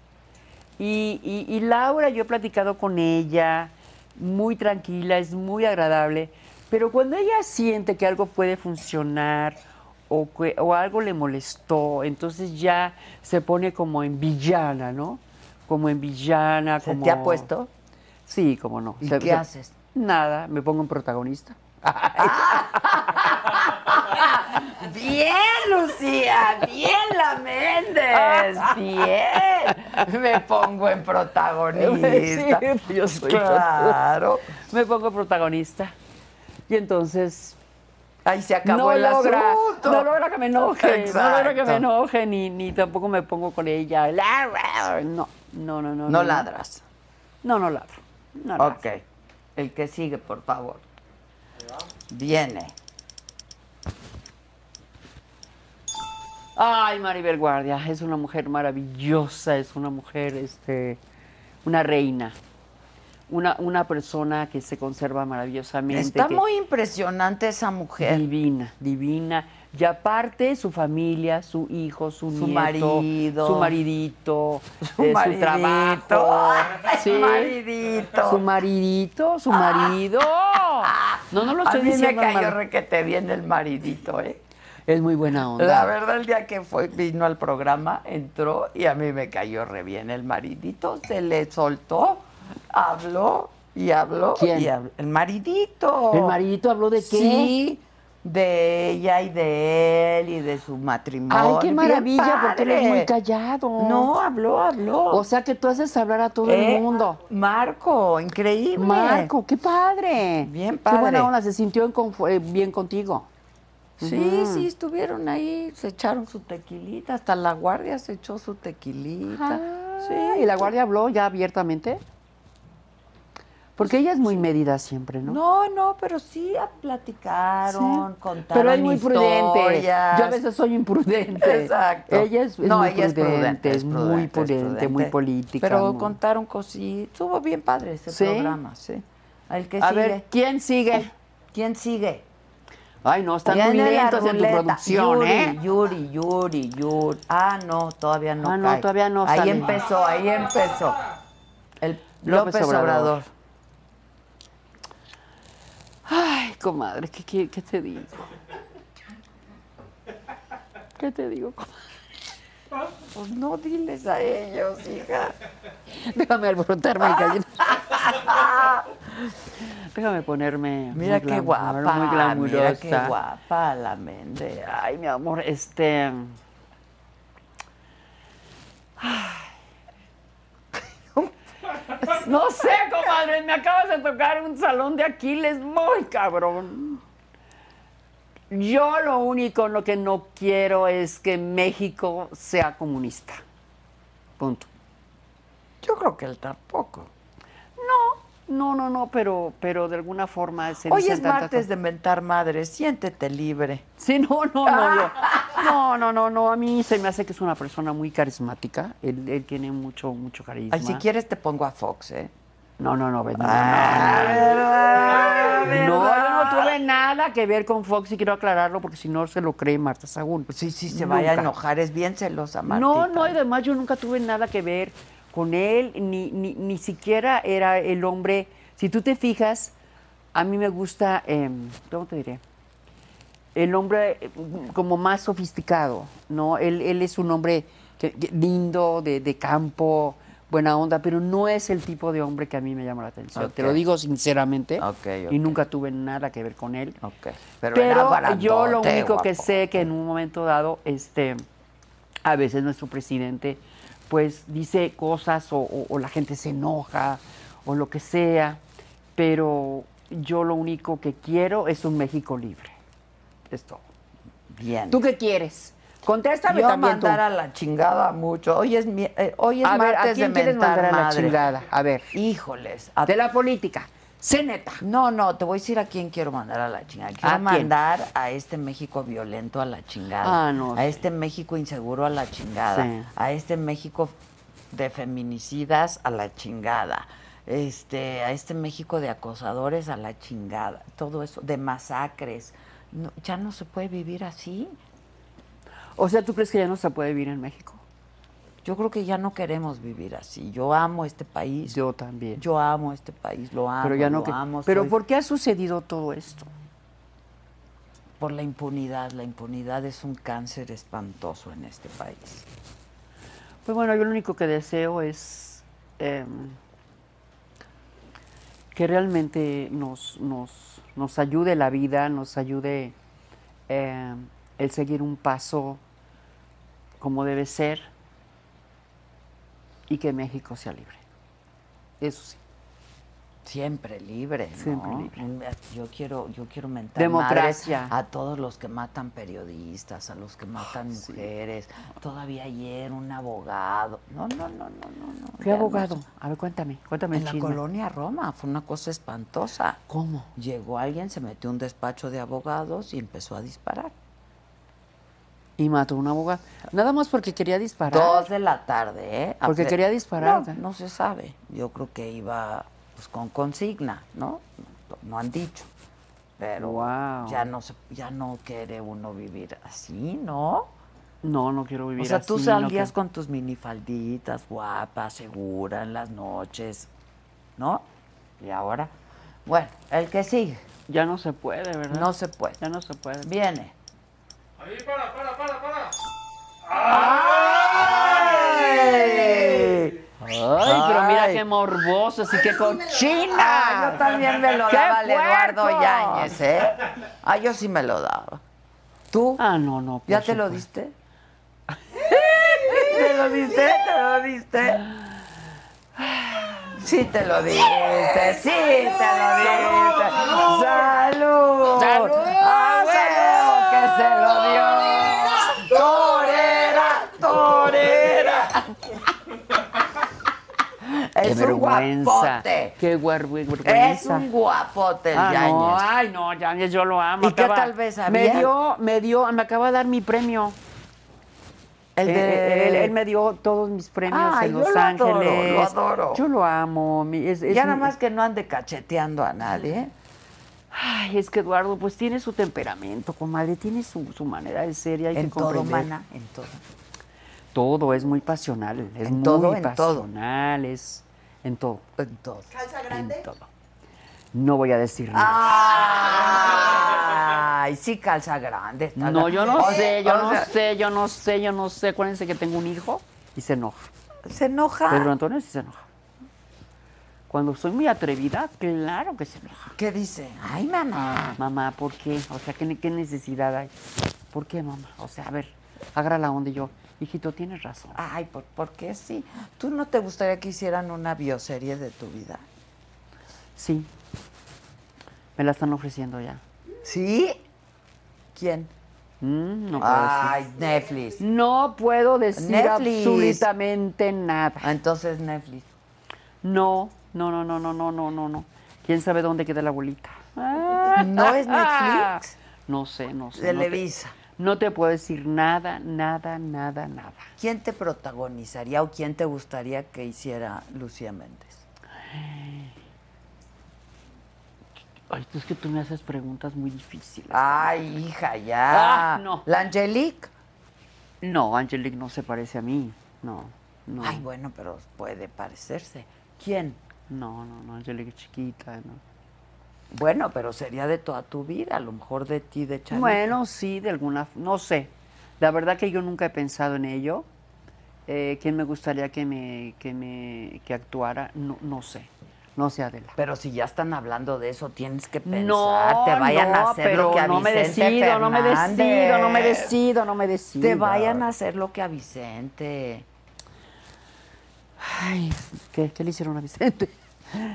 Speaker 5: Y, y- y Laura, yo he platicado con ella, muy tranquila, es muy agradable, pero cuando ella siente que algo puede funcionar o, que- o algo le molestó, entonces ya se pone como en villana, ¿no? Como en villana,
Speaker 3: ¿Se
Speaker 5: como...
Speaker 3: te ha puesto?
Speaker 5: Sí, como no.
Speaker 3: ¿Y
Speaker 5: Se-
Speaker 3: qué
Speaker 5: se-
Speaker 3: haces?
Speaker 5: Nada, me pongo en protagonista.
Speaker 3: Bien, Lucía, bien la Méndez, bien. Me pongo en protagonista.
Speaker 5: Sí, yo soy-
Speaker 3: Claro.
Speaker 5: Me pongo protagonista. Y entonces
Speaker 3: Ahí se acabó
Speaker 5: no
Speaker 3: el
Speaker 5: logra,
Speaker 3: asunto.
Speaker 5: no logra que me enoje, no logra que
Speaker 3: Exacto.
Speaker 5: me enoje, ni, ni tampoco me pongo con ella. No, no, no, no.
Speaker 3: No ladras.
Speaker 5: No, no ladro. No ladro.
Speaker 3: Ok. El que sigue, por favor. Viene.
Speaker 5: Ay, Maribel Guardia, es una mujer maravillosa, es una mujer, este, una reina. Una, una persona que se conserva maravillosamente.
Speaker 3: Está
Speaker 5: este que-
Speaker 3: muy impresionante esa mujer.
Speaker 5: Divina, divina. Y aparte, su familia, su hijo, su,
Speaker 3: Su
Speaker 5: nieto,
Speaker 3: marido.
Speaker 5: su maridito, eh, su,
Speaker 3: maridito.
Speaker 5: trabajo.
Speaker 3: Ay,
Speaker 5: Sí.
Speaker 3: maridito.
Speaker 5: Su maridito, su marido. No, no lo
Speaker 3: Ah. A
Speaker 5: estoy
Speaker 3: mí me
Speaker 5: diciendo.
Speaker 3: cayó
Speaker 5: mal.
Speaker 3: requete bien el maridito, ¿eh?
Speaker 5: Es muy buena onda.
Speaker 3: La verdad, el día que fue, vino al programa, entró y a mí me cayó re bien el maridito. Se le soltó, habló y habló.
Speaker 5: ¿Quién?
Speaker 3: y habló. El maridito.
Speaker 5: ¿El maridito habló de qué?
Speaker 3: Sí, de ella y de él y de su matrimonio.
Speaker 5: Ay, qué
Speaker 3: Bien
Speaker 5: maravilla, porque él es muy
Speaker 3: padre.
Speaker 5: callado.
Speaker 3: No, habló, habló.
Speaker 5: O sea que tú haces hablar a todo
Speaker 3: Eh,
Speaker 5: el mundo.
Speaker 3: Marco, increíble.
Speaker 5: Marco, qué padre.
Speaker 3: Bien
Speaker 5: Qué
Speaker 3: padre.
Speaker 5: buena onda, se sintió en confo- eh, bien contigo.
Speaker 3: Sí, sí, estuvieron ahí, se echaron su tequilita, hasta la guardia se echó su tequilita.
Speaker 5: sí. ¿Y la guardia habló ya abiertamente? Porque ella es muy medida siempre, ¿no?
Speaker 3: No, no, pero sí ah, platicaron,
Speaker 5: Sí.
Speaker 3: contaron
Speaker 5: Pero es muy prudente.
Speaker 3: historias.
Speaker 5: Yo a veces soy imprudente.
Speaker 3: Exacto.
Speaker 5: Ella es, es
Speaker 3: no,
Speaker 5: muy
Speaker 3: ella es
Speaker 5: prudente,
Speaker 3: prudente,
Speaker 5: es muy prudente, muy política.
Speaker 3: Pero
Speaker 5: muy-
Speaker 3: contaron cositas. Estuvo bien padre ese
Speaker 5: Sí.
Speaker 3: programa, sí. Al que
Speaker 5: A
Speaker 3: sigue.
Speaker 5: ver, ¿quién sigue?
Speaker 3: ¿Quién sigue?
Speaker 5: Ay, no, están muy
Speaker 3: Viene la
Speaker 5: lentos en tu
Speaker 3: ruleta.
Speaker 5: producción,
Speaker 3: Yuri,
Speaker 5: ¿eh?
Speaker 3: Yuri, Yuri, Yuri. Ah, no, todavía no
Speaker 5: Ah, no,
Speaker 3: cae.
Speaker 5: todavía no
Speaker 3: Ahí
Speaker 5: sale.
Speaker 3: empezó, ahí empezó. El
Speaker 5: López
Speaker 3: López,
Speaker 5: Obrador.
Speaker 3: Obrador.
Speaker 5: Ay, comadre, ¿qué, qué, qué te digo? ¿Qué te digo, comadre?
Speaker 3: Pues no diles a ellos, hija.
Speaker 5: Déjame alborotarme el gallina. Déjame ponerme. muy
Speaker 3: Mira qué
Speaker 5: glamour,
Speaker 3: guapa,
Speaker 5: Muy glamurosa.
Speaker 3: mira qué guapa la Méndez.
Speaker 5: Ay, mi amor, este. Ay. No sé, comadre, me acabas de tocar un salón de Aquiles muy cabrón. Yo lo único en lo que no quiero es que México sea comunista. Punto.
Speaker 3: Yo creo que él tampoco.
Speaker 5: No, no, no, pero, pero de alguna forma se
Speaker 3: Hoy
Speaker 5: dicen
Speaker 3: es
Speaker 5: tantas
Speaker 3: martes
Speaker 5: cosas.
Speaker 3: de mentar madre, siéntete libre.
Speaker 5: Sí, no, no, no, yo- No, no, no, no. A mí se me hace que es una persona muy carismática. Él, él tiene mucho, mucho carisma.
Speaker 3: Ay, si quieres te pongo a Fox, ¿eh?
Speaker 5: No, no, no, Betty, no,
Speaker 3: Ah,
Speaker 5: no,
Speaker 3: ¿verdad?
Speaker 5: no. No, yo no
Speaker 3: ¿verdad?
Speaker 5: tuve nada que ver con Fox y quiero aclararlo porque si no se lo cree Marta Sagún.
Speaker 3: Sí, sí, se vaya a
Speaker 5: Nunca.
Speaker 3: enojar, es bien celosa, Martita.
Speaker 5: No, no, y además yo nunca tuve nada que ver con él, ni, ni, ni siquiera era el hombre. Si tú te fijas, a mí me gusta, em, ¿cómo te diré? El hombre eh, como más sofisticado, ¿no? Él, él es un hombre que- que- lindo, de, de campo, buena onda, pero no es el tipo de hombre que a mí me llama la atención. Te lo
Speaker 3: Ok.
Speaker 5: digo sinceramente.
Speaker 3: Ok, ok.
Speaker 5: Y nunca tuve nada que ver con él.
Speaker 3: Ok,
Speaker 5: Pero,
Speaker 3: pero, era barandote,
Speaker 5: yo lo único que
Speaker 3: guapo.
Speaker 5: sé que en un momento dado, este, a veces nuestro presidente, pues dice cosas o, o- o la gente se enoja o lo que sea, pero yo lo único que quiero es un México libre. Es todo.
Speaker 3: Bien.
Speaker 5: ¿Tú qué quieres? Contéstame
Speaker 3: Yo
Speaker 5: también tú.
Speaker 3: mandar a la chingada mucho. Hoy es, mi- eh, hoy es
Speaker 5: A ver, ¿a
Speaker 3: martes
Speaker 5: quién
Speaker 3: de
Speaker 5: quieres
Speaker 3: mentar
Speaker 5: mandar a la
Speaker 3: madre.
Speaker 5: chingada? A ver.
Speaker 3: Híjoles. a-
Speaker 5: De la política. Ceneta.
Speaker 3: No, no, te voy a decir a quién quiero mandar a la chingada. Quiero
Speaker 5: ¿A quién?
Speaker 3: mandar a este México violento a la chingada.
Speaker 5: Ah, no,
Speaker 3: A
Speaker 5: sí.
Speaker 3: este México inseguro a la chingada.
Speaker 5: Sí.
Speaker 3: A este México de feminicidas a la chingada. Este, a este México de acosadores a la chingada. Todo eso, de masacres. No, ya no se puede vivir así.
Speaker 5: O sea, ¿tú crees que ya no se puede vivir en México?
Speaker 3: Yo creo que ya no queremos vivir así. Yo amo este país.
Speaker 5: Yo también.
Speaker 3: Yo amo este país, lo amo,
Speaker 5: pero ya no
Speaker 3: lo
Speaker 5: que-
Speaker 3: amo.
Speaker 5: Pero
Speaker 3: soy-
Speaker 5: ¿por qué ha sucedido todo esto?
Speaker 3: por la impunidad. La impunidad es un cáncer espantoso en este país.
Speaker 5: Pues bueno, yo lo único que deseo es em, que realmente nos, nos, nos ayude la vida, nos ayude em, el seguir un paso como debe ser y que México sea libre. Eso sí.
Speaker 3: Siempre libre, ¿no?
Speaker 5: Siempre libre.
Speaker 3: Un- eh, Yo quiero, yo quiero mentar
Speaker 5: Democracia.
Speaker 3: madres a todos los que matan periodistas, a los que matan mujeres. Todavía ayer un abogado. No, no, no, no, no, no.
Speaker 5: ¿Qué
Speaker 3: ya no
Speaker 5: abogado?
Speaker 3: sé.
Speaker 5: A ver, cuéntame, cuéntame el
Speaker 3: En la
Speaker 5: chisme.
Speaker 3: colonia Roma fue una cosa espantosa.
Speaker 5: ¿Cómo?
Speaker 3: Llegó alguien, se metió a un despacho de abogados y empezó a disparar.
Speaker 5: Y mató a un abogado. Nada más porque quería disparar.
Speaker 3: Dos de la tarde, ¿eh?
Speaker 5: Porque
Speaker 3: Apre-
Speaker 5: quería disparar.
Speaker 3: No, no se sabe. Yo creo que iba pues, con consigna, ¿no? No, no han dicho. Pero
Speaker 5: Guau.
Speaker 3: ya no se- ya no quiere uno vivir así, ¿no?
Speaker 5: No, no quiero vivir
Speaker 3: o sea, tú
Speaker 5: así, no
Speaker 3: salías
Speaker 5: quiero-
Speaker 3: con tus minifalditas, guapa, segura, en las noches, ¿no? Y ahora, bueno, el que sigue,
Speaker 5: Ya no se puede, ¿verdad?
Speaker 3: no se puede.
Speaker 5: Ya no se puede.
Speaker 3: Viene.
Speaker 11: Ahí, para, para, para, para.
Speaker 3: ¡Ay!
Speaker 5: Ay, pero mira
Speaker 3: Ay.
Speaker 5: qué morboso, así que
Speaker 3: Ah,
Speaker 5: cochina.
Speaker 3: yo también me lo
Speaker 5: ¡Qué
Speaker 3: daba al Eduardo
Speaker 5: puerco!
Speaker 3: Yáñez, ¿eh? Ah, yo sí me lo daba. ¿Tú?
Speaker 5: Ah, no, no. por
Speaker 3: ¿Ya te lo
Speaker 5: supuesto.
Speaker 3: diste? ¿Te lo diste? ¿Te lo diste? Sí te lo diste, sí te lo diste. ¡Salud!
Speaker 5: ¡Salud!
Speaker 3: ¡Ah, huevo que se lo dio! ¡Torera! ¡Torera!
Speaker 5: Qué
Speaker 3: Es un
Speaker 5: vergüenza.
Speaker 3: guapote.
Speaker 5: Qué guar- vergüenza.
Speaker 3: Es un guapote el
Speaker 5: Ah, no,
Speaker 3: Yáñez.
Speaker 5: ay, no, Yañez, yo lo amo.
Speaker 3: ¿Y qué
Speaker 5: acaba-
Speaker 3: tal vez
Speaker 5: Me
Speaker 3: había?
Speaker 5: dio, me dio, me acaba de dar mi premio.
Speaker 3: El de...
Speaker 5: Eh, él, él me dio todos mis premios
Speaker 3: Ay,
Speaker 5: en
Speaker 3: yo
Speaker 5: Los
Speaker 3: lo adoro,
Speaker 5: Ángeles.
Speaker 3: lo adoro.
Speaker 5: Yo lo amo. mi- es- es
Speaker 3: Ya nada
Speaker 5: mi-
Speaker 3: más que no ande cacheteando a nadie.
Speaker 5: Ay, es que Eduardo, pues tiene su temperamento, comadre, tiene su, su manera de ser y hay
Speaker 3: en
Speaker 5: que
Speaker 3: todo,
Speaker 5: comprender.
Speaker 3: mana, en todo.
Speaker 5: Todo, es muy pasional, es
Speaker 3: En
Speaker 5: muy
Speaker 3: todo, en todo.
Speaker 5: pasional, es en todo,
Speaker 3: En todo.
Speaker 5: en todo. No voy a decir nada.
Speaker 3: Ah. Ay, sí calza grande. está
Speaker 5: no,
Speaker 3: gra-
Speaker 5: yo no
Speaker 3: Oye,
Speaker 5: sé, yo
Speaker 3: o
Speaker 5: no
Speaker 3: sea,
Speaker 5: sé, yo no sé, yo no sé. Acuérdense que tengo un hijo y se enoja.
Speaker 3: Se enoja.
Speaker 5: Pedro Antonio sí se enoja. Cuando soy muy atrevida, claro que se enoja.
Speaker 3: ¿Qué dice? Ay, mamá.
Speaker 5: Mamá, ¿por qué? O sea, ¿qué, ne- qué necesidad hay? ¿Por qué, mamá? O sea, a ver, agarra la onda y yo, hijito, tienes razón.
Speaker 3: Ay, ¿por, por qué sí? ¿Tú no te gustaría que hicieran una bioserie de tu vida?
Speaker 5: Sí. Me la están ofreciendo ya.
Speaker 3: ¿Sí? ¿Quién?
Speaker 5: Mm, no puedo decir.
Speaker 3: Ay, Netflix.
Speaker 5: No puedo decir
Speaker 3: Netflix.
Speaker 5: absolutamente
Speaker 3: Ah,
Speaker 5: nada.
Speaker 3: Entonces Netflix.
Speaker 5: No, no, no, no, no, no, no, no, no. ¿Quién sabe dónde queda la abuelita?
Speaker 3: ¿No es Netflix?
Speaker 5: No sé, no sé. no te-
Speaker 3: Televisa.
Speaker 5: No te puedo decir nada, nada, nada, nada.
Speaker 3: ¿Quién te protagonizaría o quién te gustaría que hiciera Lucía Méndez?
Speaker 5: Ay, es que tú me haces preguntas muy difíciles.
Speaker 3: Ah. Ay, hija, ya.
Speaker 5: Ah, no.
Speaker 3: La Angelique.
Speaker 5: No, Angelique no se parece a mí. No, no.
Speaker 3: Ay, bueno, pero puede parecerse. ¿Quién?
Speaker 5: No, no, no, Angelique es chiquita. no.
Speaker 3: Bueno, pero sería de toda tu vida, a lo mejor de ti, de Charlie.
Speaker 5: Bueno, sí, de alguna, f- no sé. La verdad que yo nunca he pensado en ello. Eh, ¿Quién me gustaría que me, que me, que actuara? No, no sé. No sé, Adela.
Speaker 3: Pero si ya están hablando de eso, tienes que pensar,
Speaker 5: no,
Speaker 3: te vayan
Speaker 5: no,
Speaker 3: a hacer
Speaker 5: pero
Speaker 3: lo que a
Speaker 5: no me
Speaker 3: Vicente
Speaker 5: decido, no me
Speaker 3: Fernández.
Speaker 5: decido, no me decido, no me decido.
Speaker 3: Te vayan a hacer lo que a Vicente.
Speaker 5: Ay, ¿qué, qué le hicieron a Vicente?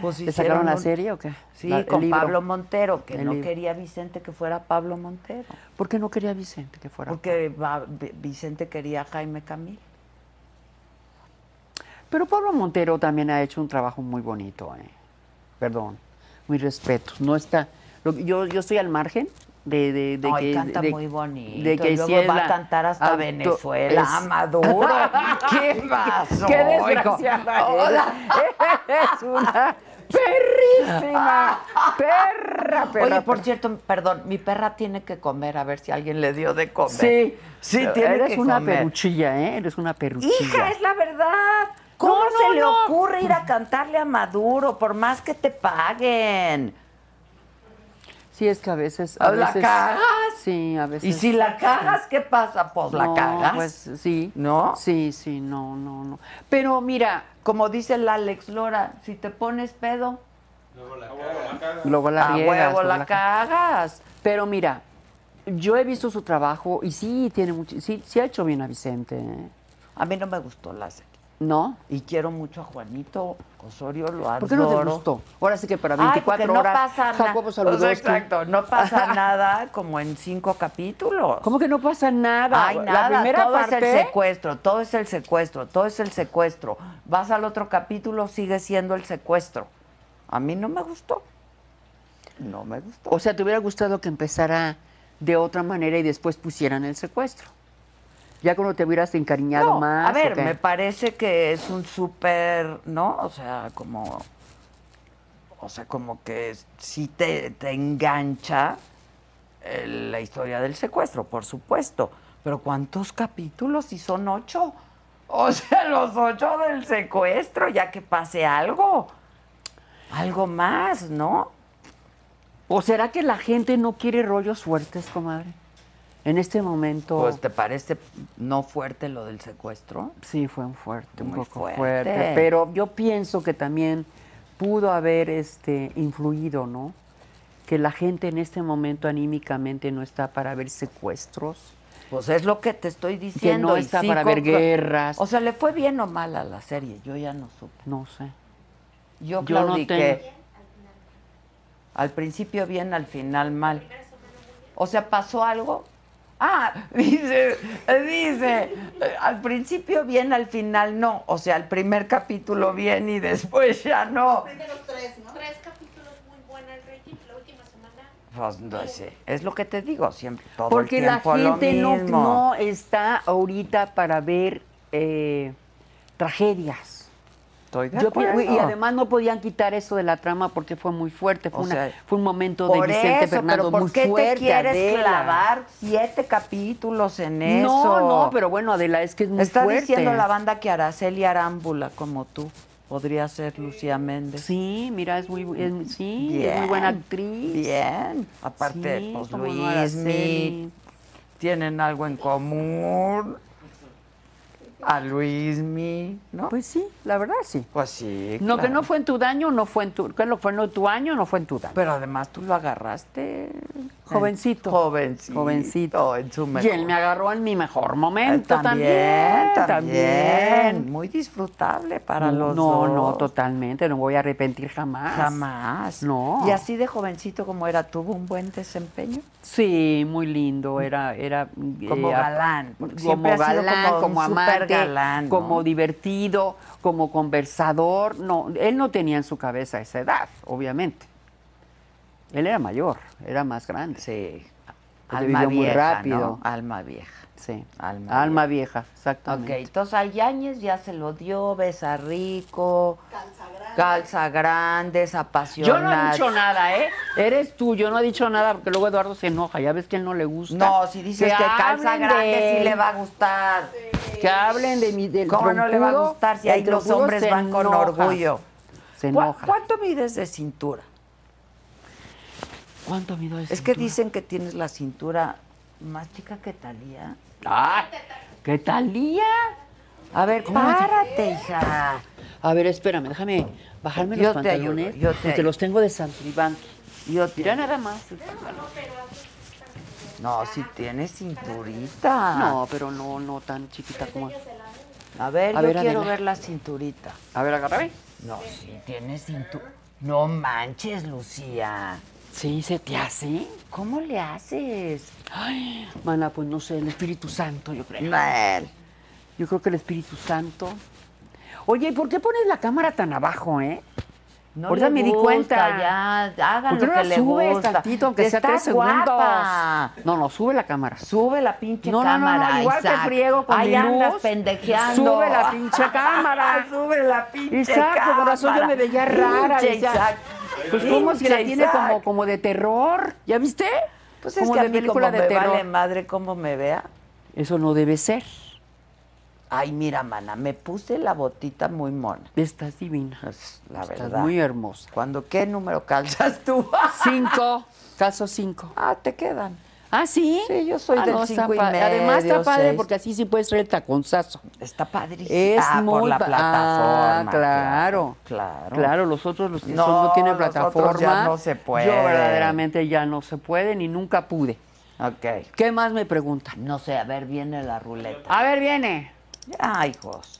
Speaker 3: Pues
Speaker 5: ¿Le sacaron
Speaker 3: hicieron
Speaker 5: la
Speaker 3: un-
Speaker 5: serie o qué?
Speaker 3: Sí,
Speaker 5: La- el
Speaker 3: con
Speaker 5: libro.
Speaker 3: Pablo Montero, que
Speaker 5: El
Speaker 3: no
Speaker 5: libro.
Speaker 3: quería Vicente que fuera Pablo Montero.
Speaker 5: ¿Por qué no quería a Vicente que fuera?
Speaker 3: Porque va- Vi- Vicente quería a Jaime Camil.
Speaker 5: Pero Pablo Montero también ha hecho un trabajo muy bonito, ¿eh? Perdón, mis respetos. No está. lo- yo, yo estoy al margen de, de, de
Speaker 3: Ay,
Speaker 5: que
Speaker 3: canta
Speaker 5: de-
Speaker 3: muy bonito.
Speaker 5: de que
Speaker 3: Luego
Speaker 5: sí es
Speaker 3: va
Speaker 5: la-
Speaker 3: a cantar hasta
Speaker 5: auto-
Speaker 3: Venezuela,
Speaker 5: es-
Speaker 3: Maduro. ¿Qué pasó?
Speaker 5: ¡Qué
Speaker 3: hijo?
Speaker 5: desgraciada!
Speaker 3: Hola.
Speaker 5: Es una perrísima, perra, perra.
Speaker 3: Oye, por
Speaker 5: perra.
Speaker 3: cierto, perdón, mi perra tiene que comer, a ver si alguien le dio de comer.
Speaker 5: Sí,
Speaker 3: sí, tiene
Speaker 5: Eres
Speaker 3: que
Speaker 5: una
Speaker 3: comer.
Speaker 5: peruchilla, ¿eh? Eres una peruchilla.
Speaker 3: Hija, es la verdad. ¿Cómo
Speaker 5: No, no,
Speaker 3: se le
Speaker 5: no.
Speaker 3: ocurre ir a cantarle a Maduro por más que te paguen?
Speaker 5: Sí, es que a veces. A
Speaker 3: ¿La
Speaker 5: veces,
Speaker 3: cagas?
Speaker 5: Sí, a veces. este,
Speaker 3: Y si la cagas, ¿qué pasa? Pues la
Speaker 5: no,
Speaker 3: cagas.
Speaker 5: Pues sí.
Speaker 3: ¿No?
Speaker 5: Sí, sí, no, no, no. Pero mira,
Speaker 3: Como dice la Alex Lora, si te pones pedo,
Speaker 5: luego la
Speaker 3: a
Speaker 5: riegas,
Speaker 3: huevo
Speaker 5: luego
Speaker 3: la,
Speaker 5: la ca-
Speaker 3: cagas.
Speaker 5: Pero mira, yo he visto su trabajo y sí tiene mucho, sí, sí ha hecho bien a Vicente, ¿eh?
Speaker 3: A mí no me gustó la serie.
Speaker 5: ¿no?
Speaker 3: Y quiero mucho a Juanito Osorio, lo adoro.
Speaker 5: ¿Por qué no te gustó? Ahora sí que para
Speaker 3: Ay,
Speaker 5: 24
Speaker 3: porque no
Speaker 5: horas.
Speaker 3: pasa nada.
Speaker 5: Jacobo
Speaker 3: O sea,
Speaker 5: Saludowski.
Speaker 3: exacto, no pasa nada como en cinco capítulos.
Speaker 5: ¿Cómo que no pasa nada?
Speaker 3: Ay,
Speaker 5: la
Speaker 3: nada,
Speaker 5: primera
Speaker 3: todo
Speaker 5: parte
Speaker 3: es el secuestro, todo es el secuestro, todo es el secuestro. Vas al otro capítulo, sigue siendo el secuestro. A mí no me gustó. No me gustó.
Speaker 5: O sea, te hubiera gustado que empezara de otra manera y después pusieran el secuestro. Ya cuando te hubieras encariñado
Speaker 3: No,
Speaker 5: más.
Speaker 3: a ver,
Speaker 5: ¿o qué?
Speaker 3: me parece que es un súper, ¿no? O sea, como... O sea, como que sí te, te engancha eh, la historia del secuestro, por supuesto. Pero ¿cuántos capítulos? Y son ocho. O sea, los ocho del secuestro, ya que pase algo. Algo más, ¿no?
Speaker 5: ¿O será que la gente no quiere rollos fuertes, comadre? En este momento.
Speaker 3: Pues, ¿te parece no fuerte lo del secuestro?
Speaker 5: Sí, fue un fuerte, un
Speaker 3: Muy
Speaker 5: poco fuerte.
Speaker 3: fuerte.
Speaker 5: Pero yo pienso que también pudo haber este, influido, ¿no? Que la gente en este momento anímicamente no está para ver secuestros.
Speaker 3: Pues es lo que te estoy diciendo.
Speaker 5: no
Speaker 3: y
Speaker 5: está
Speaker 3: sí
Speaker 5: para ver
Speaker 3: compro-
Speaker 5: guerras.
Speaker 3: O sea, ¿le fue bien o mal a la serie? Yo ya no supe.
Speaker 5: No sé.
Speaker 3: Yo,
Speaker 5: Yo no
Speaker 3: claudiqué. Al principio bien, al final mal. O sea, ¿pasó algo? Ah, dice, dice, al principio bien, al final no. O sea, al primer capítulo bien y después ya no.
Speaker 12: Tres capítulos muy buena el rating la última semana.
Speaker 3: Pues no sé, es lo que te digo siempre, todo
Speaker 5: Porque
Speaker 3: el
Speaker 5: la
Speaker 3: tiempo
Speaker 5: gente
Speaker 3: lo
Speaker 5: no,
Speaker 3: mismo.
Speaker 5: no está ahorita para ver eh, tragedias.
Speaker 3: Estoy de
Speaker 5: Yo pi-
Speaker 3: acuerdo.
Speaker 5: y además no podían quitar eso de la trama porque fue muy fuerte, fue,
Speaker 3: O
Speaker 5: una-
Speaker 3: sea,
Speaker 5: fue un momento de
Speaker 3: Por
Speaker 5: Vicente
Speaker 3: eso,
Speaker 5: Fernando
Speaker 3: pero ¿por
Speaker 5: muy
Speaker 3: qué
Speaker 5: fuerte.
Speaker 3: te quieres
Speaker 5: Adela.
Speaker 3: clavar siete capítulos en eso?
Speaker 5: No, no, pero bueno, Adela, es que es muy
Speaker 3: Está
Speaker 5: fuerte.
Speaker 3: diciendo la banda que Araceli Arámbula, como tú, podría ser Lucía Méndez.
Speaker 5: Sí, mira, es muy, es- sí, es muy
Speaker 3: Bien,
Speaker 5: buena actriz.
Speaker 3: Bien. Aparte,
Speaker 5: Sí,
Speaker 3: pues
Speaker 5: cómo no,
Speaker 3: Luis,
Speaker 5: Araceli.
Speaker 3: mi, tienen algo en común. A Luis, mi, ¿no? Pues,
Speaker 5: Pues sí, la verdad sí.
Speaker 3: sí.
Speaker 5: No, que
Speaker 3: claro.
Speaker 5: no fue en tu daño, no fue en tu, que lo fue en tu año, no fue en tu daño.
Speaker 3: Pero además tú lo agarraste.
Speaker 5: Jovencito.
Speaker 3: Jovencito.
Speaker 5: Jovencito.
Speaker 3: En su
Speaker 5: Y
Speaker 3: mejor.
Speaker 5: él me agarró en mi mejor
Speaker 3: Eh,
Speaker 5: momento
Speaker 3: también,
Speaker 5: también.
Speaker 3: también. Muy disfrutable para
Speaker 5: no,
Speaker 3: los
Speaker 5: no,
Speaker 3: dos.
Speaker 5: no, totalmente, no voy a arrepentir jamás.
Speaker 3: Jamás.
Speaker 5: No.
Speaker 3: Y así de jovencito como era, tuvo un buen desempeño.
Speaker 5: Sí, muy lindo, era, era eh,
Speaker 3: Como galán, porque
Speaker 5: como
Speaker 3: siempre ha sido
Speaker 5: galán,
Speaker 3: como
Speaker 5: como,
Speaker 3: un
Speaker 5: amante,
Speaker 3: supergalán, ¿no?
Speaker 5: como divertido, como conversador. No, él no tenía en su cabeza esa edad, obviamente. Él era mayor, era más grande.
Speaker 3: Sí.
Speaker 5: Porque Pues vivió muy rápido.
Speaker 3: ¿no? Alma vieja.
Speaker 5: Sí.
Speaker 3: Alma
Speaker 5: Alma, vieja.
Speaker 3: Ok,
Speaker 5: exactamente.
Speaker 3: entonces al Yáñez ya se lo dio, besa rico, calza grande,
Speaker 5: Yo no he
Speaker 3: apasionada.
Speaker 5: dicho nada, ¿eh? Eres tú, yo no he dicho nada porque luego Eduardo se enoja, ya ves que él no le gusta.
Speaker 3: No, si dices que, calza
Speaker 5: hablen de
Speaker 3: grande sí
Speaker 5: él.
Speaker 3: le va a gustar.
Speaker 5: Que hablen de mi del
Speaker 3: ¿Cómo no le va a
Speaker 5: trompudo?
Speaker 3: gustar si
Speaker 5: El
Speaker 3: ahí los
Speaker 5: trompudo
Speaker 3: hombres
Speaker 5: se
Speaker 3: van con
Speaker 5: enoja.
Speaker 3: orgullo?
Speaker 5: Se
Speaker 3: ¿Cu-
Speaker 5: enoja.
Speaker 3: ¿Cuánto mides de cintura?
Speaker 5: ¿Cuánto mido
Speaker 3: Es que dicen que tienes la cintura más chica que Talía.
Speaker 5: ¡Ah! ¿Qué talía?
Speaker 3: A ver, párate, hija.
Speaker 5: A ver, espérame, déjame bajarme
Speaker 3: Yo
Speaker 5: los
Speaker 3: te ayudo,
Speaker 5: pantalones.
Speaker 3: yo te
Speaker 5: porque
Speaker 3: ayudo.
Speaker 5: los tengo de Santribanqui.
Speaker 3: Yo te-
Speaker 5: Mira nada más.
Speaker 3: No, si tienes cinturita.
Speaker 5: No, pero no, no tan chiquita como.
Speaker 3: A ver,
Speaker 5: A
Speaker 3: yo
Speaker 5: ver,
Speaker 3: quiero
Speaker 5: Adela.
Speaker 3: ver la cinturita.
Speaker 5: A ver, agárrame.
Speaker 3: No, si tienes cintura. No manches, Lucía.
Speaker 5: Sí, se te hace.
Speaker 3: ¿Cómo le haces?
Speaker 5: Ay, mana, pues no sé, el Espíritu Santo, yo creo.
Speaker 3: Mal.
Speaker 5: Yo creo que el Espíritu Santo. Oye, ¿y por qué pones la cámara tan abajo, eh?
Speaker 3: No
Speaker 13: Ahorita
Speaker 3: le
Speaker 13: me di
Speaker 3: gusta,
Speaker 13: cuenta.
Speaker 3: Ya, hagan
Speaker 5: ¿Por qué
Speaker 3: lo
Speaker 5: no
Speaker 3: que
Speaker 5: la
Speaker 3: le
Speaker 5: subes
Speaker 3: gusta.
Speaker 5: tantito, aunque sea
Speaker 3: Está
Speaker 5: tres segundos?
Speaker 3: guapa.
Speaker 5: No, no, sube la cámara.
Speaker 3: Sube la pinche
Speaker 5: No, no, no, no,
Speaker 3: cámara.
Speaker 5: igual te
Speaker 3: Isaac.
Speaker 5: friego con
Speaker 3: Ahí
Speaker 5: mi
Speaker 3: andas
Speaker 5: luz.
Speaker 3: pendejeando.
Speaker 5: Sube la pinche cámara.
Speaker 3: Sube la pinche
Speaker 5: Isaac,
Speaker 3: cámara.
Speaker 5: por razón yo me veía rara.
Speaker 3: Pinche
Speaker 5: decía,
Speaker 3: Isaac.
Speaker 5: Pues como si la
Speaker 3: Pinche
Speaker 5: tiene
Speaker 3: Isaac.
Speaker 5: como, como de terror. ¿Ya viste?
Speaker 3: Pues es
Speaker 5: como
Speaker 3: que a
Speaker 5: de
Speaker 3: mí
Speaker 5: película
Speaker 3: como
Speaker 5: de
Speaker 3: me
Speaker 5: terror.
Speaker 3: vale madre cómo me vea.
Speaker 5: Eso no debe ser.
Speaker 3: Ay, mira, mana, me puse la botita muy mona.
Speaker 5: Estás divina.
Speaker 3: Es Pues, la
Speaker 5: Estás
Speaker 3: verdad.
Speaker 5: muy hermosa.
Speaker 3: Cuando qué número calzas tú.
Speaker 5: Cinco. Caso cinco.
Speaker 3: ah, te quedan.
Speaker 5: ¿Ah, sí?
Speaker 3: Sí, yo soy del
Speaker 5: no, está
Speaker 3: cinco y
Speaker 5: padre. Además
Speaker 3: medio,
Speaker 5: está padre
Speaker 3: seis.
Speaker 5: porque así sí puedes traer el taconzazo.
Speaker 3: Está padrísimo.
Speaker 5: Es
Speaker 3: Ah,
Speaker 5: muy
Speaker 3: por la
Speaker 5: pa-
Speaker 3: plataforma.
Speaker 5: Ah, claro.
Speaker 3: Claro.
Speaker 5: Claro, los otros, los que
Speaker 3: No,
Speaker 5: son- no tienen
Speaker 3: los otros
Speaker 5: plataforma.
Speaker 3: ya no se puede.
Speaker 5: Yo verdaderamente ya no se puede ni nunca pude.
Speaker 3: Ok.
Speaker 5: ¿Qué más me preguntan?
Speaker 3: No sé, a ver, viene la ruleta.
Speaker 5: A ver, viene.
Speaker 3: Ah, hijos.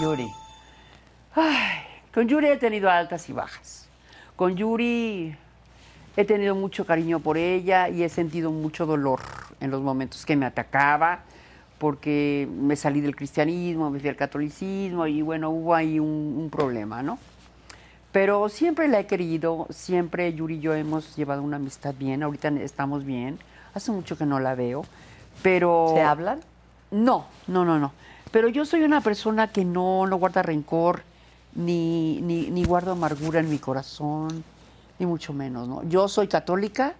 Speaker 3: Yuri.
Speaker 5: Con Yuri he tenido altas y bajas. Con Yuri he tenido mucho cariño por ella y he sentido mucho dolor en los momentos que me atacaba, porque me salí del cristianismo, me fui al catolicismo y bueno, hubo ahí un, un problema, ¿no? Pero siempre la he querido, siempre Yuri y yo hemos llevado una amistad bien, ahorita estamos bien, hace mucho que no la veo, pero...
Speaker 3: ¿Se hablan?
Speaker 5: No, no, no, no. Pero yo soy una persona que no, no guarda rencor, ni, ni, ni guardo amargura en mi corazón, ni mucho menos, ¿no? Yo soy católica,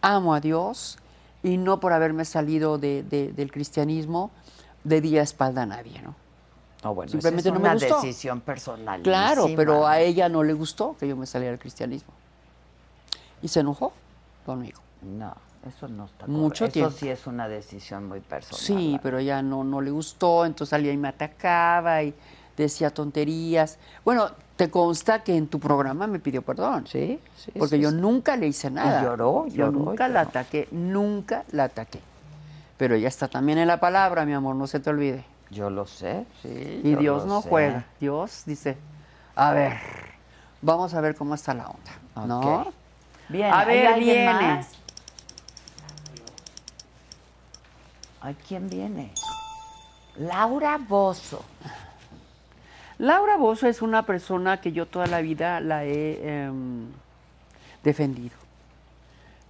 Speaker 5: amo a Dios, y no por haberme salido de- de- del cristianismo, de día espalda a nadie, ¿no?
Speaker 3: No, bueno, esa
Speaker 5: Simplemente
Speaker 3: es
Speaker 5: no me
Speaker 3: una
Speaker 5: gustó.
Speaker 3: decisión personal.
Speaker 5: Claro, pero a ella no le gustó que yo me saliera del cristianismo. Y se enojó conmigo.
Speaker 3: No, eso no está
Speaker 5: Mucho
Speaker 3: correcto.
Speaker 5: tiempo.
Speaker 3: Eso sí es una decisión muy personal.
Speaker 5: Sí,
Speaker 3: Ana.
Speaker 5: pero ya no, no le gustó, entonces salía y me atacaba y decía tonterías. Bueno, te consta que en tu programa me pidió perdón.
Speaker 3: Sí, sí,
Speaker 5: Porque
Speaker 3: sí,
Speaker 5: yo
Speaker 3: sí.
Speaker 5: nunca le hice nada.
Speaker 3: lloró,
Speaker 5: Yo
Speaker 3: lloró,
Speaker 5: nunca la
Speaker 3: lloró.
Speaker 5: ataqué, nunca la ataqué. Pero ya está también en la palabra, mi amor, no se te olvide.
Speaker 3: Yo lo sé, sí.
Speaker 5: Y
Speaker 3: yo
Speaker 5: Dios
Speaker 3: lo
Speaker 5: no
Speaker 3: sé.
Speaker 5: juega. Dios dice, a ver, vamos a ver cómo está la onda. ¿No?
Speaker 3: Ok. Bien,
Speaker 5: A
Speaker 3: ¿hay
Speaker 5: ver,
Speaker 3: alguien
Speaker 5: viene.
Speaker 3: más? Ay, ¿quién viene? Laura Bozo.
Speaker 5: Laura Bozo es una persona que yo toda la vida la he em, defendido.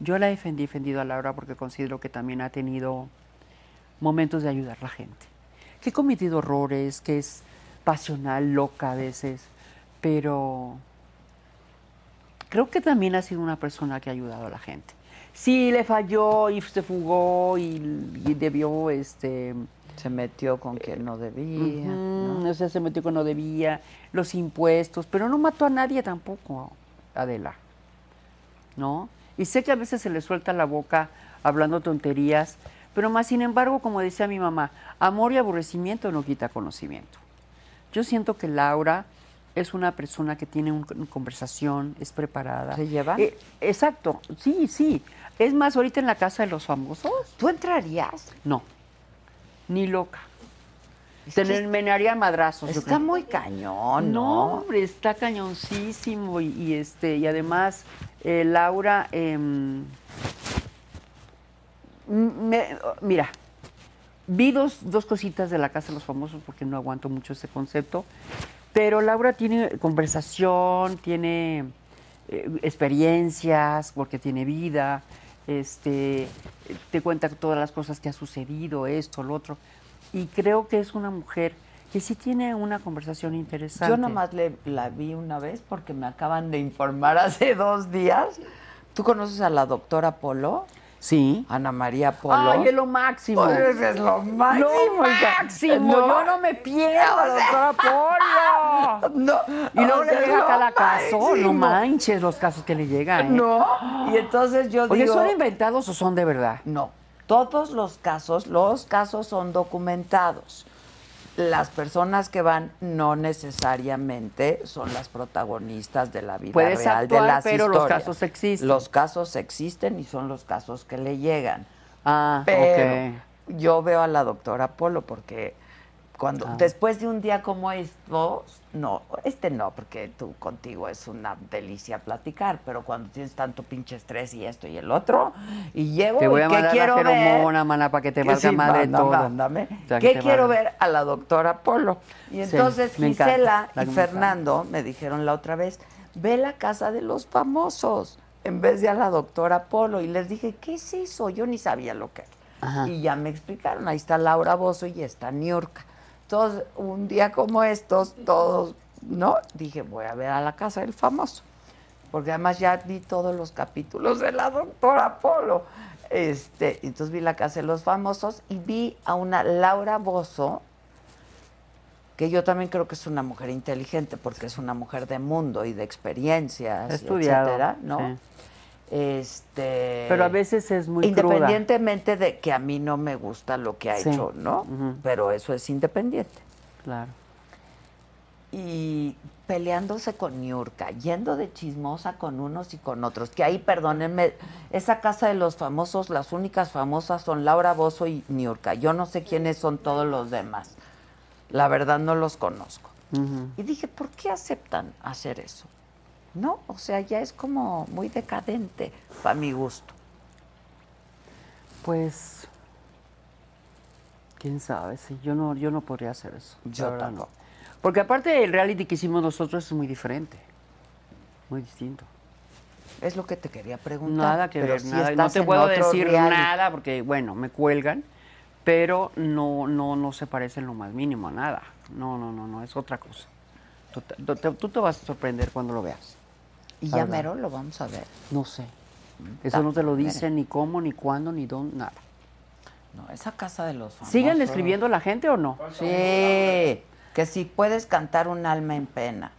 Speaker 5: Yo la he defendi- defendido a Laura porque considero que también ha tenido momentos de ayudar a la gente. Que he cometido errores, que es pasional, loca a veces, pero creo que también ha sido una persona que ha ayudado a la gente. Sí, le falló y se fugó y, y debió este,
Speaker 3: Se metió con quien no debía.
Speaker 5: Ujú, O sea, se metió que no debía, los impuestos, pero no mató a nadie tampoco, Adela. ¿No? Y sé que a veces se le suelta la boca hablando tonterías, pero más sin embargo, como decía mi mamá, amor y aborrecimiento no quita conocimiento. Yo siento que Laura es una persona que tiene un- una conversación, es preparada.
Speaker 3: ¿Se llevan?
Speaker 5: Eh, exacto, sí, sí. Es más, ahorita en la casa de los famosos,
Speaker 3: ¿Tú entrarías?
Speaker 5: no, ni loca.
Speaker 3: Es
Speaker 5: Se
Speaker 3: que
Speaker 5: me me haría madrazos. yo
Speaker 3: Está
Speaker 5: creo.
Speaker 3: muy cañón,
Speaker 5: No,
Speaker 3: ¿no?
Speaker 5: hombre, está cañoncísimo. Y, y este, y además, eh, Laura, em, me- mira, vi dos, dos cositas de la Casa de los Famosos porque no aguanto mucho ese concepto. Pero Laura tiene conversación, tiene eh, experiencias, porque tiene vida, este, te cuenta todas las cosas que ha sucedido, esto, lo otro. Y creo que es una mujer que sí tiene una conversación interesante.
Speaker 3: Yo nomás le, la vi una vez porque me acaban de informar hace dos días. ¿Tú conoces a la doctora Polo?
Speaker 5: Sí.
Speaker 3: Ana María Polo.
Speaker 5: Ay, es lo máximo.
Speaker 3: Pues ese es lo máximo.
Speaker 5: Lo
Speaker 3: hija.
Speaker 5: máximo. Yo no me pierdo,
Speaker 3: O sea,
Speaker 5: doctora Polo.
Speaker 3: No,
Speaker 5: Y luego
Speaker 3: o
Speaker 5: le
Speaker 3: sea,
Speaker 5: llega
Speaker 3: lo
Speaker 5: cada caso. No
Speaker 3: máximo.
Speaker 5: manches los casos que le llegan. ¿eh?
Speaker 3: No. Y entonces yo
Speaker 5: Oye,
Speaker 3: digo.
Speaker 5: ¿son inventados o son de verdad?
Speaker 3: No. Todos los casos, los casos son documentados. Las personas que van no necesariamente son las protagonistas de la vida
Speaker 5: Puedes
Speaker 3: real de
Speaker 5: actuar,
Speaker 3: las
Speaker 5: pero los
Speaker 3: historias.
Speaker 5: casos existen.
Speaker 3: Los casos existen y son los casos que le llegan.
Speaker 5: Ah,
Speaker 3: Pero yo veo a la doctora Polo porque Cuando,
Speaker 5: Ah.
Speaker 3: Después de un día como estos, no, este no, porque tú contigo es una delicia platicar, pero cuando tienes tanto pinche estrés y esto y el otro, y llego
Speaker 5: Te voy
Speaker 3: y
Speaker 5: a
Speaker 3: ¿qué
Speaker 5: mandar la
Speaker 3: quiero ver?
Speaker 5: feromona, mana, para que te
Speaker 3: Que
Speaker 5: valga
Speaker 3: sí,
Speaker 5: madre
Speaker 3: manda,
Speaker 5: todo.
Speaker 3: mándame.
Speaker 5: O sea, que
Speaker 3: ¿Qué
Speaker 5: te
Speaker 3: quiero
Speaker 5: valga.
Speaker 3: ver a la doctora Polo? Y
Speaker 5: Sí,
Speaker 3: entonces
Speaker 5: me encanta,
Speaker 3: Gisela
Speaker 5: la
Speaker 3: y
Speaker 5: que me
Speaker 3: Fernando me dijeron la otra vez, ve la casa de los famosos en vez de a la doctora Polo. Y les dije, ¿qué es eso? Yo ni sabía lo que era.
Speaker 5: Ajá.
Speaker 3: Y ya me explicaron, ahí está Laura Bozo y está Niorca. Entonces, un día como estos, todos, ¿no? Dije, voy a ver a la casa del famoso. Porque además ya vi todos los capítulos de la doctora Polo. Este, entonces vi la casa de los famosos y vi a una Laura Bozo, que yo también creo que es una mujer inteligente, porque es una mujer de mundo y de experiencias, y
Speaker 5: Estudiado,
Speaker 3: etcétera, ¿no?
Speaker 5: sí.
Speaker 3: Este
Speaker 5: Pero a veces es muy cruda.
Speaker 3: independientemente de que a mí no me gusta lo que ha
Speaker 5: Sí.
Speaker 3: hecho, ¿no?
Speaker 5: Ujú.
Speaker 3: Pero eso es independiente.
Speaker 5: Claro.
Speaker 3: Y peleándose con Niurka, yendo de chismosa con unos y con otros. Que ahí, perdónenme, esa casa de los famosos, las únicas famosas son Laura Bozo y Niurka. Yo no sé quiénes son todos los demás. La verdad no los conozco.
Speaker 5: Ujú.
Speaker 3: Y dije, ¿por qué aceptan hacer eso? No, o sea, ya es como muy decadente para mi gusto.
Speaker 5: Pues, quién sabe, sí, yo no, yo no podría hacer eso. la
Speaker 3: Yo
Speaker 5: verdad no.
Speaker 3: tampoco.
Speaker 5: Porque aparte el reality que hicimos nosotros es muy diferente, muy distinto.
Speaker 3: Es lo que te quería preguntar.
Speaker 5: Nada que
Speaker 3: pero
Speaker 5: ver,
Speaker 3: si
Speaker 5: nada. No
Speaker 3: estás
Speaker 5: te
Speaker 3: en
Speaker 5: puedo
Speaker 3: otro
Speaker 5: decir
Speaker 3: reality.
Speaker 5: nada porque, bueno, me cuelgan, pero no, no, no se parece en lo más mínimo a nada. No, no, no, no, es otra cosa. Tú te, tú te- tú te vas a sorprender cuando lo veas.
Speaker 3: Y
Speaker 5: La
Speaker 3: ya
Speaker 5: verdad.
Speaker 3: mero lo vamos a ver.
Speaker 5: No sé. Eso no te lo dice ni cómo, ni cuándo, ni dónde, nada.
Speaker 3: No, esa casa de los famosos.
Speaker 5: ¿Sigan escribiendo la gente o no?
Speaker 3: Sí, que si puedes cantar un alma en pena.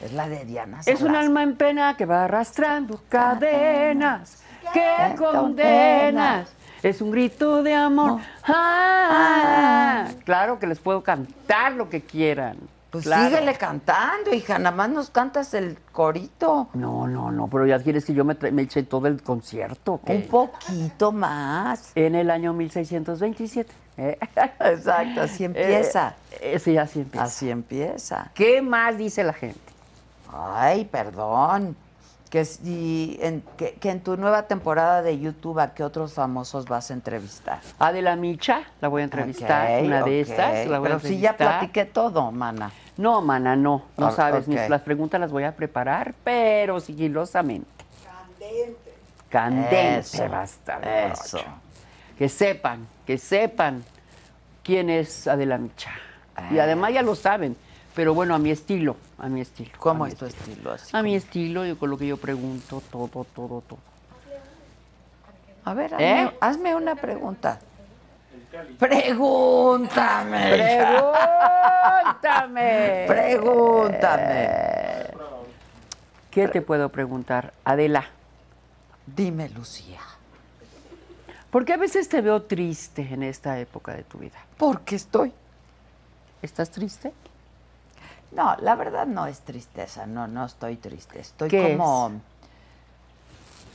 Speaker 3: Es la de Diana
Speaker 5: Es un
Speaker 3: Salazar.
Speaker 5: alma en pena que va arrastrando cadenas que
Speaker 3: que
Speaker 5: condenas.
Speaker 3: condenas. Oh.
Speaker 5: Es un grito de amor. Ah, claro que les puedo cantar lo que quieran.
Speaker 3: Pues
Speaker 5: Claro.
Speaker 3: síguele cantando, hija, nada más nos cantas el corito.
Speaker 5: No, no, no, pero ya quieres que yo me, tra- me eche todo el concierto. ¿o qué?
Speaker 3: Un poquito más.
Speaker 5: En el año 1627. ¿eh?
Speaker 3: Exacto, así empieza.
Speaker 5: Eh, eh, sí, así empieza.
Speaker 3: Así empieza.
Speaker 5: ¿Qué más dice la gente?
Speaker 3: Ay, perdón. Que, si en, que, que en tu nueva temporada de YouTube, ¿a qué otros famosos vas a entrevistar?
Speaker 5: Adela Micha, la voy a entrevistar,
Speaker 3: Ok,
Speaker 5: una de
Speaker 3: ok.
Speaker 5: estas. La voy a
Speaker 3: Pero si ya
Speaker 5: entrevistar.
Speaker 3: platiqué todo, mana.
Speaker 5: No, mana, no, no
Speaker 3: Ah,
Speaker 5: sabes. mis-
Speaker 3: ok.
Speaker 5: las preguntas las voy a preparar, pero sigilosamente. Candente. Candente
Speaker 3: Eso,
Speaker 5: va a estar, morocho.
Speaker 3: eso.
Speaker 5: Que sepan, que sepan quién es Adela Micha. Y
Speaker 3: Ah.
Speaker 5: además ya lo saben, pero bueno, a mi estilo, a mi estilo.
Speaker 3: ¿Cómo
Speaker 5: a mi
Speaker 3: es tu estilo? Así
Speaker 5: A mi
Speaker 3: como-
Speaker 5: estilo, yo con lo que yo pregunto, todo, todo, todo.
Speaker 3: A ver,
Speaker 5: ¿Eh?
Speaker 3: hazme, hazme una pregunta. Pregúntame. hija.
Speaker 5: ¡Pregúntame!
Speaker 3: Pregúntame.
Speaker 5: ¿Qué te puedo preguntar, Adela?
Speaker 3: Dime, Lucía,
Speaker 5: Porque a veces te veo triste en esta época de tu vida.
Speaker 3: ¿por qué estoy?
Speaker 5: ¿Estás triste?
Speaker 3: No, la verdad no es tristeza, no, no estoy triste. Estoy
Speaker 5: ¿Qué
Speaker 3: como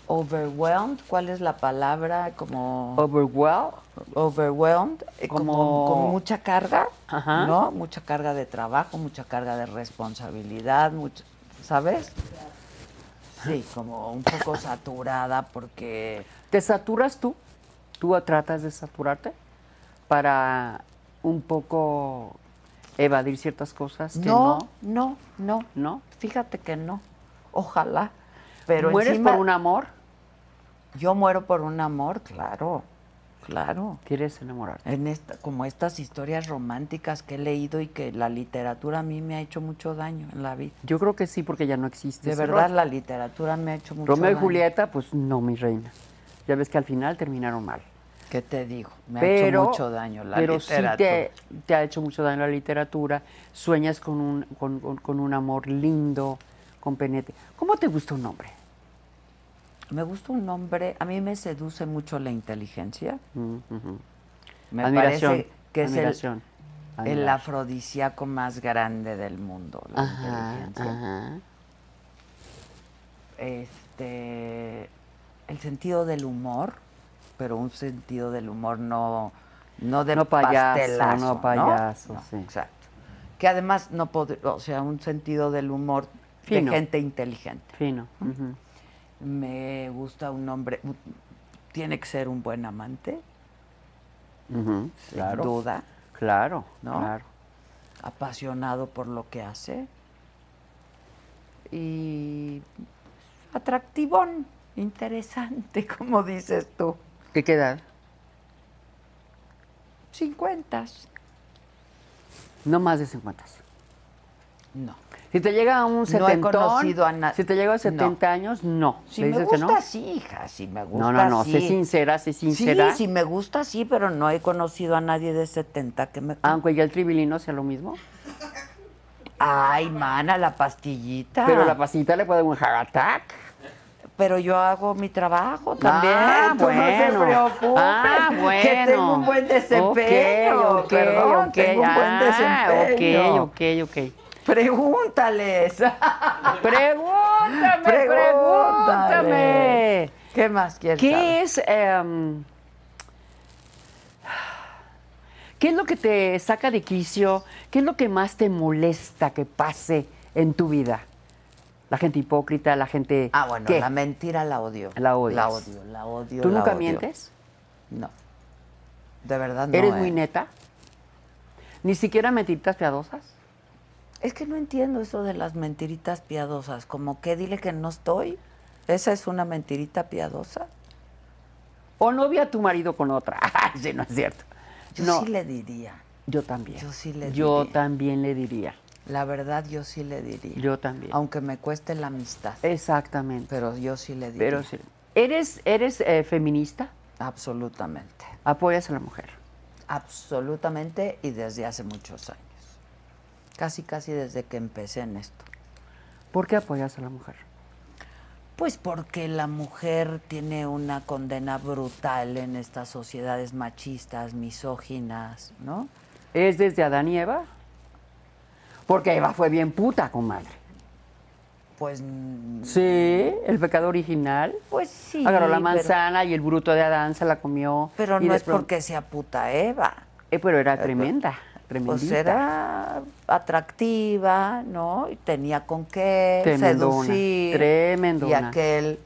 Speaker 3: overwhelmed, ¿cuál es la palabra? Como
Speaker 5: Overwhelmed.
Speaker 3: overwhelmed, eh, como,
Speaker 5: Como-
Speaker 3: con mucha carga,
Speaker 5: Ajá.
Speaker 3: ¿no? Mucha carga de trabajo, mucha carga de responsabilidad, mucha- ¿sabes? Sí, como un poco saturada porque
Speaker 5: ¿Te saturas tú? ¿Tú tratas de saturarte para un poco evadir ciertas cosas que no?
Speaker 3: no, no, no,
Speaker 5: ¿No?
Speaker 3: Fíjate que no. Ojalá. Pero
Speaker 5: ¿Mueres
Speaker 3: encima,
Speaker 5: por un amor?
Speaker 3: yo muero por un amor, claro. Claro.
Speaker 5: ¿Quieres enamorarte?
Speaker 3: En esta, como estas historias románticas que he leído y que la literatura a mí me ha hecho mucho daño en la vida.
Speaker 5: Yo creo que sí, porque ya no existe.
Speaker 3: De
Speaker 5: ese
Speaker 3: verdad,
Speaker 5: rollo.
Speaker 3: la literatura me ha hecho mucho
Speaker 5: Romeo y
Speaker 3: daño.
Speaker 5: Julieta, pues no, mi reina. Ya ves que al final terminaron mal.
Speaker 3: ¿Qué te digo? Me
Speaker 5: pero,
Speaker 3: ha hecho mucho daño la
Speaker 5: pero
Speaker 3: literatura.
Speaker 5: sí te, te ha hecho mucho daño la literatura. Sueñas con un, con, con- con un amor lindo, con penete. ¿Cómo te gusta un hombre?
Speaker 3: Me gusta un nombre, a mí me seduce mucho la inteligencia.
Speaker 5: Mm, ujú.
Speaker 3: Me
Speaker 5: admiración.
Speaker 3: parece que es el-
Speaker 5: admiración.
Speaker 3: el,
Speaker 5: admiración.
Speaker 3: afrodisíaco más grande del mundo, la
Speaker 5: Ajá,
Speaker 3: inteligencia.
Speaker 5: ajá.
Speaker 3: este el sentido del humor, pero un sentido del humor no No de
Speaker 14: No payaso,
Speaker 3: pastelazo,
Speaker 14: no payaso, sí.
Speaker 3: Exacto. Que además no pod- o sea, un sentido del humor
Speaker 5: Fino.
Speaker 3: de gente inteligente.
Speaker 5: Fino. ujú.
Speaker 3: Me gusta un hombre, un- tiene que ser un buen amante,
Speaker 5: Ujú,
Speaker 3: sin
Speaker 5: Claro.
Speaker 3: duda,
Speaker 5: Claro,
Speaker 3: ¿No?
Speaker 5: claro.
Speaker 3: apasionado por lo que hace y atractivón, interesante, como dices tú.
Speaker 5: ¿De qué edad?
Speaker 3: 50.
Speaker 5: No más de 50.
Speaker 3: No.
Speaker 5: Si te llega a un setentón,
Speaker 3: conocido a na-
Speaker 5: si te llega a 70
Speaker 3: No.
Speaker 5: años, no.
Speaker 3: Si
Speaker 5: ¿Le
Speaker 3: me
Speaker 5: dices que
Speaker 3: gusta,
Speaker 5: no?
Speaker 3: sí, hija, si me gusta,
Speaker 5: No, no, no, sé
Speaker 3: sí.
Speaker 5: sincera, sé
Speaker 3: Sí,
Speaker 5: sincera.
Speaker 3: si me gusta, sí, pero no he conocido a nadie de 70 que me...
Speaker 5: Aunque ya el tribilino sea lo mismo.
Speaker 3: Ay, mana, la pastillita.
Speaker 5: Pero la pasita le puede dar un heart attack.
Speaker 3: Pero yo hago mi trabajo también.
Speaker 5: Ah,
Speaker 3: tú
Speaker 5: bueno.
Speaker 3: No se preocupes,
Speaker 5: Ah,
Speaker 3: Que tengo un
Speaker 5: bueno.
Speaker 3: buen desempeño.
Speaker 5: Ok, ok,
Speaker 3: perdón,
Speaker 5: ok,
Speaker 3: tengo un buen
Speaker 5: ah,
Speaker 3: desempeño.
Speaker 5: Ok, ok, ok.
Speaker 3: Pregúntales.
Speaker 5: Pregúntame,
Speaker 3: Pregúntale.
Speaker 5: pregúntame.
Speaker 3: ¿Qué más quieres
Speaker 5: ¿Qué es, em, ¿Qué es lo que te saca de quicio? ¿Qué es lo que más te molesta que pase en tu vida? La gente hipócrita, la gente.
Speaker 3: Ah, bueno,
Speaker 5: ¿qué?
Speaker 3: la mentira la odio.
Speaker 5: La odias.
Speaker 3: La odio, la odio.
Speaker 5: ¿Tú
Speaker 3: la
Speaker 5: nunca
Speaker 3: odio.
Speaker 5: mientes?
Speaker 3: No. De verdad no.
Speaker 5: ¿Eres
Speaker 3: ¿eh?
Speaker 5: muy neta? ¿Ni siquiera mentiritas piadosas?
Speaker 3: Es que no entiendo eso de las mentiritas piadosas. Como que dile que no estoy. ¿Esa es una mentirita piadosa?
Speaker 5: ¿O novia a tu marido con otra? sí, no es cierto.
Speaker 3: Yo
Speaker 5: no,
Speaker 3: sí le diría.
Speaker 5: yo también.
Speaker 3: yo sí le
Speaker 5: Yo
Speaker 3: diría.
Speaker 5: también le diría.
Speaker 3: La verdad, yo sí le diría.
Speaker 5: Yo también.
Speaker 3: Aunque me cueste la amistad.
Speaker 5: Exactamente.
Speaker 3: Pero yo sí le diría.
Speaker 5: Pero sí. ¿Eres, eres eh, feminista?
Speaker 3: Absolutamente.
Speaker 5: Apoyas a la mujer.
Speaker 3: Absolutamente y desde hace muchos años. Casi, casi desde que empecé en esto.
Speaker 5: ¿Por qué apoyas a la mujer?
Speaker 3: Pues porque la mujer tiene una condena brutal en estas sociedades machistas, misóginas, ¿no?
Speaker 5: ¿Es desde Adán y Eva? Porque Eva fue bien puta, comadre.
Speaker 3: Pues, mm,
Speaker 5: Sí, el pecado original.
Speaker 3: pues sí.
Speaker 5: Agarró la
Speaker 3: pero-
Speaker 5: manzana y el bruto de Adán se la comió.
Speaker 3: Pero,
Speaker 5: y
Speaker 3: no
Speaker 5: de
Speaker 3: es
Speaker 5: pronto-
Speaker 3: porque sea puta Eva.
Speaker 5: Eh, pero era tremenda, tremendita.
Speaker 3: Pues era atractiva, ¿no? Y tenía con qué
Speaker 5: Tremendona,
Speaker 3: seducir.
Speaker 5: tremendona.
Speaker 3: Y aquel,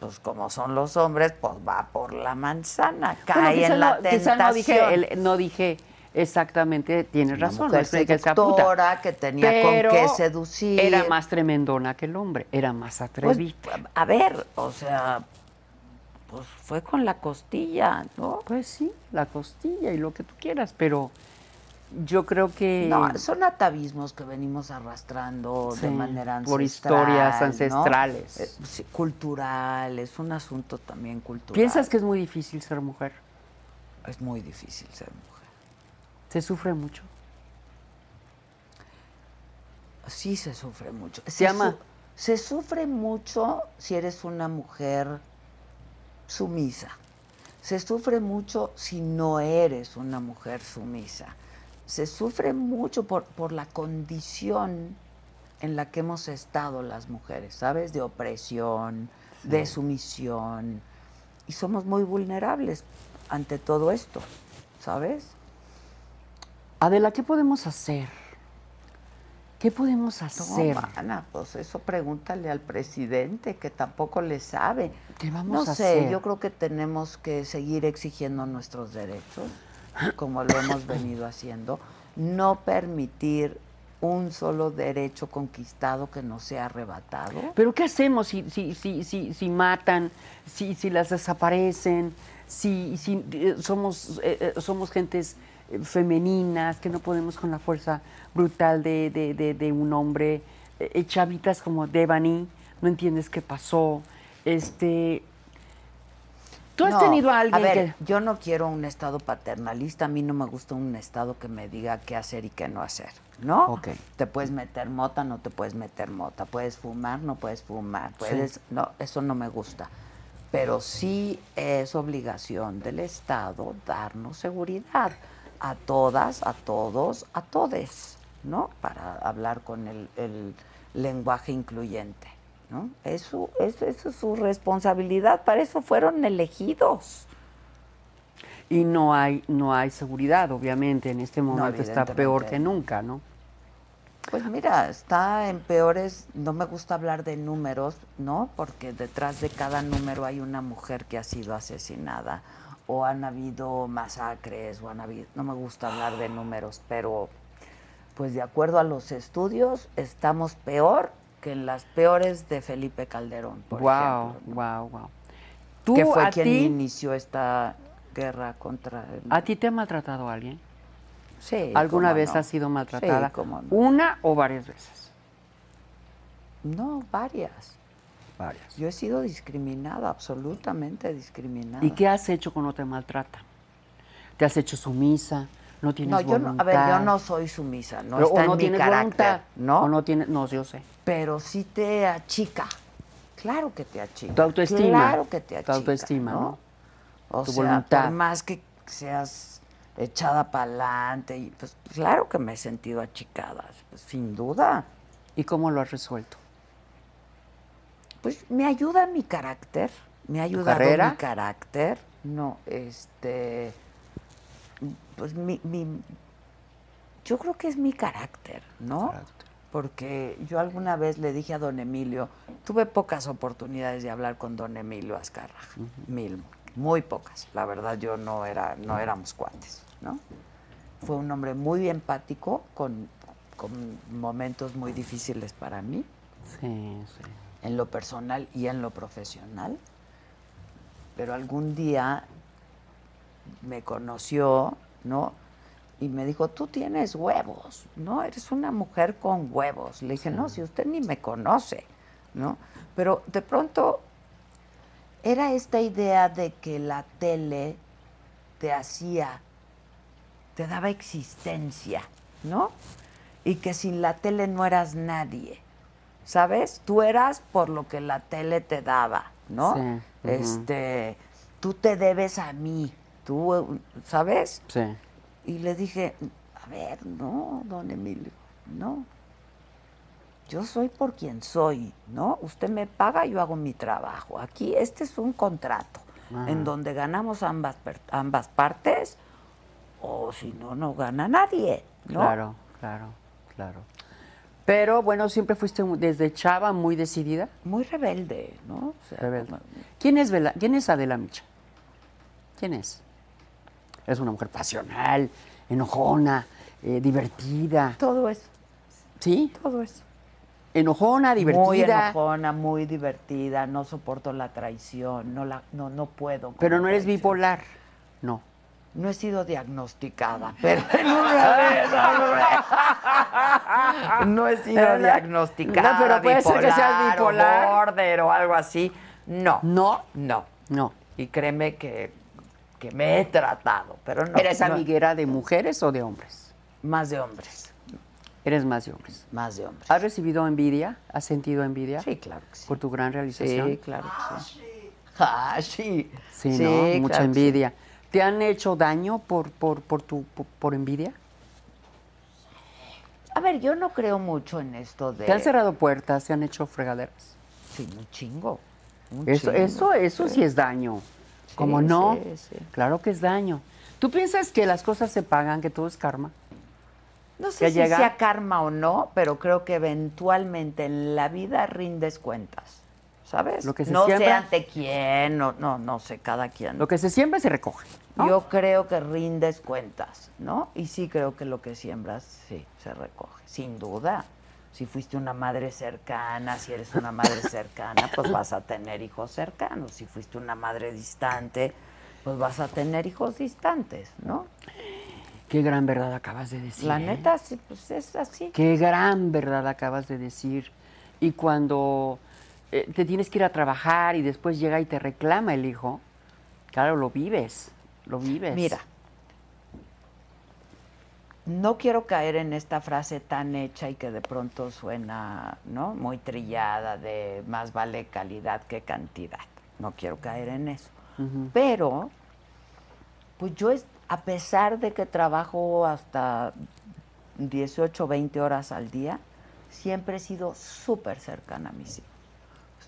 Speaker 3: pues como son los hombres, pues va por la manzana,
Speaker 5: Bueno,
Speaker 3: cae
Speaker 5: quizá
Speaker 3: en la
Speaker 5: no, quizá
Speaker 3: tentación.
Speaker 5: no dije, el- no dije exactamente, tienes
Speaker 3: Una
Speaker 5: razón.
Speaker 3: mujer
Speaker 5: no es que sea puta.
Speaker 3: seductora que tenía con
Speaker 5: Pero
Speaker 3: qué seducir.
Speaker 5: Era más tremendona que el hombre, era más
Speaker 3: Pues,
Speaker 5: atrevida.
Speaker 3: a ver, o sea, pues fue con la costilla, ¿no?
Speaker 5: Pues sí, la costilla y lo que tú quieras, pero yo creo que
Speaker 3: No, son atavismos que venimos arrastrando
Speaker 5: Sí,
Speaker 3: de manera ancestral.
Speaker 5: por historias
Speaker 3: ¿no?
Speaker 5: ancestrales.
Speaker 3: Eh, sí, cultural, es un asunto también cultural.
Speaker 5: piensas que es muy difícil ser mujer.
Speaker 3: es muy difícil ser mujer.
Speaker 5: Se sufre mucho.
Speaker 3: Sí se sufre mucho. Se,
Speaker 5: ama.
Speaker 3: se sufre mucho si eres una mujer sumisa. Se sufre mucho si no eres una mujer sumisa. Se sufre mucho por, por la condición en la que hemos estado las mujeres, ¿sabes? De opresión, de sumisión. Y somos muy vulnerables ante todo esto, ¿sabes?
Speaker 5: Adela, ¿qué podemos hacer? ¿Qué podemos
Speaker 3: No,
Speaker 5: hacer?
Speaker 3: mana, pues eso pregúntale al presidente, que tampoco le sabe.
Speaker 5: ¿Qué vamos
Speaker 3: no
Speaker 5: a
Speaker 3: sé,
Speaker 5: hacer?
Speaker 3: yo creo que tenemos que seguir exigiendo nuestros derechos, como lo hemos venido haciendo. No permitir un solo derecho conquistado que no sea arrebatado.
Speaker 5: Pero ¿qué hacemos si, si, si, si, si matan, si, si las desaparecen, si, si eh, somos, eh, eh, somos gentes eh, femeninas, que no podemos con la fuerza brutal de, de- de- de un hombre, eh, eh, chavitas como Devani, no entiendes qué pasó? Este, ¿Tú has
Speaker 3: No,
Speaker 5: tenido a alguien
Speaker 3: a ver,
Speaker 5: que...
Speaker 3: Yo no quiero un estado paternalista, a mí no me gusta un estado que me diga qué hacer y qué no hacer, ¿no?
Speaker 5: Ok.
Speaker 3: Te puedes meter mota, no te puedes meter mota, puedes fumar, no puedes fumar, puedes, no, eso no me gusta. Pero sí es obligación del Estado darnos seguridad a todas, a todos, a todes, ¿no? Para hablar con el, el lenguaje incluyente, ¿no? Eso, eso, eso es su responsabilidad, para eso fueron elegidos.
Speaker 5: Y no hay, no hay seguridad, obviamente, en este momento está peor
Speaker 3: evidentemente.
Speaker 5: que nunca, ¿no?
Speaker 3: Pues mira, está en peores, no me gusta hablar de números, ¿no? Porque detrás de cada número hay una mujer que ha sido asesinada o han habido masacres o han habido, no me gusta hablar de números, pero pues de acuerdo a los estudios estamos peor que en las peores de Felipe Calderón, por
Speaker 5: wow,
Speaker 3: ejemplo,
Speaker 5: wow, wow. Tú
Speaker 3: que fue
Speaker 5: a
Speaker 3: quien
Speaker 5: ti,
Speaker 3: inició esta guerra contra el
Speaker 5: a ti te ha maltratado alguien?
Speaker 3: Sí,
Speaker 5: ¿Alguna
Speaker 3: cómo
Speaker 5: vez
Speaker 3: no.
Speaker 5: has sido
Speaker 3: Sí,
Speaker 5: maltratada?
Speaker 3: cómo no.
Speaker 5: Una o varias veces.
Speaker 3: No, varias.
Speaker 5: Varias.
Speaker 3: Yo he sido discriminada, absolutamente discriminada.
Speaker 5: ¿Y qué has hecho cuando te maltrata? ¿Te has hecho sumisa? ¿No tienes
Speaker 3: No, yo no, a ver, yo
Speaker 5: voluntad?
Speaker 3: no soy sumisa, no
Speaker 5: Pero-
Speaker 3: está
Speaker 5: o no
Speaker 3: en mi
Speaker 5: tienes
Speaker 3: carácter,
Speaker 5: voluntad,
Speaker 3: ¿no?
Speaker 5: O no tienes, no, yo sé.
Speaker 3: Pero sí te achica. Claro que te achica.
Speaker 5: Tu autoestima.
Speaker 3: Claro que te
Speaker 5: Tu
Speaker 3: achica.
Speaker 5: autoestima, ¿no?
Speaker 3: O
Speaker 5: Tu
Speaker 3: sea,
Speaker 5: voluntad.
Speaker 3: por más que seas echada para adelante, y, pues claro que me he sentido achicada, pues, sin duda.
Speaker 5: ¿Y cómo lo has resuelto?
Speaker 3: Pues me ayuda mi carácter, me ha ayudado
Speaker 5: carrera?
Speaker 3: mi carácter. No, este, pues mi, mi- yo creo que es mi carácter, ¿no? Porque yo alguna vez le dije a don Emilio, tuve pocas oportunidades de hablar con don Emilio Azcárraga, mil, muy pocas. La verdad yo no era, no éramos cuates, ¿no? Fue un hombre muy empático con, con momentos muy difíciles para mí
Speaker 5: Sí, sí.
Speaker 3: en lo personal y en lo profesional. Pero algún día me conoció, ¿no? Y me dijo, tú tienes huevos, ¿no? Eres una mujer con huevos. Le dije, no, si usted ni me conoce, ¿no? Pero de pronto era esta idea de que la tele te hacía, te daba existencia, ¿no? Y que sin la tele no eras nadie. ¿sabes? Tú eras por lo que la tele te daba, ¿no?
Speaker 5: Sí, ujú.
Speaker 3: Este, tú te debes a mí, tú, ¿sabes?
Speaker 5: Sí.
Speaker 3: Y le dije, a ver, no, don Emilio, no. Yo soy por quien soy, ¿no? Usted me paga, yo hago mi trabajo. Aquí este es un contrato en donde ganamos ambas, per- ambas partes o si no, no gana nadie, ¿no?
Speaker 5: Claro, claro, claro. Pero bueno, siempre fuiste mu- desde chava muy decidida.
Speaker 3: Muy rebelde, ¿no? O sea,
Speaker 5: Rebelde.
Speaker 3: como-
Speaker 5: ¿Quién es, Vela- ¿Quién es Adela Micha? ¿Quién es? Es una mujer pasional, enojona, eh, divertida.
Speaker 3: Todo eso.
Speaker 5: ¿Sí? Todo eso. Enojona, divertida.
Speaker 3: Muy enojona, muy divertida, no soporto la traición, no la no no puedo. con
Speaker 5: Pero
Speaker 3: la
Speaker 5: no eres
Speaker 3: traición.
Speaker 5: bipolar. No.
Speaker 3: No he sido diagnosticada, pero en una vez, hombre. No he sido
Speaker 5: Pero no-
Speaker 3: diagnosticada.
Speaker 5: no, pero puede ser que
Speaker 3: bipolar
Speaker 5: seas
Speaker 3: o
Speaker 5: bipolar.
Speaker 3: border o algo así. No.
Speaker 5: ¿No?
Speaker 3: No.
Speaker 5: No.
Speaker 3: Y créeme que, que me he tratado, pero no.
Speaker 5: ¿Eres
Speaker 3: no-
Speaker 5: amiguera de mujeres o de hombres?
Speaker 3: Más de hombres.
Speaker 5: Eres más de hombres.
Speaker 3: Más de hombres.
Speaker 5: ¿Has recibido envidia? ¿Has sentido envidia?
Speaker 3: Sí, claro que sí.
Speaker 5: Por tu gran realización.
Speaker 3: Sí, claro que sí. Ah, sí.
Speaker 5: Sí,
Speaker 3: Sí,
Speaker 5: ¿no?
Speaker 3: claro
Speaker 5: Mucha
Speaker 3: que sí.
Speaker 5: envidia. ¿Te han hecho daño por, por, por tu por, por envidia?
Speaker 3: A ver, yo no creo mucho en esto de.
Speaker 5: ¿Te han cerrado puertas? ¿Te han hecho fregaderas?
Speaker 3: Sí, un chingo. un
Speaker 5: Eso,
Speaker 3: chingo.
Speaker 5: eso, eso sí es daño. ¿Cómo no?
Speaker 3: sí, sí.
Speaker 5: Claro que es daño. ¿Tú piensas que las cosas se pagan, que todo es karma?
Speaker 3: No
Speaker 5: Ya
Speaker 3: sé si
Speaker 5: llega.
Speaker 3: sea karma o no, pero creo que eventualmente en la vida rindes cuentas. ¿Sabes?
Speaker 5: Lo que se
Speaker 3: no sé
Speaker 5: siembra.
Speaker 3: ante quién, no, no, no sé, cada quien.
Speaker 5: Lo que se siembra se recoge. ¿no?
Speaker 3: Yo creo que rindes cuentas, ¿no? Y sí creo que lo que siembras, sí, se recoge, sin duda. Si fuiste una madre cercana, si eres una madre cercana, pues vas a tener hijos cercanos. Si fuiste una madre distante, pues vas a tener hijos distantes, ¿no?
Speaker 5: Qué gran verdad acabas de decir.
Speaker 3: La
Speaker 5: ¿eh?
Speaker 3: neta, sí, pues es así.
Speaker 5: Qué gran verdad acabas de decir. Y cuando eh, te tienes que ir a trabajar y después llega y te reclama el hijo, claro, lo vives, lo vives.
Speaker 3: Mira, no quiero caer en esta frase tan hecha y que de pronto suena, ¿no? Muy trillada de más vale calidad que cantidad. No quiero caer en eso. Pero, pues yo, es- a pesar de que trabajo hasta 18, 20 horas al día, siempre he sido súper cercana a mis hijos.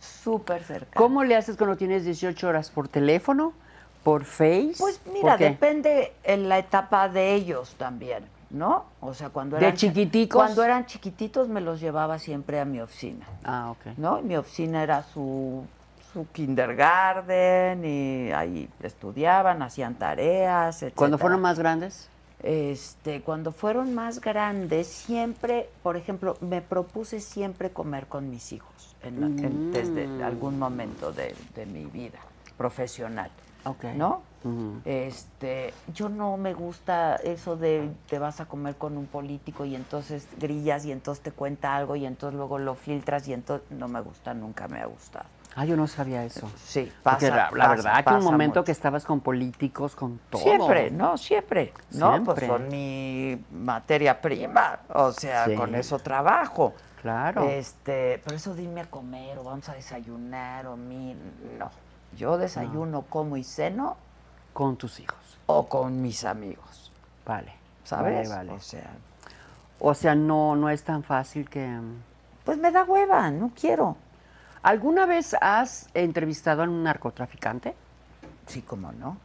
Speaker 3: Súper cercana.
Speaker 5: ¿Cómo le haces cuando tienes 18 horas por teléfono, ¿Por Face?
Speaker 3: Pues mira,
Speaker 5: ¿Por qué?
Speaker 3: depende en la etapa de ellos también, ¿no? O sea, cuando
Speaker 5: ¿De
Speaker 3: eran
Speaker 5: chiquiticos?
Speaker 3: Cuando eran chiquititos me los llevaba siempre a mi oficina,
Speaker 5: Ah, ok.
Speaker 3: ¿no? Y mi oficina era su su kindergarten y ahí estudiaban, hacían tareas, etc.
Speaker 5: ¿Cuando fueron más grandes?
Speaker 3: este, cuando fueron más grandes, siempre, por ejemplo, me propuse siempre comer con mis hijos en- en-
Speaker 5: Mm.
Speaker 3: desde algún momento de, de mi vida profesional.
Speaker 5: Ok.
Speaker 3: ¿No? Este, yo no me gusta eso de te vas a comer con un político y entonces grillas y entonces te cuenta algo y entonces luego lo filtras y entonces no me gusta, nunca me ha gustado.
Speaker 5: Ah, yo no sabía eso.
Speaker 3: Sí, pasa,
Speaker 5: Porque la, la
Speaker 3: pasa,
Speaker 5: verdad que
Speaker 3: pasa
Speaker 5: un momento
Speaker 3: mucho.
Speaker 5: que estabas con políticos, con todo.
Speaker 3: Siempre, ¿no? Siempre. No, pues
Speaker 5: Siempre.
Speaker 3: son mi materia prima. O sea,
Speaker 5: Sí.
Speaker 3: con eso trabajo.
Speaker 5: Claro.
Speaker 3: Este, por eso dime a comer, o vamos a desayunar, o mi. No. Yo desayuno, como y ceno,
Speaker 5: Con tus hijos.
Speaker 3: o con mis amigos.
Speaker 5: Vale.
Speaker 3: ¿Sabes? Pues
Speaker 5: Vale, vale.
Speaker 3: O sea.
Speaker 5: O sea, no, no es tan fácil que... mm,
Speaker 3: Pues me da hueva, no quiero.
Speaker 5: ¿Alguna vez has entrevistado a un narcotraficante? Ah,
Speaker 3: Sí, como no.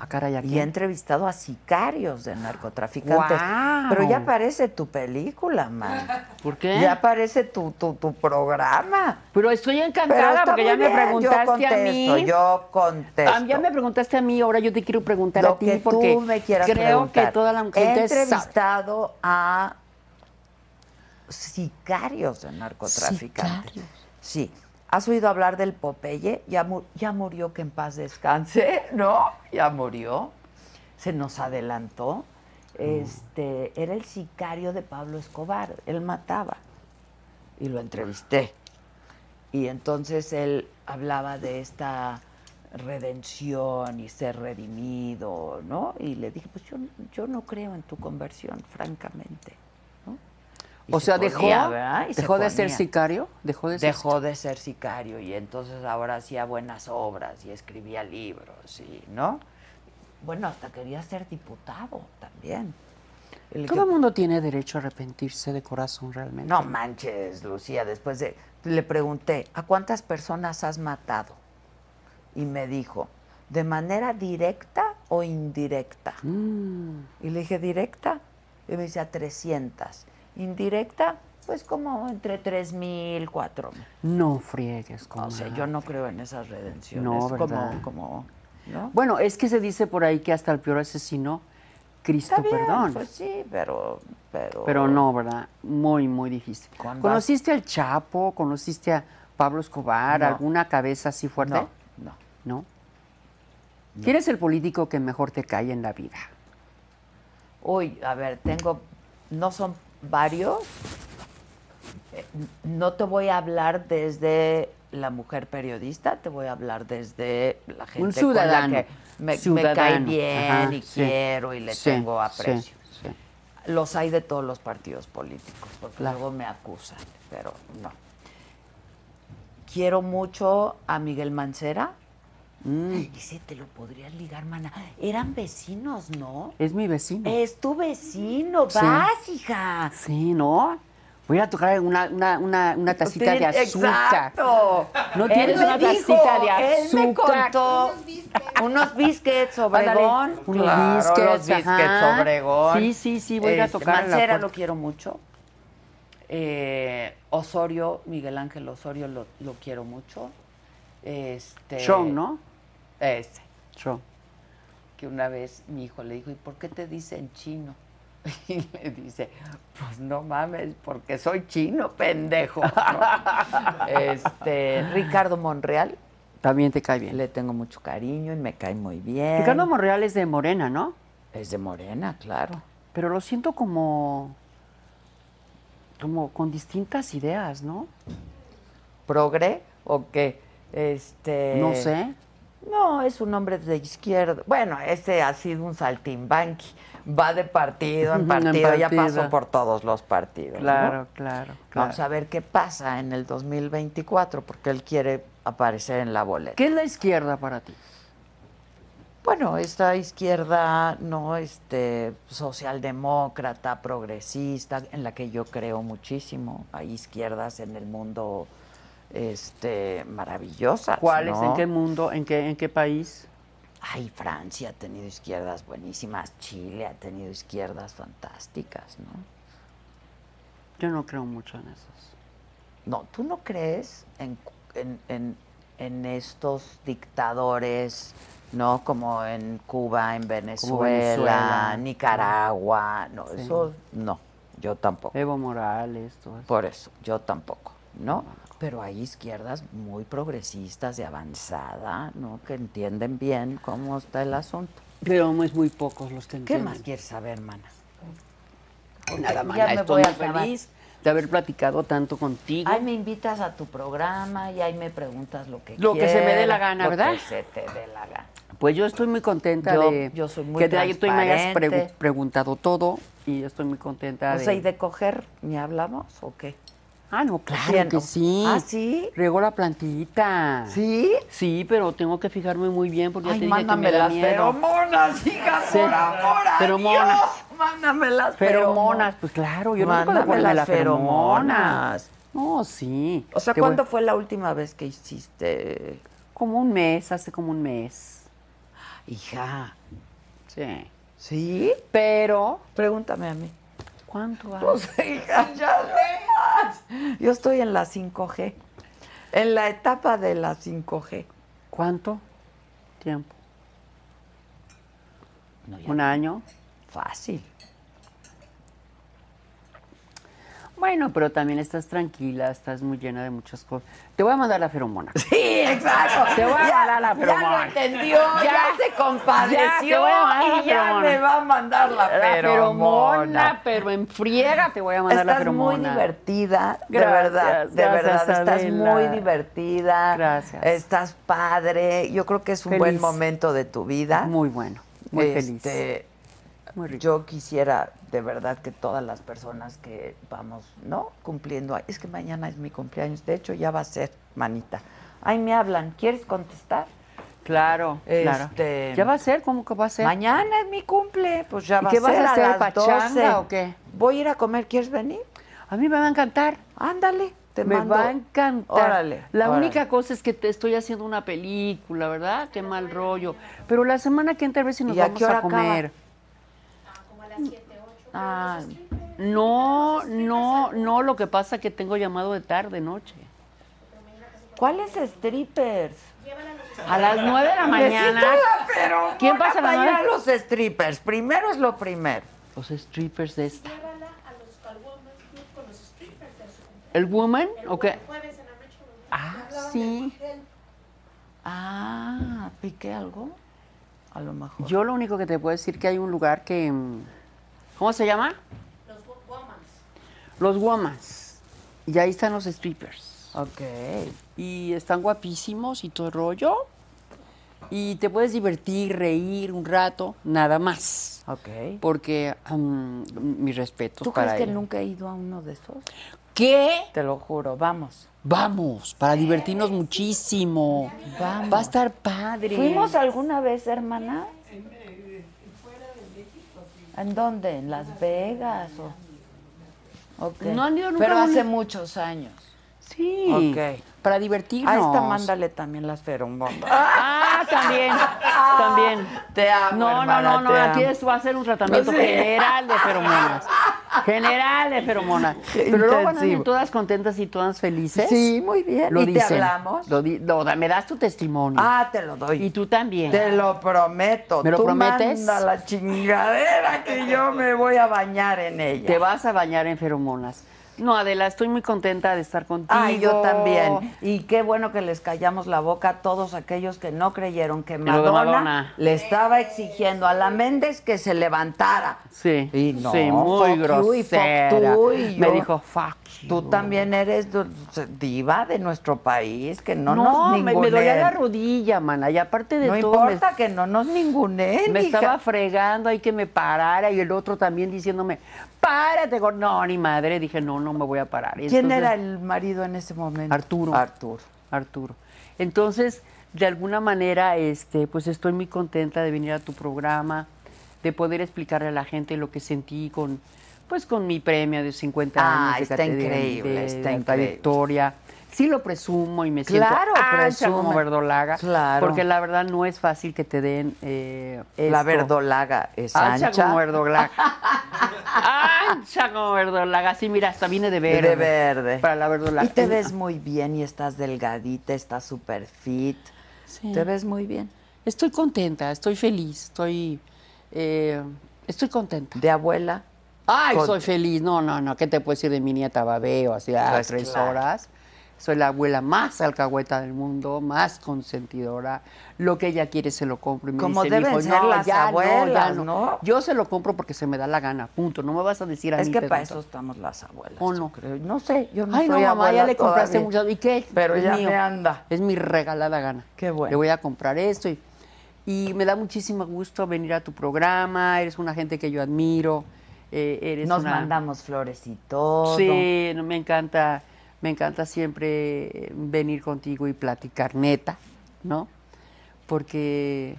Speaker 5: A cara y
Speaker 3: Y he entrevistado a sicarios de narcotraficantes.
Speaker 5: ¡Guau! ¿Eh?
Speaker 3: Pero ya parece tu película, man.
Speaker 5: ¿Por qué?
Speaker 3: Ya parece tu, tu, tu programa.
Speaker 5: Pero estoy
Speaker 3: Pero
Speaker 5: encantada
Speaker 3: está
Speaker 5: porque ya
Speaker 3: muy
Speaker 5: me
Speaker 3: bien,
Speaker 5: preguntaste
Speaker 3: yo contesto,
Speaker 5: a mí.
Speaker 3: Yo contesto.
Speaker 5: Ah, Ya me preguntaste a mí, ahora yo te quiero preguntar
Speaker 3: lo
Speaker 5: a ti
Speaker 3: que
Speaker 5: porque
Speaker 3: tú me quieras
Speaker 5: creo
Speaker 3: preguntar.
Speaker 5: que toda la
Speaker 3: He
Speaker 5: gente sabe.
Speaker 3: entrevistado a sicarios de narcotraficantes. Sí. ¿Has oído hablar del Popeye? Ya, mu- ya murió, que en paz descanse, ¿no? Ya murió. Se nos adelantó.
Speaker 5: Mm.
Speaker 3: Este, era el sicario de Pablo Escobar. Él mataba. Y lo entrevisté. Y entonces él hablaba de esta redención y ser redimido, ¿no? Y le dije, pues yo, yo no creo en tu conversión, francamente. ¿no? Y
Speaker 5: O
Speaker 3: se
Speaker 5: sea, dejó,
Speaker 3: ponía, ¿verdad? Y se
Speaker 5: dejó de ser
Speaker 3: ponía.
Speaker 5: sicario, dejó de ser
Speaker 3: Dejó de ser sicario y entonces ahora hacía buenas obras y escribía libros, y, ¿no? Bueno, hasta quería ser diputado también. Y le dije,
Speaker 5: Todo el mundo tiene derecho a arrepentirse de corazón realmente.
Speaker 3: no manches, Lucía, después de le pregunté, ¿a cuántas personas has matado? Y me dijo, ¿de manera directa o indirecta?
Speaker 5: Mm,
Speaker 3: Y le dije, ¿directa? Y me dice, a 300. ¿Indirecta? Pues como entre 3.000, 4.000.
Speaker 5: No friegues con
Speaker 3: O sea, yo no creo en esas redenciones.
Speaker 5: No, ¿verdad?
Speaker 3: como, como, ¿no?
Speaker 5: Bueno, es que se dice por ahí que hasta el peor asesino, Cristo
Speaker 3: Está bien,
Speaker 5: perdón.
Speaker 3: Pues sí, pero, pero...
Speaker 5: Pero no, ¿verdad? Muy, muy difícil.
Speaker 3: Con bas-
Speaker 5: ¿Conociste al Chapo? ¿Conociste a Pablo Escobar?
Speaker 3: No.
Speaker 5: ¿Alguna cabeza así fuerte?
Speaker 3: No, no.
Speaker 5: ¿No? ¿Quién es el político que mejor te cae en la vida?
Speaker 3: Uy, a ver, tengo, no son varios. Eh, No te voy a hablar desde la mujer periodista, te voy a hablar desde la gente
Speaker 5: Un
Speaker 3: con la
Speaker 5: ciudadano.
Speaker 3: que me, me cae
Speaker 5: Ciudadano.
Speaker 3: bien
Speaker 5: Ajá,
Speaker 3: y
Speaker 5: sí.
Speaker 3: quiero y le
Speaker 5: Sí,
Speaker 3: tengo aprecio.
Speaker 5: sí, sí.
Speaker 3: Los hay de todos los partidos políticos, porque luego me acusan, pero no. Quiero mucho a Miguel Mancera.
Speaker 5: Mm.
Speaker 3: Dice, te lo podrías ligar, mana. Eran vecinos, ¿no?
Speaker 5: Es mi vecino.
Speaker 3: Es tu vecino,
Speaker 5: Sí.
Speaker 3: vas, hija.
Speaker 5: Sí, ¿no? Voy a tocar una, una, una, una tacita de azúcar.
Speaker 3: Exacto.
Speaker 5: No
Speaker 3: Él
Speaker 5: tienes
Speaker 3: me
Speaker 5: una tacita de
Speaker 3: Él me
Speaker 5: azúcar.
Speaker 3: contó unos biscuits
Speaker 5: Ándale,
Speaker 3: Obregón.
Speaker 5: unos
Speaker 3: Claro,
Speaker 5: biscuits,
Speaker 3: los biscuits
Speaker 5: ajá.
Speaker 3: Obregón.
Speaker 5: Sí, sí, sí, voy a ir a
Speaker 3: Este,
Speaker 5: tocar a la
Speaker 3: Mancera
Speaker 5: puerta.
Speaker 3: lo quiero mucho. Eh, Osorio, Miguel Ángel Osorio lo, lo quiero mucho. Este,
Speaker 5: Sean, ¿no?
Speaker 3: Este,
Speaker 5: Sean.
Speaker 3: que una vez mi hijo le dijo, ¿y por qué te dicen chino? Y le dice, pues no mames, porque soy chino, pendejo. ¿no? este, Ricardo Monreal,
Speaker 5: También te cae bien.
Speaker 3: le tengo mucho cariño y me cae muy bien.
Speaker 5: Ricardo Monreal es de Morena, ¿no?
Speaker 3: es de Morena, claro.
Speaker 5: Pero lo siento como. como con distintas ideas, ¿no?
Speaker 3: ¿Progre o qué? Este,
Speaker 5: no sé.
Speaker 3: No, es un hombre de izquierda. Bueno, este ha sido un saltimbanqui. Va de partido en
Speaker 5: En
Speaker 3: partido, ya
Speaker 5: partido.
Speaker 3: pasó por todos los partidos. ¿no?
Speaker 5: Claro, claro, claro.
Speaker 3: Vamos a ver qué pasa en el 2024, porque él quiere aparecer en la boleta.
Speaker 5: ¿Qué es la izquierda para ti?
Speaker 3: Bueno, esta izquierda no este socialdemócrata, progresista, en la que yo creo muchísimo. Hay izquierdas en el mundo este maravillosas.
Speaker 5: ¿Cuáles?
Speaker 3: ¿no?
Speaker 5: ¿En qué mundo? ¿En qué, en qué país?
Speaker 3: Ay, Francia ha tenido izquierdas buenísimas, Chile ha tenido izquierdas fantásticas, ¿no?
Speaker 5: Yo no creo mucho en esos.
Speaker 3: No, ¿tú no crees en, en, en- en estos dictadores, ¿no? Como en Cuba, en Venezuela,
Speaker 5: Venezuela.
Speaker 3: Nicaragua, no,
Speaker 5: Sí.
Speaker 3: eso no, yo tampoco.
Speaker 5: Evo Morales, todo eso.
Speaker 3: Por eso, yo tampoco, Eh. ¿no? Pero hay izquierdas muy progresistas de avanzada, ¿no? Que entienden bien cómo está el asunto.
Speaker 5: Pero es muy pocos los que
Speaker 3: ¿Qué
Speaker 5: entienden.
Speaker 3: más quieres saber, mana?
Speaker 5: Nada más.
Speaker 3: Ya me
Speaker 5: Estoy
Speaker 3: voy a
Speaker 5: muy
Speaker 3: acabar.
Speaker 5: feliz de haber platicado tanto contigo.
Speaker 3: Ay, me invitas a tu programa y ahí me preguntas lo que
Speaker 5: Lo que se me dé la
Speaker 3: quieras,
Speaker 5: gana,
Speaker 3: lo
Speaker 5: ¿verdad?
Speaker 3: que se te dé la gana.
Speaker 5: Pues yo estoy muy contenta
Speaker 3: Yo-
Speaker 5: de
Speaker 3: yo soy muy
Speaker 5: que de- tú me hayas pregu-
Speaker 3: transparente.
Speaker 5: preguntado todo y yo estoy muy contenta
Speaker 3: O
Speaker 5: de...
Speaker 3: sea, ¿y de coger ni hablamos o qué?
Speaker 5: Ah, no, claro
Speaker 3: Bien,
Speaker 5: que
Speaker 3: ¿no?
Speaker 5: sí.
Speaker 3: ¿Ah, sí?
Speaker 5: Riego la plantita.
Speaker 3: ¿Sí?
Speaker 5: Sí, pero tengo que fijarme muy bien porque ya
Speaker 3: Ay,
Speaker 5: te dije que
Speaker 3: mándame
Speaker 5: me da
Speaker 3: las
Speaker 5: miedo.
Speaker 3: feromonas, hija,
Speaker 5: Sí,
Speaker 3: por amor a
Speaker 5: feromonas.
Speaker 3: Dios. Mándame las
Speaker 5: Feromonas, pues claro, yo no
Speaker 3: Mándame
Speaker 5: puedo ponerme
Speaker 3: las
Speaker 5: las feromonas.
Speaker 3: feromonas.
Speaker 5: No, sí.
Speaker 3: O sea,
Speaker 5: Te voy-
Speaker 3: ¿cuándo fue la última vez que hiciste,
Speaker 5: Como un mes, hace como un mes.
Speaker 3: hija?
Speaker 5: Sí.
Speaker 3: ¿Sí?
Speaker 5: Pero,
Speaker 3: Pregúntame a mí.
Speaker 5: ¿cuánto hago?
Speaker 3: Pues, hija, ya veas. Yo estoy en la 5G. En la etapa de la 5G.
Speaker 5: ¿Cuánto tiempo?
Speaker 3: No, ya
Speaker 5: ¿Un año?
Speaker 3: Fácil.
Speaker 5: Bueno, pero también estás tranquila, estás muy llena de muchas cosas. Te voy a mandar la feromona.
Speaker 3: Sí, exacto.
Speaker 5: Te voy a
Speaker 3: Ya-
Speaker 5: mandar la
Speaker 3: Ya lo
Speaker 5: feromona.
Speaker 3: entendió, ya,
Speaker 5: Ya.
Speaker 3: se
Speaker 5: Ya, te
Speaker 3: compadeció
Speaker 5: voy a mandar la
Speaker 3: y ya
Speaker 5: feromona.
Speaker 3: me va a mandar la
Speaker 5: La
Speaker 3: feromona.
Speaker 5: feromona, pero en friega te voy a mandar la
Speaker 3: Estás muy
Speaker 5: feromona.
Speaker 3: divertida,
Speaker 5: Gracias,
Speaker 3: de verdad, de
Speaker 5: gracias,
Speaker 3: verdad, estás
Speaker 5: Adela.
Speaker 3: muy divertida.
Speaker 5: Gracias.
Speaker 3: Estás padre. Yo creo que es un
Speaker 5: Feliz.
Speaker 3: buen momento de tu vida.
Speaker 5: Muy bueno, muy feliz.
Speaker 3: Este,
Speaker 5: Muy rico.
Speaker 3: Yo quisiera de verdad que todas las personas que vamos, ¿no? Cumpliendo. Es que mañana es mi cumpleaños. De hecho, ya va a ser, manita. Ay, me hablan. ¿Quieres contestar?
Speaker 5: Claro,
Speaker 3: Este-
Speaker 5: claro. ¿Ya va a ser? ¿Cómo que va a ser?
Speaker 3: Mañana es mi cumple. Pues ya
Speaker 5: ¿Y
Speaker 3: va
Speaker 5: qué
Speaker 3: a
Speaker 5: vas
Speaker 3: ser.
Speaker 5: a hacer,
Speaker 3: las
Speaker 5: pachanga
Speaker 3: 12.
Speaker 5: o qué?
Speaker 3: Voy a ir a comer. ¿Quieres venir?
Speaker 5: A mí me va a encantar.
Speaker 3: Ándale. Te
Speaker 5: me
Speaker 3: mando-
Speaker 5: va a encantar.
Speaker 3: Órale.
Speaker 5: la
Speaker 3: órale.
Speaker 5: única cosa es que te estoy haciendo una película, ¿verdad? Qué mal rollo. Pero la semana que entra a ver si nos
Speaker 3: ¿Y a
Speaker 5: vamos
Speaker 3: qué hora
Speaker 5: a comer.
Speaker 3: Ah,
Speaker 5: No, no, no, lo que pasa es que tengo llamado de tarde, noche.
Speaker 3: ¿Cuáles strippers?
Speaker 5: A las nueve de la mañana.
Speaker 3: Pero
Speaker 5: ¿Quién pasa a las
Speaker 3: para ir a
Speaker 5: nueve?
Speaker 3: los strippers? Primero es lo primero.
Speaker 5: Los strippers de esta. ¿El woman? ¿O qué? Ah, sí.
Speaker 3: Ah, ¿piqué algo? A lo mejor.
Speaker 5: Yo lo único que te puedo decir que hay un lugar que... mm, ¿Cómo se llama? Los Womas. Y ahí están los strippers.
Speaker 3: Ok.
Speaker 5: Y están guapísimos y todo el rollo. Y te puedes divertir, reír un rato, nada más.
Speaker 3: Ok.
Speaker 5: Porque am, mis respetos
Speaker 3: ¿Tú
Speaker 5: para
Speaker 3: crees que
Speaker 5: ellos.
Speaker 3: nunca he ido a uno de esos?
Speaker 5: ¿Qué?
Speaker 3: Te lo juro, vamos.
Speaker 5: Vamos, para divertirnos muchísimo. Va a estar padre.
Speaker 3: ¿Fuimos alguna vez, hermana? ¿En dónde? ¿En Las Vegas? O... Ok.
Speaker 5: No han ido nunca
Speaker 3: Pero
Speaker 5: a un-
Speaker 3: hace muchos años.
Speaker 5: Sí.
Speaker 3: Ok.
Speaker 5: Para divertirnos.
Speaker 3: A esta mándale también las feromonas. Ah,
Speaker 5: Ah, también, también.
Speaker 3: Te amo,
Speaker 5: No,
Speaker 3: hermana,
Speaker 5: no, no,
Speaker 3: Ah, te
Speaker 5: no, aquí
Speaker 3: amo.
Speaker 5: esto va a ser un tratamiento general de feromonas. General de feromonas. Pero luego van a venir
Speaker 3: Intensivo.
Speaker 5: todas contentas y todas felices.
Speaker 3: Sí, muy bien.
Speaker 5: Lo
Speaker 3: ¿Y
Speaker 5: dicen.
Speaker 3: te hablamos?
Speaker 5: Lo di- no, da- me das tu testimonio.
Speaker 3: Ah, te lo doy.
Speaker 5: y tú también.
Speaker 3: Te lo prometo.
Speaker 5: ¿Me lo
Speaker 3: Tú
Speaker 5: prometes?
Speaker 3: Manda la chingadera que yo me voy a bañar en ella.
Speaker 5: Te vas a bañar en feromonas. No, Adela, estoy muy contenta de estar contigo.
Speaker 3: Ay, yo también. Y qué bueno que les callamos la boca a todos aquellos que no creyeron que
Speaker 5: lo de
Speaker 3: Madonna,
Speaker 5: Madonna.
Speaker 3: le estaba exigiendo a la Méndez que se levantara.
Speaker 5: Sí,
Speaker 3: Y no,
Speaker 5: sí, muy
Speaker 3: fuck you y fuck
Speaker 5: grosera.
Speaker 3: tú y
Speaker 5: Me
Speaker 3: yo.
Speaker 5: dijo, fuck
Speaker 3: Tú
Speaker 5: you".
Speaker 3: también eres du- diva de nuestro país, que no,
Speaker 5: No,
Speaker 3: nos
Speaker 5: me, me
Speaker 3: ninguneen.
Speaker 5: dolía la rodilla, mana. Y aparte de
Speaker 3: No
Speaker 5: todo, me-
Speaker 3: importa que no nos ¿eh?
Speaker 5: me,
Speaker 3: ninguneen, hija.
Speaker 5: estaba fregando, hay que me parara. Y el otro también diciéndome, párate. Go-". No, ni madre. Dije, no, no me voy a parar. Y
Speaker 3: ¿Quién
Speaker 5: entonces-
Speaker 3: era el marido en ese momento?
Speaker 5: Arturo.
Speaker 3: Arturo.
Speaker 5: Arturo. Entonces, de alguna manera, este, pues estoy muy contenta de venir a tu programa, de poder explicarle a la gente lo que sentí con, pues, con mi premio de 50
Speaker 3: Ah,
Speaker 5: años.
Speaker 3: está
Speaker 5: de cate- de-
Speaker 3: increíble,
Speaker 5: de
Speaker 3: está
Speaker 5: la
Speaker 3: increíble.
Speaker 5: trayectoria. sí lo presumo y me
Speaker 3: Claro,
Speaker 5: siento ancha
Speaker 3: presume.
Speaker 5: como verdolaga.
Speaker 3: Claro.
Speaker 5: Porque la verdad no es fácil que te den eh,
Speaker 3: La
Speaker 5: esto.
Speaker 3: verdolaga es ancha.
Speaker 5: Ancha como verdolaga. ancha como verdolaga. Sí, mira, hasta viene de verde.
Speaker 3: De verde.
Speaker 5: Para la verdolaga.
Speaker 3: Y te ves muy bien y estás delgadita, estás súper fit.
Speaker 5: Sí.
Speaker 3: Te ves muy bien.
Speaker 5: Estoy contenta, estoy feliz, estoy... eh, estoy contenta.
Speaker 3: De abuela.
Speaker 5: Ay,
Speaker 3: Con-
Speaker 5: soy feliz. No, no, no. ¿Qué te puedo decir de mi nieta Babeo? Así a
Speaker 3: Pues
Speaker 5: tres
Speaker 3: claro.
Speaker 5: horas. Soy la abuela más alcahueta del mundo, más consentidora. Lo que ella quiere se lo compro. Y me
Speaker 3: Como
Speaker 5: dice, mi
Speaker 3: deben
Speaker 5: hijo,
Speaker 3: ser
Speaker 5: no,
Speaker 3: las
Speaker 5: ya no, ya
Speaker 3: abuelas,
Speaker 5: no.
Speaker 3: ¿no?
Speaker 5: Yo se lo compro porque se me da la gana, punto. No me vas a decir a
Speaker 3: es
Speaker 5: mí.
Speaker 3: que para eso
Speaker 5: Pedrito.
Speaker 3: estamos las abuelas.
Speaker 5: ¿O
Speaker 3: yo
Speaker 5: no?
Speaker 3: creo. No sé, yo no
Speaker 5: Ay, no,
Speaker 3: soy
Speaker 5: mamá, ya
Speaker 3: abuela
Speaker 5: le compraste
Speaker 3: todavía.
Speaker 5: mucho. ¿Y qué?
Speaker 3: Pero
Speaker 5: Es
Speaker 3: ya
Speaker 5: mío.
Speaker 3: me anda.
Speaker 5: Es mi regalada gana.
Speaker 3: Qué bueno.
Speaker 5: Le voy a comprar esto y, y me da muchísimo gusto venir a tu programa. Eres una gente que yo admiro. eh, eres
Speaker 3: Nos
Speaker 5: una-
Speaker 3: mandamos flores y todo.
Speaker 5: Sí, no, me encanta, me encanta siempre eh, venir contigo y platicar neta, ¿no? Porque,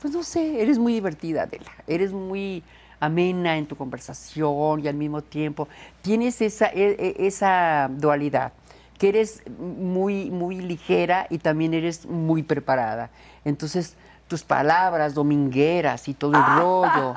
Speaker 5: pues no sé, eres muy divertida, Adela, eres muy amena en tu conversación y al mismo tiempo tienes esa, e- e- esa dualidad, que eres muy, muy ligera y también eres muy preparada. Entonces, tus palabras domingueras y todo el rollo,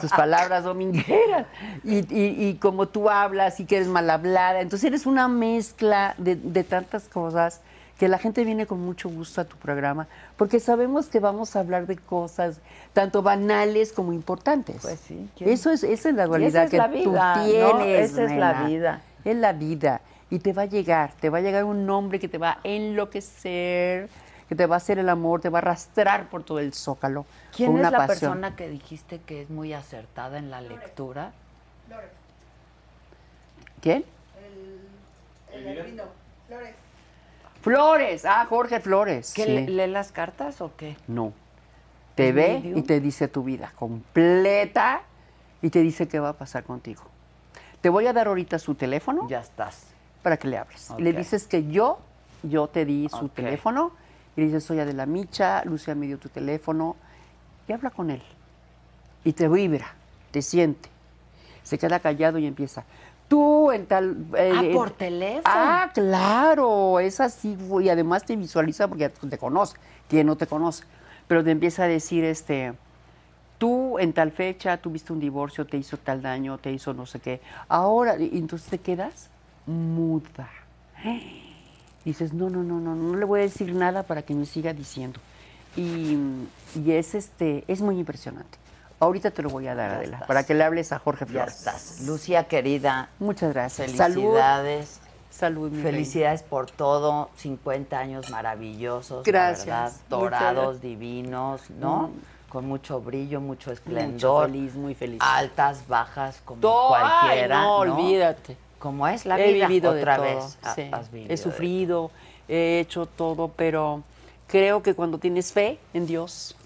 Speaker 5: tus palabras domingueras y, y- y como tú hablas y que eres mal hablada. Entonces eres una mezcla de, de tantas cosas que la gente viene con mucho gusto a tu programa porque sabemos que vamos a hablar de cosas tanto banales como importantes.
Speaker 3: Pues sí, ¿quién?
Speaker 5: Eso es, esa es la
Speaker 3: Y esa
Speaker 5: dualidad
Speaker 3: es
Speaker 5: que
Speaker 3: la
Speaker 5: tú
Speaker 3: vida, ¿no?
Speaker 5: tienes.
Speaker 3: Esa es la
Speaker 5: nena.
Speaker 3: vida.
Speaker 5: Es la vida. Y te va a llegar, te va a llegar un hombre que te va a enloquecer, que te va a hacer el amor, te va a arrastrar por todo el zócalo.
Speaker 3: ¿Quién
Speaker 5: con una
Speaker 3: es la
Speaker 5: pasión.
Speaker 3: persona que dijiste que es muy acertada en la lectura?
Speaker 5: ¿Quién?
Speaker 12: El albino. Flores.
Speaker 5: Flores, ah, Jorge Flores.
Speaker 3: ¿Que
Speaker 5: Sí.
Speaker 3: le- lee las cartas o qué?
Speaker 5: No. Te
Speaker 3: ¿Es
Speaker 5: ve
Speaker 3: medium?
Speaker 5: y te dice tu vida completa y te dice qué va a pasar contigo. Te voy a dar ahorita su teléfono
Speaker 3: Ya estás.
Speaker 5: para que le hables.
Speaker 3: Ok.
Speaker 5: Le dices que yo, yo te di su
Speaker 3: Ok.
Speaker 5: teléfono y le dices, soy Adela Micha, Lucía me dio tu teléfono y habla con él. Y te vibra, te siente. Se queda callado y empieza. Tú en tal... eh,
Speaker 3: Ah,
Speaker 5: en-
Speaker 3: por teléfono.
Speaker 5: Ah, claro, es así, güey, y además te visualiza porque te conoce, quien no te conoce, pero te empieza a decir, este, tú en tal fecha tuviste un divorcio, te hizo tal daño, te hizo no sé qué, ahora, y entonces te quedas muda. Dices, no, no, no, no, no le voy a decir nada para que me siga diciendo. Y, y es, este, es muy impresionante. Ahorita te lo voy a dar,
Speaker 3: Ya
Speaker 5: Adela,
Speaker 3: estás.
Speaker 5: para que le hables a Jorge
Speaker 3: Ya
Speaker 5: Flores.
Speaker 3: estás. Lucía querida,
Speaker 5: Muchas gracias. Salud,
Speaker 3: felicidades.
Speaker 5: salud, mi reina.
Speaker 3: Felicidades por todo, 50 años maravillosos, la
Speaker 5: Gracias.
Speaker 3: verdad,
Speaker 5: Muchas
Speaker 3: dorados,
Speaker 5: gracias.
Speaker 3: divinos, ¿no?
Speaker 5: Mm.
Speaker 3: Con mucho brillo, mucho
Speaker 5: Mucho
Speaker 3: esplendor,
Speaker 5: feliz, muy feliz.
Speaker 3: altas, bajas, como
Speaker 5: To-
Speaker 3: cualquiera.
Speaker 5: Ay, no, olvídate.
Speaker 3: Como es la
Speaker 5: he
Speaker 3: vida,
Speaker 5: vivido
Speaker 3: otra
Speaker 5: de todo,
Speaker 3: vez ha-
Speaker 5: sí.
Speaker 3: has vivido
Speaker 5: he
Speaker 3: de
Speaker 5: sufrido, he hecho todo, pero creo que cuando tienes fe en Dios,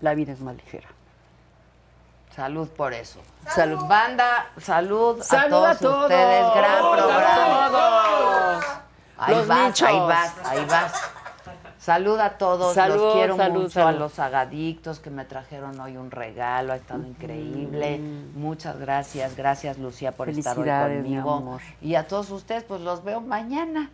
Speaker 5: la vida es más ligera.
Speaker 3: todo. Salud por eso.
Speaker 5: Salud.
Speaker 3: Banda, salud,
Speaker 5: Salud
Speaker 3: a, todos
Speaker 5: a todos.
Speaker 3: ustedes, gran
Speaker 5: Salud a
Speaker 3: programa.
Speaker 5: todos.
Speaker 3: Ahí
Speaker 5: Los
Speaker 3: vas,
Speaker 5: nichos.
Speaker 3: ahí vas, ahí vas. Salud a todos, los
Speaker 5: Salud,
Speaker 3: quiero
Speaker 5: salud,
Speaker 3: mucho a
Speaker 5: salud.
Speaker 3: los agadictos que me trajeron hoy un regalo, ha estado increíble. Muchas gracias, gracias Lucía por estar hoy
Speaker 5: Mm. Felicidades, mi
Speaker 3: conmigo.
Speaker 5: amor.
Speaker 3: Y a todos ustedes, pues los veo mañana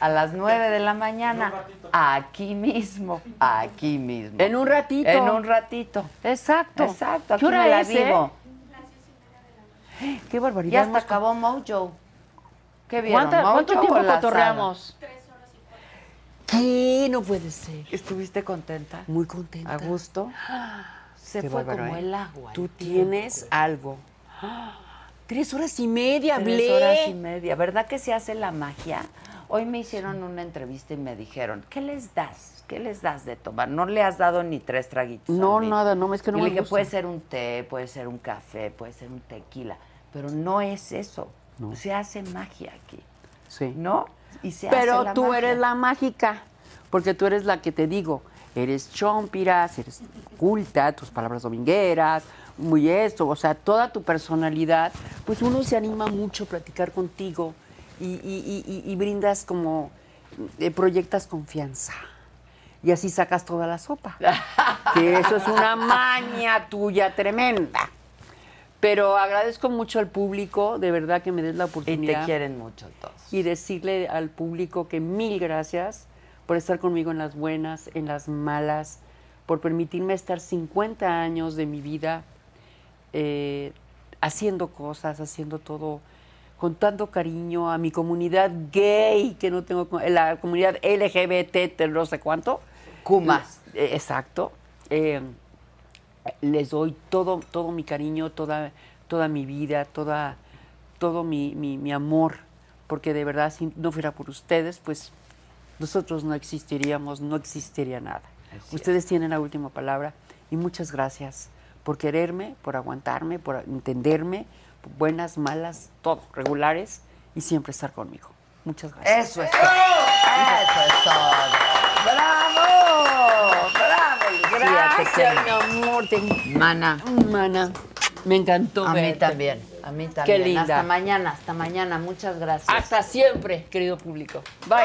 Speaker 3: a las 9 de la mañana, aquí mismo, aquí mismo.
Speaker 5: En un ratito.
Speaker 3: En un ratito.
Speaker 5: Exacto.
Speaker 3: Exacto, aquí
Speaker 5: ¿Qué hora
Speaker 3: me la
Speaker 5: es, eh?
Speaker 3: vivo.
Speaker 5: Qué barbaridad.
Speaker 3: Ya hasta
Speaker 5: hemos-
Speaker 3: acabó Mojo. ¿Qué vieron?
Speaker 5: ¿Cuánta-
Speaker 3: Mojo
Speaker 5: ¿Cuánto
Speaker 3: o
Speaker 5: tiempo
Speaker 3: la
Speaker 5: cotorreamos? ¿Qué? No puede ser.
Speaker 3: sala? ¿Estuviste contenta?
Speaker 5: Muy contenta.
Speaker 3: ¿A gusto? Se
Speaker 5: Qué
Speaker 3: fue
Speaker 5: bárbaro,
Speaker 3: como
Speaker 5: ¿eh?
Speaker 3: el agua.
Speaker 5: Tú
Speaker 3: el tiempo.
Speaker 5: tienes algo. ¡Ah! Tres horas y media hablé.
Speaker 3: Tres horas y media. ¿Verdad que se hace la magia? Hoy me hicieron una entrevista y me dijeron, ¿qué les das? ¿Qué les das de tomar? No le has dado ni tres traguitos. al
Speaker 5: No,
Speaker 3: vino.
Speaker 5: nada, no, es que no
Speaker 3: Y
Speaker 5: me
Speaker 3: le dije,
Speaker 5: gusta.
Speaker 3: puede ser un té, puede ser un café, puede ser un tequila, pero no es eso.
Speaker 5: No.
Speaker 3: Se hace magia aquí,
Speaker 5: Sí.
Speaker 3: ¿no? Y se hace
Speaker 5: Pero
Speaker 3: la
Speaker 5: tú
Speaker 3: magia.
Speaker 5: eres la mágica, porque tú eres la que te digo, eres chompiras, eres culta, tus palabras domingueras, muy esto, o sea, toda tu personalidad, pues uno se anima mucho a platicar contigo y, y- y- y- y brindas como, eh, proyectas confianza. Y así sacas toda la sopa. que eso es una maña tuya tremenda. Pero agradezco mucho al público, de verdad que me des la
Speaker 3: Y
Speaker 5: oportunidad.
Speaker 3: te quieren mucho todos.
Speaker 5: y decirle al público que mil gracias por estar conmigo en las buenas, en las malas, por permitirme estar 50 años de mi vida eh, haciendo cosas, haciendo todo, con tanto cariño a mi comunidad gay, que no tengo, co- la comunidad LGBT, te- no sé cuánto.
Speaker 3: Kumas.
Speaker 5: Eh, Exacto. Eh, les doy todo, todo mi cariño, toda, toda mi vida, toda, todo mi, mi- mi amor, porque de verdad si no fuera por ustedes, pues nosotros no existiríamos, no existiría nada. ustedes tienen la última palabra y muchas gracias por quererme, por aguantarme, por entenderme, buenas, malas, todo, regulares y siempre estar conmigo. Muchas gracias.
Speaker 3: Eso es todo. Eso es todo. ¡Bravo! ¡Bravo! Gracias, mi
Speaker 5: mi amor, te
Speaker 3: Mana.
Speaker 5: Mana, me encantó
Speaker 3: A mí
Speaker 5: verte.
Speaker 3: también. A mí también.
Speaker 5: linda.
Speaker 3: Hasta mañana, hasta mañana. Muchas gracias.
Speaker 5: Hasta siempre, querido público. Bye.